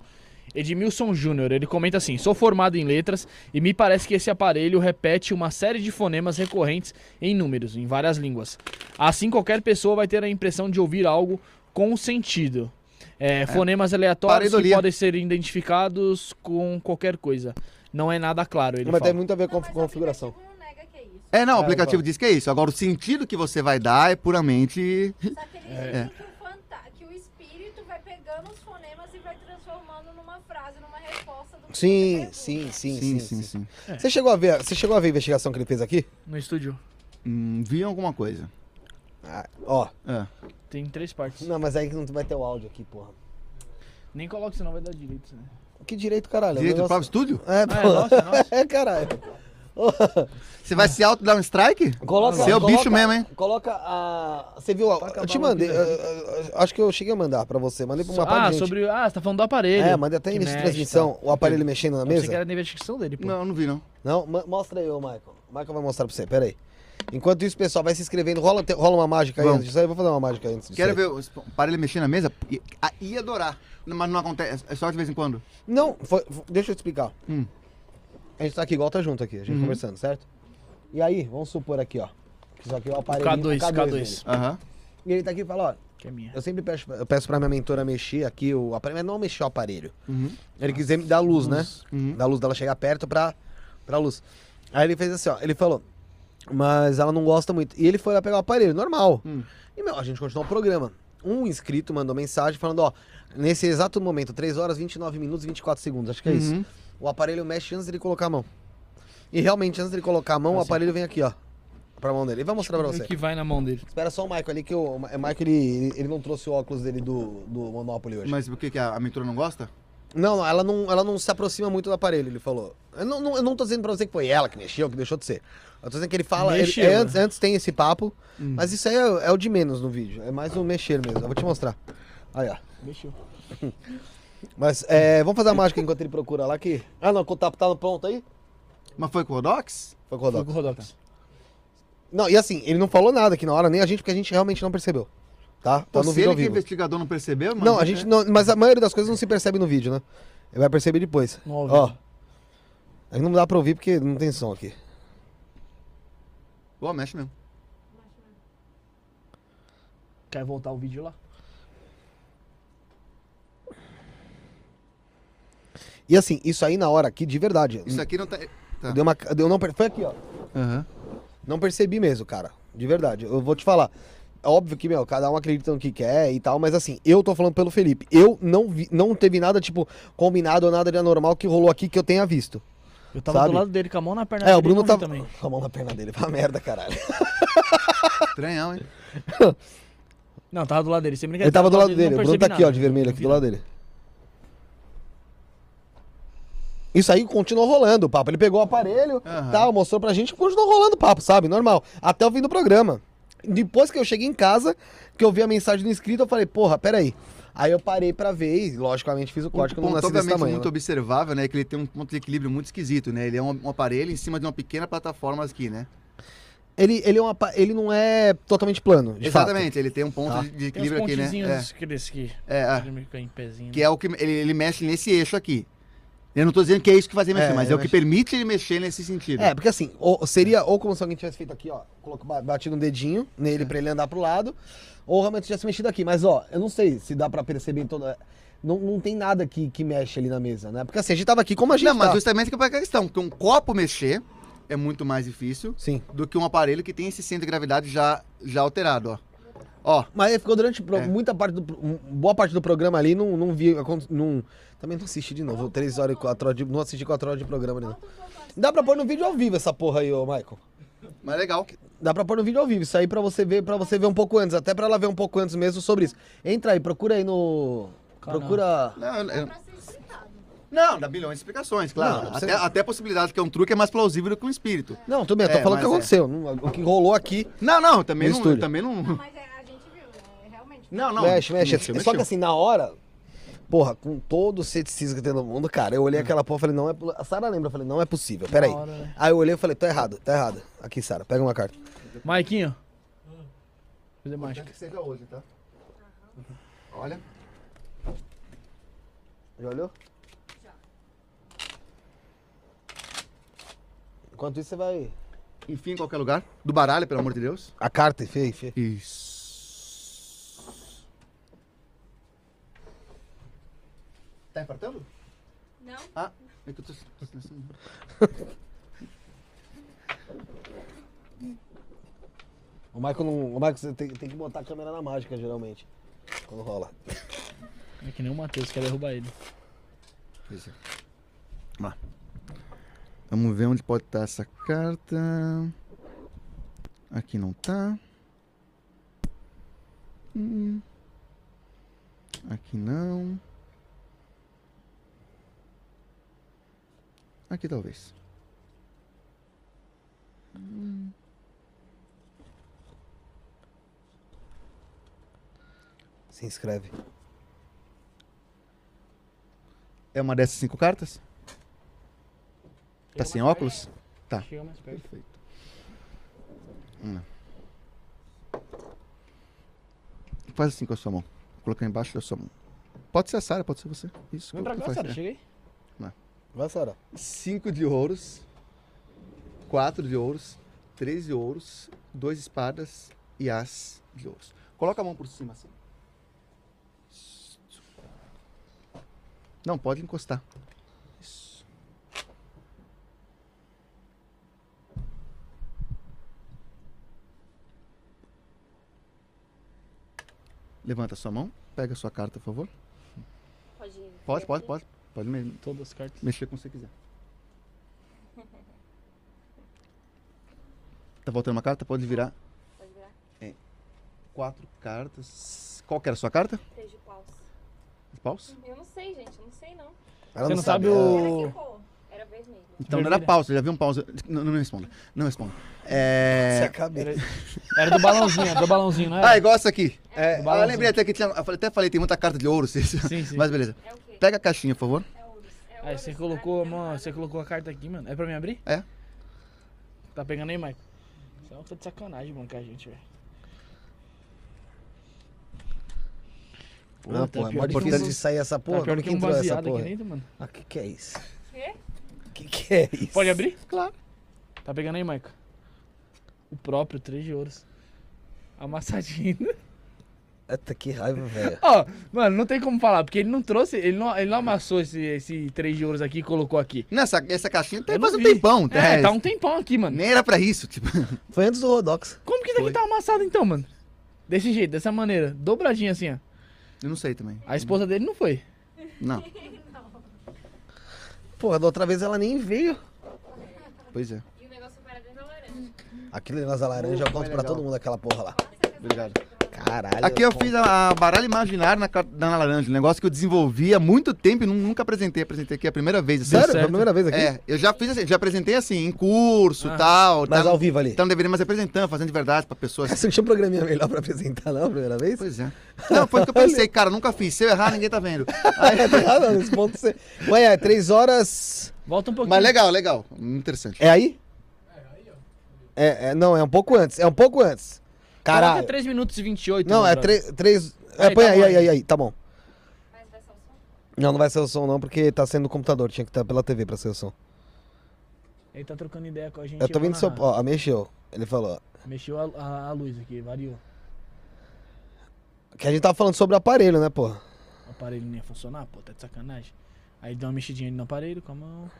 Speaker 2: Edmilson Júnior, ele comenta assim: sou formado em letras e me parece que esse aparelho repete uma série de fonemas recorrentes em números, em várias línguas. Assim, qualquer pessoa vai ter a impressão de ouvir algo com sentido. É, fonemas aleatórios que
Speaker 3: pareidolia.
Speaker 2: podem ser identificados com qualquer coisa. Não é nada claro, ele
Speaker 1: Mas tem
Speaker 2: fala.
Speaker 1: muito a ver
Speaker 4: Não,
Speaker 1: com
Speaker 4: mas
Speaker 1: a
Speaker 4: o
Speaker 1: configuração.
Speaker 4: aplicativo não nega que é isso.
Speaker 3: É, não,
Speaker 1: É,
Speaker 3: o aplicativo
Speaker 1: bom.
Speaker 3: diz que é isso. Agora, o sentido que você vai dar é puramente.
Speaker 4: Só que ele
Speaker 3: É.
Speaker 4: diz que, o fanta- que o espírito vai pegando os fonemas e vai transformando numa frase, numa resposta do que você
Speaker 1: Sim,
Speaker 4: pergunta.
Speaker 1: sim, sim,
Speaker 3: Sim,
Speaker 1: sim, sim.
Speaker 3: sim.
Speaker 1: Você chegou a ver, você chegou a ver a investigação que ele fez aqui?
Speaker 2: No estúdio.
Speaker 3: Hum, vi alguma coisa.
Speaker 1: Ah, ó.
Speaker 3: É.
Speaker 2: Tem três partes.
Speaker 1: Não, mas aí que não vai ter o áudio aqui, porra.
Speaker 2: Nem coloca, senão vai dar direito. Né?
Speaker 1: Que direito, caralho.
Speaker 3: Direito
Speaker 1: o
Speaker 3: do próprio estúdio?
Speaker 1: É,
Speaker 2: Ah, é,
Speaker 1: pô.
Speaker 2: nossa, nossa.
Speaker 1: É, caralho.
Speaker 3: Você vai se auto dar um strike?
Speaker 1: Coloca,
Speaker 3: Você é o
Speaker 1: coloca-
Speaker 3: bicho mesmo, hein?
Speaker 1: Coloca a. Você viu? a-
Speaker 2: Taca a
Speaker 1: Eu te
Speaker 2: bala
Speaker 1: mandei.
Speaker 2: aqui, né?
Speaker 1: eu- eu- eu- acho que eu cheguei a mandar pra você. Mandei pra uma parte
Speaker 2: ah,
Speaker 1: de gente.
Speaker 2: sobre. Ah, você tá falando do aparelho.
Speaker 1: É, mandei até
Speaker 2: Que
Speaker 1: início de
Speaker 2: mexe,
Speaker 1: transmissão. O aparelho mexendo na
Speaker 2: tá. Eu pensei que
Speaker 1: mesa.
Speaker 2: era na investigação dele, pô.
Speaker 3: Não, não vi, não.
Speaker 1: Não, ma- mostra aí, ô Michael. O Michael vai mostrar pra você, peraí. Enquanto isso, pessoal, vai se inscrevendo. Rola, te- rola uma mágica aí
Speaker 3: Vamos.
Speaker 1: antes disso aí. Vou fazer uma mágica antes disso.
Speaker 3: Quero
Speaker 1: aí.
Speaker 3: ver os- para ele mexer na mesa. I- ah, Ia adorar. Mas não acontece. É só de vez em quando.
Speaker 1: Não, foi- foi- deixa eu te explicar.
Speaker 3: Hum. Uhum.
Speaker 1: A gente tá aqui igual tá junto aqui, a gente conversando, certo? E aí, vvamos supor aqui, ó. Que isso aqui é o aparelho.
Speaker 2: K2, K2.
Speaker 3: Aham.
Speaker 1: E ele tá aqui e fala, ó.
Speaker 2: Que é minha.
Speaker 1: Eu sempre peço, eu peço pra minha mentora mexer aqui o aparelho, mas não mexer o aparelho.
Speaker 3: Uhum.
Speaker 1: Ele quiser me dar luz, né?
Speaker 3: Uhum.
Speaker 1: Da luz dela chegar perto pra, pra luz. Aí ele fez assim, ó. Ele falou, mas ela não gosta muito. E ele foi lá pegar o aparelho, normal.
Speaker 3: Hum.
Speaker 1: E, meu, a gente continuou o programa. Um inscrito mandou mensagem falando, ó, nesse exato momento, 3 horas, 29 minutos, e 24 segundos, acho que é isso.
Speaker 3: Uhum.
Speaker 1: O aparelho mexe antes dele colocar a mão. E realmente, antes dele colocar a mão, o aparelho vem aqui, ó. Pra mão dele. Ele vai mostrar pra você.
Speaker 2: O que vai na mão dele.
Speaker 1: Espera só o Michael ali, que o, o Michael ele, ele não trouxe o óculos dele do, do Monopoly hoje.
Speaker 3: Mas por que, que a, a mentora não gosta?
Speaker 1: Não, não, ela não, ela não se aproxima muito do aparelho, ele falou. Eu não, não- eu não tô dizendo pra você que foi ela que mexeu, que deixou de ser. Eu tô dizendo que ele fala. Ele,
Speaker 2: Mexeu,
Speaker 1: é,
Speaker 2: né?
Speaker 1: antes, antes tem esse papo, mas isso aí é, é o de menos no vídeo. É mais o mexer mesmo. Eu vou te mostrar. Aí, ó.
Speaker 2: Mexeu.
Speaker 1: Mas é, vamos fazer a mágica enquanto ele procura lá que. Ah, não, o tapo tá no ponto aí?
Speaker 3: Mas foi com o Rodox?
Speaker 1: Foi com o
Speaker 2: Foi
Speaker 1: Rodox.
Speaker 2: com o Rodox.
Speaker 1: Não, e assim, ele não falou nada aqui na hora, nem a gente, porque a gente realmente não percebeu. Tá? Tá
Speaker 3: Pô,
Speaker 1: no
Speaker 3: se
Speaker 1: vídeo
Speaker 3: ele
Speaker 1: ao
Speaker 3: que é
Speaker 1: vivo.
Speaker 3: investigador não percebeu, mano. é.
Speaker 1: Não, a gente não. Mas a maioria das coisas não se percebe no vídeo, né? Ele vai perceber depois.
Speaker 2: No ao
Speaker 1: Ó.
Speaker 2: vivo.
Speaker 1: Aí não dá pra ouvir porque não tem som aqui.
Speaker 3: Pô, mexe mesmo.
Speaker 2: Quer voltar o vídeo lá?
Speaker 1: E assim, isso aí na hora aqui, de verdade.
Speaker 3: Isso aqui não tá. tá.
Speaker 1: Deu uma. Deu não, per- foi aqui, ó.
Speaker 3: Aham.
Speaker 1: Não percebi mesmo, cara. De verdade. Eu vou te falar. É Óbvio que, meu, cada um acredita no que quer e tal, mas assim, eu tô falando pelo Felipe. Eu não vi, não teve nada, tipo, combinado ou nada de anormal que rolou aqui que eu tenha visto.
Speaker 2: Eu tava
Speaker 1: Sabe?
Speaker 2: do lado dele com a mão na perna
Speaker 1: É,
Speaker 2: dele.
Speaker 1: o Bruno
Speaker 2: não vi
Speaker 1: tava.
Speaker 2: também.
Speaker 1: Com a mão na perna dele, pra merda, caralho.
Speaker 3: Estranhão, hein?
Speaker 2: Não, tava do lado dele. Sem brincadeira.
Speaker 1: Ele tava do lado
Speaker 2: não
Speaker 1: dele, o Bruno
Speaker 2: percebi
Speaker 1: tá aqui, ó,
Speaker 2: nada.
Speaker 1: de vermelho, aqui
Speaker 2: Vi
Speaker 1: do lado dele. Isso aí continuou rolando o papo. Ele pegou o aparelho,
Speaker 3: Aham.
Speaker 1: tal, mostrou pra gente e continuou rolando o papo, sabe? Normal. Até o fim do programa. Depois que eu cheguei em casa, que eu vi a mensagem do inscrito, eu falei, porra, peraí. Aí eu parei pra ver e, logicamente, fiz o
Speaker 3: Um
Speaker 1: corte que eu não
Speaker 3: ponto
Speaker 1: nasci desse
Speaker 3: obviamente
Speaker 1: tamanho.
Speaker 3: muito
Speaker 1: né?
Speaker 3: observável, né? Que ele tem um ponto de equilíbrio muito esquisito, né? Ele é um, um aparelho em cima de uma pequena plataforma aqui, né?
Speaker 1: Ele, ele, é uma, pa- ele não é totalmente plano, de fato.
Speaker 3: Exatamente, ele tem um ponto
Speaker 1: Tá.
Speaker 3: de, de
Speaker 2: Tem uns
Speaker 3: equilíbrio aqui, né?
Speaker 2: pontezinhos
Speaker 3: É,
Speaker 2: que desse aqui.
Speaker 3: É, é.
Speaker 2: Ele fica em pezinho.
Speaker 3: Que é o que ele, ele mexe nesse eixo aqui. Eu não tô dizendo que é isso que faz ele mexer,
Speaker 1: É,
Speaker 3: mas é
Speaker 1: eu
Speaker 3: o que
Speaker 1: acho-
Speaker 3: permite ele mexer nesse sentido.
Speaker 1: É, porque assim, ou- seria ou como se alguém tivesse feito aqui, ó, colocou, ba- batido um dedinho
Speaker 3: É.
Speaker 1: nele pra ele andar pro lado, ou realmente tivesse mexido aqui. Mas ó, eu não sei se dá pra perceber toda. Não, não tem nada que, que mexe ali na mesa, né? Porque assim, a gente tava aqui como a gente.
Speaker 3: não, mas
Speaker 1: tá.
Speaker 3: justamente que é a questão, que um copo mexer é muito mais difícil
Speaker 1: Sim.
Speaker 3: do que um aparelho que tem esse centro de gravidade já, já alterado, ó. Ó,
Speaker 1: Mas ele ficou durante pro-
Speaker 3: É.
Speaker 1: muita parte do. pro- um- Boa parte do programa ali, não, não vi. acon- Não, também não assisti de novo. três horas e quatro horas de. Não assisti quatro horas de programa ali, não.
Speaker 4: Falta um pouco antes.
Speaker 1: Dá pra pôr no vídeo ao vivo essa porra aí, ô Michael.
Speaker 3: mas é legal.
Speaker 1: Dá pra pôr no vídeo ao vivo, isso aí pra você ver, para você ver um pouco antes, até pra ela ver um pouco antes mesmo sobre isso. Entra aí, procura aí no.
Speaker 2: Canal.
Speaker 1: Procura.
Speaker 3: Não, eu- eu-
Speaker 4: Pra ser explicado.
Speaker 3: não, dá bilhões de explicações, claro.
Speaker 1: Não, você-
Speaker 3: até, até a possibilidade que é um truque é mais plausível do que um espírito.
Speaker 1: Não, tudo bem, eu tô
Speaker 3: É,
Speaker 1: falando o que
Speaker 3: mas é.
Speaker 1: aconteceu. não- O que rolou aqui.
Speaker 3: Não, não, eu também
Speaker 1: No
Speaker 3: não,
Speaker 1: estúdio.
Speaker 3: eu também não.
Speaker 4: Mas é, a gente viu, né? Realmente.
Speaker 3: Não, não.
Speaker 1: mexe, mexe.
Speaker 3: mexeu,
Speaker 1: Só que
Speaker 3: mexeu.
Speaker 1: assim, na hora. Porra, com todo o ceticismo que tem no mundo, cara, eu
Speaker 3: Hum.
Speaker 1: olhei aquela porra e falei, não é. po- A Sara lembra, eu falei, não é possível, peraí.
Speaker 2: Da hora, né?
Speaker 1: Aí eu olhei e falei, tá errado, tá errado. Aqui, Sara, pega uma carta.
Speaker 2: Maiquinho. Fazer mágica.
Speaker 3: Tanto que seja hoje, tá? Olha.
Speaker 1: Já olhou?
Speaker 4: Já.
Speaker 1: Enquanto isso, você vai.
Speaker 3: Enfim, em qualquer lugar. Do baralho, pelo amor de Deus.
Speaker 1: A carta, enfia, enfia.
Speaker 3: Isso. Tá infartando?
Speaker 4: Não?
Speaker 3: Ah, é que eu tô. tô selecionando.
Speaker 1: O Michael, não, o Michael você tem, tem que botar a câmera na mágica, geralmente. Quando rola.
Speaker 2: É que nem o Matheus quer derrubar ele.
Speaker 3: Pois é. Vamos lá. Vamos ver onde pode estar essa carta. Aqui não tá. Hum. Aqui não. Aqui talvez. Hum.
Speaker 1: Se inscreve.
Speaker 3: É uma dessas cinco cartas? Tá sem óculos? Tá.
Speaker 2: Chega mais perto.
Speaker 3: Perfeito. Faz assim com a sua mão. Vou colocar embaixo da sua mão. Pode ser a Sara, pode ser você. Isso.
Speaker 2: Vem pra
Speaker 3: tu
Speaker 2: cá,
Speaker 3: faz,
Speaker 2: Sara.
Speaker 3: é.
Speaker 2: Chega aí.
Speaker 1: Vai, Sara.
Speaker 3: Cinco de ouros. Quatro de ouros. Três de ouros. Dois espadas e as de ouros. Coloca a mão por cima assim. Não, pode encostar. Isso. Levanta a sua mão, pega a sua carta, por favor.
Speaker 4: Pode ir.
Speaker 3: Pode, pode, pode. Pode mesmo.
Speaker 2: Todas as cartas.
Speaker 3: Mexer como você quiser. Tá faltando uma carta? Pode virar
Speaker 4: Pode virar.
Speaker 3: quatro cartas. Qual que era a sua carta?
Speaker 4: Três de paus.
Speaker 3: Paus?
Speaker 4: Eu não sei, gente. Eu não sei, não.
Speaker 1: Ela
Speaker 2: Você não sabe
Speaker 1: ela-
Speaker 2: O-
Speaker 4: Era que cor? Era vermelho.
Speaker 3: Então não era
Speaker 2: Vermelha.
Speaker 3: paus, eu já vi um paus. Não, não me responda. Não responda.
Speaker 1: Essa é
Speaker 3: É.
Speaker 1: a cabeça.
Speaker 2: Era, era do balãozinho, era do balãozinho, não
Speaker 3: Ah,
Speaker 2: era?
Speaker 3: igual essa aqui. É,
Speaker 2: Do
Speaker 3: ah, eu
Speaker 2: balãozinho.
Speaker 3: lembrei até que tinha. Eu falei- até falei, tem muita carta de ouro. Sim,
Speaker 2: Sim, sim.
Speaker 3: Mas beleza.
Speaker 4: É o quê?
Speaker 3: Pega a caixinha, por favor.
Speaker 4: É ouros. É
Speaker 2: Aí você
Speaker 4: ouros.
Speaker 2: colocou,
Speaker 4: Ah,
Speaker 2: mano,
Speaker 4: não.
Speaker 2: você colocou a carta aqui, mano. É pra mim abrir?
Speaker 3: É.
Speaker 2: Tá pegando aí, Maico? Você tá de sacanagem, mano, com a gente, velho.
Speaker 1: Ah, porra, é mó
Speaker 2: que um-
Speaker 1: difícil de sair essa porra.
Speaker 2: tá pior
Speaker 1: Como
Speaker 2: que
Speaker 1: que
Speaker 2: um
Speaker 1: entrou essa
Speaker 2: baseado aqui
Speaker 1: porra?
Speaker 2: dentro, mano.
Speaker 1: Ah, que que é isso?
Speaker 4: Quê?
Speaker 1: Que que é isso?
Speaker 2: Pode abrir?
Speaker 3: Claro.
Speaker 2: Tá pegando aí, Maico? O próprio, três de ouros. Amassadinho.
Speaker 1: Eita, que raiva, velho.
Speaker 2: Ó, mano, não tem como falar, porque ele não trouxe, ele não, ele não amassou esse, esse três de ouros aqui e colocou aqui.
Speaker 3: Nessa, essa caixinha tem
Speaker 2: Eu não
Speaker 3: faz um
Speaker 2: vi.
Speaker 3: tempão.
Speaker 2: É,
Speaker 3: né?
Speaker 2: tá um tempão aqui, mano.
Speaker 3: Nem era pra isso. Tipo.
Speaker 1: Foi antes do Rodox.
Speaker 2: Como que isso aqui
Speaker 3: Foi.
Speaker 2: tá amassado então, mano? Desse jeito, dessa maneira, dobradinho assim, ó.
Speaker 3: Eu não sei também.
Speaker 2: A esposa dele não foi.
Speaker 3: Não,
Speaker 1: Porra, da outra vez ela nem veio.
Speaker 3: pois é.
Speaker 4: E o negócio para dentro da laranja.
Speaker 1: Aquele negócio da laranja, eu
Speaker 3: Porra,
Speaker 1: conto pra
Speaker 3: legal.
Speaker 1: todo mundo aquela porra lá.
Speaker 3: Obrigado.
Speaker 1: Caralho.
Speaker 3: Aqui eu
Speaker 1: conto.
Speaker 3: fiz a, a baralho imaginário na, car- na laranja, um negócio que eu desenvolvi há muito tempo e nu- nunca apresentei. Apresentei aqui a primeira vez. assim.
Speaker 1: Sério? Foi a
Speaker 2: certo.
Speaker 1: primeira vez aqui?
Speaker 3: É, eu já fiz assim, já apresentei assim, em curso
Speaker 2: Ah.
Speaker 3: tal.
Speaker 1: Mas
Speaker 3: tá,
Speaker 1: ao vivo ali.
Speaker 3: Então deveria mais apresentando, fazendo de verdade pra pessoas.
Speaker 1: Você não tinha um programinha melhor pra apresentar, não, a primeira vez?
Speaker 3: Pois é. Não, foi o que eu pensei, cara, nunca fiz. Se eu errar, ninguém tá vendo.
Speaker 1: Ah, é, tá errado, nesse ponto você... Ué, é, três horas...
Speaker 2: Volta um pouquinho.
Speaker 3: Mas legal, legal. Interessante.
Speaker 1: É aí? É, aí, ó. É, não, é um pouco antes, é um pouco antes.
Speaker 2: Coloca
Speaker 1: Caralho.
Speaker 2: 3 minutos e 28.
Speaker 1: Não,
Speaker 2: meu
Speaker 1: é
Speaker 2: brother.
Speaker 1: três... três... É,
Speaker 2: Aí,
Speaker 1: põe
Speaker 2: tá
Speaker 1: aí,
Speaker 2: bom
Speaker 1: aí, aí,
Speaker 2: aí.
Speaker 1: aí, tá bom.
Speaker 4: Mas vai ser um o som?
Speaker 1: Não, não vai ser o som não, porque tá sendo no computador, tinha que estar pela TV pra ser o som.
Speaker 2: Ele tá trocando ideia com a gente.
Speaker 1: Eu tô
Speaker 2: vou
Speaker 1: vendo seu...
Speaker 2: narrar.
Speaker 1: Ó, mexeu. Ele falou,
Speaker 2: Mexeu a, a- a luz aqui, variou.
Speaker 1: ó, que a gente tava falando sobre o aparelho, né, porra?
Speaker 2: O aparelho não ia funcionar, pô, tá de sacanagem. Aí deu uma mexidinha ali no aparelho com a mão.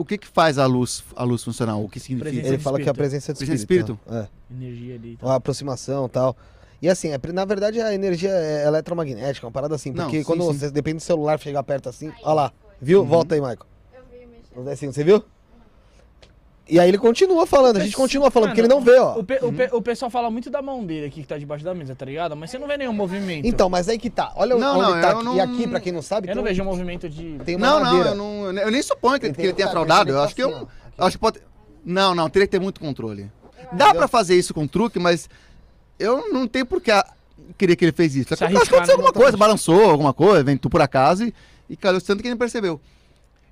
Speaker 3: O que que faz a luz, a luz funcionar? O que significa?
Speaker 2: Presença.
Speaker 1: Ele
Speaker 2: do
Speaker 1: fala que é a
Speaker 2: espírito.
Speaker 1: presença do
Speaker 3: Presença do
Speaker 1: espírito. né? É.
Speaker 2: Energia ali e tal.
Speaker 1: a aproximação e tal. E assim, é pre- na verdade a energia é eletromagnética, uma parada assim,
Speaker 3: Não,
Speaker 1: porque
Speaker 3: sim,
Speaker 1: quando
Speaker 3: sim. Uhum.
Speaker 1: você depende do celular chegar perto assim,
Speaker 4: Aí,
Speaker 1: ó lá,
Speaker 4: foi.
Speaker 1: viu? Volta aí, Michael.
Speaker 4: Eu vi mexer.
Speaker 1: Uns 10 segundos, você viu? E aí ele continua falando, a gente continua falando, porque ele não
Speaker 2: Mano,
Speaker 1: vê, ó. Uhum.
Speaker 2: O, pe- o pe- o pessoal fala muito da mão dele aqui que tá debaixo da mesa, tá ligado? Mas você não vê nenhum movimento.
Speaker 1: Então, mas aí que tá. Olha onde
Speaker 3: Não, não,
Speaker 1: tá.
Speaker 3: eu
Speaker 1: aqui.
Speaker 3: não-
Speaker 1: E aqui, pra quem não sabe,
Speaker 2: Eu não
Speaker 1: tem,
Speaker 2: vejo um movimento de.
Speaker 1: um- tem uma
Speaker 3: Não, não,
Speaker 1: madeira.
Speaker 3: eu, não, eu nem suponho que,
Speaker 1: Ele
Speaker 3: que
Speaker 1: tem
Speaker 3: ele
Speaker 1: um
Speaker 3: tenha
Speaker 1: cara,
Speaker 3: fraudado.
Speaker 1: ele
Speaker 3: Eu
Speaker 1: tá
Speaker 3: acho que
Speaker 1: assim,
Speaker 3: eu,
Speaker 1: ó, aqui.
Speaker 3: eu acho que pode. Não, não, teria que ter muito controle. Dá pra fazer isso com truque, mas eu não tenho porquê. A- queria que ele fez isso.
Speaker 2: Se
Speaker 3: Aconteceu
Speaker 2: arriscar, né?
Speaker 3: alguma coisa, balançou alguma coisa, ventou por acaso e, e calhou tanto que ele não percebeu.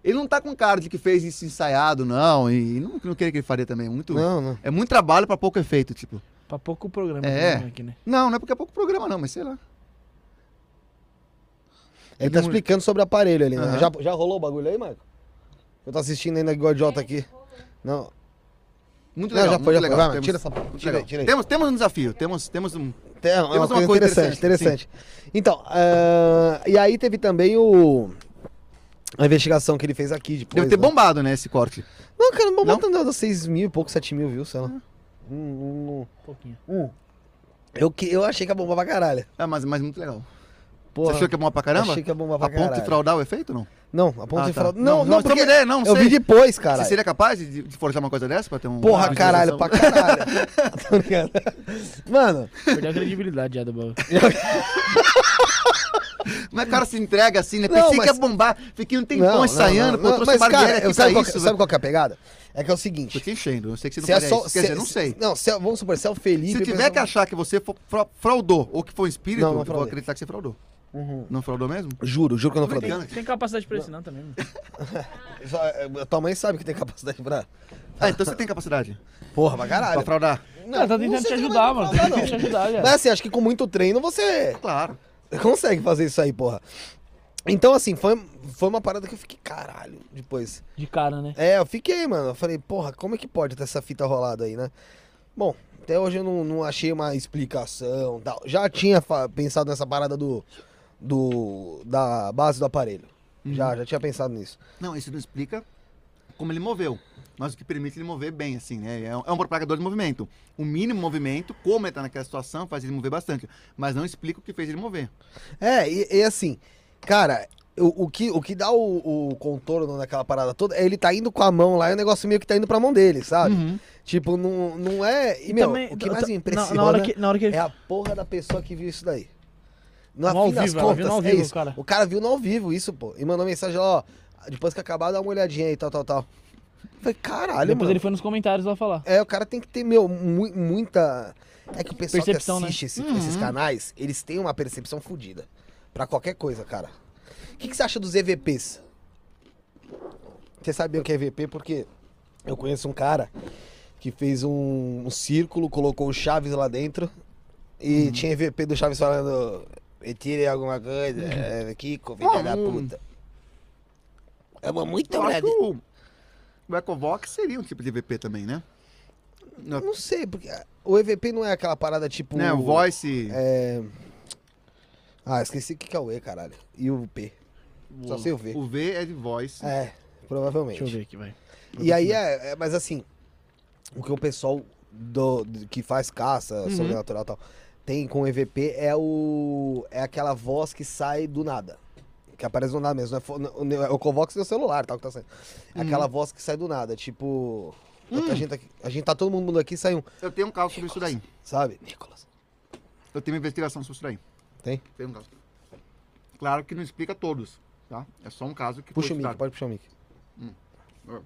Speaker 3: Ele não tá com cara de que fez isso ensaiado, não, e não, não queria que ele faria também. é Muito,
Speaker 1: Não, não.
Speaker 3: É muito trabalho pra pouco efeito, tipo.
Speaker 2: Pra pouco programa
Speaker 3: É.
Speaker 2: aqui, né?
Speaker 3: Não, não é porque é pouco programa, não, mas sei lá.
Speaker 1: Ele tá
Speaker 2: Não-
Speaker 1: explicando sobre o aparelho ali, né?
Speaker 3: um Aham.
Speaker 1: Já, já rolou o bagulho aí, Marco? Eu tô assistindo ainda igual idiota
Speaker 4: é,
Speaker 1: aqui. Não,
Speaker 3: Muito
Speaker 1: Não,
Speaker 3: legal.
Speaker 1: já foi, já
Speaker 3: muito
Speaker 1: foi.
Speaker 3: legal.
Speaker 1: Vai, mas tira
Speaker 3: Temos-
Speaker 1: essa porra.
Speaker 3: muito
Speaker 1: Tira aí,
Speaker 3: legal.
Speaker 1: tira aí.
Speaker 3: Temos, temos um desafio, temos, temos um.
Speaker 1: Tem- é uma,
Speaker 3: uma
Speaker 1: coisa,
Speaker 3: coisa
Speaker 1: interessante, interessante.
Speaker 3: interessante,
Speaker 1: Então, ah, e aí teve também o... A investigação que ele fez aqui depois,
Speaker 3: Deve ter
Speaker 1: né?
Speaker 3: bombado, né, esse corte.
Speaker 1: Não, cara, não
Speaker 3: Não? Ah.
Speaker 1: bombou tanto, deu 6 mil e pouco, 7 mil, viu? Sei lá. Hum, hum,
Speaker 2: Pouquinho.
Speaker 1: hum. Eu, que- eu achei que ia bombar pra caralho.
Speaker 3: Ah, mas, mas muito legal.
Speaker 1: Porra,
Speaker 3: Você achou que é bom pra caramba?
Speaker 1: Achei que ia bombar pra
Speaker 3: A ponto
Speaker 1: caralho.
Speaker 3: de fraudar o efeito, não?
Speaker 1: Não, a ponta
Speaker 3: Ah,
Speaker 1: de
Speaker 3: tá.
Speaker 1: fraude. Não, não,
Speaker 3: nós
Speaker 1: porque
Speaker 3: trocamos ideia, não, não
Speaker 1: eu
Speaker 3: sei.
Speaker 1: vi depois, cara.
Speaker 3: Você seria capaz de, de forjar uma coisa dessa pra ter um.
Speaker 1: Porra,
Speaker 3: uma
Speaker 1: caralho,
Speaker 3: visualização?
Speaker 1: pra caralho. Tô ligado? Mano,
Speaker 2: Perdeu a credibilidade já do bagulho.
Speaker 3: Mas o cara se entrega assim, né?
Speaker 1: Não,
Speaker 3: Pensei
Speaker 1: mas-
Speaker 3: que ia bombar. Fiquei um tempão
Speaker 1: não, não,
Speaker 3: ensaiando,
Speaker 1: não,
Speaker 3: pô,
Speaker 1: não,
Speaker 3: trouxe
Speaker 1: mas,
Speaker 3: uma
Speaker 1: cara, eu-
Speaker 3: aqui
Speaker 1: sabe,
Speaker 3: pra
Speaker 1: qual,
Speaker 3: isso.
Speaker 1: que- sabe qual que é a pegada? É que é o seguinte.
Speaker 3: Tô te enchendo, eu sei que você não
Speaker 1: se é
Speaker 3: faria
Speaker 1: só,
Speaker 3: isso. Quer
Speaker 1: se-
Speaker 3: dizer, não
Speaker 1: se-
Speaker 3: sei.
Speaker 1: Não, se é- vamos supor, se é o Felipe.
Speaker 3: Se tiver que achar que você fo- fra- fraudou ou que foi um espírito,
Speaker 1: Não, não
Speaker 3: eu vou
Speaker 1: fraudei.
Speaker 3: acreditar que você fraudou.
Speaker 1: Uhum.
Speaker 3: Não fraudou mesmo?
Speaker 1: Juro, juro que eu não
Speaker 3: Tô
Speaker 1: falei.
Speaker 3: brincando.
Speaker 2: Tem capacidade pra isso não também. mano.
Speaker 1: Só, é, Tua mãe sabe que tem capacidade pra.
Speaker 3: Ah, então você tem capacidade
Speaker 1: Porra, pra caralho.
Speaker 3: pra fraudar?
Speaker 2: Cara, tá tentando
Speaker 1: sei
Speaker 2: te
Speaker 1: se
Speaker 2: ajudar,
Speaker 1: vai
Speaker 2: mano. Tá
Speaker 1: fraudar,
Speaker 2: tentando te
Speaker 1: não.
Speaker 2: ajudar, já.
Speaker 1: Mas assim, acho que com muito treino você
Speaker 3: Claro.
Speaker 1: consegue fazer isso aí, porra. Então, assim, foi, foi uma parada que eu fiquei, caralho, depois.
Speaker 2: De cara, né?
Speaker 1: É, eu fiquei, mano. Eu falei, porra, como é que pode ter essa fita rolada aí, né? Bom, até hoje eu não, não achei uma explicação tal. Já tinha fa- pensado nessa parada do. do da base do aparelho. Já, já tinha pensado nisso.
Speaker 3: Não, isso não explica como ele moveu. Mas o que permite ele mover bem, assim, né? É um, é um propagador de movimento. O mínimo movimento, como ele tá naquela situação, faz ele mover bastante. Mas não explica o que fez ele mover.
Speaker 1: É, e, e assim, cara, o, o que, o que dá o, o contorno naquela parada toda é ele tá indo com a mão lá e o negócio meio que tá indo pra mão dele, sabe? Tipo, não, não é. E, meu, o que mais me impressiona
Speaker 2: Uhum. Na, na hora que, na hora que ele
Speaker 1: é a porra da pessoa que viu isso daí. No,
Speaker 2: No ao
Speaker 1: fim das
Speaker 2: vivo, ela
Speaker 1: contas,
Speaker 2: viu no ao
Speaker 1: é
Speaker 2: vivo,
Speaker 1: isso.
Speaker 2: cara.
Speaker 1: O cara viu no ao vivo isso, pô. E mandou mensagem, ó, depois que acabar, dá uma olhadinha aí, tal, tal, tal. Eu falei, caralho,
Speaker 2: Depois
Speaker 1: mano.
Speaker 2: ele foi nos comentários lá falar.
Speaker 1: É, o cara tem que ter, meu, mu- muita. É que o pessoal
Speaker 2: Percepção,
Speaker 1: que
Speaker 2: né?
Speaker 1: assiste esse-
Speaker 3: Uhum.
Speaker 1: esses canais, eles têm uma percepção fodida. Pra qualquer coisa, cara. O que, que você acha dos EVPs? Você sabe bem o que é EVP porque eu conheço um cara que fez um, um círculo, colocou o Chaves lá dentro
Speaker 3: Uhum.
Speaker 1: e tinha EVP do Chaves falando: Retire alguma coisa, é, Kiko, filha
Speaker 3: Ah,
Speaker 1: da
Speaker 3: hum.
Speaker 1: puta. Amo muito,
Speaker 3: Eu acho que
Speaker 1: Brasil.
Speaker 3: o, o Ecovox seria um tipo de VP também, né? Não,
Speaker 1: Não sei, porque o EVP não é aquela parada tipo.
Speaker 3: né? O Voice.
Speaker 1: é, Ah, esqueci o que que é o E, caralho. E o P. só sei o V.
Speaker 3: O V é de voice.
Speaker 1: É, provavelmente.
Speaker 2: Deixa eu ver aqui, vai.
Speaker 1: E aí é, é- Mas assim, o que o pessoal do, do- que faz caça,
Speaker 2: Uhum.
Speaker 1: sobrenatural e tal, tem com o EVP é o. É aquela voz que sai do nada. Que aparece do nada mesmo. Não é fo- não- não é o Convox do celular, tal, que tá saindo.
Speaker 2: Uhum.
Speaker 1: É aquela voz que sai do nada, tipo.
Speaker 2: Hum.
Speaker 1: A, gente tá, aqui- a gente tá todo mundo aqui e sai um,
Speaker 3: Eu tenho um caso sobre isso daí.
Speaker 1: sabe? Nicolas.
Speaker 3: Eu tenho uma investigação sobre isso daí.
Speaker 1: Tem?
Speaker 3: Tenho um caso. Claro que não explica todos, tá? É só um caso que
Speaker 1: Puxa o
Speaker 3: foi
Speaker 1: mic,
Speaker 3: estudado.
Speaker 1: pode puxar o mic.
Speaker 3: Hum. Ah.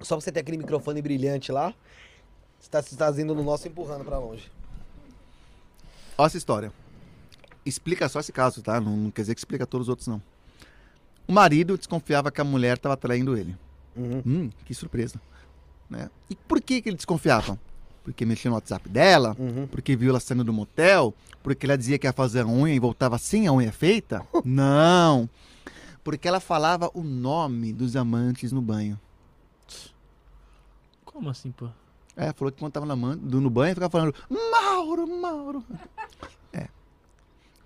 Speaker 1: Só pra você ter aquele microfone brilhante lá, você tá se trazendo no nosso e empurrando pra longe.
Speaker 3: Olha essa história. Explica só esse caso, tá? Não, não quer dizer que explica todos os outros, não. O marido desconfiava que a mulher estava traindo ele.
Speaker 1: Uhum.
Speaker 3: Hum, que surpresa. Né? E por que, que ele desconfiava? Porque mexeu no WhatsApp dela?
Speaker 1: Uhum.
Speaker 3: Porque viu ela saindo do motel? Porque ela dizia que ia fazer a unha e voltava sem a unha feita? Não! Porque ela falava o nome dos amantes no banho.
Speaker 2: Como assim, pô?
Speaker 3: É, falou que quando tava na man- do- no banho, ficava falando, Mauro, Mauro. É.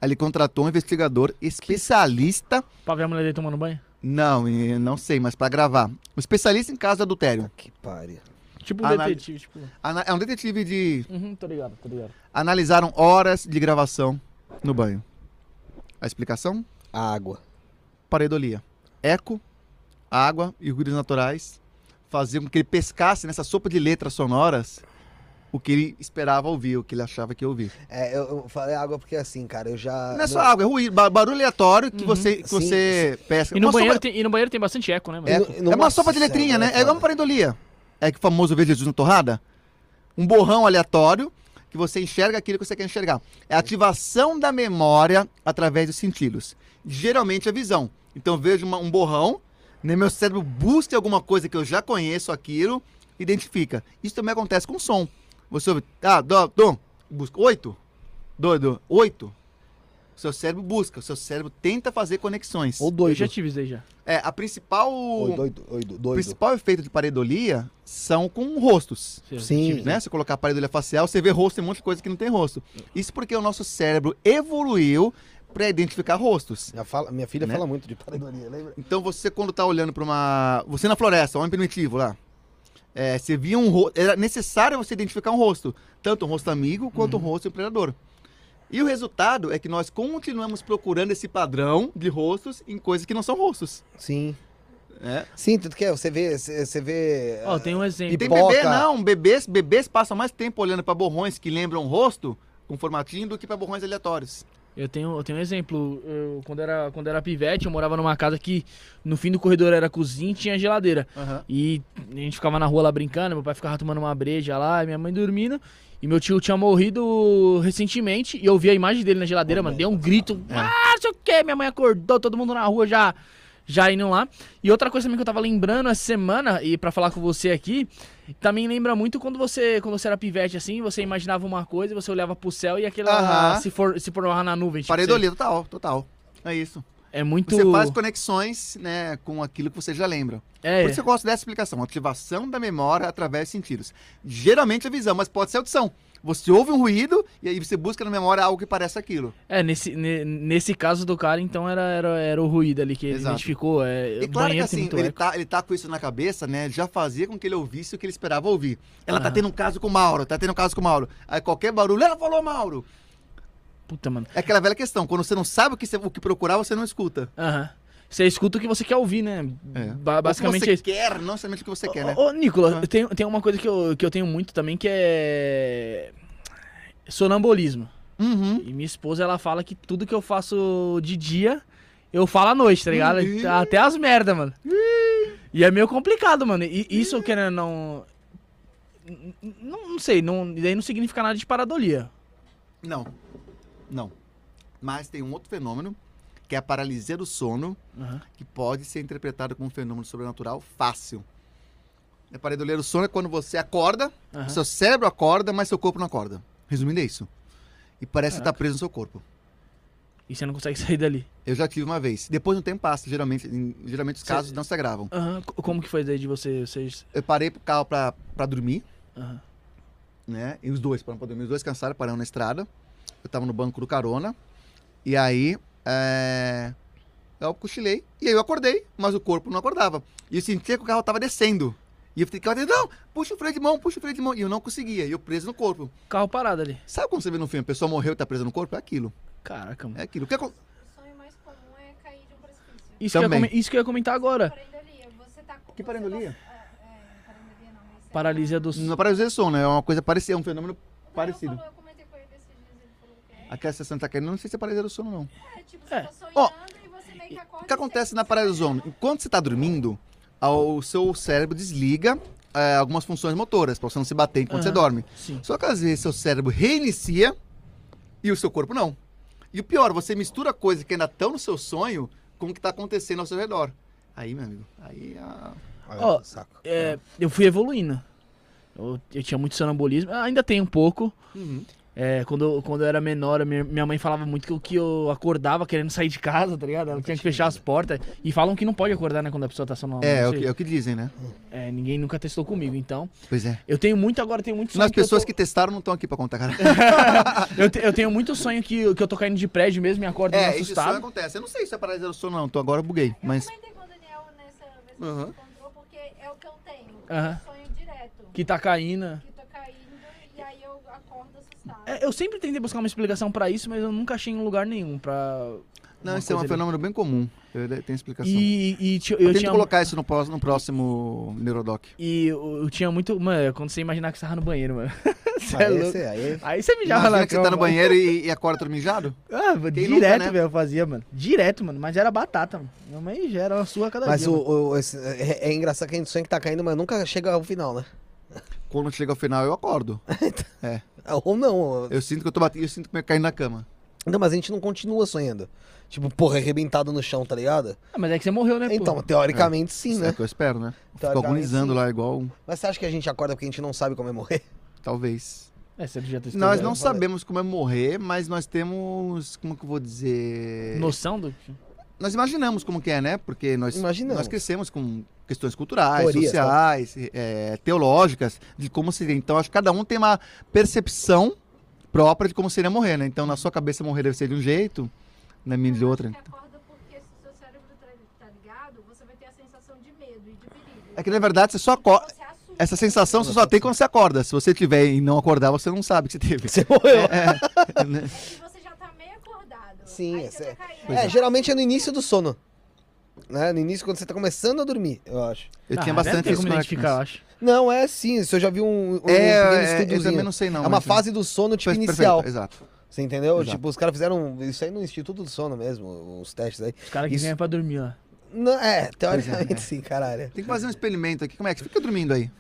Speaker 3: Aí ele contratou um investigador especialista,
Speaker 2: Pra ver a mulher dele tomando banho?
Speaker 3: não, e não sei, mas pra gravar. Um especialista em caso de adultério.
Speaker 1: Ah, Que pare.
Speaker 2: Tipo um
Speaker 3: Análise.
Speaker 2: detetive, tipo.
Speaker 3: Ana- É um detetive de...
Speaker 2: Uhum, tô ligado, tô ligado.
Speaker 3: Analisaram horas de gravação no banho. A explicação?
Speaker 1: Água.
Speaker 3: Pareidolia. Eco, água e ruídos naturais faziam com que ele pescasse nessa sopa de letras sonoras o que ele esperava ouvir, o que ele achava que ia ouvir.
Speaker 1: É, eu, eu falei água porque assim, cara, eu já.
Speaker 3: Não é só água, é ruído, ba- barulho aleatório que você, que
Speaker 1: Sim,
Speaker 3: você pesca.
Speaker 2: Uhum. E no,
Speaker 3: Uma sopa-
Speaker 2: banheiro tem, e no banheiro tem bastante eco, né, mano?
Speaker 1: É.
Speaker 3: é,
Speaker 1: no-
Speaker 3: é uma
Speaker 1: nossa
Speaker 3: sopa de letrinha,
Speaker 1: senhora,
Speaker 3: né?
Speaker 1: é
Speaker 3: É igual
Speaker 1: foda.
Speaker 3: uma pareidolia. É que o famoso Vê Jesus na Torrada. Um borrão aleatório que você enxerga aquilo que você quer enxergar. É a ativação da memória através dos sentidos. Geralmente a visão. Então eu vejo uma- um borrão, né, meu cérebro busca alguma coisa que eu já conheço aquilo, identifica. Isso também acontece com som. Você ouve, ah, dó, dom, busca, oito, doido, oito. Seu cérebro busca, seu cérebro tenta fazer conexões.
Speaker 1: Ou
Speaker 2: Eu
Speaker 1: doido.
Speaker 2: já tive isso aí já.
Speaker 3: É, a principal...
Speaker 1: Ou doido, ou doido,
Speaker 3: O
Speaker 1: doido.
Speaker 3: principal efeito de pareidolia são com rostos.
Speaker 2: Eu já
Speaker 1: Sim.
Speaker 2: tive.
Speaker 3: Né? Se colocar pareidolia facial, você vê rosto, tem um monte de coisa que não tem rosto. Isso porque o nosso cérebro evoluiu para identificar rostos.
Speaker 1: Minha, fala- minha filha
Speaker 3: Né?
Speaker 1: fala muito de pareidolia, lembra?
Speaker 3: Então você, quando tá olhando para uma. Você na floresta, um homem primitivo lá. é, você via um rosto. Era necessário você identificar um rosto. Tanto um rosto amigo quanto um rosto predador. E o resultado é que nós continuamos procurando esse padrão de rostos em coisas que não são rostos.
Speaker 1: Sim.
Speaker 3: né?
Speaker 1: Sim, tudo que é, você vê, você você vê...
Speaker 2: Ó, tem um exemplo.
Speaker 1: E
Speaker 3: E tem
Speaker 1: pipoca.
Speaker 3: bebê, não. Bebês, bebês passam mais tempo olhando pra borrões que lembram o rosto com formatinho do que pra borrões aleatórios.
Speaker 2: Eu tenho, eu tenho um exemplo. Eu, quando, era, quando era pivete, eu morava numa casa que no fim do corredor era cozinha e tinha geladeira. E a gente ficava na rua lá brincando, meu pai ficava tomando uma breja lá, e minha mãe dormindo. E meu tio tinha morrido recentemente e eu vi a imagem dele na geladeira, mano. Dei um grito,
Speaker 3: É.
Speaker 2: ah, não sei o que, minha mãe acordou, todo mundo na rua já, já indo lá. E outra coisa também que eu tava lembrando essa semana, e pra falar com você aqui, também lembra muito quando você, quando você era pivete assim, você imaginava uma coisa, você olhava pro céu e aquela
Speaker 3: Aham.
Speaker 2: se, for, se formava na nuvem. Tipo, você-
Speaker 3: Pareidolia, total, total. É isso.
Speaker 2: é muito.
Speaker 3: Você faz conexões, né, com aquilo que você já lembra.
Speaker 2: É,
Speaker 3: Por isso eu gosto dessa explicação, ativação da memória através de sentidos. Geralmente é visão, mas pode ser audição. Você ouve um ruído e aí você busca na memória algo que parece aquilo.
Speaker 2: é nesse, ne- nesse caso do cara, então era, era, era o ruído ali que ele
Speaker 3: Exato.
Speaker 2: identificou. É,
Speaker 3: E claro que
Speaker 2: banheiro tem
Speaker 3: assim,
Speaker 2: muito
Speaker 3: ele
Speaker 2: eco.
Speaker 3: tá, ele tá com isso na cabeça, né? Já fazia com que ele ouvisse o que ele esperava ouvir. Ela tá
Speaker 2: Aham.
Speaker 3: tendo um caso com o Mauro, tá tendo um caso com o Mauro. Aí qualquer barulho, ela falou Mauro.
Speaker 2: Puta, mano.
Speaker 3: É aquela velha questão, quando você não sabe o que, você- o que procurar, você não escuta.
Speaker 2: Aham. Você escuta o que você quer ouvir, né?
Speaker 3: É.
Speaker 2: Ba-
Speaker 3: o
Speaker 2: basicamente
Speaker 3: que
Speaker 2: é
Speaker 3: você quer, não necessariamente o que você quer, né?
Speaker 2: Ô, ô, Nicolas,
Speaker 3: Ah.
Speaker 2: tem, tem uma coisa que eu, que eu tenho muito também que é. sonambulismo.
Speaker 3: Uhum.
Speaker 2: E minha esposa, ela fala que tudo que eu faço de dia, eu falo à noite, tá ligado?
Speaker 3: Ih.
Speaker 2: Até as merda, mano. E é meio complicado, mano. E isso, querendo ou não. Não, não sei, não, daí não significa nada de paradolia.
Speaker 3: Não. Não. Mas tem um outro fenômeno, que é a paralisia do sono,
Speaker 2: Aham.
Speaker 3: que pode ser interpretado como um fenômeno sobrenatural fácil. A pareidolia do sono é quando você acorda,
Speaker 2: Aham.
Speaker 3: seu cérebro acorda, mas seu corpo não acorda. Resumindo, é isso. E parece que tá preso no seu corpo.
Speaker 2: E você não consegue sair dali.
Speaker 3: Eu já tive uma vez. Depois de um tempo passa, geralmente, em- geralmente os
Speaker 2: Cê-
Speaker 3: casos não se agravam.
Speaker 2: Aham. Co- Como que foi daí de você, vocês.
Speaker 3: Eu parei pro carro pra, pra dormir,
Speaker 2: Aham.
Speaker 3: né? E os dois pararam pra dormir. Os dois cansaram, pararam na estrada. Eu tava no banco do carona. E aí, é... eu cochilei. E aí eu acordei, mas o corpo não acordava. E eu sentia que o carro tava descendo. E eu ficava dizendo, não, puxa o freio de mão, puxa o freio de mão. E eu não conseguia, e eu preso no corpo.
Speaker 2: Carro parado ali.
Speaker 3: Sabe quando você vê no filme, a pessoa morreu e tá presa no corpo? É aquilo,
Speaker 2: Caraca, mano.
Speaker 3: é aquilo. O que acon-
Speaker 4: O sonho mais comum é cair de um precipício.
Speaker 2: É, Isso que, eu ia
Speaker 3: Também.
Speaker 2: comen- isso que eu ia comentar agora.
Speaker 4: Pareidolia, você tá...
Speaker 3: Que pareidolia?
Speaker 4: Você tá- é, é, pareidolia não, mas é-
Speaker 2: Paralisia do sono.
Speaker 3: Não paralisia do sono, é uma coisa parecida, é um fenômeno
Speaker 4: Não,
Speaker 3: parecido.
Speaker 4: Eu, falou, eu comentei com ele esses dias, ele falou que é.
Speaker 3: Aquela sensação que tá caindo, não sei se é paralisia do sono, não.
Speaker 4: É, tipo, você
Speaker 2: É.
Speaker 4: tá sonhando
Speaker 3: Ó,
Speaker 4: e você meio que acorda...
Speaker 3: O que acontece na parada do sono? Enquanto você está dormindo, a- o seu cérebro desliga é, algumas funções motoras, para você não se bater enquanto você
Speaker 2: Aham.
Speaker 3: dorme.
Speaker 2: Sim.
Speaker 3: Só que às vezes seu cérebro reinicia e o seu corpo não. E o pior, você mistura coisas que ainda estão no seu sonho com o que está acontecendo ao seu redor. Aí, meu amigo, aí a...
Speaker 1: Ah,
Speaker 2: Ó,
Speaker 1: saco.
Speaker 2: É, eu fui evoluindo. Eu, eu tinha muito sonambulismo, ainda tem um pouco. É, quando, eu- quando eu era menor, a minha, minha mãe falava muito que eu, que eu acordava querendo sair de casa, tá ligado? Ela tinha que fechar as portas. E falam que não pode acordar, né, quando a pessoa tá sonolenta.
Speaker 3: É, é,
Speaker 2: não
Speaker 3: o que,
Speaker 2: sei.
Speaker 3: é o que dizem, né?
Speaker 2: É, ninguém nunca testou comigo, então.
Speaker 3: Pois é.
Speaker 2: Eu tenho muito agora, tenho muito sonho.
Speaker 3: As
Speaker 2: que eu
Speaker 3: pessoas
Speaker 2: tô-
Speaker 3: que testaram não estão aqui para contar, cara.
Speaker 2: Eu, te- eu tenho muito sonho que, eu- que eu tô caindo de prédio mesmo e acordo meio assustado.
Speaker 3: É, acontece. Eu não sei se é paralisia do sono, não. Tô agora eu buguei, mas...
Speaker 4: Mas... Eu comentei com o Daniel nessa vez que
Speaker 3: Aham.
Speaker 4: ele encontrou, porque é o que eu tenho.
Speaker 2: Aham.
Speaker 4: Eu sonho direto.
Speaker 2: Que tá caindo.
Speaker 4: Que tô caindo e aí eu acordo assustada.
Speaker 2: É, eu sempre tentei buscar uma explicação pra isso, mas eu nunca achei em lugar nenhum pra.
Speaker 3: Não,
Speaker 2: uma
Speaker 3: isso é um
Speaker 2: coisa ali.
Speaker 3: fenômeno bem comum. Eu- Tem explicação.
Speaker 2: E, e, ti-
Speaker 3: Eu
Speaker 2: eu
Speaker 3: tento
Speaker 2: tinha.
Speaker 3: colocar isso no próximo, no próximo Neurodoc.
Speaker 2: E eu, eu tinha muito. Mano, é quando você imaginar que você tava no banheiro, mano. Você é
Speaker 1: Aí
Speaker 2: louco.
Speaker 1: você- Ah, aí-
Speaker 2: Aí você mijava
Speaker 3: Imagina
Speaker 2: lá.
Speaker 3: que você tá no banheiro e, e acorda todo mijado?
Speaker 2: Ah, mano,
Speaker 3: Quem
Speaker 2: direto,
Speaker 3: nunca, né?
Speaker 2: velho, eu fazia, mano. Direto, mano. Mas era batata, mano. Minha mãe já era uma sua cada
Speaker 1: Mas
Speaker 2: dia.
Speaker 1: o,
Speaker 2: mano.
Speaker 1: o- esse- é, é engraçado que a gente sonha que tá caindo, mas nunca chega ao final, né?
Speaker 3: Quando chega ao final, eu acordo.
Speaker 1: Ah, Ou não.
Speaker 3: Eu sinto que eu tô batendo, eu sinto que eu caí na cama.
Speaker 1: Não, mas a gente não continua sonhando. Tipo, porra, arrebentado no chão, tá ligado?
Speaker 2: Ah, mas é que você morreu, né? pô?
Speaker 1: Então, teoricamente sim,
Speaker 3: Isso
Speaker 1: né?
Speaker 3: é o que eu espero, né? Fico
Speaker 1: Teoricamente,
Speaker 3: agonizando
Speaker 1: sim.
Speaker 3: lá igual, um-
Speaker 1: Mas você acha que a gente acorda porque a gente não sabe como é morrer?
Speaker 3: talvez.
Speaker 2: É, você já tá
Speaker 3: nós
Speaker 2: estudando.
Speaker 3: não
Speaker 1: falei.
Speaker 3: sabemos como é morrer, mas nós temos, como que eu vou dizer?
Speaker 2: Noção do. Ah,
Speaker 3: Nós imaginamos como que é, né? Porque nós
Speaker 1: Imaginamos.
Speaker 3: nós crescemos com questões culturais,
Speaker 1: Teorias, tá?
Speaker 3: sociais, eh, teológicas de como seria. Então acho que cada um tem uma percepção própria de como seria morrer, né? Então na sua cabeça morrer deve ser de um jeito, na minha de outra.
Speaker 4: Você acorda porque se o seu cérebro tá, tá ligado, você vai ter a sensação de medo e de perigo.
Speaker 3: É que é na verdade você só acorda,
Speaker 4: Você assusta.
Speaker 3: Essa sensação você só tem quando você acorda. Se você tiver e não acordar, você não sabe que você teve.
Speaker 1: Você morreu.
Speaker 3: É, né?
Speaker 4: E você já tá meio acordado.
Speaker 1: Sim,
Speaker 4: Aí
Speaker 1: é
Speaker 4: você tá vai cair.
Speaker 1: É, geralmente é no início do sono. Né? No início, quando você tá começando a dormir, eu acho.
Speaker 3: Eu
Speaker 2: Ah,
Speaker 3: tinha
Speaker 2: deve
Speaker 3: bastante
Speaker 2: ter como
Speaker 3: isso quando
Speaker 2: identificar, eu
Speaker 3: era
Speaker 2: acho.
Speaker 1: Não, é sim. Isso eu já vi um, um
Speaker 3: criança.
Speaker 1: pequeno
Speaker 3: É, é, eu
Speaker 1: estudozinho.
Speaker 3: também não sei não.
Speaker 1: é uma
Speaker 3: mas-
Speaker 1: fase do sono, tipo,
Speaker 3: Perfeito,
Speaker 1: inicial.
Speaker 3: Exato.
Speaker 1: Você entendeu?
Speaker 3: Exato.
Speaker 1: Tipo, os caras fizeram isso aí no Instituto do Sono mesmo, os testes aí.
Speaker 2: Os caras que
Speaker 1: Isso-
Speaker 2: ganham pra dormir, ó.
Speaker 1: Não, é, teoricamente
Speaker 3: é.
Speaker 1: sim, caralho.
Speaker 3: Tem que fazer um experimento aqui. Como é que fica dormindo aí?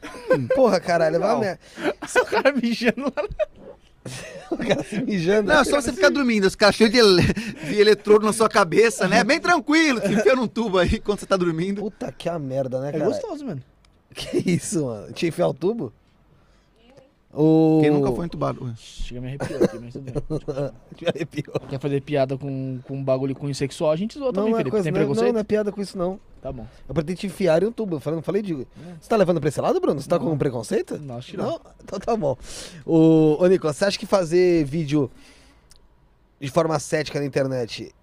Speaker 1: Porra, caralho, vai
Speaker 3: Legal.
Speaker 1: merda.
Speaker 2: O cara mijando lá.
Speaker 1: O cara se mijando.
Speaker 3: Não, é só você ficar dormindo. Os caras cheios de, ele- de eletrodo na sua cabeça, né? Bem tranquilo. Te enfia num tubo aí quando você tá dormindo.
Speaker 1: Puta que a merda, né,
Speaker 2: É
Speaker 1: cara?
Speaker 2: gostoso, mano.
Speaker 1: Que isso, mano? Tinha que enfiar o tubo? O...
Speaker 3: Quem nunca foi entubado? Ué.
Speaker 2: Chega a me arrepiar aqui, mas tudo bem.
Speaker 1: Me arrepiou.
Speaker 2: Quer fazer piada com, com um bagulho cunho sexual, a gente zoa também, Felipe. Tem
Speaker 1: não, é-
Speaker 2: preconceito?
Speaker 1: não, não é piada com isso, não.
Speaker 2: Tá bom.
Speaker 1: Eu pretendo te enfiar em um tubo. Eu falei, não falei de.
Speaker 3: É.
Speaker 1: Você tá levando pra esse lado, Bruno? Você tá com
Speaker 2: Não.
Speaker 1: preconceito?
Speaker 2: Não, acho que não.
Speaker 1: Não? Então tá bom. O... Ô, Nicolas, você acha que fazer vídeo de forma cética na internet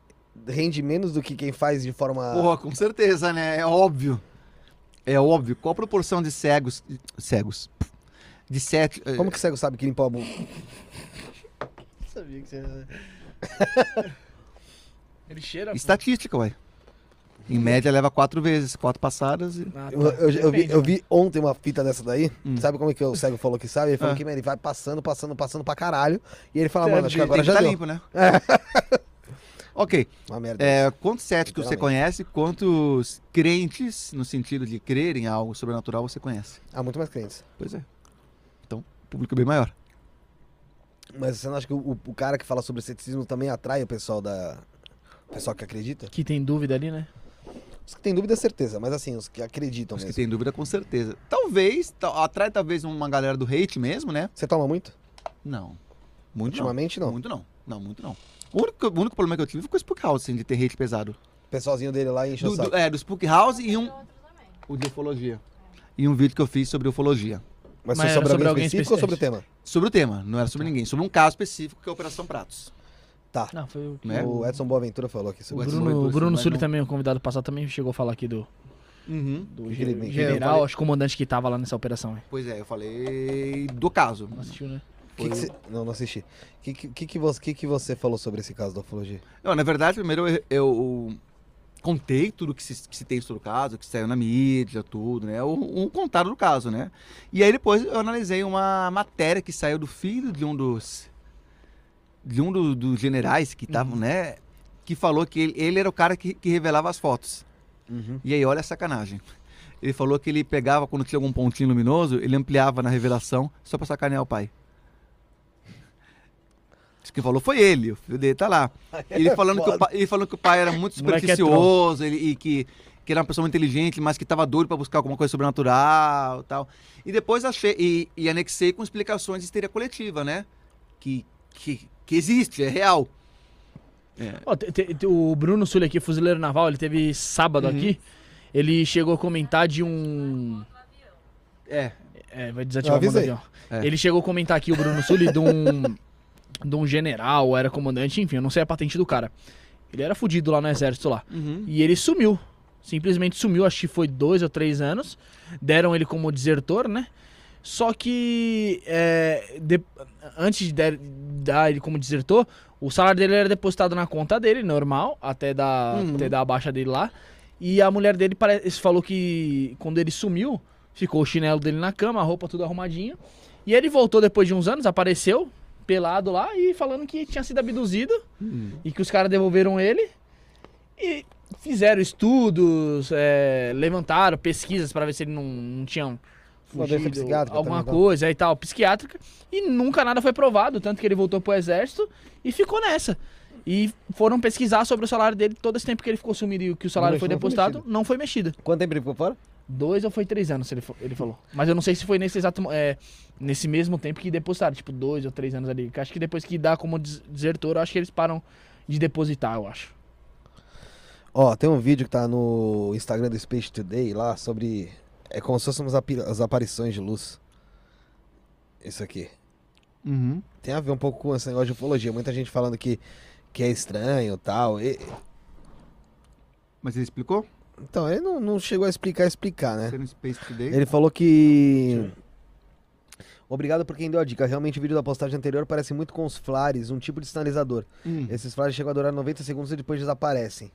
Speaker 1: rende menos do que quem faz de forma.
Speaker 3: Porra, com certeza, né? É óbvio. É óbvio. Qual a proporção de cegos... Cegos. De sete... eh,
Speaker 1: Como que o cego sabe que limpou a bunda?
Speaker 2: sabia que você. Ele
Speaker 1: é?
Speaker 2: cheira.
Speaker 3: Estatística, ué. Em média leva quatro vezes, quatro passadas e.
Speaker 2: Ah, tá.
Speaker 1: Eu, eu- eu vi,
Speaker 2: Depende.
Speaker 1: eu vi ontem uma fita dessa daí.
Speaker 3: Hum.
Speaker 1: Sabe como é que o cego falou que sabe? Ele falou
Speaker 3: Ah.
Speaker 1: que mano, ele vai passando, passando, passando pra caralho. E ele fala,
Speaker 2: Entendi,
Speaker 1: mano, acho que agora
Speaker 3: Tem
Speaker 1: já
Speaker 3: tá
Speaker 1: deu.
Speaker 3: limpo, né? ok.
Speaker 1: Uma merda.
Speaker 3: É, quantos céticos você
Speaker 1: Literalmente.
Speaker 3: conhece? Quantos crentes, no sentido de crerem em algo sobrenatural, você conhece?
Speaker 1: Há muito mais crentes.
Speaker 3: Pois é. Então, público bem maior.
Speaker 1: Mas você não acha que o, o cara que fala sobre ceticismo também atrai o pessoal da. O pessoal que acredita?
Speaker 2: Que tem dúvida ali, né?
Speaker 1: Os que têm dúvida é certeza, mas assim, os que acreditam
Speaker 3: Os que
Speaker 1: mesmo.
Speaker 3: tem dúvida, com certeza. Talvez, ta- atrai talvez uma galera do hate mesmo, né?
Speaker 1: Você toma muito?
Speaker 3: Não. Muito não.
Speaker 1: Ultimamente não.
Speaker 3: Muito não. Não, muito não. O único, o único problema que eu tive foi com o Spook House, assim, de ter hate pesado.
Speaker 1: O pessoalzinho dele lá enche o
Speaker 3: Do, do,
Speaker 1: saco.
Speaker 3: é, do Spook House e um.
Speaker 4: Outro também.
Speaker 3: O de ufologia. E um vídeo que eu fiz sobre ufologia.
Speaker 1: Mas,
Speaker 2: Mas
Speaker 1: foi sobre,
Speaker 2: era sobre
Speaker 1: alguém
Speaker 2: alguém
Speaker 1: específico ou sobre o
Speaker 2: específico?
Speaker 1: tema?
Speaker 3: Sobre o tema, não era sobre ninguém, sobre um caso específico que é a Operação Pratos.
Speaker 1: Tá.
Speaker 2: Não, foi o que
Speaker 3: Né? É.
Speaker 1: O Edson Boaventura falou aqui
Speaker 2: O
Speaker 1: sobre
Speaker 3: Edson
Speaker 2: Bruno,
Speaker 3: Boaventura,
Speaker 2: o Bruno
Speaker 3: mas
Speaker 2: Sully
Speaker 3: não-
Speaker 2: também, o convidado passado, também chegou a falar aqui do, do
Speaker 1: Que
Speaker 2: ge-
Speaker 1: ele- que ele-
Speaker 2: general,
Speaker 3: falei-
Speaker 2: acho que comandante que tava lá nessa operação. Hein?
Speaker 3: Pois é, eu falei do caso.
Speaker 2: Não assistiu, né?
Speaker 1: Que que cê- Não, não assisti. O que, que, que, que você, que, que você falou sobre esse caso da ufologia?
Speaker 3: Não, na verdade, primeiro eu, eu contei tudo que se, que se tem sobre o caso, que saiu na mídia, tudo, né? O, o contado do caso, né? E aí depois eu analisei uma matéria que saiu do filho de um dos. de um do- dos generais que estavam, né? Que falou que ele, ele era o cara que- que revelava as fotos. E aí, olha a sacanagem. Ele falou que ele pegava, quando tinha algum pontinho luminoso, ele ampliava na revelação só pra sacanear o pai. Isso que falou foi ele, o filho dele tá lá. Ele falando, que, o pai, ele falando que o pai era muito
Speaker 2: O moleque é
Speaker 3: supersticioso ele- e que, que era uma pessoa muito inteligente, mas que tava doido pra buscar alguma coisa sobrenatural e tal. E depois achei, e, e anexei com explicações de histeria coletiva, né? Que, que, que existe, é real.
Speaker 2: Ó, te- te- te- o Bruno Sully aqui, fuzileiro naval, ele teve sábado aqui. Ele chegou a comentar de um.
Speaker 3: É.
Speaker 2: É, vai desativar
Speaker 1: Eu
Speaker 2: o modo
Speaker 1: avisei.
Speaker 2: avião.
Speaker 3: É.
Speaker 2: Ele chegou a comentar aqui, o Bruno Sully, de um, de um general, era comandante, enfim, eu não sei a patente do cara. Ele era fudido lá no exército lá. E ele sumiu. Simplesmente sumiu, acho que foi dois ou três anos. Deram ele como desertor, né? Só que é, de- antes de der- dar ele como desertor, o salário dele era depositado na conta dele, normal, até dar,
Speaker 3: Uhum.
Speaker 2: até dar a baixa dele lá. E a mulher dele parece, falou que quando ele sumiu, ficou o chinelo dele na cama, a roupa tudo arrumadinha. E ele voltou depois de uns anos, apareceu, pelado lá, e falando que tinha sido abduzido e que os caras devolveram ele e fizeram estudos, é, levantaram pesquisas para ver se ele não, não tinha
Speaker 1: doença
Speaker 2: fugido,
Speaker 1: psiquiátrica
Speaker 2: alguma
Speaker 1: também, então.
Speaker 2: coisa e tal, psiquiátrica, e nunca nada foi provado, tanto que ele voltou pro exército e ficou nessa. E foram pesquisar sobre o salário dele todo esse tempo que ele ficou sumido e que o salário
Speaker 1: Não
Speaker 2: foi
Speaker 1: mexe- não foi
Speaker 2: depositado, não foi mexido.
Speaker 1: Quanto tempo ele ficou fora?
Speaker 2: Dois ou foi três anos, ele, fo- ele falou. Mas eu não sei se foi nesse exato. mo- É, nesse mesmo tempo que depositaram, tipo, dois ou três anos ali. Que Acho que depois que dá como des- desertor, eu acho que eles param de depositar, eu acho.
Speaker 1: Ó, tem um vídeo que tá no Instagram do Space Today lá sobre. É como se fôssemos api- as aparições de luz. Isso aqui.
Speaker 3: Uhum.
Speaker 1: Tem a ver um pouco com esse negócio de ufologia. Muita gente falando que, que é estranho e tal. e tal.
Speaker 3: Mas ele explicou?
Speaker 1: Então, ele não, não chegou a explicar, explicar, né?
Speaker 3: Ser no Space Today.
Speaker 1: Ele falou que. Obrigado por quem deu a dica. Realmente o vídeo da postagem anterior parece muito com os flares, um tipo de sinalizador.
Speaker 3: Hum.
Speaker 1: Esses flashes chegam a durar 90 segundos e depois desaparecem.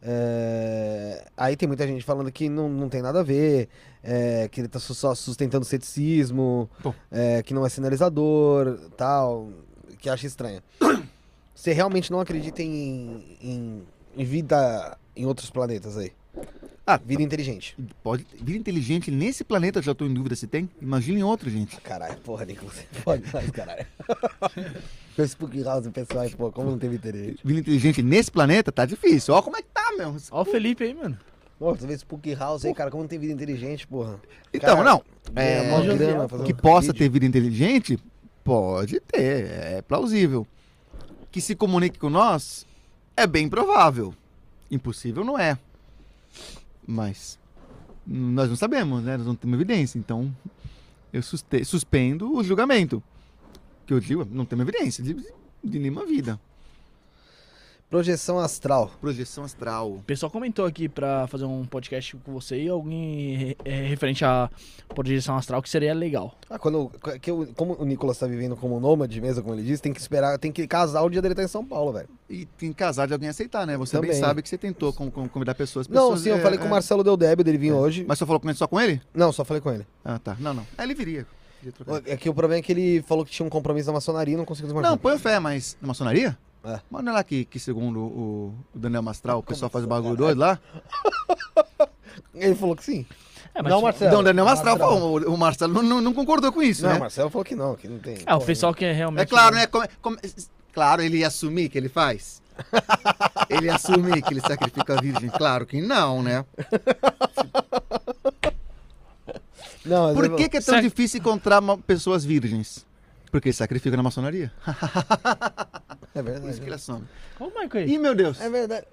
Speaker 1: É, Aí tem muita gente falando que não, não tem nada a ver, é, que ele tá su- só sustentando ceticismo,
Speaker 3: Pô.
Speaker 1: é, que não é sinalizador, tal, que acha estranho. Você realmente não acredita em, em- em vida em outros planetas aí? Ah, vida inteligente.
Speaker 3: Pode... Vida inteligente nesse planeta, eu já tô em dúvida se tem. Imagina em outro, gente.
Speaker 1: Caralho, porra, Nicolas, você pode mais, caralho. Eu expliquei o pessoal aí, pô, como não teve interesse.
Speaker 3: Vida inteligente nesse planeta tá difícil. Ó como é que tá, meu.
Speaker 2: Ó o Felipe aí, mano.
Speaker 1: Nossa, talvez Spook House aí, cara, como não tem vida inteligente, porra.
Speaker 3: Então,
Speaker 1: Cara,
Speaker 3: não.
Speaker 1: É,
Speaker 3: É,
Speaker 1: mó
Speaker 2: jovial,
Speaker 1: grana
Speaker 2: pô.
Speaker 1: fazer um
Speaker 3: que possa
Speaker 1: vídeo.
Speaker 3: ter vida inteligente, pode ter, é plausível. Que se comunique com nós, é bem provável. Impossível não é. Mas hum, nós não sabemos, né? Nós não temos evidência, então eu suste- suspendo o julgamento. Que eu digo, não temos evidência de, de nenhuma vida.
Speaker 1: Projeção astral.
Speaker 3: Projeção astral.
Speaker 2: O pessoal comentou aqui pra fazer um podcast com você e alguém é, referente à projeção astral que seria legal.
Speaker 1: Ah, quando, que eu- como o Nicolas tá vivendo como nômade mesmo, como ele disse, tem que esperar, tem que casar o dia dele tá em São Paulo, velho.
Speaker 3: E tem que casar de alguém aceitar, né? Você bem
Speaker 1: Também.
Speaker 3: sabe que você tentou com- com- convidar pessoas.
Speaker 1: Não,
Speaker 3: pessoas,
Speaker 1: sim, eu
Speaker 3: é,
Speaker 1: falei com
Speaker 3: é.
Speaker 1: o Marcelo Del Débio, ele vinha hoje.
Speaker 3: Mas você falou com ele só com ele?
Speaker 1: Não, só falei com ele.
Speaker 3: Ah, tá. Não, não. Aí ele viria. Podia trocar.
Speaker 1: É que o problema é que ele falou que tinha um compromisso na maçonaria e não conseguiu desmarcar.
Speaker 3: Não, põe fé, mas na maçonaria?
Speaker 1: É.
Speaker 3: Mas não é lá que, que segundo o, o Daniel Mastral, o pessoal faz o bagulho
Speaker 1: caralho.
Speaker 3: doido lá?
Speaker 1: ele falou que sim.
Speaker 2: É,
Speaker 1: Não,
Speaker 2: tipo,
Speaker 1: Marcelo.
Speaker 3: Então, o Daniel Mastral,
Speaker 1: Mastral.
Speaker 3: falou, o, o Marcelo não, não, não concordou com isso,
Speaker 1: não,
Speaker 3: né?
Speaker 1: o Marcelo falou que não, que não tem.
Speaker 2: É, o
Speaker 1: Pô,
Speaker 2: pessoal que é realmente.
Speaker 3: É claro, né? Como- como- claro, ele ia assumir que ele faz. ele ia assumir que ele sacrifica a virgem. Claro que não, né?
Speaker 1: Não, mas
Speaker 3: Por
Speaker 1: ele
Speaker 3: que, que é tão
Speaker 2: Sac-
Speaker 3: difícil encontrar ma- pessoas virgens? Porque sacrifica na maçonaria.
Speaker 1: falou- É
Speaker 3: Por isso que ele
Speaker 1: verdade.
Speaker 3: assume.
Speaker 2: Ô, Michael aí.
Speaker 3: Ih, meu Deus.
Speaker 1: É verdade.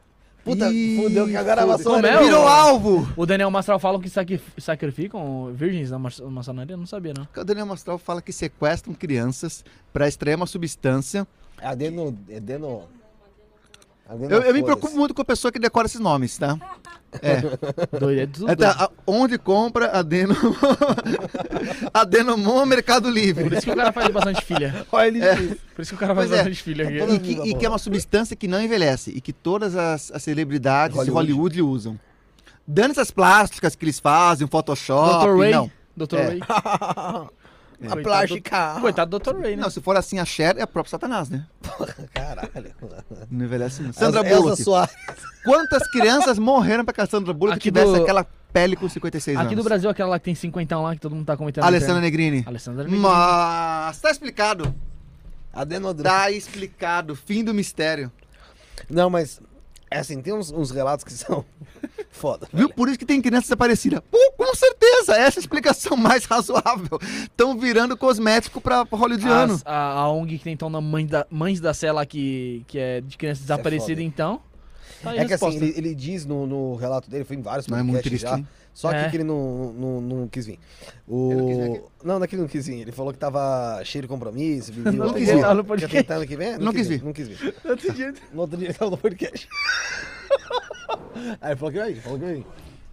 Speaker 1: Puta,
Speaker 3: Ih,
Speaker 1: fudeu que agora a
Speaker 3: fudeu.
Speaker 1: maçonaria.
Speaker 2: Como é,
Speaker 3: Virou
Speaker 2: ô?
Speaker 3: alvo!
Speaker 2: O Daniel Mastral fala que sacri- sacrificam virgens na maço- maçonaria? Eu Não sabia, não.
Speaker 3: O Daniel Mastral fala que sequestram crianças pra extrair uma substância
Speaker 1: É adeno. É adeno. adeno-
Speaker 3: Eu, eu me
Speaker 1: foda-se.
Speaker 3: preocupo muito com a pessoa que decora esses nomes, tá? É.
Speaker 2: Doido, é tudo
Speaker 3: É, tá,
Speaker 2: doido.
Speaker 3: a- onde compra adeno... adenomon é Mercado
Speaker 2: Por
Speaker 3: Livre.
Speaker 2: isso que o cara faz bastante filha.
Speaker 1: Olha ele
Speaker 3: É.
Speaker 1: disse.
Speaker 2: Por isso que o cara faz
Speaker 3: Pois é.
Speaker 2: bastante filha aqui.
Speaker 1: Toda
Speaker 3: E que,
Speaker 1: vida
Speaker 3: e
Speaker 1: Tá boa.
Speaker 3: que é uma substância que não envelhece e que todas as, as celebridades de
Speaker 1: Hollywood.
Speaker 3: Hollywood usam. Dando essas plásticas que eles fazem, Photoshop,
Speaker 2: Dr. Ray.
Speaker 3: não.
Speaker 2: Dr.
Speaker 3: É.
Speaker 2: Ray.
Speaker 1: A
Speaker 2: Coitado
Speaker 1: plástica.
Speaker 2: do- Coitado do Dr. Ray, né?
Speaker 3: Não, se for assim a Cher, é o próprio Satanás, né?
Speaker 1: Caralho.
Speaker 3: Não envelhece não. Sandra
Speaker 1: Elsa
Speaker 3: Bullock.
Speaker 1: Soares.
Speaker 3: Quantas crianças morreram pra que a Sandra Bullock
Speaker 2: Aqui
Speaker 3: tivesse
Speaker 2: do-
Speaker 3: aquela pele com 56 anos?
Speaker 2: Aqui do Brasil, aquela lá que tem 50 lá, que todo mundo tá comentando. na
Speaker 3: Alessandra Negrini.
Speaker 2: internet. Alessandra Negrini.
Speaker 3: Mas tá explicado.
Speaker 1: Adenodrão.
Speaker 3: Tá explicado. Fim do mistério.
Speaker 1: Não, mas. É assim, tem uns, uns relatos que são foda.
Speaker 3: Viu?
Speaker 1: velho.
Speaker 3: Por isso que tem criança desaparecida. Pô, com certeza. Essa é a explicação mais razoável. Estão virando cosmético pra pra hollywoodiano.
Speaker 2: As- a, a ONG que tem então na Mães da, Mães da Cela, que, que é de
Speaker 1: é
Speaker 2: criança desaparecida,
Speaker 1: foda, hein?
Speaker 2: então. Tá aí a
Speaker 1: É que assim,
Speaker 2: resposta.
Speaker 1: ele, ele diz no, no relato dele, foi em vários
Speaker 3: Não é muito
Speaker 1: podcasts
Speaker 3: triste,
Speaker 1: já.
Speaker 3: hein?
Speaker 1: Só aqui
Speaker 2: É.
Speaker 1: que ele não, não, não quis vir.
Speaker 3: Ele não quis vir
Speaker 1: O...
Speaker 3: aqui?
Speaker 1: Não, não é que ele não quis vir. Ele falou que tava cheio de compromisso, vivia
Speaker 2: Não
Speaker 1: outra
Speaker 3: quis
Speaker 1: coisa.
Speaker 2: vir. Tá no
Speaker 1: Quer
Speaker 2: podcast.
Speaker 1: tentar ano que vem?
Speaker 3: Não quis vir.
Speaker 1: Não quis vir. No outro dia ele tava no podcast. Aí ele falou que vai vir, falou que vai vir.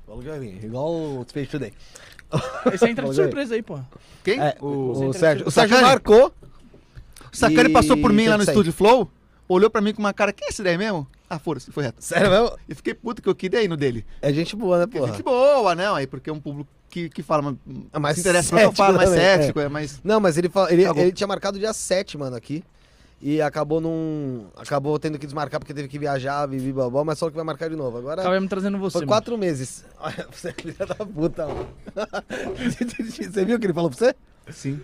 Speaker 1: Falou que vai vir. Igual o Space Today.
Speaker 2: Você é entra
Speaker 1: Olha
Speaker 2: de
Speaker 1: aí.
Speaker 2: surpresa aí, pô.
Speaker 3: Quem?
Speaker 1: É,
Speaker 3: o...
Speaker 1: o, Sérgio. O Sérgio
Speaker 3: Sacani.
Speaker 1: marcou.
Speaker 3: o Sacani
Speaker 1: e-
Speaker 3: passou por mim lá no
Speaker 1: tem que sair.
Speaker 3: Estúdio Flow, olhou pra mim com uma cara, quem é esse daí mesmo? Ah, foda-se, foi reto.
Speaker 1: Sério mesmo?
Speaker 3: E fiquei puto que eu queria ir no dele.
Speaker 1: É gente boa, né,
Speaker 3: Porque
Speaker 1: porra?
Speaker 3: gente boa, né? Aí, porque é um público que, que fala,
Speaker 1: É
Speaker 3: mas
Speaker 1: mais
Speaker 3: se interessa pelo que eu
Speaker 1: cético
Speaker 3: falo, mais
Speaker 1: também, é.
Speaker 3: cético, é mais...
Speaker 1: Não, mas ele, fala- ele,
Speaker 3: Tá bom.
Speaker 1: ele tinha marcado dia 7, mano, aqui. e acabou não. Acabou tendo que desmarcar porque teve que viajar, vivi babó, mas só que vai marcar de novo. Agora.
Speaker 2: Acabei me trazendo você.
Speaker 1: Foi
Speaker 2: mano.
Speaker 1: quatro meses. Olha, você é filha da puta, mano. você viu o que ele falou pra você?
Speaker 3: Sim.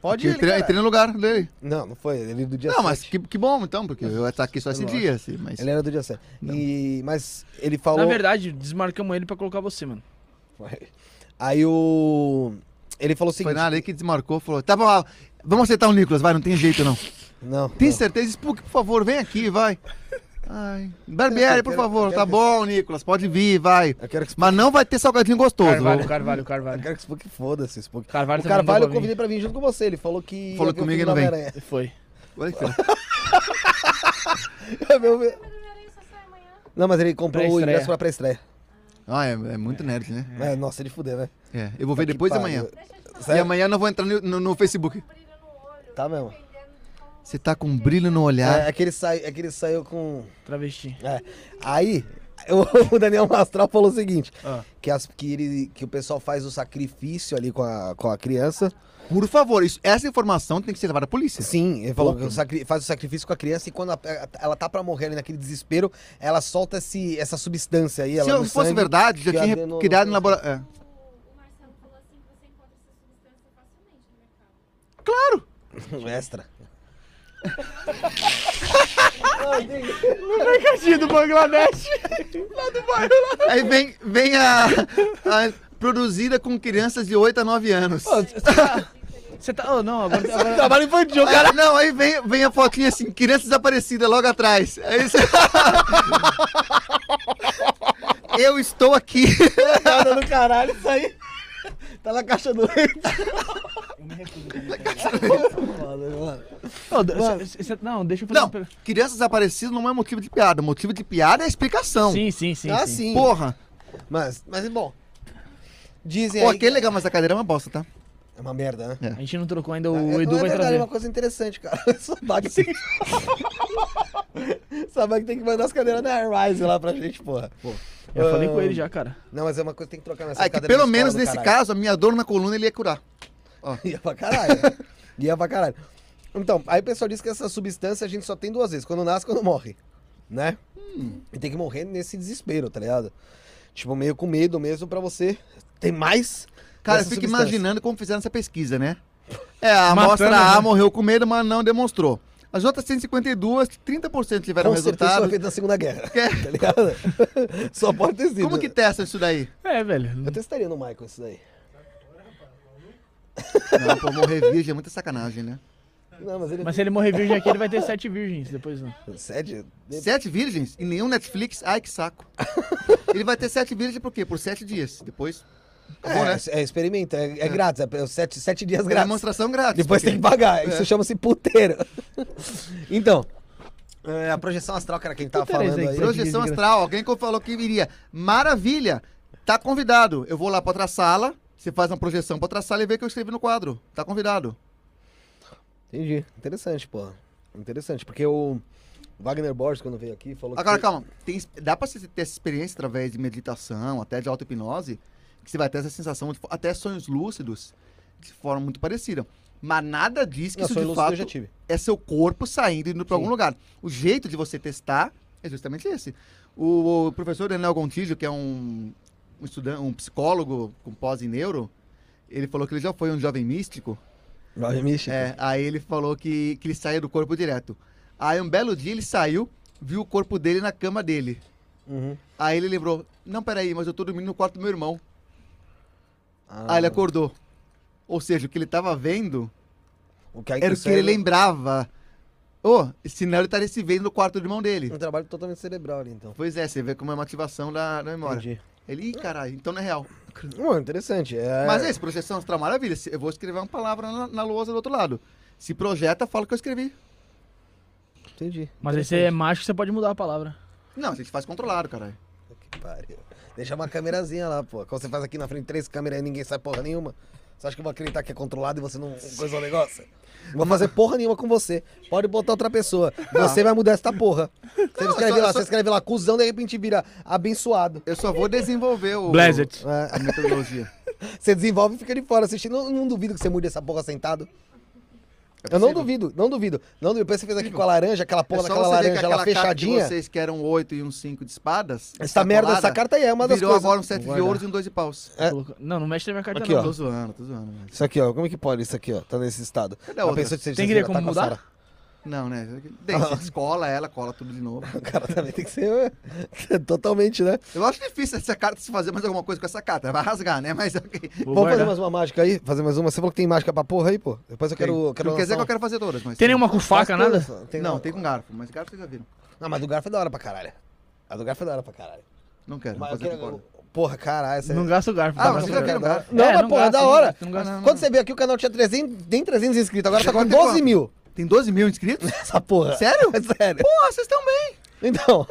Speaker 1: Pode
Speaker 3: Porque
Speaker 1: ir.
Speaker 3: entrei, entrei no lugar dele.
Speaker 1: Não, não foi. Ele é do dia
Speaker 3: Não,
Speaker 1: 7.
Speaker 3: mas que, que bom então, porque eu tá aqui só esse
Speaker 1: Lógico.
Speaker 3: dia, assim, mas.
Speaker 1: Ele é era do dia 7. E... Mas ele falou.
Speaker 2: Na verdade, desmarcamos ele pra colocar você, mano.
Speaker 1: Foi. Aí o. Ele falou o
Speaker 3: Foi
Speaker 1: seguinte.
Speaker 3: na lei que desmarcou, falou: tá bom, ah, vamos aceitar o Nicolas, vai, não tem jeito não.
Speaker 1: Não.
Speaker 3: Tem
Speaker 1: não.
Speaker 3: certeza? Spook, por favor, vem aqui, vai. Ai. Barbieri, por
Speaker 1: Eu quero- eu
Speaker 3: favor,
Speaker 1: quero
Speaker 3: tá
Speaker 1: que-
Speaker 3: bom, Nicolas, pode vir, vai.
Speaker 1: Eu quero que
Speaker 3: Mas não vai ter salgadinho gostoso. né?
Speaker 2: Carvalho,
Speaker 3: viu?
Speaker 2: Carvalho,
Speaker 1: Eu
Speaker 2: Carvalho.
Speaker 1: quero que Spook foda-se, Spook.
Speaker 2: Carvalho
Speaker 1: o
Speaker 2: também não
Speaker 1: Carvalho eu
Speaker 2: dá pra vir.
Speaker 1: convidei pra vir junto com você. Ele falou que.
Speaker 3: Falou
Speaker 1: ia ver o
Speaker 3: comigo e
Speaker 1: filme
Speaker 3: não vem.
Speaker 1: do Homem-Aranha.
Speaker 2: Foi.
Speaker 3: Olha que será.
Speaker 1: Ia ver o filme-
Speaker 4: Mas o Homem-Aranha só sai amanhã.
Speaker 1: Não, mas ele comprou o
Speaker 2: Pré-estreia.
Speaker 1: ingresso pra pré-estreia.
Speaker 3: Ah, é, é muito nerd, né?
Speaker 1: É, nossa, ele fuder, né?
Speaker 3: É, eu vou ver
Speaker 1: Que
Speaker 3: depois de
Speaker 1: pariu.
Speaker 3: amanhã.
Speaker 4: Deixa eu te falar.
Speaker 3: E
Speaker 1: Sério?
Speaker 3: amanhã eu não vou entrar no, no- no Facebook.
Speaker 4: Um brilho no olho.
Speaker 1: Tá mesmo.
Speaker 4: Dependendo de como
Speaker 3: Você tá com um brilho no olhar.
Speaker 1: É, é, que ele sai, é que ele saiu com.
Speaker 2: Travesti.
Speaker 1: É. Aí, o Daniel Mastral falou o seguinte:
Speaker 3: Ah.
Speaker 1: que, as, que, ele, que o pessoal faz o sacrifício ali com a, com a criança.
Speaker 3: Por favor, isso- essa informação tem que ser levada à polícia.
Speaker 1: Sim, ele falou que o sacri- faz o sacrifício com a criança e quando a- ela tá pra morrer ali naquele desespero, ela solta esse, essa substância aí. Ela
Speaker 3: Se eu-
Speaker 1: no
Speaker 3: fosse
Speaker 1: sangue,
Speaker 3: verdade, já
Speaker 1: que
Speaker 3: tinha
Speaker 1: adeno-
Speaker 3: re- criado É. no laboratório.
Speaker 4: o, o Marcelo falou assim que você encontra essa substância facilmente no mercado.
Speaker 1: um Extra.
Speaker 2: Tadinho do Bangladesh.
Speaker 3: Aí vem, vem a, a produzida com crianças de 8 a 9 anos.
Speaker 2: Você tá. Oh, não, agora. agora-
Speaker 1: Trabalho infantil,
Speaker 3: Ah, não, aí vem, vem a fotinha assim, criança desaparecida logo atrás. É Aí você... Eu estou aqui.
Speaker 1: cara do caralho, isso aí. Tá na caixa do leite.
Speaker 2: né?
Speaker 1: Tá Foda, né, mano.
Speaker 2: Oh, d- cê- cê- não, deixa eu fazer
Speaker 3: Não,
Speaker 2: uma pergunta.
Speaker 3: criança desaparecida não é motivo de piada. Motivo de piada é a explicação.
Speaker 2: Sim, sim, sim.
Speaker 1: Ah,
Speaker 2: sim.
Speaker 1: sim.
Speaker 3: Porra.
Speaker 1: Mas, mas bom. Dizem
Speaker 3: Pô,
Speaker 1: aí.
Speaker 3: que legal, mas a cadeira é uma bosta, tá?
Speaker 1: É uma merda, né?
Speaker 2: A gente não trocou ainda,
Speaker 1: É,
Speaker 2: o
Speaker 1: não
Speaker 2: Edu
Speaker 1: é
Speaker 2: vai
Speaker 1: verdade, é
Speaker 2: trazer.
Speaker 1: uma coisa interessante, cara. assim Essa bag tem que. Essa bag tem que mandar as cadeiras da Airrise lá pra gente, porra.
Speaker 2: Eu falei com
Speaker 1: Ah,
Speaker 2: ele já, cara.
Speaker 1: Não, mas é uma coisa que tem que trocar nessa
Speaker 3: Ah, que pelo menos nesse caso, a minha dor na coluna ele ia curar.
Speaker 1: Ia pra caralho. né? Ia pra caralho. Então, aí o pessoal diz que essa substância a gente só tem duas vezes, quando nasce e quando morre. Né?
Speaker 3: Hum.
Speaker 1: E tem que morrer nesse desespero, tá ligado? Tipo, meio com medo mesmo pra você ter mais.
Speaker 3: Cara, eu
Speaker 1: dessa
Speaker 3: fico
Speaker 1: substância.
Speaker 3: imaginando como fizeram essa pesquisa, né? É, a
Speaker 2: Matando,
Speaker 3: amostra A
Speaker 2: né?
Speaker 3: morreu com medo, mas não demonstrou. As outras 152, 30% tiveram
Speaker 1: Com certeza foi
Speaker 3: resultado.
Speaker 1: feito na Segunda Guerra.
Speaker 3: Que-
Speaker 1: Tá ligado? Só pode ter sido.
Speaker 3: Como que testa isso daí?
Speaker 2: É, velho.
Speaker 1: Eu testaria no Michael isso daí.
Speaker 3: Não, pô, morrer virgem é muita sacanagem, né?
Speaker 1: Não, mas ele.
Speaker 2: Mas se ele morrer virgem aqui, ele vai ter sete virgens depois, né? não.
Speaker 1: Sede?
Speaker 3: Sete virgens e nenhum Netflix? Ai, que saco. Ele vai ter sete virgens por quê? Por sete dias. Depois, acabou, né?
Speaker 1: É, é experimento, é, é grátis, é é sete, sete dias
Speaker 3: É
Speaker 1: grátis.
Speaker 3: demonstração grátis.
Speaker 1: Depois
Speaker 3: porque-
Speaker 1: tem que pagar. Isso chama-se puteiro. então, é, a projeção astral, cara, quem tava
Speaker 2: Puteiro é isso
Speaker 1: falando
Speaker 2: aí que
Speaker 1: aí.
Speaker 2: você-
Speaker 3: Projeção astral, alguém que falou que viria. Maravilha! Tá convidado. Eu vou lá pra outra sala, você faz uma projeção pra outra sala e vê o que eu escrevi no quadro. Tá convidado.
Speaker 1: Entendi. Interessante, pô. Interessante, porque o Wagner Borges, quando veio aqui, falou
Speaker 3: Agora,
Speaker 1: que.
Speaker 3: calma. Tem- dá pra você ter essa experiência através de meditação, até de auto-hipnose, que você vai ter essa sensação, de, até sonhos lúcidos, de forma muito parecida. Mas nada diz que
Speaker 1: Não,
Speaker 3: isso
Speaker 1: sou
Speaker 3: de
Speaker 1: ilustre,
Speaker 3: fato
Speaker 1: eu já tive.
Speaker 3: é seu corpo saindo e indo para algum
Speaker 1: Sim.
Speaker 3: lugar. O jeito de você testar é justamente esse. O, o professor Daniel Gontijo, que é um, um estudante, um psicólogo com pós em neuro, ele falou que ele já foi um jovem místico.
Speaker 1: Roger Michigan.
Speaker 3: É, aí ele falou que, que ele saía do corpo direto. Aí um belo dia ele saiu, viu o corpo dele na cama dele.
Speaker 1: Uhum.
Speaker 3: Aí ele lembrou, não, peraí, mas eu tô dormindo no quarto do meu irmão.
Speaker 1: Ah,
Speaker 3: Aí ele é acordou. Ou seja, o que ele tava vendo
Speaker 1: o É que aí um
Speaker 3: era o
Speaker 1: o
Speaker 3: que ele
Speaker 1: cérebro-
Speaker 3: lembrava. Ô, senão ele estaria se vendo no quarto do irmão dele.
Speaker 1: Um trabalho totalmente cerebral ali, então.
Speaker 3: Pois é, você vê como é uma ativação da, da memória.
Speaker 1: Entendi.
Speaker 3: Ele, ih, caralho, então não é real.
Speaker 1: Hum, interessante. É...
Speaker 3: Mas é isso, projeção astral, maravilha. Se- Eu vou escrever uma palavra na, na lousa do outro lado. Se projeta, fala o que eu escrevi.
Speaker 1: Entendi.
Speaker 2: Mas aí você é macho, você pode mudar a palavra.
Speaker 3: Não, a gente faz controlado, caralho.
Speaker 1: Que pariu. Deixa uma câmerazinha lá, pô. Quando você faz aqui na frente três câmeras e ninguém sai porra nenhuma. Você acha que eu vou acreditar que é controlado e você não coisa o negócio? Não vou fazer porra nenhuma com você. Pode botar outra pessoa. Você vai mudar essa porra. Você escreve
Speaker 3: só-
Speaker 1: lá,
Speaker 3: só-
Speaker 1: você escreve lá, cuzão, de repente vira abençoado.
Speaker 3: Eu só vou desenvolver o,
Speaker 2: Blazed.
Speaker 1: É,
Speaker 3: a metodologia.
Speaker 1: você desenvolve e fica de fora assistindo. Não, não duvido que você mude essa porra sentado.
Speaker 3: É
Speaker 1: Eu não duvido, não duvido. Não duvido. Depois você fez aqui com a laranja, aquela porra
Speaker 3: só
Speaker 1: daquela
Speaker 3: você ver que
Speaker 1: laranja
Speaker 3: aquela
Speaker 1: lá
Speaker 3: carta
Speaker 1: fechadinha.
Speaker 3: Que vocês que eram um 8 e um 5 de espadas.
Speaker 1: Essa merda, essa
Speaker 3: carta
Speaker 1: carta aí é uma das
Speaker 3: virou
Speaker 1: coisas.
Speaker 3: agora um 7
Speaker 2: Vou
Speaker 3: de ouros e um 2 de paus.
Speaker 1: É.
Speaker 2: Colocou- Não, não mexe na minha carta
Speaker 1: Aqui,
Speaker 2: não.
Speaker 1: ó.
Speaker 3: Tô zoando, tô zoando. mas-
Speaker 1: Isso aqui, ó. Como é que pode isso aqui, ó? Tá nesse estado.
Speaker 3: Cadê a
Speaker 1: Já
Speaker 3: outra?
Speaker 1: pensou se vocês
Speaker 2: Tem que ver
Speaker 1: viram?
Speaker 2: como
Speaker 1: Tá com a
Speaker 2: mudar?
Speaker 1: Sara.
Speaker 3: Não, né? Deixa, descola ela, cola tudo de novo.
Speaker 1: O cara também tem que ser é, totalmente, né?
Speaker 3: Eu acho difícil essa carta se fazer mais alguma coisa com essa carta. Vai rasgar, né? Mas ok.
Speaker 2: Vou
Speaker 1: Vamos fazer
Speaker 2: guardar.
Speaker 1: mais uma mágica aí? Fazer mais uma. Você falou que tem mágica pra porra aí, pô. Depois eu quero.
Speaker 3: Tem.
Speaker 1: quero
Speaker 3: não quer dizer que eu
Speaker 1: lançar
Speaker 3: quero fazer todas, mas.
Speaker 2: Tem nenhuma com
Speaker 1: uma-
Speaker 2: faca, nada?
Speaker 1: Tem
Speaker 3: não,
Speaker 1: não,
Speaker 3: tem com garfo, mas garfo vocês já viram.
Speaker 1: Ah, mas do garfo é da hora pra caralho. A do garfo é da hora pra caralho.
Speaker 3: Não quero.
Speaker 1: Mas
Speaker 3: Mas
Speaker 1: eu
Speaker 3: fazer
Speaker 1: quero-
Speaker 3: com corda.
Speaker 1: Porra, caralho. essa é-
Speaker 2: Não gasta o garfo.
Speaker 3: Ah,
Speaker 2: dá
Speaker 3: mas
Speaker 2: pra
Speaker 3: você
Speaker 2: guardar.
Speaker 3: já quero garfo.
Speaker 1: Não,
Speaker 2: É,
Speaker 1: mas
Speaker 2: não
Speaker 1: porra,
Speaker 2: gasta,
Speaker 1: da
Speaker 2: não
Speaker 1: hora.
Speaker 2: gasta, não gasta.
Speaker 3: Ah, não, não.
Speaker 1: Quando você veio aqui, o canal tinha 300, nem 300 inscritos. Agora tá
Speaker 3: Agora
Speaker 1: com
Speaker 3: tem
Speaker 1: 12
Speaker 3: quanto?
Speaker 1: mil.
Speaker 3: Tem 12 mil inscritos?
Speaker 1: Essa porra.
Speaker 3: Sério?
Speaker 1: Sério.
Speaker 3: Porra, vocês estão bem.
Speaker 1: Então.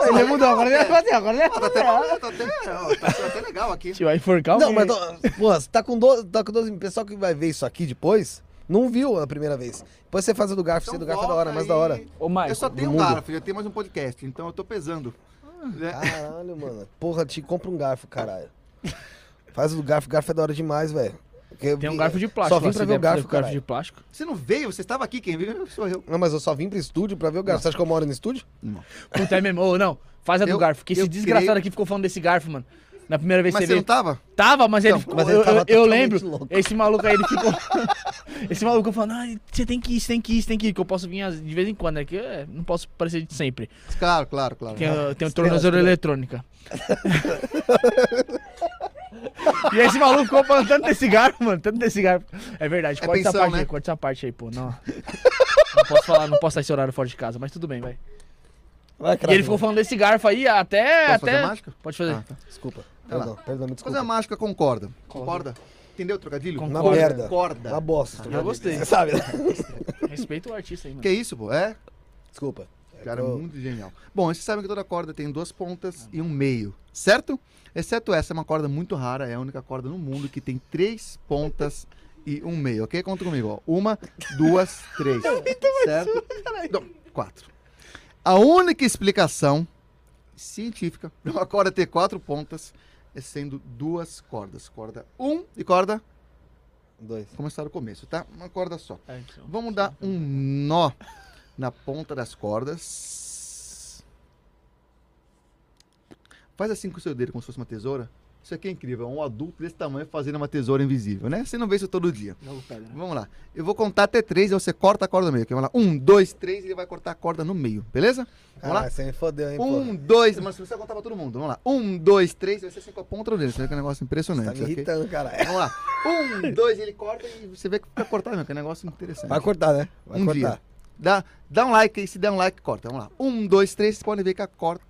Speaker 3: é
Speaker 2: Ele mudou, agora ele vai agora ele
Speaker 3: Tá até, tá até, tá até legal aqui.
Speaker 2: Tio, vai enforcar
Speaker 1: Não,
Speaker 2: alguém
Speaker 1: mas
Speaker 2: aí.
Speaker 1: tô- porra, você tá com 12, tá com 12 mil. Pessoal que vai ver isso aqui depois, não viu a primeira vez. Depois você faz o do garfo,
Speaker 2: Então
Speaker 1: você do garfo é da hora,
Speaker 3: volta
Speaker 1: mais da hora.
Speaker 3: aí.
Speaker 2: Ô, Maicon,
Speaker 3: Eu só tenho um
Speaker 1: mundo. Ah,
Speaker 3: garfo, já tenho mais um podcast, então eu tô pesando. Né?
Speaker 1: tá. Caralho, mano. Porra, te compra um garfo, caralho. Faz o do garfo, o garfo é da hora demais, velho. Porque eu
Speaker 2: Tem um
Speaker 1: vi-
Speaker 2: garfo de plástico.
Speaker 1: Só vim
Speaker 2: lá,
Speaker 1: pra ver
Speaker 2: se der
Speaker 1: o garfo,
Speaker 2: pra ter um garfo de
Speaker 1: caralho.
Speaker 2: plástico.
Speaker 3: Você não veio, você estava aqui, quem viu sou eu.
Speaker 1: Não, mas eu só vim pro estúdio pra ver o garfo. Você acha que eu moro no estúdio?
Speaker 2: Puta, é mesmo. Ô, não. Faz a do
Speaker 3: Eu-
Speaker 2: garfo. Que esse
Speaker 3: eu
Speaker 2: desgraçado
Speaker 3: creio-
Speaker 2: aqui ficou falando desse garfo, mano. Na primeira vez que
Speaker 3: Mas
Speaker 2: você
Speaker 3: você não tá-
Speaker 2: veio.
Speaker 3: tava?
Speaker 2: Tava, mas ele
Speaker 1: Então,
Speaker 2: ficou.
Speaker 1: mas ele
Speaker 2: eu,
Speaker 1: tava
Speaker 2: eu- eu
Speaker 1: totalmente
Speaker 2: lembro.
Speaker 1: louco.
Speaker 2: Esse maluco aí, ele ficou. esse maluco falando, ah, você tem que ir, você tem que ir, você tem que ir. Que eu posso vir às- de vez em quando, né? Que eu é, não posso parecer de sempre.
Speaker 3: Claro, claro, claro. Ah,
Speaker 2: Tem, o- tem o
Speaker 1: estrela,
Speaker 2: tornozelo
Speaker 1: estrela.
Speaker 2: eletrônica. e esse maluco ficou falando tanto desse garfo, mano. Tanto desse garfo. É verdade,
Speaker 3: É
Speaker 2: corta essa
Speaker 3: pensão,
Speaker 2: parte
Speaker 3: né?
Speaker 2: aí, corta essa parte aí, pô. Não, não posso falar, não posso sair esse horário fora de casa, mas tudo bem, vai.
Speaker 1: Vai,
Speaker 2: E ele ficou falando desse garfo aí até.
Speaker 3: Posso
Speaker 2: até...
Speaker 3: fazer mágica?
Speaker 2: Pode fazer.
Speaker 3: Ah,
Speaker 1: Desculpa.
Speaker 3: Vai lá.
Speaker 1: Perdão, perdão, me
Speaker 3: Fazer
Speaker 1: desculpa.
Speaker 3: uma mágica com corda. Corda. Entendeu o trocadilho?
Speaker 2: Com
Speaker 1: Uma
Speaker 2: corda.
Speaker 1: merda.
Speaker 3: Corda.
Speaker 1: Uma bosta.
Speaker 2: Ah, já gostei.
Speaker 1: Você sabe, né?
Speaker 2: Respeita o artista aí, mano.
Speaker 3: Que isso, pô? É?
Speaker 1: Desculpa. É
Speaker 3: Cara,
Speaker 1: que eu-
Speaker 3: muito genial. Bom, vocês sabem que toda corda tem duas pontas e um meio, certo? Exceto essa, é uma corda muito rara, é a única corda no mundo que tem três pontas e um meio, ok? Conta comigo, ó. Uma, duas, três. certo? Não, quatro. A única explicação científica de uma corda ter quatro pontas é sendo duas cordas. Corda 1 um e corda.
Speaker 1: um, Dois.
Speaker 3: Começar o começo, tá? Uma corda só.
Speaker 2: É, então.
Speaker 3: Vamos dar um nó na ponta das cordas. Faz assim com o seu dedo, como se fosse uma tesoura. Isso aqui é incrível, um adulto desse tamanho fazendo uma tesoura invisível, né? Você não vê isso todo dia.
Speaker 2: Não, pega, né?
Speaker 3: Vamos lá. Eu vou contar até três, aí você corta a corda no meio. ok? Vamos lá. Um, dois, três, ele vai cortar a corda no meio, beleza? Vamos lá.
Speaker 1: Caralho, você me fodeu, hein, porra.
Speaker 3: Um, dois, mas você contar pra todo mundo. Vamos lá. Um, dois, três, vai ser assim com a ponta do dedo. Você vê que é um negócio
Speaker 1: Você tá
Speaker 3: impressionante,
Speaker 1: me
Speaker 3: ok?
Speaker 1: irritando, caralho.
Speaker 3: Vamos lá. Um, dois, ele corta e você vê que fica cortado mesmo, que é um negócio interessante.
Speaker 1: Vai cortar, né? Vai
Speaker 3: Um
Speaker 1: cortar.
Speaker 3: dia. Dá, dá um like aí, se der um like, corta. Vamos lá. Um, dois, três, vocês podem ver que a corda.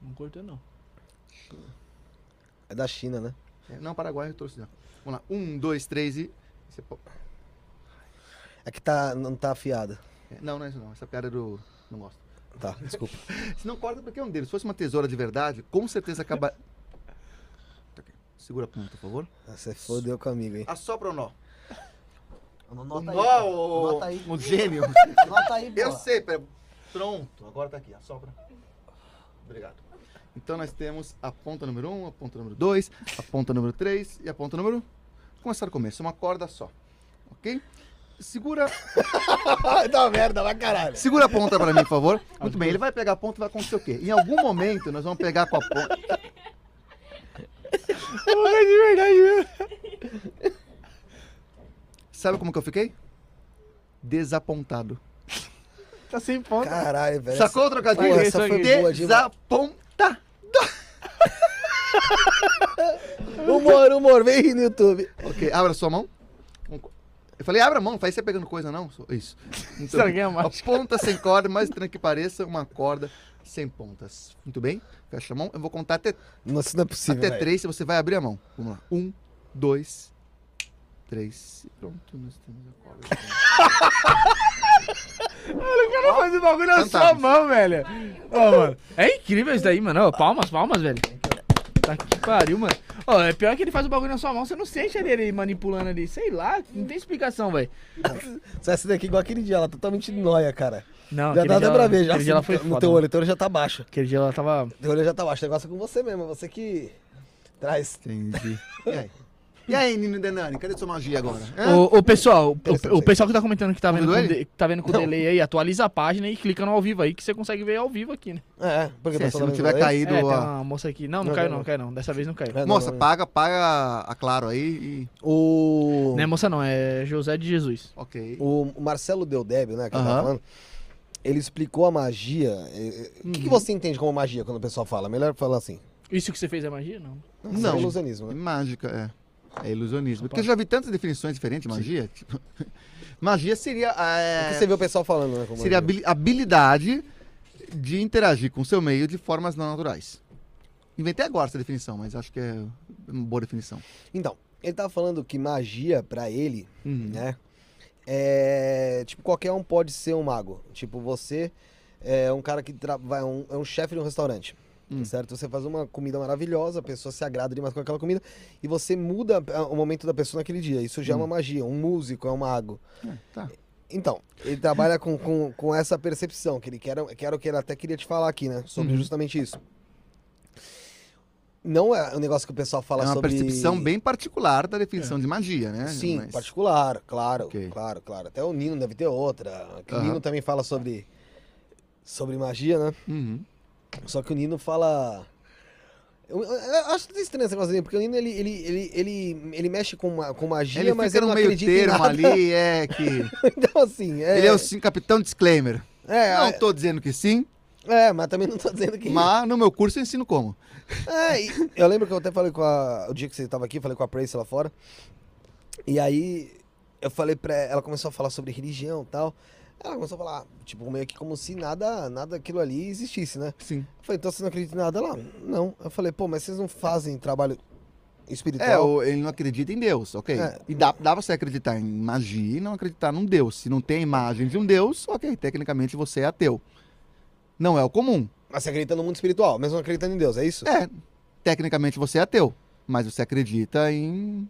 Speaker 2: Não cortou, não.
Speaker 1: É da China, né?
Speaker 3: É, Não, Paraguai, eu trouxe já. Vamos lá. Um, dois, três e. Você po-
Speaker 1: É que tá, não tá afiada.
Speaker 3: É, Não, não é isso não. Essa piada é do. Não gosto.
Speaker 1: Tá, desculpa.
Speaker 3: Se não corta porque é um deles. Se fosse uma tesoura de verdade, com certeza acaba. Tá aqui. Segura a ponta, por favor.
Speaker 1: Você fodeu comigo, hein?
Speaker 3: Assopra o nó. O
Speaker 1: Nota
Speaker 3: nó, o,
Speaker 1: Nota tá. aí.
Speaker 3: o gênio.
Speaker 1: Nota aí,
Speaker 3: Eu sei, pera. Pronto, agora tá aqui, assopra. Obrigado. Então nós temos a ponta número 1, um, a ponta número 2, a ponta número 3 e a ponta número. um. Começar o começo, uma corda só. Ok? Segura,
Speaker 1: Dá uma merda pra caralho.
Speaker 3: segura a ponta pra mim, por favor. Muito bem, ele vai pegar a ponta e vai acontecer o quê? Em algum momento nós vamos pegar com a ponta.
Speaker 2: de verdade mesmo.
Speaker 3: Sabe como que eu fiquei? Desapontado.
Speaker 2: Tá sem ponta.
Speaker 1: Caralho, velho.
Speaker 3: Sacou o trocadilho?
Speaker 1: Porra, essa foi boa demais.
Speaker 3: Desapontado.
Speaker 1: Humor, humor, vem aí no YouTube.
Speaker 3: Ok, abra sua mão. Eu falei, abra a mão, não faz você pegando coisa, não. Isso. Muito
Speaker 2: Estraguei
Speaker 3: bem.
Speaker 2: a mágica.
Speaker 3: ponta sem corda, mais estranho que pareça, uma corda sem pontas. Muito bem, fecha a mão. Eu vou contar até,
Speaker 1: Nossa, não é possível.
Speaker 3: até
Speaker 1: velho.
Speaker 3: três, se você vai abrir a mão. Vamos lá. Um, dois, três. E Pronto, nós temos a corda.
Speaker 2: Eu não fazia bagulho na sua
Speaker 3: Fantasma.
Speaker 2: mão, velho. Ó, mano. É incrível isso daí, mano. Ó, palmas, palmas, velho. Tá que pariu, mano. Ó, é pior que ele faz o bagulho na sua mão, você não sente ali ele manipulando ali. Sei lá, não tem explicação, velho.
Speaker 1: Só essa daqui igual aquele dia, ela totalmente nóia, cara.
Speaker 2: Não,
Speaker 1: já
Speaker 2: aquele
Speaker 1: dá
Speaker 2: dia
Speaker 1: até pra
Speaker 2: ela-
Speaker 1: ver, já.
Speaker 2: Aquele dia ela foi
Speaker 1: no
Speaker 2: foda.
Speaker 1: teu
Speaker 2: mano.
Speaker 1: olho, teu olho já tá baixo.
Speaker 2: Aquele dia ela tava...
Speaker 1: Teu olho já tá baixo. O negócio é com você mesmo, é você que traz.
Speaker 3: Entendi. E aí? E aí, Nino Denani, cadê sua magia agora?
Speaker 1: É.
Speaker 3: Hã?
Speaker 2: O, o pessoal,
Speaker 1: Interessante
Speaker 2: o, o pessoal que tá comentando que tá vendo, com,
Speaker 3: Convidou
Speaker 2: de- que tá vendo com delay aí, atualiza a página e clica no ao vivo aí que você consegue ver ao vivo aqui, né?
Speaker 1: É, porque
Speaker 3: Se,
Speaker 1: tá
Speaker 3: se
Speaker 1: falando
Speaker 3: não tiver
Speaker 1: inglês.
Speaker 3: caído
Speaker 2: é, tem
Speaker 3: a...
Speaker 2: uma moça aqui. Não, não,
Speaker 1: Não,
Speaker 2: caiu
Speaker 1: não,
Speaker 2: não,
Speaker 1: não.
Speaker 2: caiu não. Dessa vez não caiu.
Speaker 1: É, não,
Speaker 3: Moça,
Speaker 1: não,
Speaker 3: paga, paga a Claro aí e...
Speaker 1: O,
Speaker 2: Não é moça não, é José de Jesus.
Speaker 3: Ok.
Speaker 1: o Marcelo Deldébio, né, que eu
Speaker 3: Aham.
Speaker 1: tava falando, ele explicou a magia. é, é, O que,
Speaker 3: Uhum.
Speaker 1: que você entende como magia quando o pessoal fala? Melhor falar assim.
Speaker 2: Isso que você fez é magia? Não.
Speaker 1: Isso é
Speaker 3: Não.
Speaker 1: ilusionismo,
Speaker 3: É
Speaker 1: né?
Speaker 3: mágica, é. É ilusionismo. Porque eu
Speaker 2: Opa.
Speaker 3: já vi tantas definições diferentes de magia. tipo, magia seria.
Speaker 1: O que
Speaker 3: É,
Speaker 1: você vê o pessoal falando, né? como magia?
Speaker 3: seria habili- habilidade de interagir com o seu meio de formas não naturais. Inventei agora essa definição, mas acho que é uma boa definição.
Speaker 1: Então, ele tava falando que magia, pra ele,
Speaker 3: Uhum.
Speaker 1: né? É. Tipo, qualquer um pode ser um mago. Tipo, você é um cara que tra- vai, um, é um chefe de um restaurante.
Speaker 3: Hum.
Speaker 1: Certo? Você faz uma comida maravilhosa, a pessoa se agrada demais com aquela comida e você muda ah, o momento da pessoa naquele dia. Isso
Speaker 3: Hum.
Speaker 1: já é uma magia. Um músico é um mago.
Speaker 3: É, tá.
Speaker 1: Então, ele trabalha com, com, com essa percepção que ele quer, que era o que ele até queria te falar aqui, né?
Speaker 3: Uhum.
Speaker 1: Sobre justamente isso. Não é um negócio que o pessoal fala
Speaker 3: é uma
Speaker 1: sobre.
Speaker 3: percepção bem particular da definição de magia, né?
Speaker 1: Sim,
Speaker 3: Mas-
Speaker 1: particular, claro,
Speaker 3: Ok.
Speaker 1: claro, claro. Até o Nino deve ter outra. que O
Speaker 3: Aham.
Speaker 1: Nino também fala sobre sobre magia, né?
Speaker 3: Uhum.
Speaker 1: Só que o Nino fala eu, eu- eu acho que estranho esse negócio dele, porque o Nino ele, ele, ele, ele, ele mexe com, ma- com magia,
Speaker 3: Ele
Speaker 1: mas
Speaker 3: fica
Speaker 1: ele
Speaker 3: no
Speaker 1: não
Speaker 3: meio
Speaker 1: acredita em
Speaker 3: termo
Speaker 1: nada.
Speaker 3: ali, é que.
Speaker 1: Então assim, é,
Speaker 3: Ele é o sim- capitão disclaimer.
Speaker 1: é,
Speaker 3: Não tô dizendo que sim,
Speaker 1: é, mas também não tô dizendo que
Speaker 3: mas no meu curso eu ensino como.
Speaker 1: É, e eu lembro que eu até falei com a. O dia que você tava aqui, eu falei com a Prace lá fora. E aí eu falei pra ela, começou a falar sobre religião e tal. Ela começou a falar, tipo, meio que como se nada, nada aquilo ali existisse, né?
Speaker 3: Sim.
Speaker 1: Eu falei, então você não acredita em nada? Ela, não. Eu falei, pô, mas vocês não fazem trabalho espiritual?
Speaker 3: É, ou ele não acredita em Deus, ok.
Speaker 1: Então- É.
Speaker 3: E dá, dá você acreditar em magia e não acreditar num Deus. Se não tem a imagem de um Deus, ok, tecnicamente você é ateu. Não é o comum.
Speaker 1: Mas você acredita no mundo espiritual, mesmo não acreditando em Deus, é isso?
Speaker 3: É, tecnicamente você é ateu, mas você acredita em.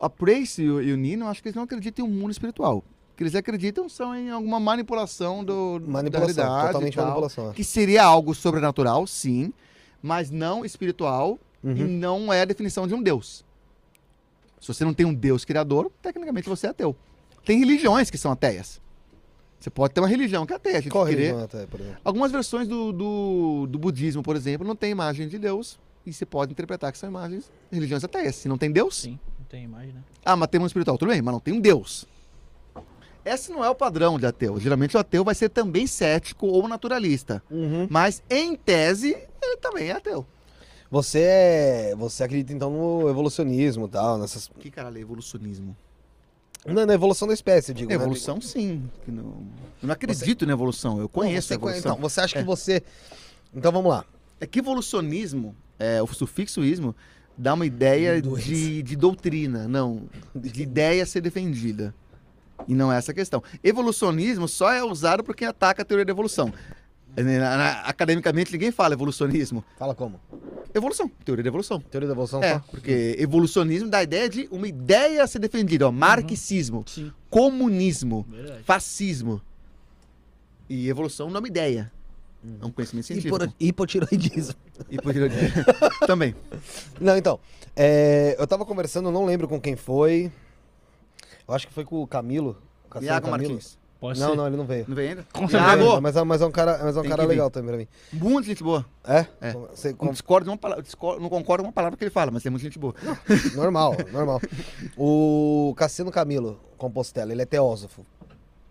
Speaker 3: A Prace e o e o Nino, eu acho que eles não acreditam em um mundo espiritual. O que eles acreditam são em alguma manipulação do da
Speaker 1: Manipulação,
Speaker 3: realidade e
Speaker 1: totalmente
Speaker 3: tal,
Speaker 1: manipulação. é.
Speaker 3: Que seria algo sobrenatural, sim, mas não espiritual e
Speaker 1: Uhum.
Speaker 3: não é a definição de um Deus. Se você não tem um Deus criador, tecnicamente você é ateu. Tem religiões que são ateias. Você pode ter uma religião que é ateia. A gente
Speaker 1: Qual
Speaker 3: querer-
Speaker 1: religião até, por exemplo?
Speaker 3: Algumas versões do, do, do budismo, por exemplo, não tem imagem de Deus. E você pode interpretar que são imagens religiões ateias. Se não tem Deus,
Speaker 2: Sim, não tem imagem, né?
Speaker 3: ah, mas tem um espiritual, tudo bem, mas não tem um Deus. Esse não é o padrão de ateu. Geralmente o ateu vai ser também cético ou naturalista.
Speaker 1: Uhum.
Speaker 3: Mas, em tese, ele também é ateu.
Speaker 1: Você é. Você acredita então no evolucionismo e tal, nessas.
Speaker 3: Que caralho é evolucionismo?
Speaker 1: Não, na evolução da espécie, eu digo. né?
Speaker 3: Evolução, sim. que Não, eu não acredito na evolução, eu conheço
Speaker 1: você
Speaker 3: a
Speaker 1: conhe-
Speaker 3: evolução.
Speaker 1: Então, você acha que você. Então vamos lá.
Speaker 3: É que evolucionismo, é, o sufixo ismo, dá uma ideia
Speaker 1: Dois.
Speaker 3: de, de doutrina, não, de ideia a ser defendida. E não é essa a questão. Evolucionismo só é usado por quem ataca a teoria da evolução. Na- na- Academicamente ninguém fala evolucionismo.
Speaker 1: Fala como?
Speaker 3: Evolução, teoria da evolução.
Speaker 1: Teoria da evolução
Speaker 3: É,
Speaker 1: só?
Speaker 3: porque evolucionismo dá a ideia de uma ideia a ser defendida. Ó,
Speaker 1: Uhum.
Speaker 3: marxismo,
Speaker 2: Sim,
Speaker 3: comunismo,
Speaker 2: verdade.
Speaker 3: fascismo. E evolução não é uma ideia. É um conhecimento científico.
Speaker 1: Hipo- Hipotiroidismo.
Speaker 3: Hipotiroidismo. Também.
Speaker 1: Não, então. é, eu tava conversando, não lembro com quem foi. Eu acho que foi com o Camilo. com a Sam
Speaker 3: Iago
Speaker 1: Camilo.
Speaker 3: Martins.
Speaker 2: Pode
Speaker 1: Não,
Speaker 2: ser.
Speaker 1: não, ele não veio.
Speaker 3: Não vem ainda?
Speaker 2: Com certeza.
Speaker 3: Iago,
Speaker 1: Mas, é- mas é um cara, mas é um
Speaker 3: Tem
Speaker 1: cara
Speaker 3: que vir.
Speaker 1: legal também pra mim.
Speaker 3: muito gente boa.
Speaker 1: É?
Speaker 3: É.
Speaker 1: Você
Speaker 3: Não
Speaker 1: com-
Speaker 3: discordo de uma palavra, discordo- não concordo com uma palavra que ele fala, mas é muito gente boa.
Speaker 1: normal, normal. O Cassino Camilo, Compostela, ele é teósofo.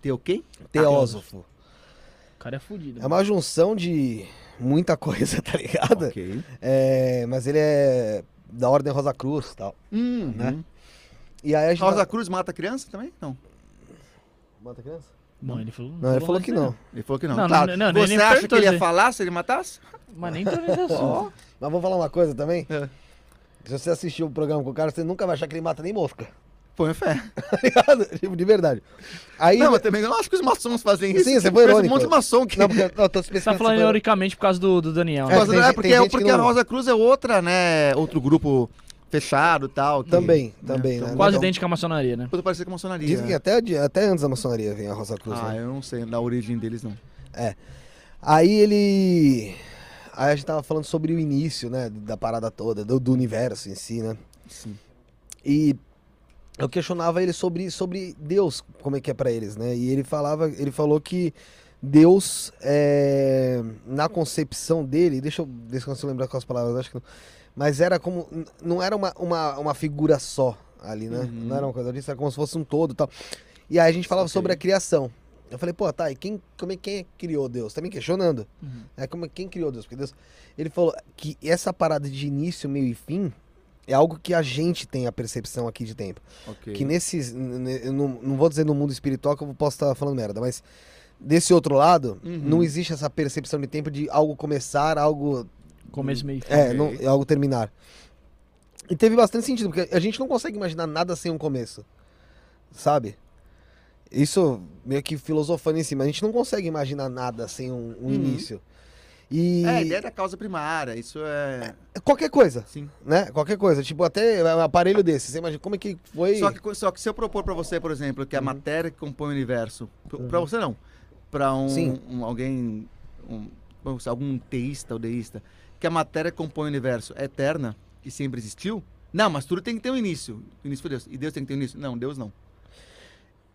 Speaker 3: Teu quem?
Speaker 1: Teósofo.
Speaker 2: O cara é fudido.
Speaker 1: É uma junção de muita coisa, tá ligado?
Speaker 3: Ok.
Speaker 1: É, mas ele é da Ordem Rosa Cruz e tal.
Speaker 3: Hum,
Speaker 1: Né?
Speaker 3: né?
Speaker 1: E aí a gente.
Speaker 3: Rosa Cruz mata a criança também? Não.
Speaker 1: Mata criança?
Speaker 2: Não, ele falou,
Speaker 1: Não, ele falou que não.
Speaker 3: Ele falou que não.
Speaker 2: Não,
Speaker 3: Claro.
Speaker 2: não, não,
Speaker 3: Você
Speaker 2: nem
Speaker 3: acha que
Speaker 2: perguntou
Speaker 3: ele ia
Speaker 2: isso.
Speaker 3: falar se ele matasse?
Speaker 2: Mas nem assim. pra ver
Speaker 3: Ó.
Speaker 1: Mas vou falar uma coisa também.
Speaker 3: É.
Speaker 1: Se você assistir o programa com o cara, você nunca vai achar que ele mata nem mosca.
Speaker 3: Põe fé.
Speaker 1: Tá ligado? Tipo, de verdade. Aí.
Speaker 3: Não, mas também eu não acho que os maçons fazem isso.
Speaker 1: Sim, você foi
Speaker 3: Conheço
Speaker 1: irônico.
Speaker 3: um monte de maçom que...
Speaker 1: Não, porque eu tô
Speaker 2: Você tá
Speaker 1: especificando.
Speaker 2: falando
Speaker 1: se foi-
Speaker 2: ironicamente por causa do, do Daniel, né?
Speaker 1: É,
Speaker 3: Mas
Speaker 1: tem
Speaker 3: não é
Speaker 1: gente-
Speaker 3: porque,
Speaker 1: tem gente que
Speaker 3: porque
Speaker 1: não-
Speaker 3: a Rosa Cruz é outra, né? Outro grupo fechado e tal. que-
Speaker 1: Também, também, né?
Speaker 2: Quase
Speaker 1: Então,
Speaker 2: idêntica à maçonaria, né?
Speaker 3: Depois eu parecia com a maçonaria.
Speaker 1: Dizem que até, de- até antes da maçonaria vem a Rosa Cruz.
Speaker 3: Ah,
Speaker 1: né?
Speaker 3: eu não sei da origem deles, não.
Speaker 1: Aí ele. Aí a gente tava falando sobre o início, né? Da parada toda, do, do universo em si, né?
Speaker 3: Sim.
Speaker 1: E eu questionava ele sobre, sobre Deus, como é que é para eles, né? E ele falava, ele falou que Deus, é, na concepção dele, deixa eu ver se eu consigo lembrar com as palavras, acho que não. Mas era como, n- não era uma, uma, uma figura só ali, né? Não era uma coisa disso, era como se fosse um todo e tal. E aí a gente falava
Speaker 3: Ok.
Speaker 1: sobre a criação. Eu falei, pô, tá, e quem, como é, quem criou Deus? Também questionando.
Speaker 2: Uhum.
Speaker 1: É, como, é- quem criou Deus? Porque Deus. Ele falou que essa parada de início, meio e fim é algo que a gente tem a percepção aqui de tempo.
Speaker 3: Ok.
Speaker 1: Que nesses. n- n- eu não, não vou dizer no mundo espiritual que eu posso estar falando merda, mas desse outro lado,
Speaker 3: Uhum.
Speaker 1: não existe essa percepção de tempo de algo começar, algo.
Speaker 2: Começo meio. e fim.
Speaker 1: É,
Speaker 3: Ok.
Speaker 1: não- algo terminar. E teve bastante sentido, porque a gente não consegue imaginar nada sem um começo. Sabe? Isso meio que filosofando em cima. A gente não consegue imaginar nada sem um, um
Speaker 3: Uhum.
Speaker 1: início. E
Speaker 3: É, a ideia da causa primária, isso é.
Speaker 1: qualquer coisa,
Speaker 3: Sim.
Speaker 1: né? Qualquer coisa. Tipo, até um aparelho desse. Você imagina como é que foi.
Speaker 3: Só que, só que se eu propor pra você, por exemplo,
Speaker 1: Uhum.
Speaker 3: que a matéria que compõe o universo. p- Pra você não. Pra um,
Speaker 1: Sim.
Speaker 3: um- alguém. um- bom, se algum teísta ou deísta. Que a matéria que compõe o universo é eterna e sempre existiu. Não, mas tudo tem que ter um início. O início foi Deus. E Deus tem que ter um início? Não, Deus não.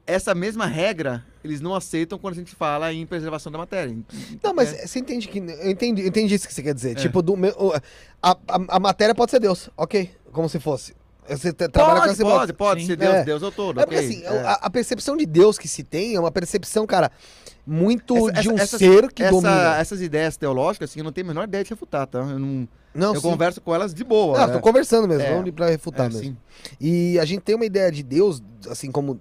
Speaker 3: Essa mesma regra, eles não aceitam quando a gente fala em preservação da matéria. em- em-
Speaker 1: Não, mas
Speaker 3: é,
Speaker 1: você entende que. Eu entendi, eu entendi isso que você quer dizer.
Speaker 3: É.
Speaker 1: Tipo, do meu, o- a, a, a matéria pode ser Deus, ok? Como se fosse. Você tra- trabalha com
Speaker 3: pode,
Speaker 1: essa
Speaker 3: pode, pode
Speaker 2: Sim.
Speaker 3: ser Deus,
Speaker 1: É.
Speaker 3: Deus ou todo.
Speaker 1: É porque
Speaker 3: ok,
Speaker 1: assim,
Speaker 3: é.
Speaker 1: a, a percepção de Deus que se tem é uma percepção, cara, muito
Speaker 3: Essa-
Speaker 1: de
Speaker 3: essa-
Speaker 1: um
Speaker 3: essas-
Speaker 1: ser que
Speaker 3: Essa-
Speaker 1: domina.
Speaker 3: Essas ideias teológicas, assim, eu não tenho a menor ideia de refutar, tá? Eu, não,
Speaker 1: Não,
Speaker 3: eu
Speaker 1: sim.
Speaker 3: converso com elas de boa.
Speaker 1: Não,
Speaker 3: né?
Speaker 1: tô conversando mesmo,
Speaker 3: É.
Speaker 1: vamos pra refutar
Speaker 3: É,
Speaker 1: mesmo.
Speaker 3: sim.
Speaker 1: E a gente tem uma ideia de Deus, assim, como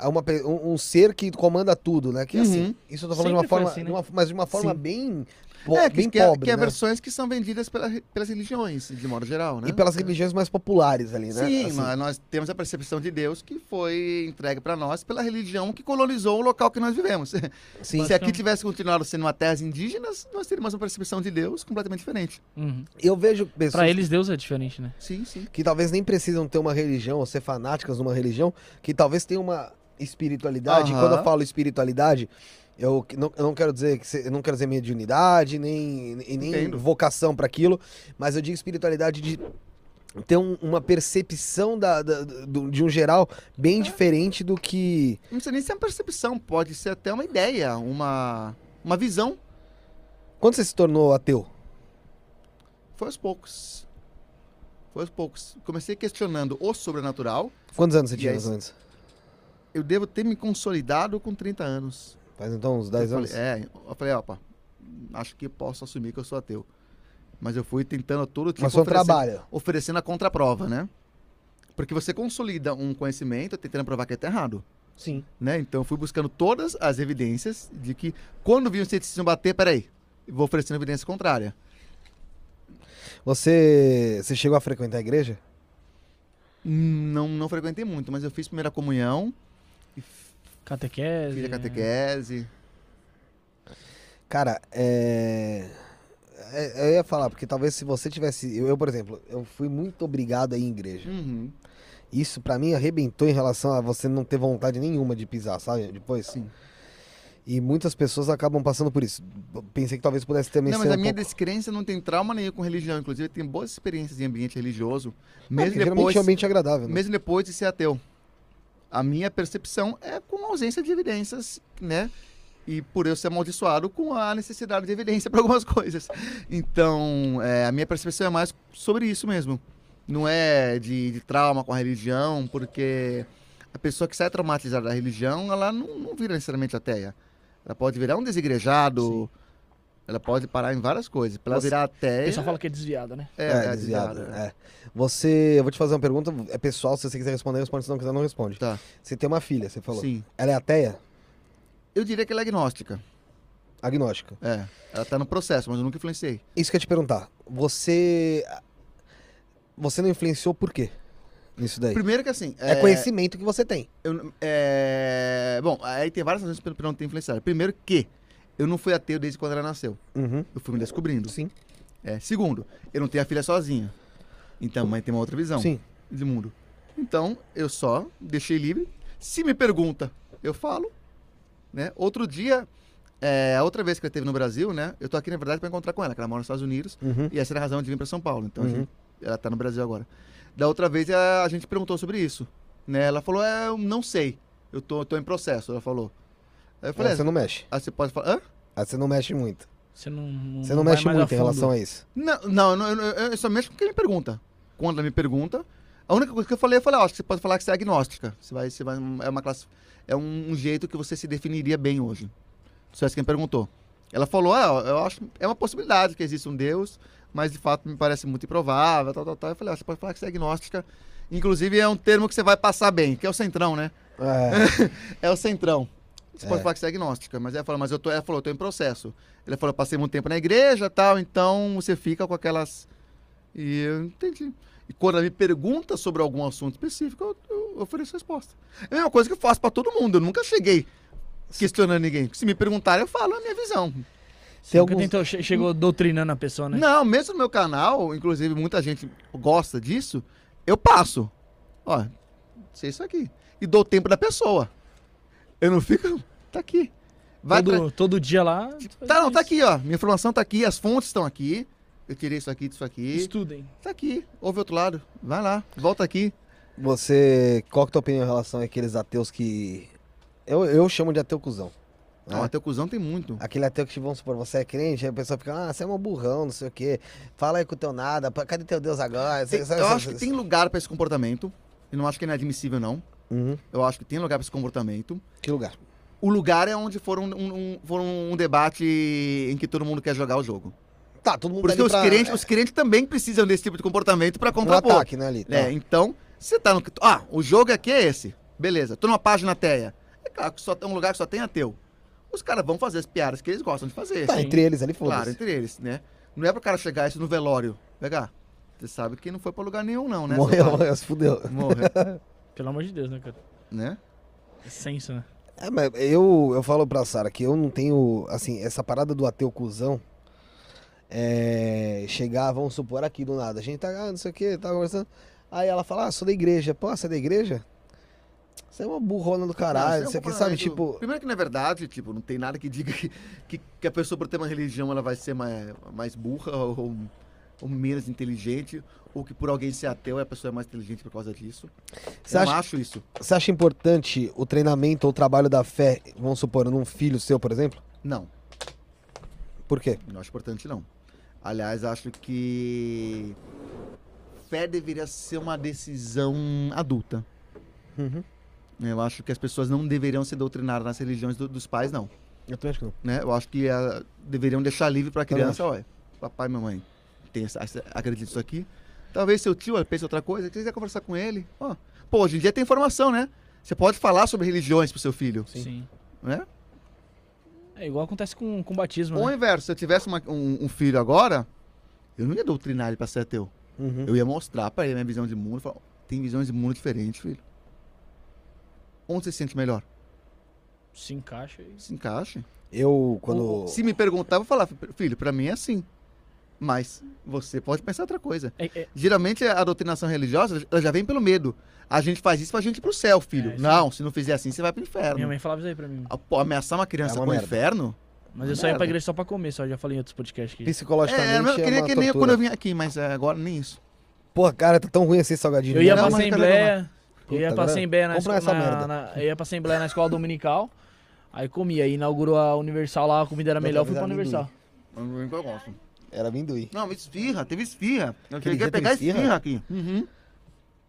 Speaker 1: uma pe- um, um ser que comanda tudo, né? Que assim,
Speaker 3: Uhum.
Speaker 1: isso eu tô falando de
Speaker 2: Sempre
Speaker 1: uma
Speaker 2: foi
Speaker 1: forma,
Speaker 2: assim, né?
Speaker 1: de uma- mas de uma forma
Speaker 3: Sim.
Speaker 1: bem, po-
Speaker 3: É, que,
Speaker 1: bem
Speaker 3: que é-
Speaker 1: pobre,
Speaker 3: que é
Speaker 1: né?
Speaker 3: versões que são vendidas pela- pelas religiões, de modo geral, né?
Speaker 1: E pelas religiões mais populares ali, né?
Speaker 3: Sim,
Speaker 1: Assim,
Speaker 3: mas nós temos a percepção de Deus que foi entregue para nós pela religião que colonizou o local que nós vivemos.
Speaker 1: sim.
Speaker 3: Se aqui tivesse continuado sendo uma terra indígenas, nós teríamos uma percepção de Deus completamente diferente.
Speaker 2: Uhum.
Speaker 1: Eu vejo pessoas
Speaker 2: Pra eles, Deus é diferente, né?
Speaker 3: Sim, sim.
Speaker 1: que talvez nem precisam ter uma religião ou ser fanáticas numa religião, que talvez tenham uma espiritualidade. E
Speaker 3: Aham.
Speaker 1: quando eu falo espiritualidade, eu que- não, eu não quero dizer que se- eu não quero dizer mediunidade, nem, e nem
Speaker 3: Entendo.
Speaker 1: vocação para aquilo, mas eu digo espiritualidade de ter um- uma percepção da, da- do- de um geral bem diferente do que.
Speaker 3: Não precisa nem ser uma percepção, pode ser até uma ideia, uma, uma visão.
Speaker 1: Quando você se tornou ateu?
Speaker 3: Foi aos poucos. Foi aos poucos. Comecei questionando o sobrenatural.
Speaker 1: Quantos anos você
Speaker 3: E
Speaker 1: tinha
Speaker 3: aí-
Speaker 1: mais ou menos?
Speaker 3: Eu devo ter me consolidado com 30 anos.
Speaker 1: Faz então uns 10
Speaker 3: eu
Speaker 1: anos?
Speaker 3: falei, é, eu falei, opa, acho que posso assumir que eu sou ateu. Mas eu fui tentando a todo tipo
Speaker 1: mas foi um
Speaker 3: oferecendo-
Speaker 1: trabalho.
Speaker 3: oferecendo a contraprova, né? Porque você consolida um conhecimento tentando provar que é errado,
Speaker 1: Sim.
Speaker 3: né? Então eu fui buscando todas as evidências de que quando vi um cientista bater, peraí, vou oferecendo evidência contrária.
Speaker 1: Você, você chegou a frequentar a igreja?
Speaker 3: Hum, Não, não frequentei muito, mas eu fiz primeira comunhão,
Speaker 2: Catequese.
Speaker 1: Uhum.
Speaker 3: fiz a catequese.
Speaker 1: Cara, é... é- Eu ia falar, porque talvez se você tivesse. Eu, eu, por exemplo, eu fui muito obrigado a ir em igreja.
Speaker 3: Uhum,
Speaker 1: Isso pra mim arrebentou em relação a você não ter vontade nenhuma de pisar, sabe? Depois.
Speaker 3: sim.
Speaker 1: E muitas pessoas acabam passando por isso. Pensei que talvez pudesse também
Speaker 3: Não,
Speaker 1: ser.
Speaker 3: mas a
Speaker 1: um
Speaker 3: minha
Speaker 1: pouco...
Speaker 3: descrença não tem trauma nenhum com religião. Inclusive, eu tenho boas experiências em ambiente religioso,
Speaker 1: Ah,
Speaker 3: mesmo
Speaker 1: porque geralmente
Speaker 3: depois,
Speaker 1: é um ambiente agradável. Né?
Speaker 3: mesmo depois de ser ateu. A minha percepção é com ausência de evidências, né? E por eu ser amaldiçoado com a necessidade de evidência para algumas coisas. Então, é, a minha percepção é mais sobre isso mesmo. Não é de, de trauma com a religião, porque a pessoa que sai traumatizada da religião, ela não, não vira necessariamente ateia. Ela pode virar um desigrejado, ela pode parar em várias coisas. Pra ela
Speaker 1: Você-
Speaker 3: virar
Speaker 2: O
Speaker 3: ateia.
Speaker 2: pessoal fala que é desviada, né?
Speaker 3: é,
Speaker 1: É,
Speaker 3: é
Speaker 1: desviado.
Speaker 3: desviada.
Speaker 1: é. Você. Eu vou te fazer uma pergunta, é pessoal, se você quiser responder, responde, se não quiser, não responde.
Speaker 3: Tá.
Speaker 1: Você tem uma filha, você falou.
Speaker 3: Sim.
Speaker 1: Ela é ateia?
Speaker 3: Eu diria que ela é agnóstica.
Speaker 1: Agnóstica.
Speaker 3: É, ela tá no processo, mas eu nunca influenciei.
Speaker 1: Isso que eu ia te perguntar. Você. Você não influenciou por quê? Nisso daí.
Speaker 3: Primeiro que assim.
Speaker 1: É, conhecimento que você tem.
Speaker 3: eu- é, bom, aí tem várias razões pra pra não ter influenciado. Primeiro que eu não fui ateu desde quando ela nasceu.
Speaker 1: Uhum.
Speaker 3: Eu fui me descobrindo.
Speaker 1: Sim.
Speaker 3: É, segundo, eu não tenho a filha sozinha. Então, a mãe tem uma outra visão
Speaker 1: Sim.
Speaker 3: de mundo. Então, eu só deixei livre. Se me pergunta, eu falo. Né? Outro dia, é, a outra vez que ela esteve no Brasil, né? Eu tô aqui, na verdade, pra encontrar com ela, que ela mora nos Estados Unidos.
Speaker 1: Uhum.
Speaker 3: E essa era a razão de vir para São Paulo. Então, a
Speaker 1: Uhum.
Speaker 3: gente- ela tá no Brasil agora. Da outra vez a, a gente perguntou sobre isso. Né? Ela falou, é, eu não sei. Eu tô, tô em processo, ela falou. Aí eu falei,
Speaker 1: Você não mexe.
Speaker 3: ah, você pode falar. Hã?
Speaker 1: Ah, Você não mexe muito.
Speaker 2: Você não, não,
Speaker 1: Você não
Speaker 2: vai
Speaker 1: mexe
Speaker 2: mais
Speaker 1: muito em
Speaker 2: fundo.
Speaker 1: relação a isso.
Speaker 3: Não, não, eu não- eu, eu- eu só mexo com quem me pergunta. Quando ela me pergunta, a única coisa que eu falei, eu falei, ó, acho que você pode falar que você é agnóstica. Você vai, você vai, é uma classe, é um, um jeito que você se definiria bem hoje. Se tivesse quem perguntou. Ela falou, ah, ó, eu acho, é uma possibilidade que exista um Deus, mas de fato me parece muito improvável, tal, tal, tal. Eu falei, ó, você pode falar que você é agnóstica. Inclusive é um termo que você vai passar bem, que é o centrão, né?
Speaker 1: É,
Speaker 3: É o centrão. Você
Speaker 1: É.
Speaker 3: pode falar que você é agnóstica, mas ela falou, mas eu tô, ela falou, eu tô em processo. Ele falou, eu passei muito tempo na igreja tal, então você fica com aquelas. E eu entendi. E quando ela me pergunta sobre algum assunto específico, eu, eu ofereço resposta. É a mesma coisa que eu faço pra todo mundo. Eu nunca cheguei questionando ninguém. Se me perguntarem, eu falo a minha visão.
Speaker 1: tem
Speaker 2: Você nunca
Speaker 1: alguns...
Speaker 2: tentou, então, che- chegou doutrinando a pessoa, né?
Speaker 3: Não, mesmo no meu canal, inclusive muita gente gosta disso, eu passo. Ó, sei isso aqui. E dou tempo da pessoa. Eu não fico. Tá aqui. Vai tra-
Speaker 2: todo, todo dia lá.
Speaker 3: Tá, não, tá aqui, ó. Minha informação tá aqui, as fontes estão aqui. Eu tirei isso aqui, disso aqui.
Speaker 2: Estudem.
Speaker 3: Tá aqui. Ouve outro lado. Vai lá, volta aqui.
Speaker 1: Você. Qual que é a tua opinião em relação àqueles ateus que. Eu, eu chamo de ateu cuzão.
Speaker 3: Não, até o cuzão tem muito.
Speaker 1: Aquele ateu que, vamos supor, você é crente, aí a pessoa fica, ah, você é um burrão, não sei o quê. Fala aí com o teu nada, pá, cadê teu Deus agora?
Speaker 3: Tem-
Speaker 1: Você- sabe-
Speaker 3: eu acho que
Speaker 1: sabe-
Speaker 3: tem lugar pra esse comportamento. Eu não acho que é inadmissível, não.
Speaker 1: Uhum.
Speaker 3: Eu acho que tem lugar pra esse comportamento.
Speaker 1: Que lugar?
Speaker 3: O lugar é onde for um, um- um- for um debate em que todo mundo quer jogar o jogo.
Speaker 1: Tá, todo mundo
Speaker 3: Por
Speaker 1: tá
Speaker 3: isso que os
Speaker 1: ali pra-
Speaker 3: crentes, os crentes também precisam desse tipo de comportamento pra
Speaker 1: Um
Speaker 3: contrapor.
Speaker 1: ataque, né, ali. tá.
Speaker 3: É, então, você tá no. Ah, o jogo aqui é esse. Beleza, tô numa página teia. É claro que só é um lugar que só tem ateu. Os caras vão fazer as piadas que eles gostam de fazer.
Speaker 1: Tá,
Speaker 2: sim.
Speaker 1: entre eles ali,
Speaker 3: claro,
Speaker 1: foda-se.
Speaker 3: entre eles, né? Não é pro cara chegar isso no velório. Pegar. Você sabe que não foi pra lugar nenhum, não, né?
Speaker 1: morreu,
Speaker 3: seu pai?
Speaker 1: morreu, se fudeu.
Speaker 3: Morreu,
Speaker 2: Pelo amor de Deus, né, cara?
Speaker 3: né?
Speaker 2: É senso, né?
Speaker 1: É, mas eu, eu falo pra Sara que eu não tenho, assim, essa parada do ateu cuzão. É, chegar, vamos supor, aqui do nada. A gente tá, ah, não sei o que, tá conversando. Aí ela fala, ah, sou da igreja. Pô, você é da igreja? Você é uma burrona do caralho,
Speaker 3: Não, isso
Speaker 1: você
Speaker 3: é um
Speaker 1: aqui, sabe?
Speaker 3: comportamento-
Speaker 1: Tipo,
Speaker 3: Primeiro que, na verdade, tipo, não tem nada que diga que, que, que a pessoa, por ter uma religião, ela vai ser mais, mais burra ou, ou menos inteligente. Ou que por alguém ser ateu, a pessoa é mais inteligente por causa disso.
Speaker 1: você
Speaker 3: eu
Speaker 1: acha,
Speaker 3: não acho isso.
Speaker 1: você acha importante o treinamento ou o trabalho da fé, vamos supor, num filho seu, por exemplo?
Speaker 3: Não,
Speaker 1: Por quê?
Speaker 3: não acho importante não. Aliás, acho que fé deveria ser uma decisão adulta.
Speaker 1: Uhum.
Speaker 3: Eu acho que as pessoas não deveriam ser doutrinadas nas religiões do- dos pais, não.
Speaker 1: Eu também acho que não.
Speaker 3: Né? Eu acho que ah, deveriam deixar livre para a
Speaker 1: Também
Speaker 3: criança. Olha, papai e mamãe tem essa, essa- acredita isso aqui. Talvez seu tio pense outra coisa. Se quiser conversar com ele, ó. Pô, hoje em dia tem informação, né? Você pode falar sobre religiões pro seu filho,
Speaker 2: Sim.
Speaker 3: né?
Speaker 2: É igual acontece com, com batismo,
Speaker 3: Ou o
Speaker 2: né?
Speaker 3: inverso, se eu tivesse uma- um, um filho agora, eu não ia doutrinar ele pra ser ateu.
Speaker 1: Uhum.
Speaker 3: Eu ia mostrar pra ele a minha visão de mundo. Falar, tem visões de mundo diferentes, filho. Onde você se sente melhor?
Speaker 2: Se encaixa e...
Speaker 3: Se encaixe.
Speaker 1: Eu, quando.
Speaker 3: Se me perguntar, eu vou falar, filho, pra mim é assim. Mas você pode pensar outra coisa.
Speaker 2: É, é,
Speaker 3: Geralmente a doutrinação religiosa ela já vem pelo medo. A gente faz isso pra gente ir pro céu, filho.
Speaker 2: É, isso
Speaker 3: não, se não fizer assim, você vai pro inferno.
Speaker 2: minha mãe falava isso aí pra mim.
Speaker 3: Ah, pô, ameaçar uma criança
Speaker 1: É uma
Speaker 3: com o
Speaker 1: merda.
Speaker 3: inferno?
Speaker 2: Mas eu saía pra
Speaker 3: merda.
Speaker 2: igreja só pra comer, só. Já falei em outros podcasts aqui.
Speaker 1: Psicologicamente.
Speaker 3: É, eu queria
Speaker 1: uma
Speaker 3: que nem
Speaker 1: tortura.
Speaker 3: quando eu vim aqui, mas é, agora nem isso.
Speaker 1: Porra, cara, tá tão ruim assim, salgadinho.
Speaker 2: Eu ia
Speaker 1: Não,
Speaker 2: pra
Speaker 3: mas não quero
Speaker 2: Assembleia. Eu ia
Speaker 1: Puta,
Speaker 2: pra
Speaker 1: agora
Speaker 2: Assembleia na
Speaker 1: compra
Speaker 2: escola.
Speaker 1: essa
Speaker 2: Na,
Speaker 1: merda.
Speaker 2: na- eu ia pra Assembleia na escola dominical. Aí comia, aí inaugurou a Universal lá, a comida era
Speaker 1: Não,
Speaker 2: melhor, eu fui pra
Speaker 1: talvez era
Speaker 2: Universal.
Speaker 3: Eu gosto.
Speaker 1: Era amendoim.
Speaker 3: Não, esfirra, teve esfirra. Eu
Speaker 1: Aquele
Speaker 3: cheguei
Speaker 1: dia
Speaker 3: a pegar
Speaker 1: teve
Speaker 3: esfirra,
Speaker 1: esfirra
Speaker 3: aqui. Uhum.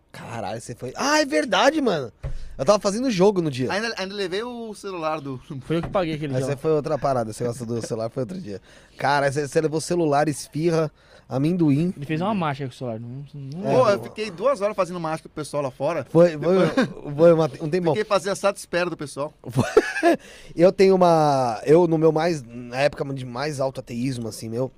Speaker 1: Caralho, você foi. Ah, é verdade, mano. Eu tava fazendo jogo no dia.
Speaker 3: Ainda, ainda levei o celular do.
Speaker 2: Foi eu que paguei aquele
Speaker 1: Mas é
Speaker 2: dia.
Speaker 1: essa
Speaker 2: lá.
Speaker 1: foi outra parada. Esse negócio do celular foi outro dia. Cara, você, você levou celular, esfirra, amendoim.
Speaker 2: Ele fez uma marcha com o celular. Não,
Speaker 1: É.
Speaker 2: não-
Speaker 3: Pô, eu fiquei duas horas fazendo mágica pro pessoal lá fora.
Speaker 1: Foi, foi, foi uma- um tempão.
Speaker 3: Fiquei fazendo assado espera do pessoal.
Speaker 1: Eu tenho uma. Eu, no meu mais. Na época de mais alto ateísmo, assim, meu.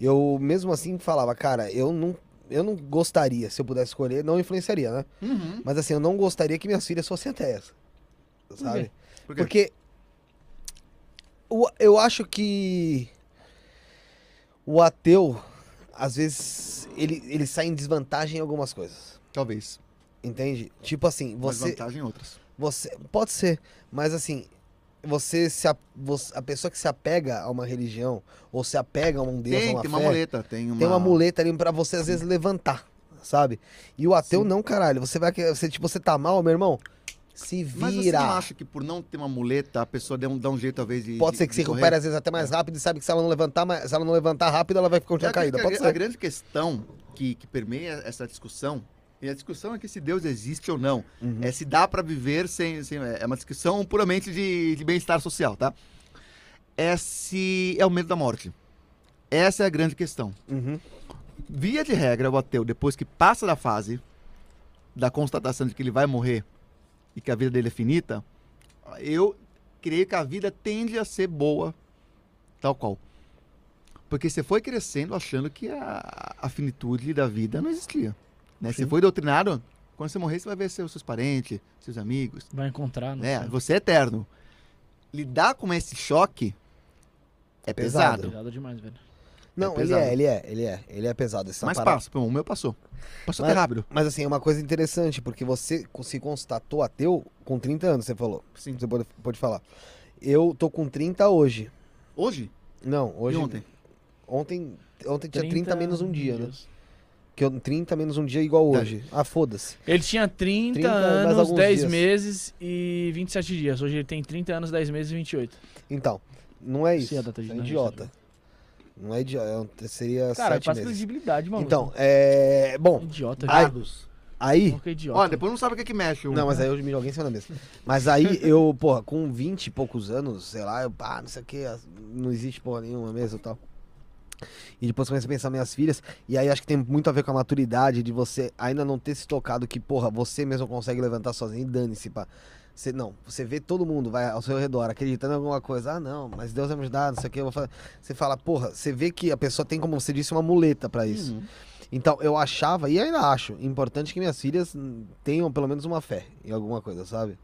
Speaker 1: Eu mesmo assim falava, cara, eu não. Eu não gostaria, se eu pudesse escolher, não influenciaria, né?
Speaker 3: Uhum.
Speaker 1: Mas assim, eu não gostaria que minhas filhas fossem ateias. Sabe?
Speaker 3: Por quê?
Speaker 1: Porque o- eu acho que o ateu, às vezes, ele, ele sai em desvantagem em algumas coisas.
Speaker 3: Talvez.
Speaker 1: Entende? Tipo assim,
Speaker 3: Mas
Speaker 1: você.
Speaker 3: vantagem em outras.
Speaker 1: você Pode ser, mas assim, você se. A, você- a pessoa que se apega a uma religião, ou se apega a um deus, a
Speaker 3: tem,
Speaker 1: uma
Speaker 3: tem
Speaker 1: fé,
Speaker 3: uma muleta, tem uma.
Speaker 1: tem uma muleta ali pra você, às vezes, levantar. sabe? E o ateu não, caralho. Você vai que você tipo você tá mal, meu irmão? Se
Speaker 3: Mas você
Speaker 1: vira.
Speaker 3: não acha que por não ter uma muleta, a pessoa dá um, dá um jeito, talvez, de.
Speaker 1: Pode
Speaker 3: de-
Speaker 1: ser que
Speaker 3: de
Speaker 1: se
Speaker 3: correr? É.
Speaker 1: recupere às vezes até mais rápido e sabe que se ela não levantar, mais- se ela não levantar rápido, ela vai
Speaker 3: Eu
Speaker 1: continuar
Speaker 3: acredito
Speaker 1: caída.
Speaker 3: É que
Speaker 1: Pode
Speaker 3: a, a
Speaker 1: ser.
Speaker 3: grande questão que, que permeia essa discussão, e a discussão é que se Deus existe ou não,
Speaker 1: Uhum.
Speaker 3: é se dá para viver sem, sem- É uma discussão puramente de, de bem-estar social, tá? É se é o medo da morte. Essa é a grande questão.
Speaker 1: Uhum.
Speaker 3: Via de regra, o ateu, depois que passa da fase da constatação de que ele vai morrer e que a vida dele é finita, eu creio que a vida tende a ser boa, tal qual. Porque você foi crescendo achando que a, a finitude da vida não existia. Né? Você
Speaker 1: Sim.
Speaker 3: foi doutrinado, quando você morrer, você vai ver seus, seus parentes, seus amigos,
Speaker 2: Vai encontrar, Tá não
Speaker 3: né?
Speaker 2: sei.
Speaker 3: Você é eterno. Lidar com esse choque é pesado.
Speaker 1: Pesado.
Speaker 2: Pesado demais, velho.
Speaker 1: Não, ele
Speaker 3: pesado.
Speaker 1: é, ele é, ele é, ele é pesado essa
Speaker 3: Mas
Speaker 1: parada.
Speaker 3: passa, pô, o meu passou. Passou
Speaker 1: Mas-
Speaker 3: até rápido.
Speaker 1: Mas assim, é uma coisa interessante, porque você se constatou ateu com 30 anos, você falou.
Speaker 3: Sim.
Speaker 1: Você pode, pode falar. Eu tô com 30 hoje.
Speaker 3: Hoje?
Speaker 1: Não, hoje.
Speaker 3: e ontem?
Speaker 1: Ontem, ontem tinha 30 menos um dia, né? Que eu, 30 menos um dia é igual
Speaker 3: Tá.
Speaker 1: hoje. Ah, foda-se.
Speaker 2: Ele tinha 30,
Speaker 1: 30 mais
Speaker 2: anos,
Speaker 1: alguns
Speaker 2: 10
Speaker 1: dias.
Speaker 2: meses e 27 dias. Hoje ele tem 30 anos, 10 meses e 28.
Speaker 1: Então, não é
Speaker 2: Sim,
Speaker 1: isso.
Speaker 2: a data de
Speaker 1: Você é
Speaker 2: nascimento.
Speaker 1: idiota. Não é idiota. Seria
Speaker 2: Cara, eu
Speaker 1: 7
Speaker 2: faço
Speaker 1: meses.
Speaker 2: credibilidade, mano.
Speaker 1: Então, é. Bom,
Speaker 2: Idiota,
Speaker 1: Ai,
Speaker 2: velho.
Speaker 1: aí.
Speaker 2: Porque é idiota.
Speaker 3: Ó, depois não sabe o que que mexe. o-
Speaker 1: Não, mas aí eu me joguei em cima da mesa. Mas aí eu, porra, com 20 e poucos anos, sei lá, eu, pá, não sei o que, não existe porra nenhuma mesmo e tal. E depois comecei a pensar minhas filhas, e aí acho que tem muito a ver com a maturidade de você ainda não ter se tocado que, porra, você mesmo consegue levantar sozinho e dane-se, pá. Você, não, você vê todo mundo, vai ao seu redor, acreditando em alguma coisa. Ah, não, mas Deus vai me ajudar, não sei o que, eu vou fazer. Você fala, porra, você vê que a pessoa tem, como você disse, uma muleta pra isso.
Speaker 3: Uhum.
Speaker 1: Então, eu achava, e ainda acho, importante que minhas filhas hum, tenham pelo menos uma fé em alguma coisa, sabe?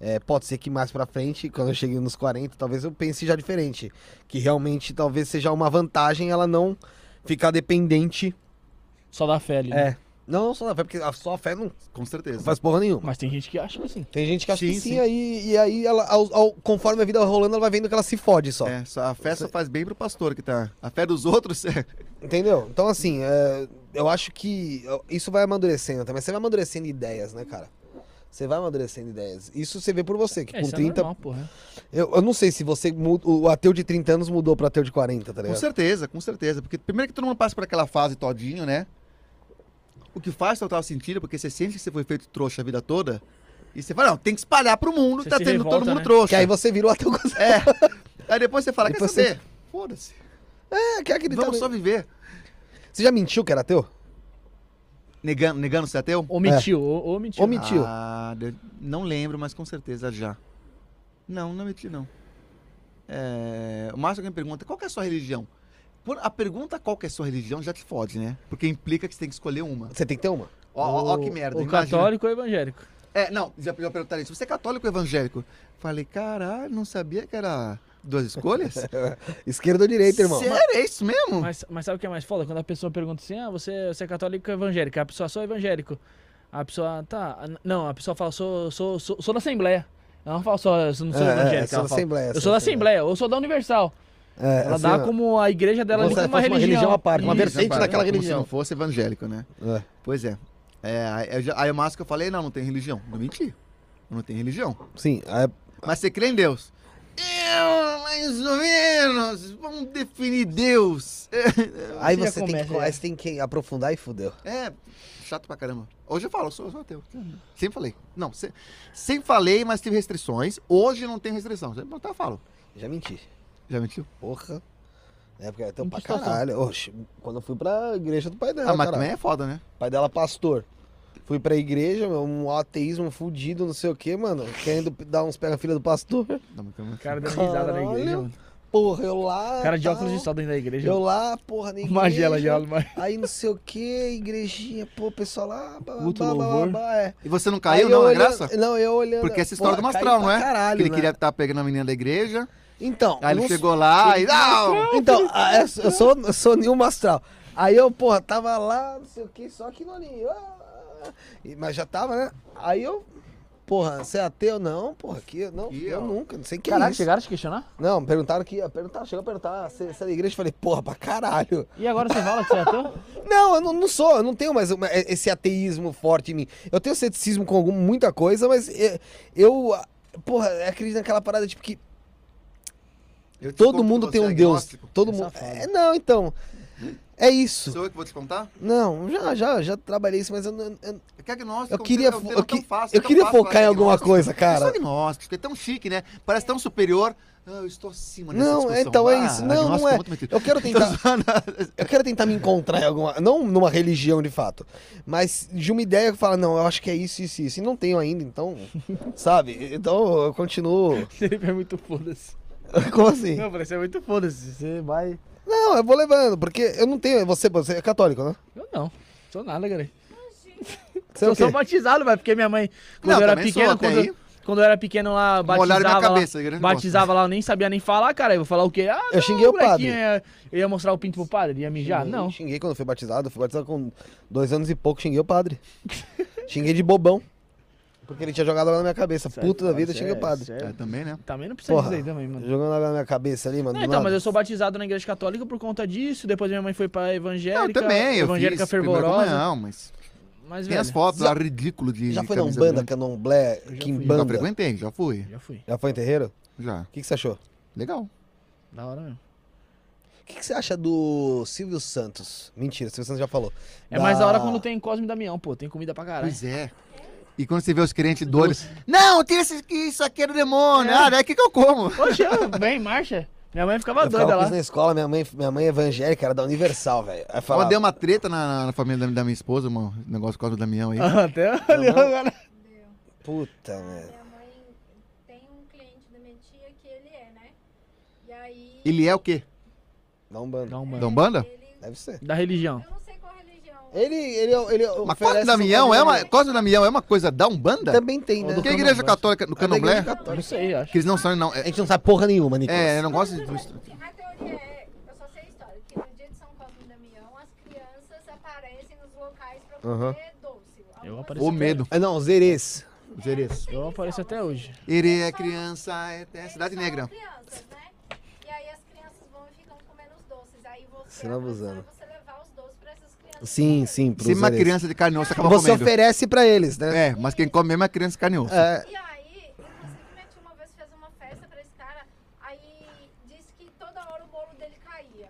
Speaker 1: É, pode ser que mais pra frente, quando eu cheguei nos 40, talvez eu pense já diferente. Que realmente talvez seja uma vantagem ela não ficar dependente.
Speaker 2: Só da fé ali. né?
Speaker 1: É. Não, não só da fé, porque a só a fé não
Speaker 3: Com certeza.
Speaker 1: faz porra nenhuma.
Speaker 2: Mas tem gente que acha assim.
Speaker 1: Tem gente que acha que
Speaker 3: Sim,
Speaker 1: sim,
Speaker 3: sim.
Speaker 1: Aí, e aí ela, ao- ao- conforme a vida vai rolando, ela vai vendo que ela se fode só.
Speaker 3: É, só a fé só faz bem pro pastor que tá. A fé dos outros é.
Speaker 1: Entendeu? Então, assim, é, eu acho que eu- isso vai amadurecendo também. Você vai amadurecendo ideias, né, cara? Você vai amadurecendo ideias. Isso você vê por você, que
Speaker 2: É,
Speaker 1: com
Speaker 2: isso
Speaker 1: 30.
Speaker 2: é normal, porra.
Speaker 1: eu, eu não sei se você. muda- o ateu de 30 anos mudou pra ateu de 40, tá
Speaker 3: Com
Speaker 1: ligado?
Speaker 3: certeza, com certeza. Porque primeiro que todo mundo passa por aquela fase todinho, né? O que faz total sentido, porque você sente que você foi feito trouxa a vida toda. E você fala, não, tem que espalhar pro mundo
Speaker 2: Você
Speaker 3: que tá
Speaker 2: se
Speaker 3: tendo todo
Speaker 2: revolta,
Speaker 3: mundo
Speaker 2: né?
Speaker 1: Que
Speaker 3: trouxa. É.
Speaker 1: aí você virou ateu.
Speaker 3: Aí depois você fala,
Speaker 1: Depois
Speaker 3: quer saber? Foda-se.
Speaker 1: É, quer acreditar.
Speaker 3: Vamos
Speaker 1: mesmo.
Speaker 3: só viver.
Speaker 1: Você já mentiu que era ateu?
Speaker 3: Negando, negando ser ateu?
Speaker 2: Omitiu, o- omitiu.
Speaker 1: É. Omi- Mentiu.
Speaker 3: Ah, de- não lembro, mas com certeza já. Não, não menti, não. É, o Márcio que me pergunta, qual que é a sua religião? Por- A pergunta qual que é a sua religião já te fode, né? Porque implica que você tem que escolher uma.
Speaker 1: Você tem que ter uma.
Speaker 3: Ó, ó, ó que
Speaker 2: O-
Speaker 3: merda,
Speaker 2: O
Speaker 3: imagina.
Speaker 2: católico ou evangélico?
Speaker 3: É, não, já, já perguntaram isso. Você é católico ou evangélico? Falei, caralho, não sabia que era duas escolhas?
Speaker 1: Esquerda ou direita, irmão?
Speaker 3: Sério, é isso mesmo?
Speaker 2: Mas, mas sabe o que é mais foda? Quando a pessoa pergunta assim, ah, você, você é católico ou evangélico? A pessoa, "Ah, sou evangélico. A pessoa, tá. ah, n- Não, a pessoa fala, sou, sou, sou, sou da Assembleia. Ela não fala só, eu não sou
Speaker 1: É, é,
Speaker 2: evangélico.
Speaker 1: sou
Speaker 2: ela
Speaker 1: da
Speaker 2: fala,
Speaker 1: Assembleia,
Speaker 2: Eu
Speaker 1: sou
Speaker 2: sou
Speaker 1: da
Speaker 2: da Assembleia, ou sou da Universal.
Speaker 1: É,
Speaker 2: Ela
Speaker 1: assim,
Speaker 2: dá
Speaker 1: ó.
Speaker 2: como a igreja dela ali
Speaker 1: Como se
Speaker 2: como uma
Speaker 1: fosse uma
Speaker 2: religião.
Speaker 1: religião à parte, uma
Speaker 2: Isso.
Speaker 1: versão. vertente
Speaker 3: Como
Speaker 1: daquela
Speaker 3: se
Speaker 1: religião.
Speaker 3: não fosse evangélico, né?
Speaker 1: É.
Speaker 3: Pois é. É, aí, eu já- aí o Márcio que eu falei, não, não tem religião. Não menti. Eu não tenho religião.
Speaker 1: Sim, é-
Speaker 3: Mas você crê em Deus? Eu, mais ou menos. Vamos definir Deus.
Speaker 1: aí
Speaker 2: Você já
Speaker 1: você, tem, que,
Speaker 2: começa, já.
Speaker 1: aí você tem que aprofundar e fudeu.
Speaker 3: É, chato pra caramba. Hoje eu falo, eu sou, eu sou ateu. Sempre falei. Não, se, sempre falei, mas tive restrições. Hoje não tem restrição. Sempre até falo.
Speaker 1: Já menti.
Speaker 3: Já mentiu?
Speaker 1: Porra. Na época era ateu
Speaker 2: Em
Speaker 1: pra
Speaker 2: que situação?
Speaker 1: caralho. Oxe, quando eu fui pra igreja do pai dela.
Speaker 3: ah, mas
Speaker 1: caralho.
Speaker 3: também é foda, né?
Speaker 1: pai dela é pastor. Fui pra igreja, meu, um ateísmo fudido, não sei o que, mano. Querendo dar uns pega-filha do pastor.
Speaker 3: Não, mas também- é
Speaker 2: O cara dando risada na igreja,
Speaker 1: Caralho.
Speaker 2: mano.
Speaker 1: Porra, eu lá.
Speaker 2: O cara de
Speaker 1: tal,
Speaker 2: óculos de sol né, dentro da igreja.
Speaker 1: Eu lá, porra, na igreja.
Speaker 2: Magela de alma.
Speaker 1: Aí não sei o que, igrejinha, pô, o pessoal lá. Blá,
Speaker 2: Culto,
Speaker 1: blá, blá, blá,
Speaker 2: louvor.
Speaker 1: blá, é.
Speaker 3: E você não caiu,
Speaker 1: Aí eu
Speaker 3: não, na
Speaker 1: olhando-
Speaker 3: graça?
Speaker 1: Não, eu olhando.
Speaker 3: Porque essa história
Speaker 1: porra,
Speaker 3: do
Speaker 1: caí
Speaker 3: Mastrão,
Speaker 1: pra
Speaker 3: não é?
Speaker 1: Caralho,
Speaker 3: que ele
Speaker 1: né?
Speaker 3: queria estar pegando a menina da igreja.
Speaker 1: Então,
Speaker 3: Aí ele
Speaker 1: não-
Speaker 3: chegou lá e. Não! é
Speaker 1: Então, a- eu sou- eu sou, eu sou Nil Mastral. Aí eu, porra, tava lá, não sei o que, só que no ninho. Ah, e- Mas já tava, né? Aí eu, porra, você é ateu? Não, porra, aqui, não,
Speaker 3: Aqui,
Speaker 1: eu
Speaker 3: ó.
Speaker 1: nunca, não sei o que é
Speaker 2: Caraca,
Speaker 1: isso.
Speaker 2: chegaram a te questionar?
Speaker 1: Não, perguntaram que, perguntaram, chegou a perguntar "Ah, se, se era é igreja, eu falei, porra, pra caralho.
Speaker 2: E agora você fala que você é ateu?
Speaker 1: Não, eu não, não sou, eu não tenho mais uma- é, esse ateísmo forte em mim. Eu tenho ceticismo com algum- muita coisa, mas eu, eu, ah, porra, acredito naquela parada, tipo, que
Speaker 3: Eu te
Speaker 1: todo
Speaker 3: conto
Speaker 1: mundo
Speaker 3: que
Speaker 1: tem
Speaker 3: você
Speaker 1: um
Speaker 3: é
Speaker 1: Deus.
Speaker 3: agnóstico.
Speaker 1: Todo
Speaker 2: É
Speaker 1: mundo.
Speaker 2: safado.
Speaker 1: É, não, então, é isso.
Speaker 3: Sou eu que vou te contar?
Speaker 1: Não, já, já, já trabalhei isso, mas eu, não- eu-
Speaker 3: É que agnóstico
Speaker 1: Eu
Speaker 3: é um
Speaker 1: queria
Speaker 3: termo- é um
Speaker 1: fo-
Speaker 3: termo
Speaker 1: eu que-
Speaker 3: tão fácil,
Speaker 1: eu
Speaker 3: tão
Speaker 1: queria
Speaker 3: fácil falar
Speaker 1: focar em
Speaker 3: de
Speaker 1: alguma
Speaker 3: agnóstico.
Speaker 1: coisa,
Speaker 3: Eu sou
Speaker 1: cara.
Speaker 3: agnóstico, é tão chique, né? Parece tão superior. Ah, eu estou acima dessa
Speaker 1: Não,
Speaker 3: discussão.
Speaker 1: então é
Speaker 3: Ah,
Speaker 1: isso. Não, não
Speaker 3: agnóstico
Speaker 1: é.
Speaker 3: muito metido. Então,
Speaker 1: Eu quero
Speaker 3: Tô
Speaker 1: tentar.
Speaker 3: zoando.
Speaker 1: Eu quero tentar me encontrar em alguma. Não numa religião de fato, mas de uma ideia que fala, não, eu acho que é isso, isso, isso. E não tenho ainda, então. Sabe? Então eu continuo.
Speaker 2: Felipe é muito foda-se.
Speaker 1: Como assim?
Speaker 2: Não, parece é muito foda-se. Você vai.
Speaker 1: Não, eu vou levando, porque eu não tenho. Você, você é católico, né?
Speaker 2: Eu não. Sou nada, cara.
Speaker 1: Você é
Speaker 2: eu
Speaker 1: o quê?
Speaker 2: sou batizado, velho, porque minha mãe, quando
Speaker 3: Não,
Speaker 2: eu era
Speaker 3: também sou,
Speaker 2: pequeno,
Speaker 3: até
Speaker 2: quando,
Speaker 3: aí.
Speaker 2: eu- quando eu era pequeno lá,
Speaker 3: Molharam minha
Speaker 2: batizava
Speaker 3: cabeça,
Speaker 2: lá,
Speaker 3: grande
Speaker 2: batizava lá, eu nem sabia nem falar, cara, eu vou falar o quê? Ah,
Speaker 1: Eu
Speaker 2: não,
Speaker 1: xinguei o
Speaker 2: molequinho,
Speaker 1: padre.
Speaker 2: é- Eu ia mostrar o pinto pro padre, ele ia mijar?
Speaker 1: Xinguei-
Speaker 2: Não.
Speaker 1: Hum, Xinguei quando eu fui batizado. Fui batizado com dois anos e pouco, xinguei o padre. xinguei de bobão. Porque ele tinha jogado água na minha cabeça. Puto da vida,
Speaker 2: Isso é-
Speaker 1: xinguei o padre.
Speaker 2: isso é-
Speaker 3: É, também, né?
Speaker 2: Também não precisa
Speaker 1: Porra,
Speaker 2: dizer também, mano.
Speaker 1: jogando água na minha cabeça ali, mano.
Speaker 2: Não,
Speaker 1: do
Speaker 2: então,
Speaker 1: nada.
Speaker 2: mas eu sou batizado na igreja católica por conta disso. Depois minha mãe foi pra evangélica.
Speaker 3: Não, eu também, eu
Speaker 2: evangélica
Speaker 3: fiz primeira
Speaker 2: fervorosa. é,
Speaker 3: comunhão, mas
Speaker 2: Mas,
Speaker 3: tem
Speaker 2: velho,
Speaker 3: as fotos lá, ridículo de
Speaker 1: Já
Speaker 3: de
Speaker 1: foi na
Speaker 3: camisa
Speaker 1: Umbanda,
Speaker 3: branca.
Speaker 1: Candomblé,
Speaker 2: fui.
Speaker 3: Já
Speaker 1: Quimbanda?
Speaker 3: frequentei, já fui.
Speaker 2: Já fui.
Speaker 1: Já foi em terreiro?
Speaker 3: Já.
Speaker 1: O que, que você achou?
Speaker 3: Legal.
Speaker 2: Da hora mesmo.
Speaker 1: O que, que você acha do Silvio Santos? Mentira, Silvio Santos já falou.
Speaker 2: É mais da hora quando tem Cosme e Damião, pô. Tem comida pra caralho.
Speaker 3: Pois é. E quando você vê os crentes doidos, não, tira esse, que isso aqui é do demônio.
Speaker 2: É.
Speaker 3: Ah, daí o que, que eu como?
Speaker 2: Poxa, bem, marcha. Minha mãe ficava
Speaker 1: Eu
Speaker 2: doida
Speaker 1: ficava com
Speaker 2: lá.
Speaker 1: isso na escola, minha mãe, minha mãe é evangélica, era da Universal, velho. Aí falava,
Speaker 3: Ela deu uma treta na, na família da, da minha esposa, um negócio com o Damião aí.
Speaker 2: Ah, Até olhou agora.
Speaker 1: puta,
Speaker 4: A
Speaker 1: velho.
Speaker 4: minha mãe tem um cliente da minha tia que ele é, né? E aí.
Speaker 3: Ele é o quê?
Speaker 1: Dá um bando.
Speaker 2: Dá uma-
Speaker 3: Da Umbanda?
Speaker 4: Ele,
Speaker 1: Deve ser.
Speaker 2: Da religião.
Speaker 4: eu não sei qual religião.
Speaker 1: Ele, ele, ele
Speaker 3: Mas
Speaker 1: oferece...
Speaker 3: Cosme Damião é uma, Cosme Damião é uma coisa da Umbanda?
Speaker 1: Também tem, né?
Speaker 2: Ou do
Speaker 3: Que a igreja
Speaker 2: Candomblé.
Speaker 3: católica no
Speaker 1: É da
Speaker 3: Candomblé?
Speaker 1: igreja
Speaker 4: Não,
Speaker 1: católica.
Speaker 2: Não sei, eu acho.
Speaker 3: Que eles não são, não.
Speaker 1: A
Speaker 3: É,
Speaker 1: gente não sabe porra nenhuma, Nicolas.
Speaker 3: é eu não gosto de.
Speaker 4: A teoria é. Eu só sei a história, que no dia de São Cosme e Damião, as crianças aparecem nos locais pra comer
Speaker 1: Aham.
Speaker 4: doce.
Speaker 2: Eu
Speaker 4: Algumas-
Speaker 2: apareci.
Speaker 3: O medo.
Speaker 1: Ah, não, Zeres.
Speaker 3: Zeres.
Speaker 2: Eu apareço até hoje.
Speaker 3: Ele é criança, é, é cidade
Speaker 4: Eles são
Speaker 3: negra.
Speaker 4: crianças, né? E aí as crianças vão e ficam comendo os doces. Aí você,
Speaker 1: Você não
Speaker 4: a missão
Speaker 1: abusando.
Speaker 4: é você levar os doces pra essas crianças.
Speaker 1: Sim, sim, pro
Speaker 3: Se uma
Speaker 1: Zeres.
Speaker 3: criança de carne e osso acaba
Speaker 1: Você
Speaker 3: comendo.
Speaker 1: oferece pra eles, né?
Speaker 3: É, mas quem come mesmo é criança de carne e osso.
Speaker 1: É.
Speaker 4: E aí, inclusive, minha tia uma vez fez uma festa pra esse cara, aí disse que toda hora o bolo dele caía.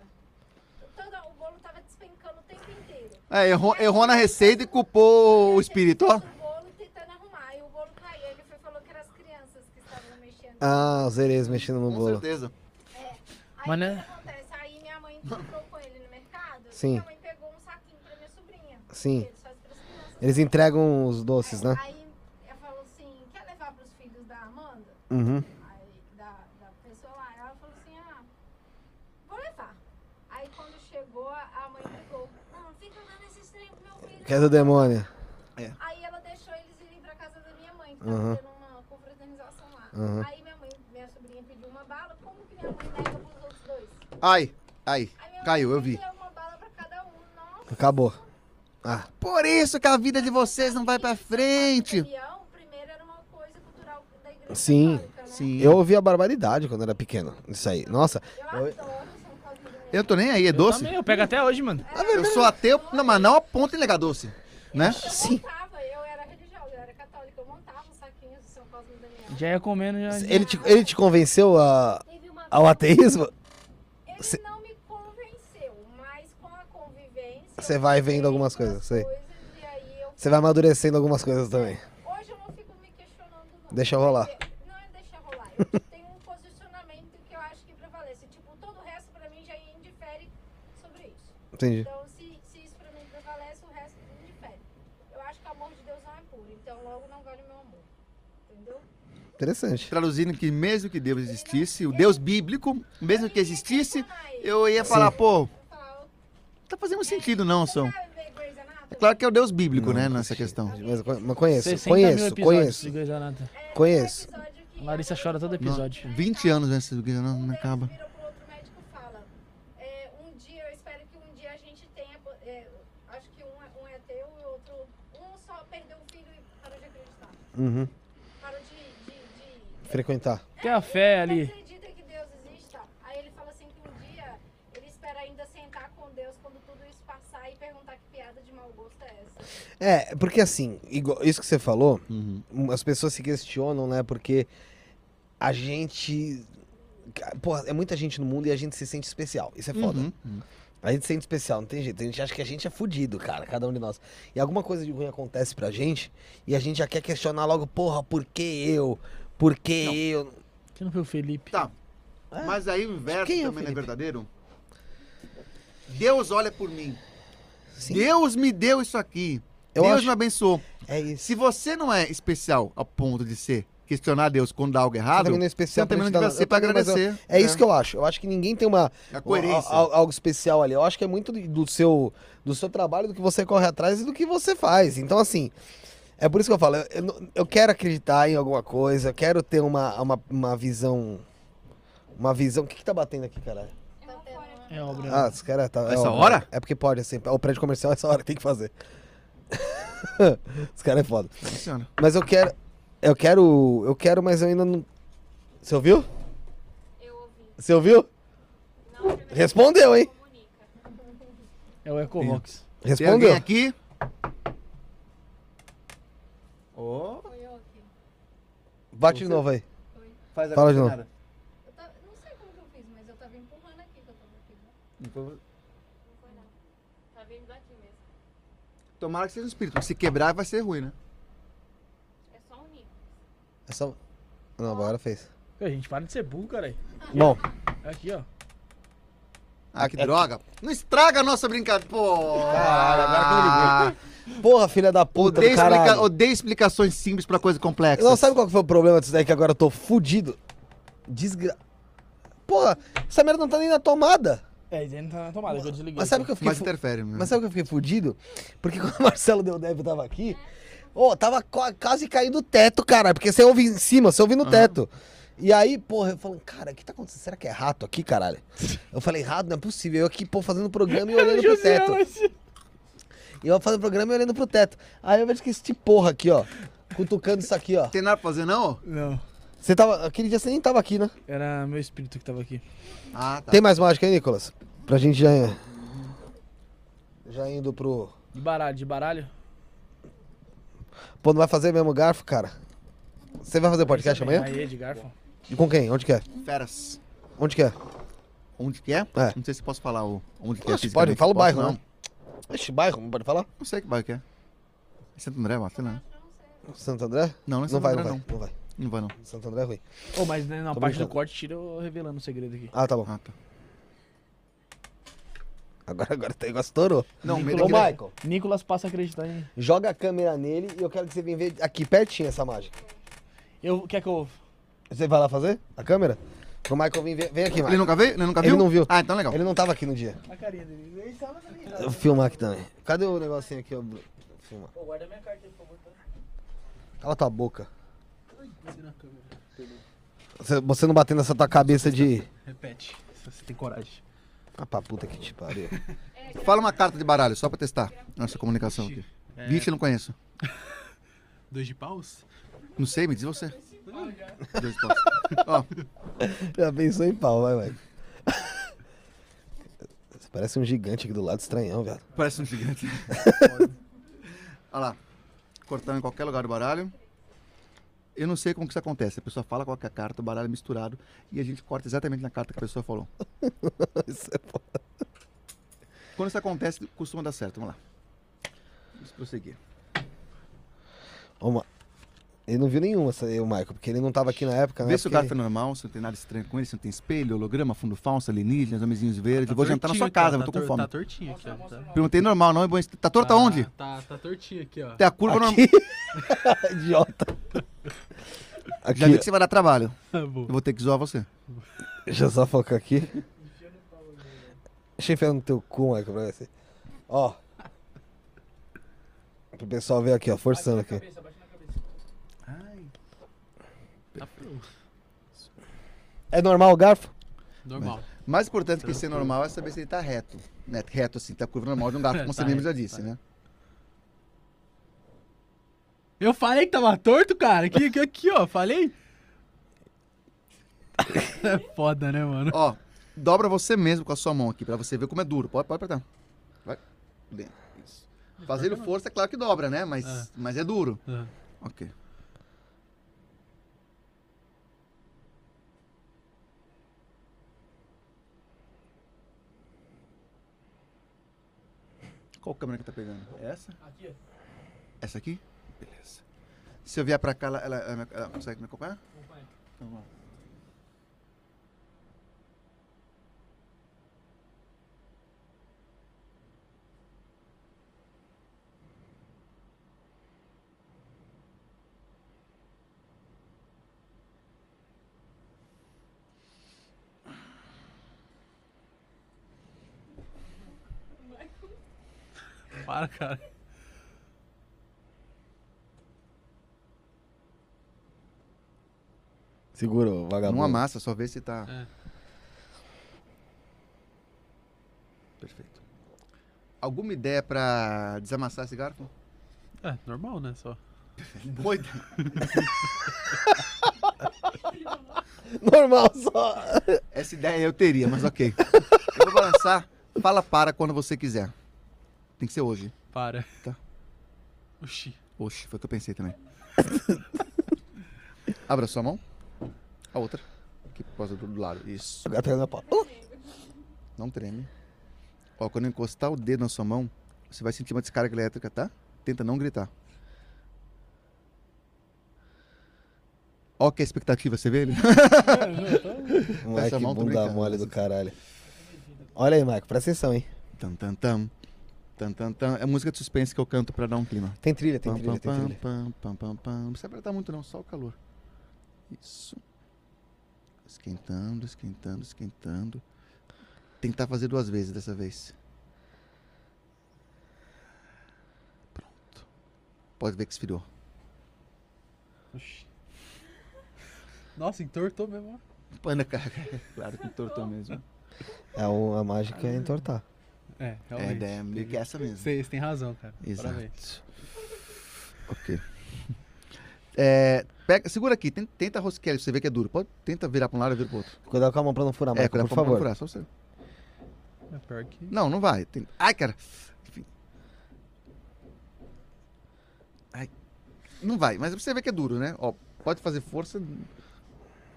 Speaker 4: Toda, o bolo tava despencando o tempo inteiro.
Speaker 3: É, errou, errou na receita e culpou o espírito, ó.
Speaker 4: O bolo tentando arrumar, e o bolo caía. Ele foi, falou que eram as crianças que estavam mexendo.
Speaker 1: Ah, o Zeres mexendo no
Speaker 3: Com
Speaker 1: bolo.
Speaker 3: certeza.
Speaker 4: Aí
Speaker 2: Mas,
Speaker 4: o que
Speaker 2: né?
Speaker 4: acontece? Aí minha mãe encontrou com ele no mercado.
Speaker 1: Sim.
Speaker 4: E minha mãe pegou um saquinho pra minha sobrinha.
Speaker 1: Sim.
Speaker 4: que Eles fazem pras crianças.
Speaker 1: Eles entregam os doces, né?
Speaker 4: Aí ela falou assim: quer levar pros filhos da Amanda?
Speaker 1: Uhum.
Speaker 4: Aí, da, da pessoa lá. Ela falou assim: ah, vou levar. Aí quando chegou, a mãe pegou: não, fica lá nesse estranho com meu filho.
Speaker 1: Que é do demônio.
Speaker 4: Aí ela deixou eles irem pra casa da minha mãe, que
Speaker 1: Aham.
Speaker 4: tava tendo uma confraternização lá.
Speaker 1: Aham.
Speaker 4: Aí minha mãe, minha sobrinha pediu uma bala, como que minha mãe nega pros outros dois?
Speaker 3: Ai, ai,
Speaker 4: Aí minha mãe
Speaker 3: caiu, eu vi.
Speaker 4: deu Uma bala pra cada um, nossa.
Speaker 1: Acabou. Ah,
Speaker 3: Por isso que a vida de vocês não vai pra frente.
Speaker 4: Rebelião, primeiro era uma coisa cultural da igreja
Speaker 1: Sim,
Speaker 4: católica, né?
Speaker 3: Sim.
Speaker 1: eu ouvia barbaridade quando era pequeno. Isso aí. Nossa.
Speaker 4: Eu adoro São Cosme
Speaker 3: Eu tô nem aí, é
Speaker 2: Eu
Speaker 3: doce.
Speaker 2: também, eu pego até hoje, mano.
Speaker 3: Eu sou ateu, não, mas não a ponto em negar doce. Né?
Speaker 4: Sim. Então, Eu montava, eu era religiosa, eu era católica, eu montava os saquinhos de São Cosme e Damião.
Speaker 2: Já ia comendo, já.
Speaker 1: Ele te, ele te convenceu a,
Speaker 4: Teve uma
Speaker 1: ao ateísmo?
Speaker 4: Ele
Speaker 1: Cê-
Speaker 4: não me convenceu, mas com a convivência.
Speaker 1: Cê
Speaker 4: eu
Speaker 1: vai
Speaker 4: fui
Speaker 1: vendo algumas coisas, sei.
Speaker 4: coisas e aí eu-
Speaker 1: Você vai amadurecendo algumas coisas também.
Speaker 4: Hoje eu não fico me questionando, não.
Speaker 1: Deixa rolar.
Speaker 4: Porque- Não é deixa rolar. Eu tenho um posicionamento que eu acho que prevalece. Tipo, todo o resto pra mim já indifere sobre isso.
Speaker 1: Entendi.
Speaker 4: Então, se, se isso pra mim prevalece, o resto não indifere. Eu acho que o amor de Deus não é puro, então logo não vale o meu amor. Entendeu?
Speaker 1: Interessante.
Speaker 3: Traduzindo que mesmo que Deus existisse, o Deus bíblico, mesmo que existisse, eu ia falar, pô,
Speaker 4: Eu falo,
Speaker 3: não tá fazendo sentido não, São.
Speaker 4: sabe ver Grey's Anatomy?
Speaker 3: É claro que é o Deus bíblico, né, nessa questão.
Speaker 1: Hum, Mas, eu con- mas conheço,
Speaker 2: 60 mil
Speaker 1: conheço,
Speaker 2: episódios
Speaker 1: conheço,
Speaker 2: de Grey's Anatomy.
Speaker 1: conheço.
Speaker 4: É, um Episódio que
Speaker 2: Larissa chora todo
Speaker 3: Não,
Speaker 2: episódio.
Speaker 3: 20 anos nessa igreja, não,
Speaker 4: Um
Speaker 3: não
Speaker 4: deles
Speaker 3: acaba.
Speaker 4: Virou pro outro médico e fala: é, um dia, eu espero que um dia a gente tenha. po- é, acho que um, é- um é teu e o outro. Um só perdeu o filho e parou de acreditar.
Speaker 1: Uhum. frequentar.
Speaker 2: Tem a fé
Speaker 4: Ele
Speaker 2: ali.
Speaker 4: acredita que Deus existe, tal. Aí ele fala assim que um dia ele espera ainda sentar com Deus quando tudo isso passar e perguntar que piada de mau gosto é essa.
Speaker 1: É, porque assim, igual- isso que você falou, um, as pessoas se questionam, né? Porque a gente. ca- Porra, é muita gente no mundo e a gente se sente especial. Isso é foda.
Speaker 3: Uhum.
Speaker 1: A gente se sente especial, não tem jeito. A gente acha que a gente é fudido, cara, cada um de nós. E alguma coisa de ruim acontece pra gente e a gente já quer questionar logo, porra, por que eu? Por que eu?
Speaker 2: Você não viu o Felipe?
Speaker 3: Tá. Mas aí o inverso
Speaker 1: Quem é o
Speaker 3: também não é
Speaker 1: Felipe?
Speaker 3: verdadeiro? Deus olha por mim.
Speaker 1: Sim.
Speaker 3: Deus me deu isso aqui.
Speaker 1: Eu
Speaker 3: Deus
Speaker 1: acho-
Speaker 3: me abençoou.
Speaker 1: É isso.
Speaker 3: Se você não é especial ao ponto de ser questionar Deus quando dá algo errado,
Speaker 1: também não é especial
Speaker 3: você
Speaker 1: pra
Speaker 3: também não
Speaker 1: gente
Speaker 3: deve
Speaker 1: dar-
Speaker 3: ser
Speaker 1: eu
Speaker 3: pra
Speaker 1: também, mas eu-
Speaker 3: agradecer.
Speaker 1: É isso que eu acho. Eu acho que ninguém tem uma
Speaker 3: A coerência.
Speaker 1: al- al- algo especial ali. Eu acho que é muito de- do seu do seu trabalho, do que você corre atrás e do que você faz. Então assim, é por isso que eu falo, eu, eu não- eu quero acreditar em alguma coisa, eu quero ter uma, uma, uma visão uma visão. O que que tá batendo aqui, caralho?
Speaker 4: Tá tendo uma-
Speaker 2: É obra.
Speaker 1: Ah, os caras tá. é
Speaker 3: Essa
Speaker 1: ó,
Speaker 3: hora?
Speaker 1: É porque pode, assim. O prédio comercial, essa hora tem que fazer. os caras é foda.
Speaker 3: Funciona.
Speaker 1: Mas eu quero. Eu quero. Eu quero, mas eu ainda não. Você ouviu?
Speaker 4: Eu ouvi.
Speaker 1: Você ouviu?
Speaker 4: Não, a primeira
Speaker 1: Respondeu, hein?
Speaker 4: comunica.
Speaker 2: É o Ecovox.
Speaker 3: Tem alguém
Speaker 1: Respondeu.
Speaker 3: aqui? Ó,
Speaker 4: Foi eu aqui.
Speaker 1: Bate de novo aí.
Speaker 3: é? faz a
Speaker 1: Fala de
Speaker 3: coordenada.
Speaker 4: Eu tava- não sei como que eu fiz, mas eu tava empurrando aqui que eu tava aqui. né?
Speaker 3: Então,
Speaker 4: Não foi não. Tá vindo daqui mesmo.
Speaker 3: Tomara que seja um espírito. Se quebrar, vai ser ruim, né?
Speaker 4: É só um nível.
Speaker 1: É só. Não, agora fez.
Speaker 2: Pô, gente, para de ser burro, caralho.
Speaker 1: Bom,
Speaker 2: Aqui, ó.
Speaker 3: Ah,
Speaker 1: É
Speaker 3: que droga. Não estraga a nossa brincadeira. Pô! Ah,
Speaker 1: agora porra, filha da puta
Speaker 3: Odeio,
Speaker 1: do
Speaker 3: explica...
Speaker 1: caralho.
Speaker 3: odeio explicações simples pra coisa complexa.
Speaker 1: Não, sabe qual que foi o problema disso daí que agora eu tô fudido? Desgra... Porra, essa merda não tá nem na tomada.
Speaker 2: É, ele não tá na tomada, que eu desliguei.
Speaker 1: Mas sabe o que eu fiquei
Speaker 3: Mas
Speaker 1: fu-
Speaker 3: interfere, né?
Speaker 1: Mas sabe o que eu fiquei fudido? Porque quando o Marcelo Del Dev tava aqui, ô, tava qua- quase caindo o teto, cara. Porque você ouve em cima, você ouve no teto. E aí, porra, eu falando, cara, o que tá acontecendo? Será que é rato aqui, caralho? Eu falei, rato não é possível. Eu aqui, pô, fazendo programa e olhando pro teto. E eu fazendo programa e olhando pro teto. Aí eu vejo que esse porra aqui, ó, cutucando isso aqui, ó.
Speaker 3: Tem nada pra fazer, não?
Speaker 2: Não,
Speaker 1: Você tava, aquele dia você nem tava aqui, né?
Speaker 2: era meu espírito que tava aqui.
Speaker 3: Ah, tá.
Speaker 1: Tem mais mágica aí, Nicolas? Pra gente já... Já indo pro...
Speaker 2: De baralho, de baralho.
Speaker 1: Pô, não vai fazer mesmo garfo, cara? Você vai fazer podcast amanhã?
Speaker 2: Aí, de garfo.
Speaker 1: E com quem? Onde que é?
Speaker 3: Feras.
Speaker 1: Onde que é?
Speaker 3: Onde que é?
Speaker 1: É.
Speaker 3: Não sei se posso falar o... onde que é.
Speaker 1: Oxe, pode,
Speaker 3: fisicamente.
Speaker 1: fala o
Speaker 3: Posso,
Speaker 1: bairro, né?
Speaker 3: não.
Speaker 1: não. Oxe, bairro, não pode falar?
Speaker 3: Não sei que bairro que é. É Santo André, eu acho, sei lá.
Speaker 1: Santo André?
Speaker 3: Não, não é
Speaker 1: Não
Speaker 3: Santo
Speaker 1: vai, não
Speaker 3: André,
Speaker 1: vai,
Speaker 3: não.
Speaker 1: não vai.
Speaker 3: Não vai, não.
Speaker 1: Santo André é ruim.
Speaker 2: Ô, mas né, na
Speaker 1: Tô
Speaker 2: parte
Speaker 1: brincando.
Speaker 2: do corte, tira eu revelando o segredo aqui.
Speaker 1: Ah, tá bom.
Speaker 3: Ah, tá.
Speaker 1: Agora, agora o negócio estourou.
Speaker 3: Não, o medo
Speaker 1: Ô,
Speaker 3: é que ele-
Speaker 1: Michael,
Speaker 2: Nicolas passa a acreditar em.
Speaker 1: joga a câmera nele e eu quero que você venha ver aqui pertinho essa mágica.
Speaker 2: Eu, quer que eu.
Speaker 1: Você vai lá fazer? A câmera? O Michael vem, ver- vem aqui,
Speaker 3: Ele
Speaker 1: Michael.
Speaker 3: nunca veio? Ele nunca
Speaker 1: Ele
Speaker 3: viu?
Speaker 1: não viu.
Speaker 3: Ah, então legal.
Speaker 1: Ele não tava aqui no dia.
Speaker 2: A carinha dele. Ele tava na minha.
Speaker 1: Eu vou filmar aqui também. Cadê o negocinho aqui? ó, Bru- Filma.
Speaker 2: Pô, guarda minha carta aí, por favor. tá?
Speaker 1: Cala tua boca.
Speaker 2: Tira a câmera.
Speaker 1: Você, você não batendo nessa tua cabeça de...
Speaker 2: Repete, se você tem coragem.
Speaker 1: Ah, pra puta que te pariu.
Speaker 3: Fala uma carta de baralho, só pra testar nossa comunicação aqui.
Speaker 5: é.
Speaker 3: Bicho, eu não conheço.
Speaker 5: Dois de paus?
Speaker 3: Não sei, me diz você. Dois paus. Ó,
Speaker 1: Já pensou em pau, vai, vai. Você parece um gigante aqui do lado, estranhão, velho.
Speaker 3: parece um gigante. Olha lá. Cortando em qualquer lugar do baralho. Eu não sei como que isso acontece. A pessoa fala qual que é a carta, o baralho é misturado. E a gente corta exatamente na carta que a pessoa falou.
Speaker 1: Isso é foda.
Speaker 3: Quando isso acontece, costuma dar certo. Vamos lá. Vamos prosseguir.
Speaker 1: Uma... Ele não viu nenhuma, essa aí, o Michael, porque ele não tava aqui na época, né?
Speaker 3: Vê se o
Speaker 1: Porque-
Speaker 3: gato é normal, se não tem nada estranho com ele, se não tem espelho, holograma, fundo falso, alienígenas, homenzinhos verdes. eu vou jantar na
Speaker 5: tortinho
Speaker 3: sua
Speaker 5: aqui, ó,
Speaker 3: casa,
Speaker 5: tá
Speaker 3: eu tô com
Speaker 5: tor-
Speaker 3: fome.
Speaker 5: Tá tortinho aqui, ó. Tá,
Speaker 3: Perguntei normal, não é bom. Tá torto
Speaker 5: Tá-
Speaker 3: aonde?
Speaker 5: Tá, tá tortinho aqui, ó.
Speaker 3: Tem a curva normal.
Speaker 1: um- Idiota. Aqui,
Speaker 3: Já vi que você vai dar trabalho.
Speaker 5: Tá
Speaker 3: Eu
Speaker 5: bom.
Speaker 3: vou ter que zoar você.
Speaker 1: deixa eu só focar aqui. Deixa eu enfiar no teu cu, Michael, pra ver se... Ó. Pro pessoal ver aqui, ó, forçando aqui.
Speaker 5: Ai. Tá pronto.
Speaker 1: É normal o garfo?
Speaker 5: Normal.
Speaker 3: Mais importante que ser normal é saber se ele tá reto. Né? Reto assim, tá a curva normal de um gato, como
Speaker 5: Tá
Speaker 3: você mesmo já
Speaker 5: reto,
Speaker 3: disse,
Speaker 5: tá
Speaker 3: né?
Speaker 5: Eu falei que tava torto, cara. Aqui, aqui, aqui ó. Falei? É foda, né, mano?
Speaker 3: Ó, dobra você mesmo com a sua mão aqui, pra você ver como é duro. Pode, pode apertar. Vai. Dentro. Isso. Fazendo força, é claro que dobra, né? Mas
Speaker 5: É.
Speaker 3: é, mas é duro.
Speaker 5: Ah,
Speaker 3: Ok. Qual câmera que tá pegando? Essa? Essa aqui? Beleza. Se eu vier pra cá, ela, ela- ela- ela consegue me acompanhar? Então vamos lá.
Speaker 5: Para, cara.
Speaker 1: Segurou, vagabundo.
Speaker 3: Não amassa, só vê se tá.
Speaker 5: É.
Speaker 3: Perfeito. Alguma ideia pra desamassar esse garfo?
Speaker 5: É, normal, né? Só.
Speaker 3: Moita.
Speaker 1: Normal só.
Speaker 3: Essa ideia eu teria, mas ok. Eu vou balançar. Fala para quando você quiser. Tem que ser hoje.
Speaker 5: Para.
Speaker 3: Tá.
Speaker 5: Oxi.
Speaker 3: Oxe, foi o que eu pensei também. Abra sua mão. A outra. Que posa do lado. Isso.
Speaker 1: Agora tá na pau.
Speaker 3: Não treme. Ó, quando eu encostar o dedo na sua mão, você vai sentir uma descarga elétrica, tá? Tenta não gritar. Ó, que é expectativa, você vê ele?
Speaker 1: Moleque,
Speaker 3: Essa mão tô
Speaker 1: bunda
Speaker 3: brincando.
Speaker 1: mole do caralho. Olha aí, Marco, presta atenção, hein?
Speaker 3: Tan, tan, tan. Tan, tan, tan. É música de suspense que eu canto pra dar um clima.
Speaker 1: Tem trilha, tem
Speaker 3: Pam,
Speaker 1: trilha,
Speaker 3: pam,
Speaker 1: tem
Speaker 3: pam,
Speaker 1: trilha.
Speaker 3: pam, pam, pam, pam. Não precisa apertar muito, não, só o calor. Isso. Esquentando, esquentando, esquentando. Tentar fazer duas vezes dessa vez. Pronto. Pode ver que esfriou.
Speaker 5: Oxi. Nossa, entortou mesmo. ó.
Speaker 3: Pana, cara. Claro que tortou mesmo.
Speaker 1: É o- a mágica é entortar.
Speaker 5: É,
Speaker 3: É, a
Speaker 5: realmente.
Speaker 3: ideia é meio que essa mesmo.
Speaker 5: Vocês têm razão, cara. Parabéns.
Speaker 3: Exato. Ok. É, pega, segura aqui, tenta, tenta rosquear, pra você vê que é duro. Pode, tenta virar pra um lado e vira pro outro.
Speaker 1: É, Cuidado com a mão pra não furar, Marco, Tá
Speaker 3: cuidado
Speaker 1: por
Speaker 3: pra não
Speaker 1: favor.
Speaker 3: furar, só você.
Speaker 5: É pior que.
Speaker 3: Não, não vai. Tem- Ai, cara. Enfim. Ai. Não vai, mas você vê que é duro, né? Ó, pode fazer força.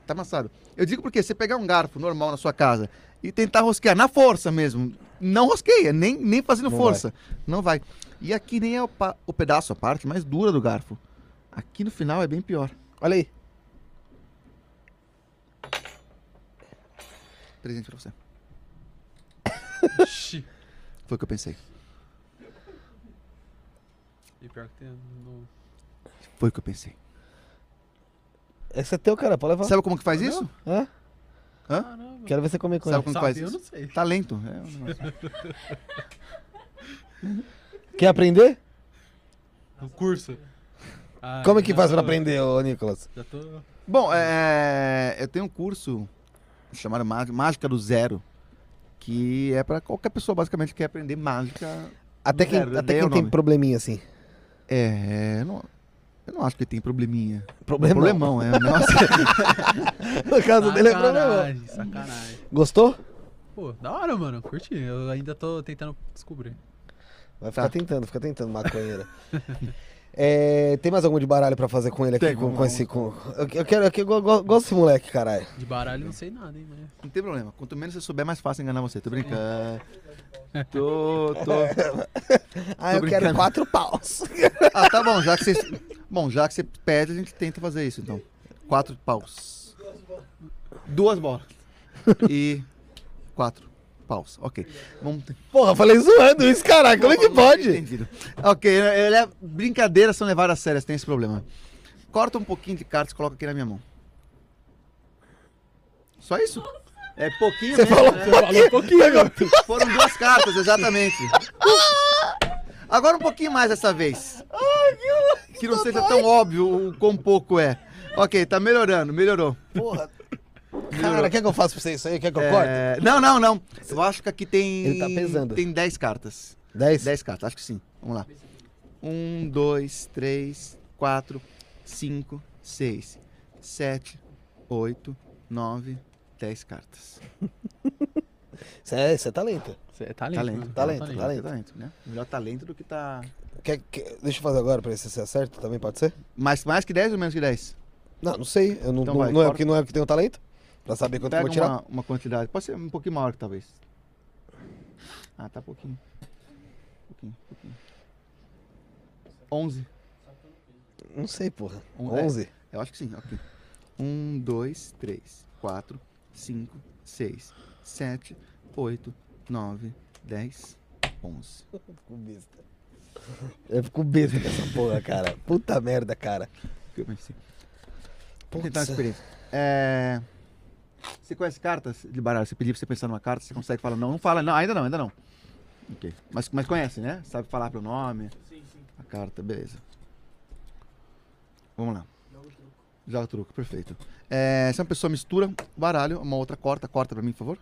Speaker 3: Tá amassado. Eu digo porque você pegar um garfo normal na sua casa e tentar rosquear na força mesmo, não rosqueia, nem, nem fazendo
Speaker 1: Não
Speaker 3: força. Não vai. E aqui nem é o, pa- o pedaço, a parte mais dura do garfo. Aqui no final é bem pior.
Speaker 1: Olha aí.
Speaker 3: Presente pra você.
Speaker 5: Oxi.
Speaker 3: Foi o que eu pensei.
Speaker 5: E pior que tem. No...
Speaker 3: Foi o que eu pensei.
Speaker 1: Esse é teu, cara, pode levar.
Speaker 3: Sabe como que faz isso?
Speaker 1: Hã?
Speaker 5: Caramba.
Speaker 1: Quero ver você comer com
Speaker 3: Sabe
Speaker 1: ele.
Speaker 3: como
Speaker 5: Sabe,
Speaker 3: faz
Speaker 5: eu
Speaker 3: isso?
Speaker 5: não sei.
Speaker 3: Talento. É um negócio.
Speaker 1: Quer aprender?
Speaker 5: No curso. Ah,
Speaker 1: Como é que
Speaker 5: já
Speaker 1: faz pra
Speaker 5: tô-
Speaker 1: aprender, ô Nicolas?
Speaker 5: Já tô.
Speaker 3: Bom, é, eu tenho um curso chamado Má- Mágica do Zero, que é para qualquer pessoa basicamente que quer aprender mágica.
Speaker 1: Até quem,
Speaker 3: Zero,
Speaker 1: até
Speaker 3: dei
Speaker 1: quem
Speaker 3: o
Speaker 1: tem
Speaker 3: nome.
Speaker 1: probleminha assim.
Speaker 3: É, eu não, eu não acho que tem probleminha.
Speaker 1: Problemão.
Speaker 3: Problemão, é. Nossa,
Speaker 1: No caso dele é problemão.
Speaker 5: Sacanagem, sacanagem.
Speaker 1: Gostou?
Speaker 5: Pô, da hora, mano. Curti. Eu ainda tô tentando descobrir.
Speaker 1: Vai ficar
Speaker 3: Tá.
Speaker 1: tentando, fica tentando, maconheira. É, tem mais algum de baralho pra fazer com ele aqui?
Speaker 3: Tem,
Speaker 1: com,
Speaker 3: vamos
Speaker 1: com
Speaker 3: lá,
Speaker 1: esse, com... Eu, eu quero, eu, quero- eu go- gosto desse moleque, caralho.
Speaker 5: De baralho não sei nada, hein, mas.
Speaker 3: não tem problema. Quanto menos você souber, mais fácil enganar você. Tô brincando. É, Tô, tô.
Speaker 1: Ah,
Speaker 3: Tô
Speaker 1: eu quero
Speaker 3: brincando.
Speaker 1: quatro paus.
Speaker 3: Ah, tá bom, já que você. Bom, já que você pede, a gente tenta fazer isso, então. Quatro paus. Duas bolas. E quatro paus. Ok. Vamos
Speaker 1: Porra, eu falei zoando isso, caralho. Como é que
Speaker 3: Não, não
Speaker 1: pode?
Speaker 3: entendido. Ok, ele é- brincadeiras são levadas a sério, tem esse problema. Corta um pouquinho de cartas e coloca aqui na minha mão. Só isso? É pouquinho
Speaker 1: Você
Speaker 3: mesmo,
Speaker 1: falou
Speaker 3: né?
Speaker 1: um pouquinho.
Speaker 3: Foram duas cartas, exatamente. Agora um pouquinho mais dessa vez. Que não seja tão óbvio o quão pouco é. Ok, tá melhorando, melhorou.
Speaker 1: Porra. Cara, quer que eu faça pra você isso aí? Quer que eu corte?
Speaker 3: É, Não, não, não. Eu acho que aqui tem.
Speaker 1: Então Ele tá pesando.
Speaker 3: Tem 10 cartas.
Speaker 1: Dez?
Speaker 3: 10 cartas, acho que sim. Vamos lá. 1, 2, 3, 4, 5, 6, 7, 8, 9, 10 cartas.
Speaker 1: Isso é, isso é talento.
Speaker 5: Cê É talento.
Speaker 3: Talento,
Speaker 5: mano.
Speaker 1: talento,
Speaker 5: É um
Speaker 1: talento.
Speaker 3: né? Melhor talento do que tá.
Speaker 1: Quer- quer- deixa eu fazer agora pra ver se você acerta também, pode ser?
Speaker 3: Mais, mais que 10 ou menos que 10?
Speaker 1: Não, não sei. Eu não,
Speaker 3: Então
Speaker 1: não,
Speaker 3: vai,
Speaker 1: não é o
Speaker 3: corta.
Speaker 1: que, não é o que tem o talento? Pra saber quanto que eu
Speaker 3: Pega
Speaker 1: vou tirar.
Speaker 3: uma, uma quantidade. Pode ser um pouquinho maior, talvez. Ah, tá pouquinho. Pouquinho, pouquinho. 11.
Speaker 1: Não sei, porra.
Speaker 3: Um-
Speaker 1: 11?
Speaker 3: Eu acho que sim, ok. 1, 2, 3, 4, 5, 6, 7, 8, 9, 10, 11.
Speaker 1: Eu fico besta. Eu fico besta com essa porra, cara. Puta merda, cara.
Speaker 3: Que eu pensei. Vou tentar uma
Speaker 1: Putz.
Speaker 3: experiência. É... Você conhece cartas de baralho? Você pedir pra você pensar numa carta, você consegue falar não? Não fala, não, ainda não, ainda não. Ok. Mas, mas conhece, né? Sabe falar pelo nome. A carta, beleza. Vamos lá. Joga o truco, perfeito. É, se uma pessoa mistura baralho, uma outra corta, corta pra mim, por favor.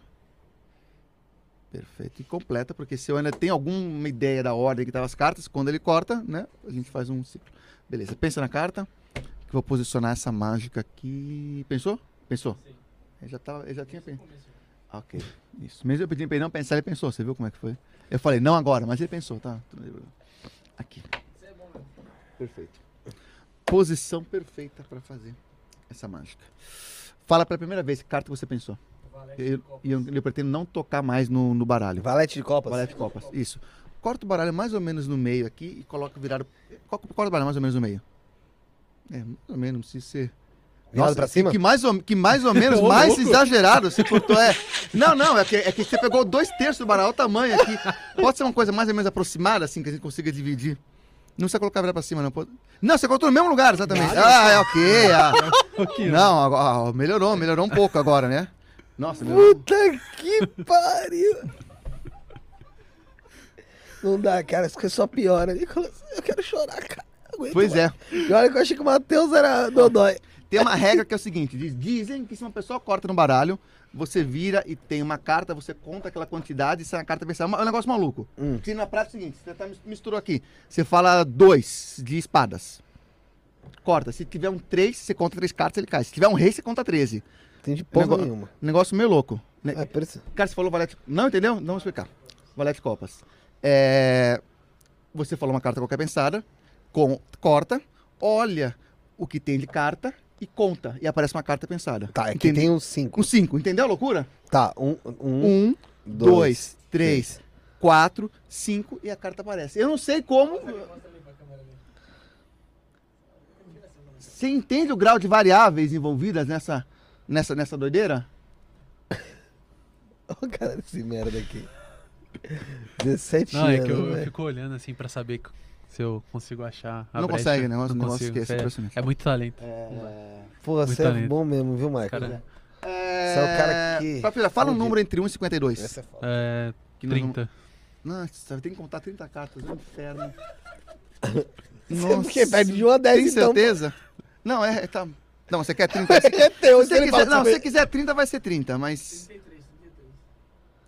Speaker 3: Perfeito. E completa, porque se eu ainda tenho alguma ideia da ordem que tava as cartas, quando ele corta, né? A gente faz um ciclo. Beleza, pensa na carta. Que eu vou posicionar essa mágica aqui. Pensou? Pensou? Sim. Ele já, tava, ele já tinha pensado. Ok, isso. Mesmo eu pedindo pra ele não pensar, ele pensou. Você viu como é que foi? Eu falei, não agora, mas ele pensou, tá? Tudo bem, Bruno. Aqui. Perfeito. Posição perfeita pra fazer essa mágica. Fala pela primeira vez que carta você pensou. Eu- E eu, eu pretendo não tocar mais no, no baralho.
Speaker 1: Valete de copas.
Speaker 3: Valete de copas. Isso. Corta o baralho mais ou menos no meio aqui e coloca virado. co- Corta o baralho mais ou menos no meio. É, mais ou menos, não precisa ser.
Speaker 1: Virado
Speaker 3: Nossa,
Speaker 1: pra cima?
Speaker 3: Que mais ou, que mais ou menos,
Speaker 5: Ô,
Speaker 3: mais
Speaker 5: louco.
Speaker 3: exagerado você cortou. É. Não, não, é que, é que você pegou dois terços do baralho, olha o tamanho aqui. Pode ser uma coisa mais ou menos aproximada, assim, que a gente consiga dividir. Não precisa colocar virado pra cima, não. Pode... Não, você cortou no mesmo lugar, exatamente. Ah, é ok. ah.
Speaker 5: Um pouquinho.
Speaker 3: Não, agora, ah, melhorou, melhorou um pouco agora, né? Nossa, melhorou.
Speaker 1: Puta que pariu! Não dá, cara. Isso é só piora. Nicolas, eu quero chorar, cara. Eu aguento
Speaker 3: Pois
Speaker 1: mais.
Speaker 3: é.
Speaker 1: E olha que eu achei que o Matheus era dodói.
Speaker 3: Tem uma regra que é o seguinte: diz- dizem que se uma pessoa corta no baralho, você vira e tem uma carta, você conta aquela quantidade e sai a carta pensar. É um negócio maluco.
Speaker 1: Hum.
Speaker 3: Se na prática é o seguinte: você tá, mis- misturou aqui. Você fala dois de espadas. Corta. Se tiver um três, você conta três cartas ele cai. Se tiver um rei, você conta 13.
Speaker 1: Tem de porra
Speaker 3: Negócio-
Speaker 1: nenhuma.
Speaker 3: Negócio meio louco. né?
Speaker 1: É, por isso.
Speaker 3: Cara, você falou valete. Não entendeu? Não vou explicar. Valete Copas. É, Você falou uma carta qualquer pensada, com... corta, olha o que tem de carta e conta. E aparece uma carta pensada.
Speaker 1: Tá, aqui
Speaker 3: Entende-
Speaker 1: tem uns cinco.
Speaker 3: Com cinco, entendeu a loucura?
Speaker 1: Tá, um, um,
Speaker 3: Um,
Speaker 1: dois.
Speaker 3: dois, três, quatro, cinco e a carta aparece. Eu não sei como. Você entende o grau de variáveis envolvidas nessa, nessa, nessa doideira?
Speaker 1: Olha o cara desse merda aqui. 17
Speaker 5: Não,
Speaker 1: anos,
Speaker 5: é que eu, eu
Speaker 1: velho.
Speaker 5: fico olhando assim pra saber c- se eu consigo achar. A
Speaker 3: Não
Speaker 5: brecha.
Speaker 3: consegue, né? O negócio-
Speaker 5: Não
Speaker 3: o negócio
Speaker 5: consigo.
Speaker 3: esquece,
Speaker 5: É-
Speaker 3: impressionante.
Speaker 5: é, muito talento.
Speaker 1: Pô, você é
Speaker 5: talento.
Speaker 1: bom mesmo, viu, Michael?
Speaker 5: Cara,
Speaker 3: É...
Speaker 1: Você é o cara que-
Speaker 3: Papira, fala um número entre 1 e 52.
Speaker 1: Essa é foda.
Speaker 5: é,
Speaker 3: Que nós
Speaker 5: 30.
Speaker 3: Nossa, tem que contar 30 cartas, é um inferno.
Speaker 1: Nossa. Porque perde de 1 a 10,
Speaker 3: Tem
Speaker 1: então.
Speaker 3: certeza? Não, é, é, tá. Não, você quer 30? Se
Speaker 1: É teu,
Speaker 3: você
Speaker 1: ele fala
Speaker 3: quiser, não,
Speaker 1: também.
Speaker 3: se quiser 30, vai ser 30, mas.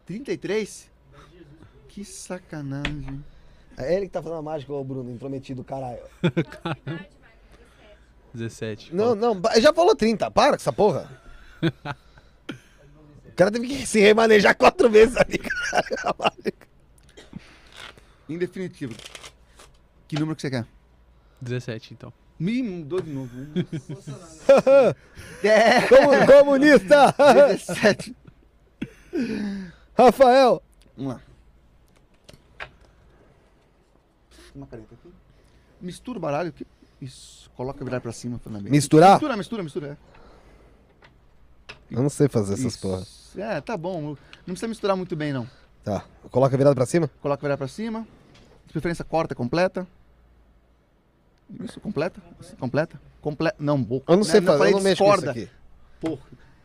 Speaker 3: 33? Que sacanagem.
Speaker 1: É ele que tá fazendo a mágica, ô Bruno, intrometido, caralho.
Speaker 4: Qual a idade, Michael? 17.
Speaker 5: 17.
Speaker 1: Não, não, ba- já falou 30, para com essa porra. O cara teve que se remanejar quatro vezes ali, cara. a mágica.
Speaker 3: Em definitivo. Que número que você quer?
Speaker 5: 17, então.
Speaker 3: Me mudou de novo. é,
Speaker 1: Como comunista!
Speaker 3: 17.
Speaker 1: Rafael!
Speaker 3: Vamos lá. Uma caneta aqui. Mistura o baralho aqui. Isso. Coloca virar pra cima, Fernando.
Speaker 1: Misturar?
Speaker 3: Mistura, mistura, mistura. é.
Speaker 1: Eu não sei fazer essas
Speaker 3: Isso.
Speaker 1: porras.
Speaker 3: É, tá bom. Não precisa misturar muito bem, não.
Speaker 1: Tá, coloca virado pra cima?
Speaker 3: Coloca virar pra cima. De preferência, corta, completa. Isso, completa. Isso, completa. Comple... Não, boca.
Speaker 1: Eu não sei fazer,
Speaker 3: falei
Speaker 1: eu não mexo com isso
Speaker 3: discorda.
Speaker 1: aqui.
Speaker 3: Porra.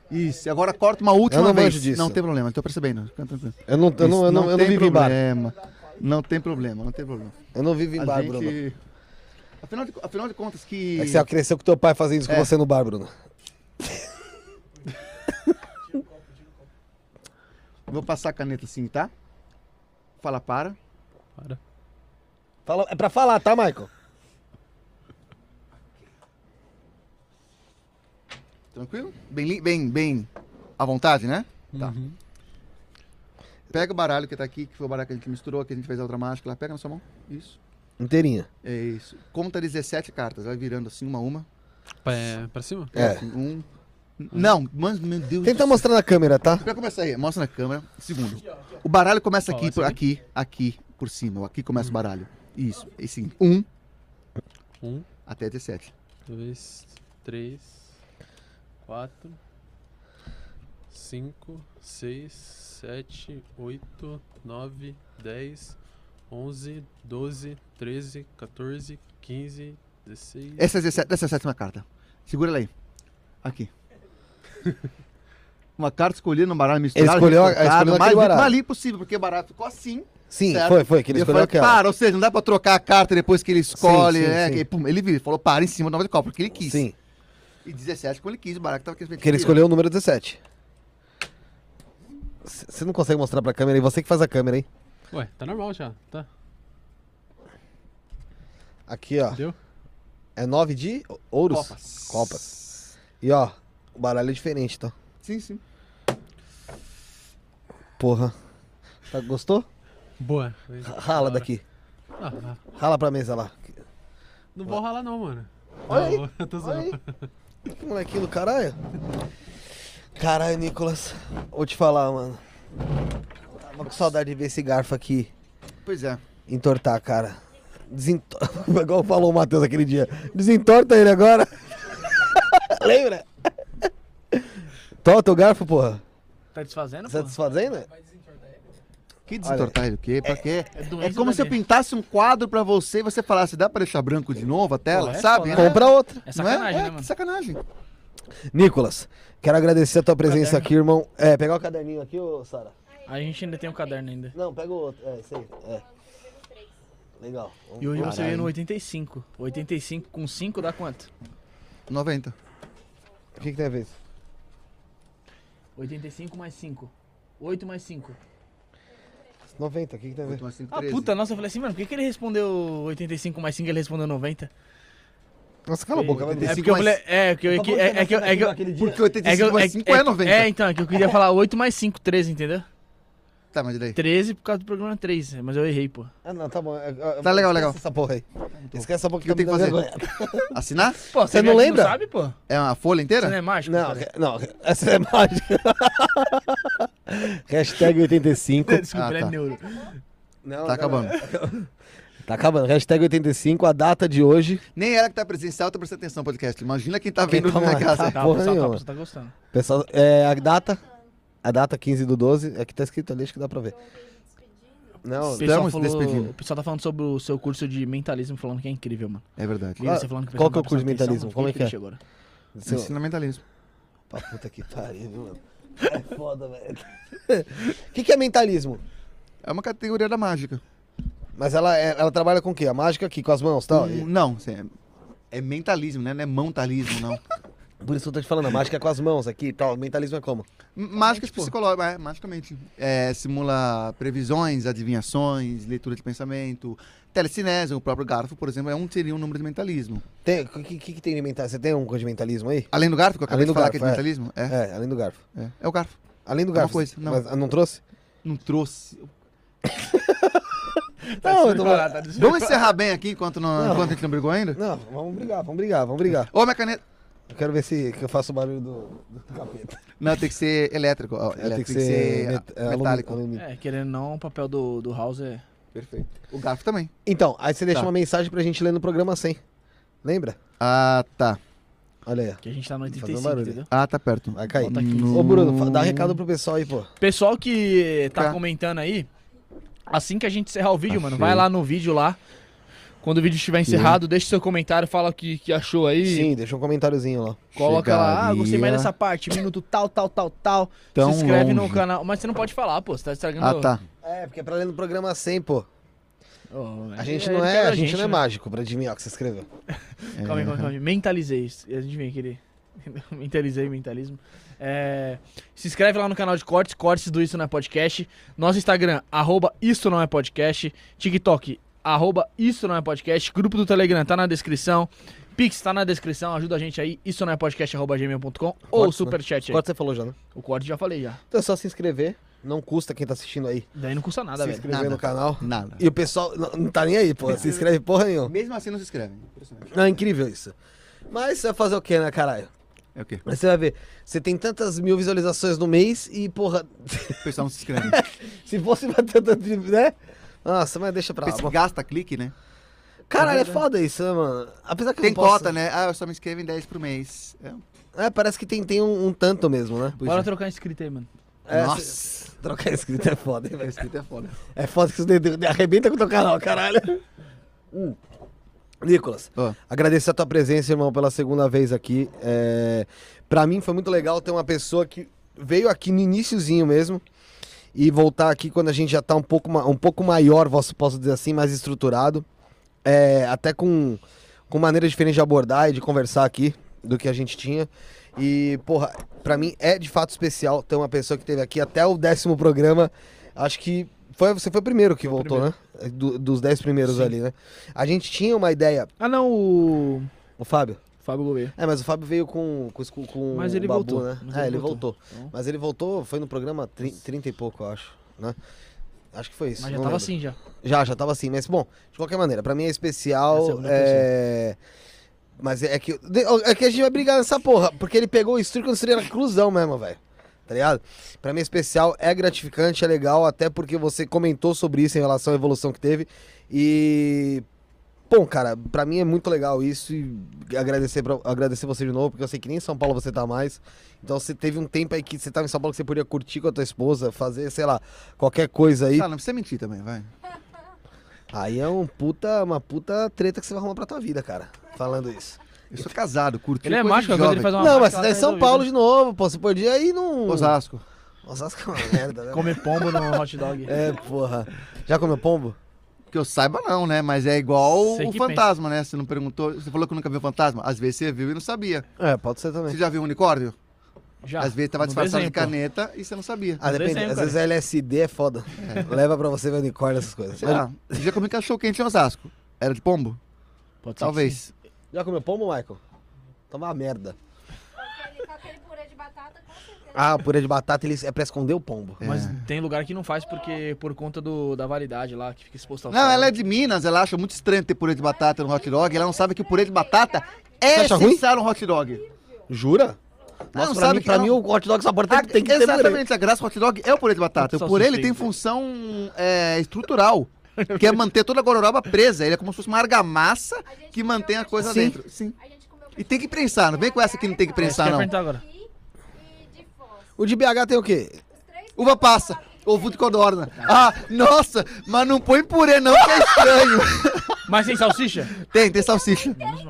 Speaker 3: Isso, e agora corta uma última
Speaker 1: Eu não
Speaker 3: vez.
Speaker 1: manjo disso.
Speaker 3: Não tem problema, tô percebendo. Fica tranquilo.
Speaker 1: Eu não, eu não, eu não, eu não
Speaker 3: tem
Speaker 1: vivo em bar.
Speaker 3: problema. Não tem problema, não tem problema.
Speaker 1: Eu não vivo em
Speaker 3: A
Speaker 1: bar,
Speaker 3: gente-
Speaker 1: Bruno.
Speaker 3: Afinal de, afinal de contas que...
Speaker 1: É que você cresceu com teu pai fazendo isso com
Speaker 3: É.
Speaker 1: você no bar, Bruno.
Speaker 3: Vou passar a caneta assim, tá? Fala para.
Speaker 5: Para.
Speaker 1: Fala, é pra falar, tá, Michael?
Speaker 3: Tranquilo? Bem, li- bem, bem À vontade, né? Tá.
Speaker 5: Uhum.
Speaker 3: Pega o baralho que tá aqui, que foi o baralho que a gente misturou, que a gente fez a outra mágica lá. Pega na sua mão. Isso.
Speaker 1: Inteirinha.
Speaker 3: É isso. Conta 17 cartas. Vai virando assim, uma a uma.
Speaker 5: Pra, é, pra cima?
Speaker 1: É.
Speaker 3: Assim, um. Não, mas, meu Deus
Speaker 1: Tenta mostrar na câmera, tá?
Speaker 3: Pra começar aí, mostra na câmera. Segundo. O baralho começa
Speaker 5: Ó,
Speaker 3: aqui,
Speaker 5: essa
Speaker 3: por,
Speaker 5: aqui?
Speaker 3: aqui, aqui, por cima. Aqui começa o baralho. Isso. E sim. Um
Speaker 5: Um,
Speaker 3: até 17.
Speaker 5: dois, três, quatro, cinco, seis, sete, oito, nove, dez, onze, doze, treze, 14, quinze, dezesseis.
Speaker 3: Essa é, a 17, essa é a sétima carta. Segura ela aí. Aqui. Uma carta escolhida no baralho misturado.
Speaker 1: escolheu a-
Speaker 3: recortada,
Speaker 1: escolheu
Speaker 3: mais
Speaker 1: aquele baralho.
Speaker 3: mais ali possível, porque o baralho ficou assim.
Speaker 1: Sim,
Speaker 3: Certo.
Speaker 1: foi, foi. Que ele
Speaker 3: Ele
Speaker 1: escolheu
Speaker 3: falou,
Speaker 1: aquela.
Speaker 3: para, ou seja, não dá pra trocar a carta depois que ele escolhe,
Speaker 1: sim,
Speaker 3: né?
Speaker 1: sim.
Speaker 3: Que, pum, ele vira, falou, para em cima do nome do copo, porque ele quis.
Speaker 1: Sim,
Speaker 3: E 17 quando ele quis, o baralho tava
Speaker 1: que ele escolheu o número 17. C- Você não consegue mostrar pra câmera, e você que faz a câmera, hein?
Speaker 5: Ué, tá normal já, tá?
Speaker 1: Aqui, ó.
Speaker 5: Deu?
Speaker 1: É 9 de ouros.
Speaker 3: Copas.
Speaker 1: Copas. E ó, o baralho é diferente, tá?
Speaker 3: Sim, sim.
Speaker 1: Porra. Tá, gostou?
Speaker 5: Boa.
Speaker 1: Ra- Rala
Speaker 5: Bora.
Speaker 1: daqui.
Speaker 5: Ah,
Speaker 1: Rala pra mesa lá.
Speaker 5: não vou ralar não, mano.
Speaker 1: Olha aí,
Speaker 5: Não, eu tô
Speaker 1: Olha
Speaker 5: zoando.
Speaker 1: aí. Que molequinho do caralho. Caralho, Nicolas. Vou te falar, mano. Tava com saudade de ver esse garfo aqui.
Speaker 3: Pois é.
Speaker 1: entortar, cara. Desentor... Igual falou o Matheus aquele dia. Desentorta ele agora. Lembra? Tota o garfo, porra.
Speaker 2: Tá desfazendo, pô?
Speaker 1: Satisfazendo? né?
Speaker 3: Que desentortar ele, o quê? Pra quê? É,
Speaker 2: doença
Speaker 3: como
Speaker 2: da
Speaker 3: se eu
Speaker 2: gente.
Speaker 3: pintasse um quadro pra você e você falasse, dá pra deixar branco de novo a tela,
Speaker 2: Pô, é
Speaker 3: sabe?
Speaker 2: foda,
Speaker 3: né?
Speaker 1: Compra outra.
Speaker 2: É
Speaker 3: Não
Speaker 2: sacanagem,
Speaker 3: é,
Speaker 2: né,
Speaker 3: que
Speaker 2: mano?
Speaker 3: sacanagem.
Speaker 1: Nicolas, quero agradecer a tua presença
Speaker 2: Caderno.
Speaker 1: aqui, irmão. É, pegar o caderninho aqui, ô Sara.
Speaker 2: A gente ainda tem um caderno ainda.
Speaker 1: Não, pega o outro. É, isso aí. É. Legal.
Speaker 2: E hoje você
Speaker 3: Caralho.
Speaker 2: veio no 85. 85 com 5 dá quanto?
Speaker 3: 90.
Speaker 1: O que, que tem a ver?
Speaker 2: 85 mais 5. 8 mais 5.
Speaker 1: 90, o que, que tem a ver?
Speaker 3: 8 mais 5,
Speaker 2: Ah, puta, nossa, eu falei assim, mano, por que, que ele respondeu 85 mais 5 ele respondeu 90?
Speaker 1: Nossa, cala a boca, vai
Speaker 2: É
Speaker 1: ver.
Speaker 3: 85
Speaker 2: porque eu
Speaker 3: mais-
Speaker 2: falei. É, que eu. É que, é, é que, eu- é que, eu-
Speaker 3: Porque
Speaker 2: é que
Speaker 3: 85
Speaker 2: eu-
Speaker 3: mais 5 é 90.
Speaker 2: É, então, é que eu queria falar 8 mais 5, 13, entendeu?
Speaker 3: Tá, mas e daí?
Speaker 2: 13 por causa do programa 3, mas eu errei, pô.
Speaker 1: Ah, não, tá bom. é, é,
Speaker 3: Tá legal,
Speaker 1: esquece
Speaker 3: legal.
Speaker 1: essa porra aí. Esquece essa porra que
Speaker 3: O que
Speaker 1: tá me
Speaker 3: eu tenho que
Speaker 1: dando
Speaker 3: fazer? Assinar?
Speaker 2: Pô,
Speaker 1: Você não
Speaker 2: vê aqui,
Speaker 1: lembra?
Speaker 2: sabe, pô?
Speaker 3: É uma
Speaker 2: Você
Speaker 3: folha
Speaker 2: não
Speaker 3: inteira?
Speaker 2: é mágico?
Speaker 1: Não,
Speaker 2: cara?
Speaker 1: re- não, re- essa é mágica. Hashtag 85.
Speaker 2: Desculpa,
Speaker 3: Ah,
Speaker 2: ele é
Speaker 3: tá.
Speaker 2: neuro.
Speaker 1: Não,
Speaker 3: Tá acabando.
Speaker 1: Tá acabando. Hashtag 85, a data de hoje.
Speaker 3: Nem ela que tá presencial tá prestando atenção no podcast. Imagina quem tá
Speaker 1: Quem
Speaker 3: vendo
Speaker 1: tá
Speaker 3: na
Speaker 1: lá,
Speaker 3: casa.
Speaker 1: tá.
Speaker 2: Tá,
Speaker 1: Porra
Speaker 2: o pessoal tá, o
Speaker 1: nenhuma.
Speaker 2: pessoal tá gostando.
Speaker 1: Pessoal, é, a data. A data 15 do 12. Aqui tá escrito ali, acho que dá pra ver. Não,
Speaker 2: O pessoal
Speaker 3: Estamos despedindo.
Speaker 2: O pessoal tá falando sobre o seu curso de mentalismo, falando que é incrível, mano.
Speaker 3: É verdade.
Speaker 1: Qual-
Speaker 2: Você falando
Speaker 1: qual
Speaker 2: o pessoal
Speaker 1: que é o
Speaker 2: tá
Speaker 1: curso de
Speaker 2: prestando
Speaker 1: mentalismo?
Speaker 2: atenção,
Speaker 1: Como é
Speaker 2: fiquei
Speaker 1: que é?
Speaker 2: triste agora.
Speaker 1: seu-
Speaker 3: Ensinamentalismo.
Speaker 1: Pra puta que pariu, viu, mano? É foda, velho. O que, que é mentalismo?
Speaker 3: É uma categoria da mágica.
Speaker 1: Mas ela, é- ela trabalha com o quê? A mágica aqui, com as mãos tá? e tal?
Speaker 3: Hum, não, assim, é, é mentalismo, né? Não é mentalismo, não.
Speaker 1: Por isso que eu tô te falando, a mágica é com as mãos aqui e tal. Mentalismo é como?
Speaker 3: M- Mágicas psicológicas, é, magicamente. É, simula previsões, adivinhações, leitura de pensamento, telecinese, o próprio garfo, por exemplo, é um seria um número de mentalismo.
Speaker 1: Tem- O que, que, que tem de mentalismo? Você tem alguma coisa de mentalismo aí?
Speaker 3: Além do garfo, que eu
Speaker 1: Além
Speaker 3: acabei de
Speaker 1: do
Speaker 3: falar que é de
Speaker 1: garfo,
Speaker 3: mentalismo, é,
Speaker 1: É, além do garfo.
Speaker 3: é. É o garfo.
Speaker 1: Além do
Speaker 3: É uma
Speaker 1: garfo.
Speaker 3: coisa, não.
Speaker 1: Mas, ah, não trouxe?
Speaker 3: Não trouxe.
Speaker 1: Não, eu tô-
Speaker 2: despreparado, tá despreparado.
Speaker 3: Vamos encerrar bem aqui enquanto, não, enquanto a gente não brigou ainda?
Speaker 1: Não, vamos brigar, vamos brigar, vamos brigar.
Speaker 3: Ô, minha caneta.
Speaker 1: Eu quero ver se que eu faço o barulho do, do capeta.
Speaker 3: Não, tem que ser elétrico. ó,
Speaker 1: É,
Speaker 3: elétrico, tem que ser,
Speaker 1: met- é, alumi-
Speaker 3: metálico.
Speaker 1: alumi-
Speaker 2: É, querendo ou não, o papel do, do House é.
Speaker 3: Perfeito. O garfo também.
Speaker 1: Então, aí você deixa
Speaker 3: Tá.
Speaker 1: uma mensagem pra gente ler no programa 100. Lembra?
Speaker 3: Ah, tá.
Speaker 1: Olha aí. ó.
Speaker 2: Que a gente tá no
Speaker 1: Fazendo
Speaker 2: 85,
Speaker 1: um barulho.
Speaker 2: entendeu?
Speaker 3: Ah, tá perto.
Speaker 1: Vai cair.
Speaker 2: Bota aqui.
Speaker 3: No-
Speaker 1: Ô, Bruno, fa- dá recado pro pessoal aí, pô.
Speaker 2: Pessoal que tá
Speaker 3: Tá.
Speaker 2: comentando aí, assim que a gente encerrar o vídeo, mano,
Speaker 3: Achei.
Speaker 2: vai lá no vídeo lá. Quando o vídeo estiver encerrado, deixa seu comentário, fala o que, que achou aí.
Speaker 1: Sim, deixa um comentáriozinho lá.
Speaker 2: Coloca lá, ah, gostei mais
Speaker 3: Chegaria.
Speaker 2: dessa parte, minuto tal, tal, tal, tal.
Speaker 3: Tão
Speaker 2: se inscreve no
Speaker 3: longe.
Speaker 2: canal. Mas você não pode falar, pô, você tá estragando.
Speaker 3: Ah, tá.
Speaker 1: É, porque é pra ler no programa 100, pô.
Speaker 2: Oh,
Speaker 1: A
Speaker 2: ele-
Speaker 1: gente
Speaker 2: ele
Speaker 1: não é,
Speaker 2: pega
Speaker 1: a gente não é
Speaker 2: né?
Speaker 1: mágico pra adivinhar o que você escreveu.
Speaker 2: Calma
Speaker 1: É,
Speaker 2: aí, calma aí, calma aí. Mentalizei isso. A gente vem aquele. Mentalizei, mentalismo. É, se inscreve lá no canal de cortes, cortes do Isso Não É Podcast. Nosso Instagram, arroba Isso Não É Podcast. TikTok, arroba Isso Não É Podcast. Grupo do Telegram tá na descrição. Pix tá na descrição, ajuda a gente aí. Isso não é podcast.gmail.com ou
Speaker 1: Cortes,
Speaker 2: superchat aí.
Speaker 1: Corte você falou já, né?
Speaker 2: O corte já falei já.
Speaker 1: Então é só se inscrever. Não custa quem tá assistindo aí.
Speaker 2: Daí não custa nada,
Speaker 1: se
Speaker 2: velho.
Speaker 1: inscrever
Speaker 3: Nada.
Speaker 1: no canal.
Speaker 3: Nada.
Speaker 1: E o pessoal não, não tá nem aí, pô. Se inscreve porra nenhuma.
Speaker 3: Mesmo assim não se inscreve. Impressionante.
Speaker 1: Não, é incrível isso. Mas você vai fazer o quê, né, caralho?
Speaker 3: É o quê?
Speaker 1: Mas você vai ver, você tem tantas mil visualizações no mês e, porra,
Speaker 3: O pessoal não se inscreve.
Speaker 1: se fosse bater tanto, de- né? Nossa, mas deixa pra lá.
Speaker 3: Esse gasta clique, né?
Speaker 1: Caralho, é foda isso, né, mano? Apesar que eu
Speaker 3: Uhum. Tem
Speaker 1: não posso-
Speaker 3: cota, né? Ah, eu só me inscrevo em 10 por mês. É,
Speaker 1: É, parece que tem, tem um, um tanto mesmo, né?
Speaker 2: Bora trocar inscrito aí, mano.
Speaker 1: É,
Speaker 3: Nossa.
Speaker 1: se- Trocar inscrito é foda, hein, velho?
Speaker 3: escrito é foda.
Speaker 1: É foda que isso de- arrebenta com o teu canal, caralho. Hum. Nicolas,
Speaker 3: Ó.
Speaker 1: agradecer a tua presença, irmão, pela segunda vez aqui. É... Pra mim foi muito legal ter uma pessoa que veio aqui no iniciozinho mesmo e voltar aqui quando a gente já tá um pouco, ma- um pouco maior, posso, posso dizer assim, mais estruturado. É, Até com, com maneira diferente de abordar e de conversar aqui do que a gente tinha. E, porra, pra mim é de fato especial ter uma pessoa que teve aqui até o décimo programa. Acho que foi, você foi o primeiro que voltou, né? Do- dos dez primeiros ali, né? A gente tinha uma ideia,
Speaker 2: Ah, não, o.
Speaker 1: o Fábio.
Speaker 2: Fábio Gouveia.
Speaker 1: É, mas o Fábio veio com, com, escu- com
Speaker 2: Mas ele
Speaker 1: o Babu,
Speaker 2: voltou,
Speaker 1: né?
Speaker 2: mas
Speaker 1: é, ele,
Speaker 2: ele
Speaker 1: voltou.
Speaker 2: voltou. Então.
Speaker 1: Mas ele voltou, foi no programa tri- 30 e pouco, eu acho, né? Acho que foi isso.
Speaker 2: Mas já
Speaker 1: não
Speaker 2: tava
Speaker 1: lembro.
Speaker 2: assim já.
Speaker 1: Já, já tava assim, mas bom, de qualquer maneira, pra mim é
Speaker 2: É a
Speaker 1: especial.
Speaker 2: segunda
Speaker 1: É... Mas é que, de- é que a gente vai brigar nessa porra, porque ele pegou o estúdio quando seria na cruzão mesmo, velho. Tá ligado? Pra mim é especial, é gratificante, é legal, até porque você comentou sobre isso em relação à evolução que teve. E. Bom, cara, pra mim é muito legal isso e agradecer, pra, agradecer você de novo, porque eu sei que nem em São Paulo você tá mais. Então você teve um tempo aí que você tava em São Paulo que você podia curtir com a tua esposa, fazer, sei lá, qualquer coisa aí.
Speaker 3: Tá, não precisa mentir também, vai.
Speaker 1: Aí é um puta, uma puta treta que você vai arrumar pra tua vida, cara. Falando isso.
Speaker 3: Eu sou casado, curti.
Speaker 2: Ele é
Speaker 3: coisa de
Speaker 2: mágico, quando ele
Speaker 3: jovem.
Speaker 2: faz um uma.
Speaker 1: não, mas
Speaker 2: mágica,
Speaker 1: você tá
Speaker 2: ela
Speaker 1: em
Speaker 2: tá
Speaker 1: São
Speaker 2: resolvida.
Speaker 1: Paulo de novo, pô. Você podia ir num.
Speaker 3: Osasco.
Speaker 1: Osasco é uma merda, né?
Speaker 2: Comer pombo no hot dog.
Speaker 1: É, porra. Já comeu pombo?
Speaker 3: Que eu saiba não, né? Mas é igual
Speaker 2: Sei
Speaker 3: o
Speaker 2: que
Speaker 3: fantasma, né? Você não perguntou, você falou que nunca viu fantasma? Às vezes você viu e não sabia.
Speaker 1: É, pode ser
Speaker 3: Você
Speaker 1: também.
Speaker 3: já viu um unicórnio?
Speaker 2: Já.
Speaker 3: Às vezes tava
Speaker 2: No
Speaker 3: disfarçado de
Speaker 2: desenho, pô.
Speaker 3: caneta e você não sabia.
Speaker 1: Ah,
Speaker 2: Não
Speaker 1: depende.
Speaker 2: desenho,
Speaker 1: Às vezes a LSD é foda. Leva pra você ver unicórnio, essas coisas.
Speaker 3: Sei lá.
Speaker 1: é.
Speaker 3: Você já comi cachorro quente em Osasco? Era de pombo?
Speaker 2: Pode ser que sim.
Speaker 3: Talvez.
Speaker 1: Já comeu pombo, Michael? Toma uma merda.
Speaker 4: Aquele- com aquele purê de batata, com certeza.
Speaker 1: Ah, o purê de batata ele é pra esconder o pombo.
Speaker 2: Mas
Speaker 3: É.
Speaker 2: tem lugar que não faz porque por conta do, da validade lá, que fica exposto ao
Speaker 3: Não, ela é de Minas, ela acha muito estranho ter purê de batata no hot dog. Ela não sabe que o purê de batata é
Speaker 1: Você acha ruim?
Speaker 3: essencial no hot dog.
Speaker 1: Jura?
Speaker 3: Não,
Speaker 1: Nossa, pra,
Speaker 3: sabe
Speaker 1: mim,
Speaker 3: que
Speaker 1: pra
Speaker 3: não.
Speaker 1: mim o hot dog sabor tem,
Speaker 3: Ah,
Speaker 1: tem que ter purê.
Speaker 3: exatamente, a graça do hot dog é o purê de batata.
Speaker 2: Só
Speaker 3: O purê ele
Speaker 2: suspeito.
Speaker 3: tem função é, estrutural, que é manter toda a gororoba presa. Ele é como se fosse uma argamassa
Speaker 4: A gente
Speaker 3: que
Speaker 4: comeu
Speaker 3: mantém a coisa
Speaker 1: Sim.
Speaker 3: dentro. Sim.
Speaker 4: A gente comeu
Speaker 3: E tem que prensar, não vem com essa que não tem que
Speaker 2: É isso que eu
Speaker 3: prensar,
Speaker 2: ia
Speaker 3: não.
Speaker 2: perguntar agora.
Speaker 4: Aqui e de Foz.
Speaker 1: O de BH tem o quê?
Speaker 4: Os três
Speaker 3: Uva passa, ovo de codorna. Ah, nossa, mas não põe purê não, que é estranho.
Speaker 2: Mas sem salsicha?
Speaker 3: Tem, tem salsicha.
Speaker 4: peças,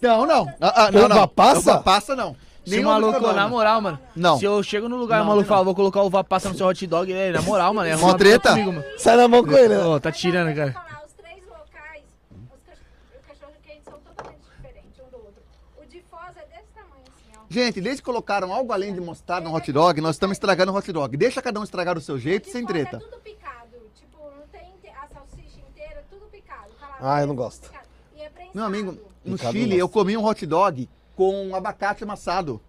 Speaker 3: Não, não. Ah, ah, não,
Speaker 1: Uva
Speaker 3: não.
Speaker 1: passa?
Speaker 3: Uva passa, não.
Speaker 2: Se o
Speaker 3: ovo de
Speaker 2: maluco,
Speaker 3: codorna.
Speaker 2: na moral, mano.
Speaker 3: é Não.
Speaker 2: Se eu chego no lugar e o
Speaker 3: Não,
Speaker 2: maluco
Speaker 3: não.
Speaker 2: fala, vou colocar uva passa no seu hot dog, é, na moral, mano. É
Speaker 3: Mó
Speaker 2: uma
Speaker 3: treta?
Speaker 2: Comigo, mano.
Speaker 1: Sai na mão com ele. né?
Speaker 2: Ô, tá tirando,
Speaker 4: Mas eu vou
Speaker 2: cara.
Speaker 4: falar, Os três locais, os cachorro- os cachorro-quentes são totalmente diferentes um do outro. O de Foz é desse tamanho, assim, ó.
Speaker 3: Gente, desde que colocaram algo além de mostarda no hot dog, nós estamos estragando o hot dog. Deixa cada um estragar do seu
Speaker 4: O
Speaker 3: jeito,
Speaker 4: de
Speaker 3: sem
Speaker 4: Foz
Speaker 3: treta.
Speaker 4: É tudo picado. Tipo, não tem inte- a salsicha inteira, é tudo picado. calabresa,
Speaker 1: Ah, eu não gosto.
Speaker 4: tudo picado. E é prensado.
Speaker 3: Meu amigo, no
Speaker 1: Ricardo
Speaker 3: Chile
Speaker 1: gosta.
Speaker 3: eu comi um hot dog com abacate amassado.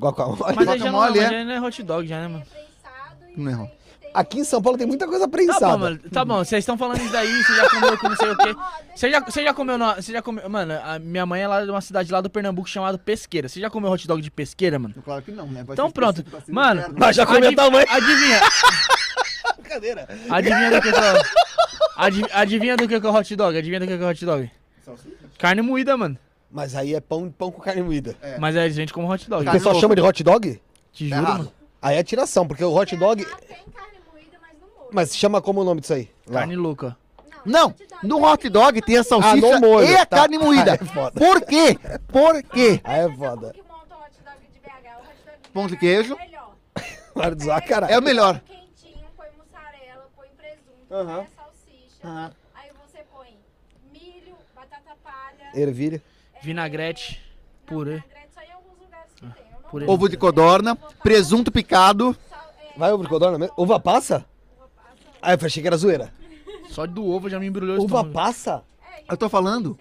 Speaker 1: Guacamole.
Speaker 2: Mas aí já não, é,
Speaker 3: Guacamole,
Speaker 2: mas
Speaker 3: é?
Speaker 2: já não é hot dog, já, né, mano?
Speaker 4: É prensado e
Speaker 3: Não é
Speaker 4: aí
Speaker 3: ruim.
Speaker 4: que tem
Speaker 1: Aqui em São Paulo tem muita coisa
Speaker 2: Tá
Speaker 1: prensada.
Speaker 2: bom, mano. Tá bom, vocês estão falando isso daí, você já comeu com não sei o quê. Você já, você já comeu. na- Você já comeu. Mano, a minha mãe é lá de uma cidade lá do Pernambuco chamada Pesqueira. Você já comeu hot dog de pesqueira, mano?
Speaker 3: Claro que não, né? Vai
Speaker 2: Então
Speaker 3: ser
Speaker 2: pronto.
Speaker 3: específico assim,
Speaker 2: Mano,
Speaker 3: não quero.
Speaker 1: Mas já comeu
Speaker 2: Adiv-
Speaker 1: tamanho.
Speaker 2: Adivinha.
Speaker 1: Brincadeira.
Speaker 2: Adivinha do que que é. Adi- Adivinha do que que é o hot dog? Adivinha do que que é o hot dog? Carne moída, mano.
Speaker 1: Mas aí é pão, pão com carne moída.
Speaker 3: É.
Speaker 2: Mas aí a gente come hot dog.
Speaker 1: O
Speaker 3: Carne
Speaker 1: pessoal
Speaker 3: louca.
Speaker 1: chama de hot dog?
Speaker 2: Te
Speaker 3: Tá
Speaker 2: juro,
Speaker 3: errado.
Speaker 2: mano.
Speaker 1: Aí é tiração, porque o hot dog.
Speaker 4: Ah, Tem carne moída, mas no molho.
Speaker 1: Mas chama como o nome disso aí? Lá.
Speaker 2: Carne louca.
Speaker 4: é
Speaker 3: Não, no hot dog tem a salsicha
Speaker 1: Ah, no molho,
Speaker 3: e a
Speaker 1: tá.
Speaker 3: carne moída.
Speaker 1: Aí é foda.
Speaker 3: Por quê? Por quê?
Speaker 1: Aí é foda.
Speaker 4: Que monta o hot dog de BH. O hot dog de
Speaker 3: Ah, Pão de
Speaker 4: BH
Speaker 3: queijo.
Speaker 4: É melhor.
Speaker 1: Para de zoar, caralho.
Speaker 3: É o melhor.
Speaker 4: Quentinho, põe mussarela, põe presunto,
Speaker 3: Aham.
Speaker 4: põe a salsicha.
Speaker 3: Aham.
Speaker 4: Aí você põe milho, batata palha.
Speaker 3: É
Speaker 1: Ervilha.
Speaker 2: Vinagrete. purê.
Speaker 4: Não, vinagrete só em alguns lugares que tem. Eu não
Speaker 2: Ah, Purê.
Speaker 4: gosto.
Speaker 3: Ovo de codorna, presunto picado.
Speaker 4: Sal- é,
Speaker 1: Vai ovo de codorna mesmo? Uva passa?
Speaker 4: uva passa.
Speaker 1: Ah, eu achei que era zoeira.
Speaker 2: Só do ovo já me embrulhou o
Speaker 1: Uva
Speaker 2: estômago.
Speaker 1: passa?
Speaker 4: É, e
Speaker 3: Eu tô falando.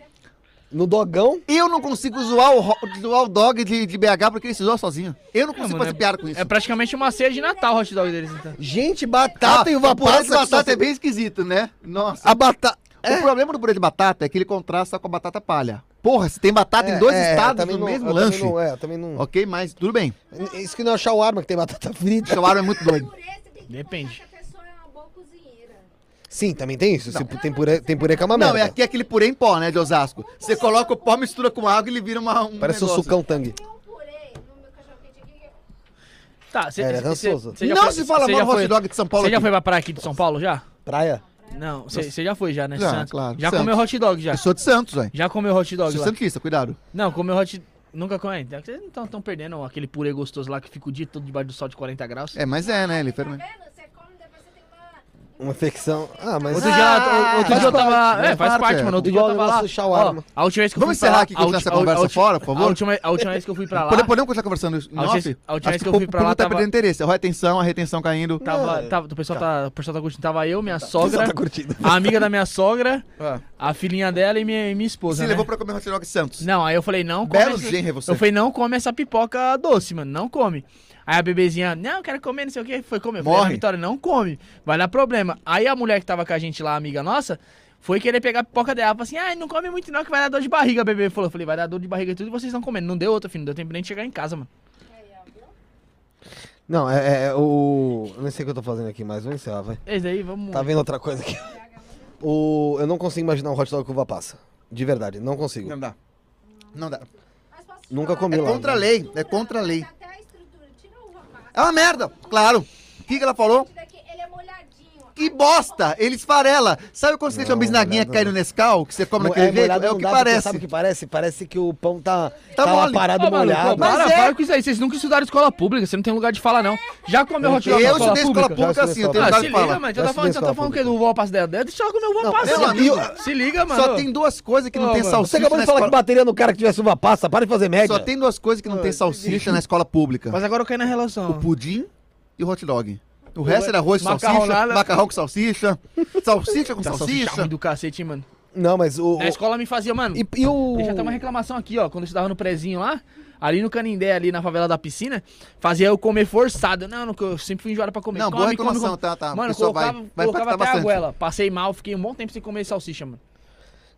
Speaker 1: No dogão?
Speaker 3: Eu não consigo zoar o, ro- zoar o dog de, de BH porque ele se zoa sozinho. Eu não consigo
Speaker 2: mano,
Speaker 3: fazer piada com isso.
Speaker 2: É praticamente uma ceia de Natal o hot dog deles, então.
Speaker 1: Gente, batata
Speaker 3: Ah,
Speaker 1: e
Speaker 3: o
Speaker 1: uva
Speaker 3: purê de
Speaker 1: passa. que
Speaker 3: batata
Speaker 1: só-
Speaker 3: é bem esquisito, né? Nossa.
Speaker 1: A batata.
Speaker 2: É.
Speaker 3: O problema do purê de batata é que ele contrasta com a batata palha. Porra, se tem batata em dois
Speaker 1: É, é,
Speaker 3: estados
Speaker 1: também
Speaker 3: no
Speaker 1: não-
Speaker 3: mesmo
Speaker 1: eu
Speaker 3: lanche.
Speaker 1: Também não, é, eu também não.
Speaker 3: Ok, mas tudo bem.
Speaker 1: Isso que não é shawarma, que tem batata
Speaker 3: O
Speaker 1: frita.
Speaker 3: Chihuahua é muito doido.
Speaker 4: Purê, você tem que
Speaker 2: Depende.
Speaker 4: contar que a pessoa é uma boa cozinheira.
Speaker 1: Sim, também tem isso. Se tem, purê, tem purê que é uma
Speaker 3: Não,
Speaker 1: merda.
Speaker 3: é aqui aquele purê em pó, né, de Osasco. Você coloca o pó, mistura com água e ele vira uma, um
Speaker 1: Parece um
Speaker 3: negócio.
Speaker 1: sucão tangue.
Speaker 4: E um purê no meu cachorro quente aqui,
Speaker 2: Tá, você.
Speaker 1: É, ele é rançoso.
Speaker 3: Não se fala mal do hot dog de São Paulo
Speaker 2: Você já
Speaker 3: aqui.
Speaker 2: foi pra praia aqui de São Paulo já?
Speaker 1: Praia?
Speaker 2: Não, você você já foi já, né?
Speaker 3: Já,
Speaker 2: Santos?
Speaker 3: Ah, claro,
Speaker 2: Já
Speaker 3: Santos.
Speaker 2: comeu hot dog já?
Speaker 3: Eu sou de Santos, velho.
Speaker 2: Já comeu hot dog
Speaker 3: Sou
Speaker 2: lá?
Speaker 3: santista, cuidado.
Speaker 2: Não, comeu hot. Nunca comeu. Então, Vocês não estão perdendo aquele purê gostoso lá que fica o dia todo debaixo do sol de 40 graus.
Speaker 3: É, mas é, né, ele
Speaker 4: ó.
Speaker 3: fermenta.
Speaker 4: Tá vendo? Você come, depois você tem uma...
Speaker 1: Uma infecção. Ah, mas.
Speaker 2: Outro dia,
Speaker 3: Ah,
Speaker 2: outro
Speaker 1: faz
Speaker 2: dia eu tava.
Speaker 3: parte,
Speaker 2: é,
Speaker 3: né?
Speaker 2: faz
Speaker 3: Parte,
Speaker 2: parte,
Speaker 3: é.
Speaker 2: mano. Outro
Speaker 1: Igual
Speaker 2: dia eu
Speaker 1: o
Speaker 2: tava lá.
Speaker 1: nosso shawarma.
Speaker 2: Ó, a última vez que eu
Speaker 3: Vamos
Speaker 2: fui pra
Speaker 3: encerrar
Speaker 2: lá-
Speaker 3: aqui e
Speaker 2: a
Speaker 3: continuar
Speaker 2: ulti-
Speaker 3: essa conversa
Speaker 2: a ulti-
Speaker 3: fora, por favor?
Speaker 2: A última, a última vez que eu fui pra lá.
Speaker 3: Podemos, podemos continuar conversando em
Speaker 2: A última vez-
Speaker 3: off?
Speaker 2: a última
Speaker 3: Acho
Speaker 2: vez que eu
Speaker 3: o
Speaker 2: fui pra
Speaker 3: povo
Speaker 2: lá,
Speaker 3: tá
Speaker 2: tava- Tá
Speaker 3: perdendo interesse. Olha a atenção, a retenção caindo.
Speaker 2: Tava, tava, o pessoal tá, o pessoal tá curtindo. Tava eu, minha
Speaker 1: Você
Speaker 2: sogra,
Speaker 1: tá curtindo.
Speaker 2: a amiga da minha sogra,
Speaker 3: Ah.
Speaker 2: a filhinha dela e minha, e minha
Speaker 3: Você
Speaker 2: esposa. né?
Speaker 3: levou pra comer hot dog em Santos.
Speaker 2: Não, aí eu falei, não come.
Speaker 3: Belo
Speaker 2: essa-
Speaker 3: genro é você.
Speaker 2: Eu falei, não come essa pipoca doce, mano. Não come. Aí a bebezinha, não, eu quero comer, não sei o que. Foi comer. Eu falei, "Ah,
Speaker 3: Morre.
Speaker 2: Vitória, não come. Vai dar problema. Aí a mulher que tava com a gente lá, amiga nossa, foi querer pegar a pipoca dela. Ela falou assim, ai, não come muito não, que vai dar dor de barriga, bebê. Falou, eu falei, vai dar dor de barriga e tudo, e vocês estão comendo. Não deu outra, filho. Não deu tempo nem de chegar em casa, mano.
Speaker 4: Aí, ó, viu?
Speaker 1: Não, é, é o. eu Não sei o que eu tô fazendo aqui, mas vamos encerrar, vai.
Speaker 2: Esse daí, vamos...
Speaker 1: Tá vendo outra coisa aqui? O... Eu não consigo imaginar um hot dog com uva passa. De verdade, não consigo.
Speaker 3: Não dá. Não dá.
Speaker 4: Mas posso te
Speaker 1: Nunca
Speaker 4: falar,
Speaker 1: comi
Speaker 3: É
Speaker 1: lá.
Speaker 3: contra a lei, é contra a lei.
Speaker 4: Até a estrutura. Tira o rapaz.
Speaker 3: É uma merda, claro. O que, que ela falou?
Speaker 4: Daqui, ele é molhadinho.
Speaker 3: Que bosta! Ele esfarela. Sabe quando você
Speaker 1: Não,
Speaker 3: deixa uma bisnaguinha
Speaker 1: molhado
Speaker 3: cair no Nescau, que você come daquele jeito?
Speaker 1: molhado
Speaker 3: É
Speaker 1: não
Speaker 3: o que
Speaker 1: dá, porque
Speaker 3: parece.
Speaker 1: Sabe o que parece? Parece que o pão tá,
Speaker 3: Tá
Speaker 1: tá lá
Speaker 3: mole.
Speaker 1: parado
Speaker 2: Ô, mano,
Speaker 1: molhado.
Speaker 2: para,
Speaker 3: Mas é-
Speaker 2: para com isso aí. Vocês nunca estudaram escola pública, você não tem lugar de falar, não. Já comeu hot dog na
Speaker 3: Eu
Speaker 2: escola
Speaker 3: estudei
Speaker 2: pública?
Speaker 3: escola pública
Speaker 1: Já
Speaker 3: assim, eu
Speaker 1: estudei escola
Speaker 2: Ah,
Speaker 3: tenho vontade
Speaker 2: se
Speaker 3: de
Speaker 2: liga,
Speaker 3: falar.
Speaker 2: mano. Então
Speaker 1: Já
Speaker 2: tá falando,
Speaker 1: estudei
Speaker 2: você tá
Speaker 1: escola
Speaker 2: falando o quê?
Speaker 1: pública.
Speaker 2: Do uva passo dela? Deixa eu comer o uva
Speaker 1: Não,
Speaker 2: passo.
Speaker 1: meu
Speaker 2: mano.
Speaker 1: amigo-
Speaker 2: Se liga, mano.
Speaker 3: Só tem duas coisas que não
Speaker 2: Ô,
Speaker 3: tem
Speaker 2: mano.
Speaker 1: Você
Speaker 3: salsicha
Speaker 1: acabou de
Speaker 3: na
Speaker 1: falar que
Speaker 3: escola.
Speaker 1: bateria no cara que tivesse uva passa. Para de fazer média.
Speaker 3: Só tem duas coisas que não tem salsicha na escola pública.
Speaker 1: é
Speaker 2: Mas agora eu caí na relação.
Speaker 3: O pudim e o hot dog. O resto era arroz com salsicha,
Speaker 2: Macarronada.
Speaker 3: macarrão com salsicha, salsicha com
Speaker 1: Tá
Speaker 2: Essa salsicha ruim
Speaker 3: salsicha.
Speaker 2: um do cacete, hein, mano.
Speaker 1: Não, mas o.
Speaker 2: Na escola me fazia, mano.
Speaker 1: E, e o.
Speaker 2: Deixa até uma reclamação aqui, ó. Quando eu estudava no prezinho lá, ali no Canindé, ali na favela da piscina, fazia eu comer forçado. Não, não, eu sempre fui enjoado pra comer.
Speaker 3: Não, boa reclamação, tá, tá.
Speaker 2: Mano,
Speaker 3: Pessoal,
Speaker 2: colocava,
Speaker 3: vai- vai
Speaker 2: colocava até
Speaker 3: impactar
Speaker 2: a
Speaker 3: bastante.
Speaker 2: goela. Passei mal, fiquei um bom tempo sem comer salsicha, mano.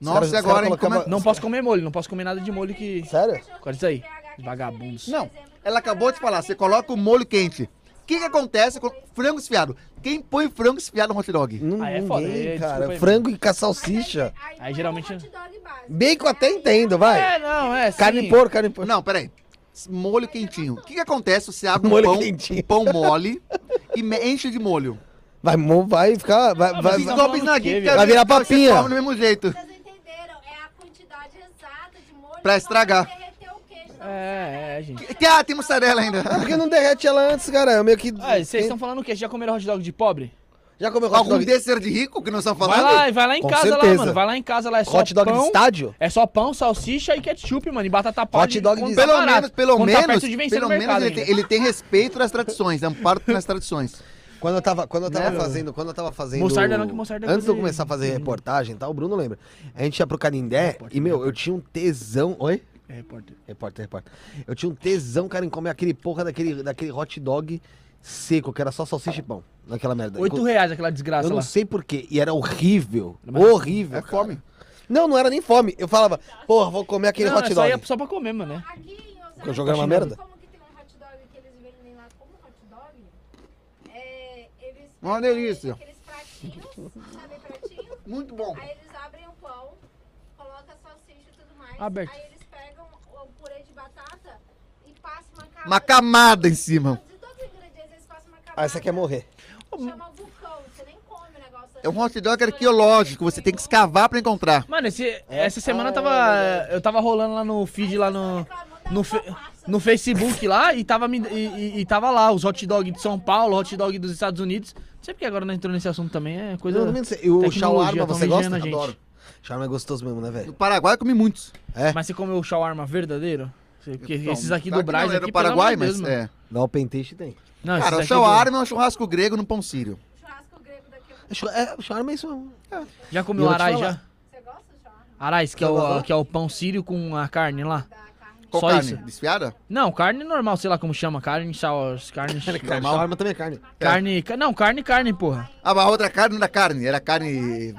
Speaker 1: Os caras-
Speaker 3: Nossa, e
Speaker 1: os
Speaker 3: agora,
Speaker 1: caras
Speaker 3: hein? Como é-
Speaker 1: colocavam-
Speaker 2: Não posso comer molho, não posso comer nada de molho que...
Speaker 1: Sério?
Speaker 2: Corta isso aí, vagabundos.
Speaker 3: Não, ela acabou de falar, você coloca o molho quente. O que, que acontece com frango esfiado? Quem põe frango esfiado no hot dog?
Speaker 1: Não,
Speaker 2: Ah, é
Speaker 1: ninguém,
Speaker 2: foda, é, desculpa
Speaker 1: cara.
Speaker 2: aí.
Speaker 1: Frango e com a salsicha.
Speaker 2: Aí,
Speaker 4: É
Speaker 2: geralmente-
Speaker 1: Bacon eu até entendo, vai.
Speaker 2: É, não, é sim.
Speaker 1: carne porco, carne porco.
Speaker 3: Não, peraí. Molho quentinho. O que, que acontece? Você abre um
Speaker 1: Molho
Speaker 3: pão,
Speaker 1: quentinho.
Speaker 3: um pão mole e me- enche de molho.
Speaker 1: Vai, mo- vai ficar. Vai, vai,
Speaker 2: mas
Speaker 1: vai-
Speaker 2: não-
Speaker 3: Igual bisnaguinha,
Speaker 2: Vai
Speaker 3: que é-
Speaker 1: virar
Speaker 3: você
Speaker 1: papinha.
Speaker 3: come do mesmo jeito.
Speaker 4: Vocês não entenderam, é a quantidade exata de molho.
Speaker 3: Pra
Speaker 4: só
Speaker 3: estragar.
Speaker 4: derreter o queijo, não
Speaker 2: É, é, gente.
Speaker 3: Que, ah, tem mussarela ainda.
Speaker 1: Ah, porque não derrete ela antes, cara. Eu meio que.
Speaker 2: Ah, vocês estão falando o quê? Vocês já comeram hot dog de pobre?
Speaker 1: Já comeu hot
Speaker 3: Algum
Speaker 1: dog?
Speaker 3: desses era de rico que nós estamos
Speaker 2: Vai
Speaker 3: falando?
Speaker 2: lá, vai lá em
Speaker 1: Com
Speaker 2: casa lá,
Speaker 1: certeza.
Speaker 2: mano. Vai lá em casa lá, é só
Speaker 1: Hot dog de
Speaker 2: pão,
Speaker 1: estádio?
Speaker 2: É só pão, salsicha e ketchup, mano. E batata palha.
Speaker 1: Hot dog
Speaker 2: quando
Speaker 1: de-
Speaker 2: tá
Speaker 3: Pelo
Speaker 2: barato,
Speaker 3: menos, pelo
Speaker 2: quando tá
Speaker 3: menos,
Speaker 2: perto de vencer
Speaker 3: pelo
Speaker 2: no mercado
Speaker 3: menos ele tem,
Speaker 2: ainda.
Speaker 3: ele tem respeito às tradições, amparo nas tradições.
Speaker 1: Quando eu tava, quando eu tava
Speaker 2: Né?
Speaker 1: fazendo, quando eu tava fazendo.
Speaker 2: Mostarda não, que mostarda é
Speaker 1: Antes de eu
Speaker 2: coisa de-
Speaker 1: começar a fazer reportagem e tal, o Bruno lembra. A gente ia pro Canindé e,
Speaker 2: né?
Speaker 1: meu, eu tinha um tesão. Oi?
Speaker 2: É, repórter.
Speaker 1: Repórter, repórter. Eu tinha um tesão, cara, em comer aquele porra daquele, daquele hot dog seco, que era só salsicha e pão. Naquela merda.
Speaker 2: 8 reais aquela desgraça
Speaker 1: Eu não
Speaker 2: lá.
Speaker 1: sei porquê. E era horrível.
Speaker 2: Mas-
Speaker 1: horrível.
Speaker 3: É
Speaker 1: cara.
Speaker 3: fome.
Speaker 1: Não, não era nem fome. Eu falava, porra, vou comer aquele
Speaker 2: Não,
Speaker 1: hot
Speaker 2: é só,
Speaker 1: dog.
Speaker 2: ia só pra comer, mano, né?
Speaker 4: Aqui em
Speaker 1: Porque o
Speaker 4: Osasco,
Speaker 1: jogo era uma merda?
Speaker 4: Como que tem um hot dog que eles vendem lá como hot dog? É, eles
Speaker 3: Uma
Speaker 4: pegam
Speaker 3: delícia.
Speaker 4: Aqueles pratinhos, sabe pratinho?
Speaker 3: Muito bom.
Speaker 4: Aí eles abrem o pão, colocam a salsicha e tudo mais.
Speaker 2: Aberto.
Speaker 4: Aí eles pegam o purê de batata e passam uma camada.
Speaker 3: Uma camada em cima.
Speaker 4: De todos os ingredientes eles passam uma camada.
Speaker 1: Ah, essa quer morrer.
Speaker 4: Chama vulcão, você nem come o negócio. assim.
Speaker 3: É um hot dog arqueológico, você tem que escavar pra encontrar.
Speaker 2: Mano, esse-
Speaker 3: É?
Speaker 2: essa semana eu tava.
Speaker 3: Ah,
Speaker 2: eu tava rolando lá no feed lá no. No, fe- no Facebook lá e tava, me- e, e- e tava lá os hot dog de São Paulo, hot dog dos Estados Unidos. Não sei porque agora não entrou nesse assunto também, é coisa.
Speaker 1: Não, não sei. E o
Speaker 2: tecnologia,
Speaker 1: shawarma,
Speaker 2: tão
Speaker 1: você
Speaker 2: vigiando
Speaker 1: gosta?
Speaker 2: a gente.
Speaker 1: Adoro. Shawarma é gostoso mesmo, né,
Speaker 3: No
Speaker 1: velho?
Speaker 3: Paraguai eu comi muitos.
Speaker 2: Mas você comeu o shawarma verdadeiro? Você- Porque esses aqui do
Speaker 3: Claro Então, que
Speaker 2: Braz
Speaker 3: não, era
Speaker 2: aqui,
Speaker 3: do Paraguai,
Speaker 2: pelo amor de
Speaker 3: mas
Speaker 2: Deus, mano.
Speaker 3: é.
Speaker 1: Na Open Taste tem.
Speaker 2: Não, esses
Speaker 3: Cara, o
Speaker 2: aqui do-
Speaker 3: shawarma é um churrasco grego num pão sírio.
Speaker 4: Churrasco grego daqui.
Speaker 1: É, shawarma é isso mesmo.
Speaker 2: Já
Speaker 1: E
Speaker 2: comeu
Speaker 1: eu vou te
Speaker 2: arai
Speaker 1: falar.
Speaker 2: já?
Speaker 4: Você gosta de churrasco?
Speaker 2: Arás, que é, o, que é o pão sírio com a carne lá.
Speaker 4: da carne.
Speaker 3: Qual
Speaker 2: Só
Speaker 3: carne?
Speaker 2: isso.
Speaker 3: Desfiada?
Speaker 2: Não, carne normal, sei lá como chama. Carne, sal, carne.
Speaker 1: Normal, arma também é carne.
Speaker 2: carne. ca- Não, carne, carne, porra.
Speaker 3: Ah, mas a outra carne da carne. Era carne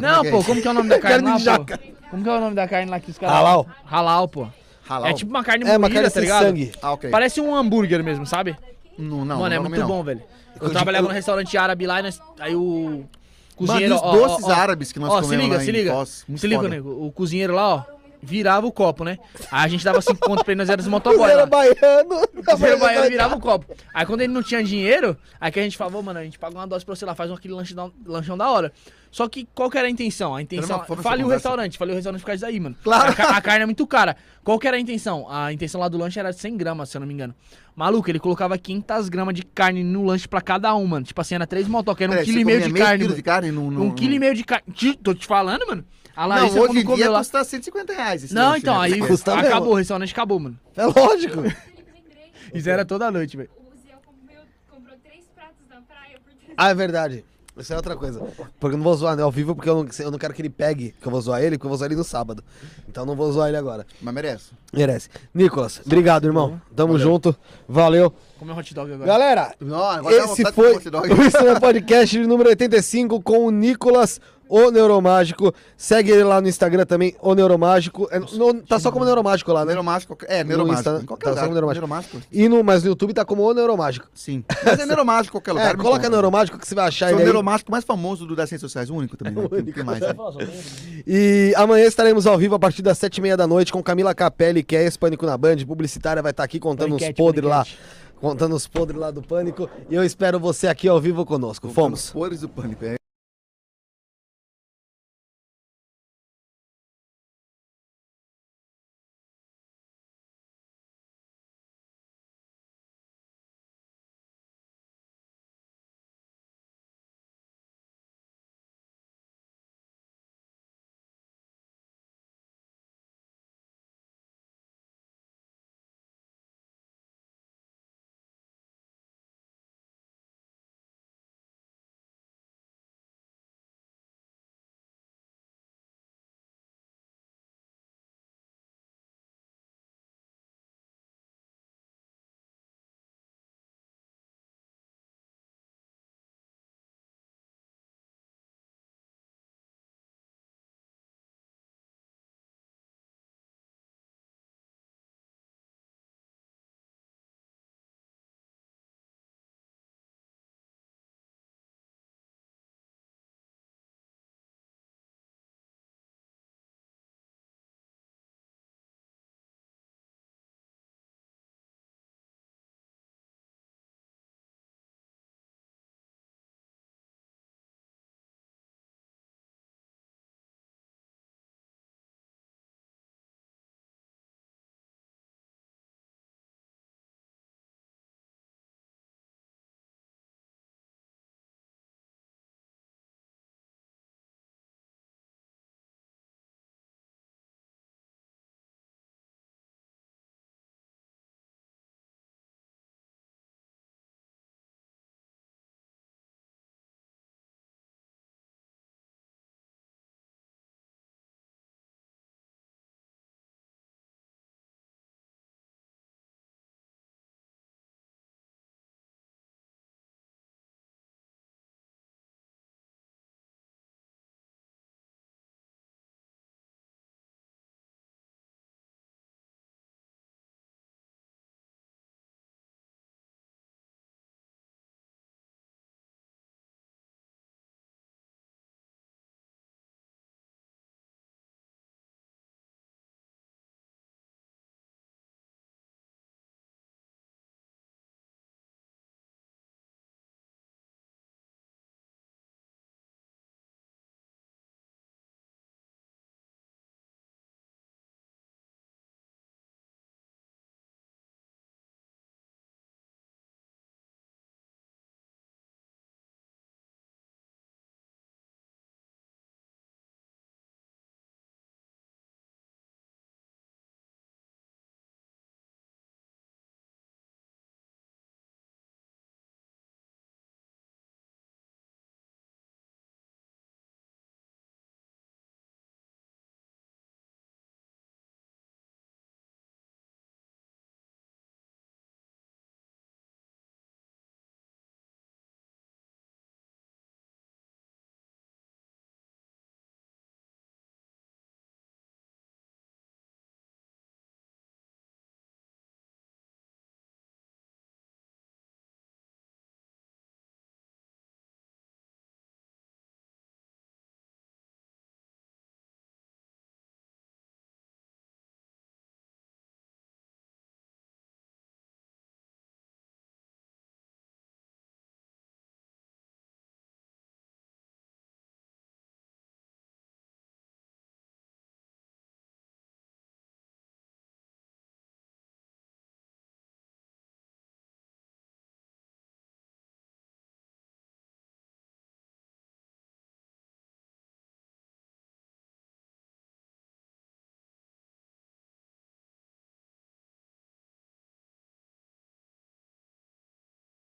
Speaker 2: Não,
Speaker 3: Como é que é
Speaker 2: pô, como que é o nome da carne
Speaker 1: Carne de
Speaker 2: lá, pô? Como que é o nome da carne lá que os caras.
Speaker 1: Halal.
Speaker 2: Halal, pô.
Speaker 3: Halal.
Speaker 2: É tipo uma carne
Speaker 1: É,
Speaker 2: moída,
Speaker 1: uma carne
Speaker 2: tá
Speaker 1: sem
Speaker 2: ligado?
Speaker 1: sangue.
Speaker 3: Ah, ok.
Speaker 2: Parece um hambúrguer mesmo, sabe?
Speaker 3: Não, não,
Speaker 2: Mano, é
Speaker 3: não,
Speaker 2: muito
Speaker 3: não.
Speaker 2: bom, velho. Eu
Speaker 3: Eu-
Speaker 2: trabalhava
Speaker 3: eu-
Speaker 2: num restaurante árabe lá e nós, aí o
Speaker 3: Mano, e
Speaker 2: cozinheiro...
Speaker 3: os
Speaker 2: ó, ó,
Speaker 3: doces
Speaker 2: ó,
Speaker 3: árabes que nós
Speaker 2: Ó, se
Speaker 3: comemos
Speaker 2: liga,
Speaker 3: lá
Speaker 2: se
Speaker 3: em
Speaker 2: liga.
Speaker 3: Foz, muito
Speaker 2: se liga,
Speaker 3: foda.
Speaker 2: nego. O cozinheiro lá, ó, virava o copo, né? Aí a gente dava 5 conto pra ele, nós éramos motoboy
Speaker 1: Cruzeiro
Speaker 2: lá.
Speaker 1: baiano.
Speaker 2: O cozinheiro baiano virava o copo. Aí quando ele não tinha dinheiro, aí que a gente falou, mano, a gente paga uma dose pra você lá, faz um aquele lanche da, lanchão da hora. Só que qual que era a intenção? A intenção.
Speaker 3: uma fome essa
Speaker 2: Fale o
Speaker 3: conversa.
Speaker 2: restaurante, falei o restaurante por causa daí, mano.
Speaker 3: Claro.
Speaker 2: A, ca- a carne é muito cara. Qual que era a intenção? A intenção lá do lanche era de 100 gramas, se eu não me engano. Maluco, ele colocava 500 gramas de carne no lanche pra cada um, mano. Tipo assim, era três motoca, era um
Speaker 3: Peraí,
Speaker 2: quilo e
Speaker 3: você
Speaker 2: meio
Speaker 3: comia
Speaker 2: de
Speaker 3: meio
Speaker 2: carne.
Speaker 3: quilo
Speaker 2: mano.
Speaker 3: de carne num... num-
Speaker 2: Um quilo e meio de carne. Ti- Tô te falando, mano. A
Speaker 3: Não,
Speaker 2: Larissa
Speaker 3: hoje
Speaker 2: quando
Speaker 3: em dia
Speaker 2: comeu lá.
Speaker 3: custa 150 reais esse
Speaker 2: Não,
Speaker 3: lanche,
Speaker 2: então,
Speaker 3: né?
Speaker 2: aí
Speaker 3: Porque-
Speaker 1: Custa mesmo.
Speaker 2: acabou, o restaurante acabou, mano.
Speaker 1: É lógico.
Speaker 4: Felipe, lembrei,
Speaker 2: Isso era toda noite, velho.
Speaker 4: o Zé comeu- comprou três pratos na praia por 300
Speaker 1: Ah, é verdade. Isso é outra coisa. Porque eu não vou zoar né, ao vivo, porque eu não, eu não quero que ele pegue, que eu vou zoar ele, porque eu vou zoar ele no sábado. Então eu não vou zoar ele agora.
Speaker 3: Mas merece.
Speaker 1: Merece. Nicolas, obrigado, irmão. Tamo junto. Valeu.
Speaker 2: Comeu hot dog agora.
Speaker 1: Galera,
Speaker 3: Não, agora dá
Speaker 1: esse
Speaker 3: Ah, vontade de
Speaker 1: foi
Speaker 3: comer hot dog.
Speaker 1: o Instagram Podcast número 85 com o Nicolas, o Neuromágico. Segue ele lá no Instagram também, o Neuromágico. É, no- tá só como Neuromágico lá, né?
Speaker 3: Neuromágico. É,
Speaker 1: Insta,
Speaker 3: neuromágico. Em qualquer
Speaker 1: tá,
Speaker 3: lugar.
Speaker 1: só neuromágico.
Speaker 3: Neuromágico.
Speaker 1: E no, mas no YouTube tá como o Neuromágico.
Speaker 3: Sim. Mas é neuromágico em qualquer lugar.
Speaker 1: É, coloca Neuromágico que você vai achar
Speaker 3: Sou o
Speaker 1: ele aí.
Speaker 3: neuromágico mais famoso do das redes sociais. O único também. né? Não tem mais. né?
Speaker 1: E amanhã estaremos ao vivo a partir das sete e meia da noite com Camila Capelli, que é ex-Pânico na Band, publicitária, vai estar aqui contando
Speaker 2: Paniquete,
Speaker 1: os podres lá.
Speaker 2: paniquete.
Speaker 1: Contando os podres lá do Pânico. E eu espero você aqui ao vivo conosco. Fomos.
Speaker 3: Cores do pânico. É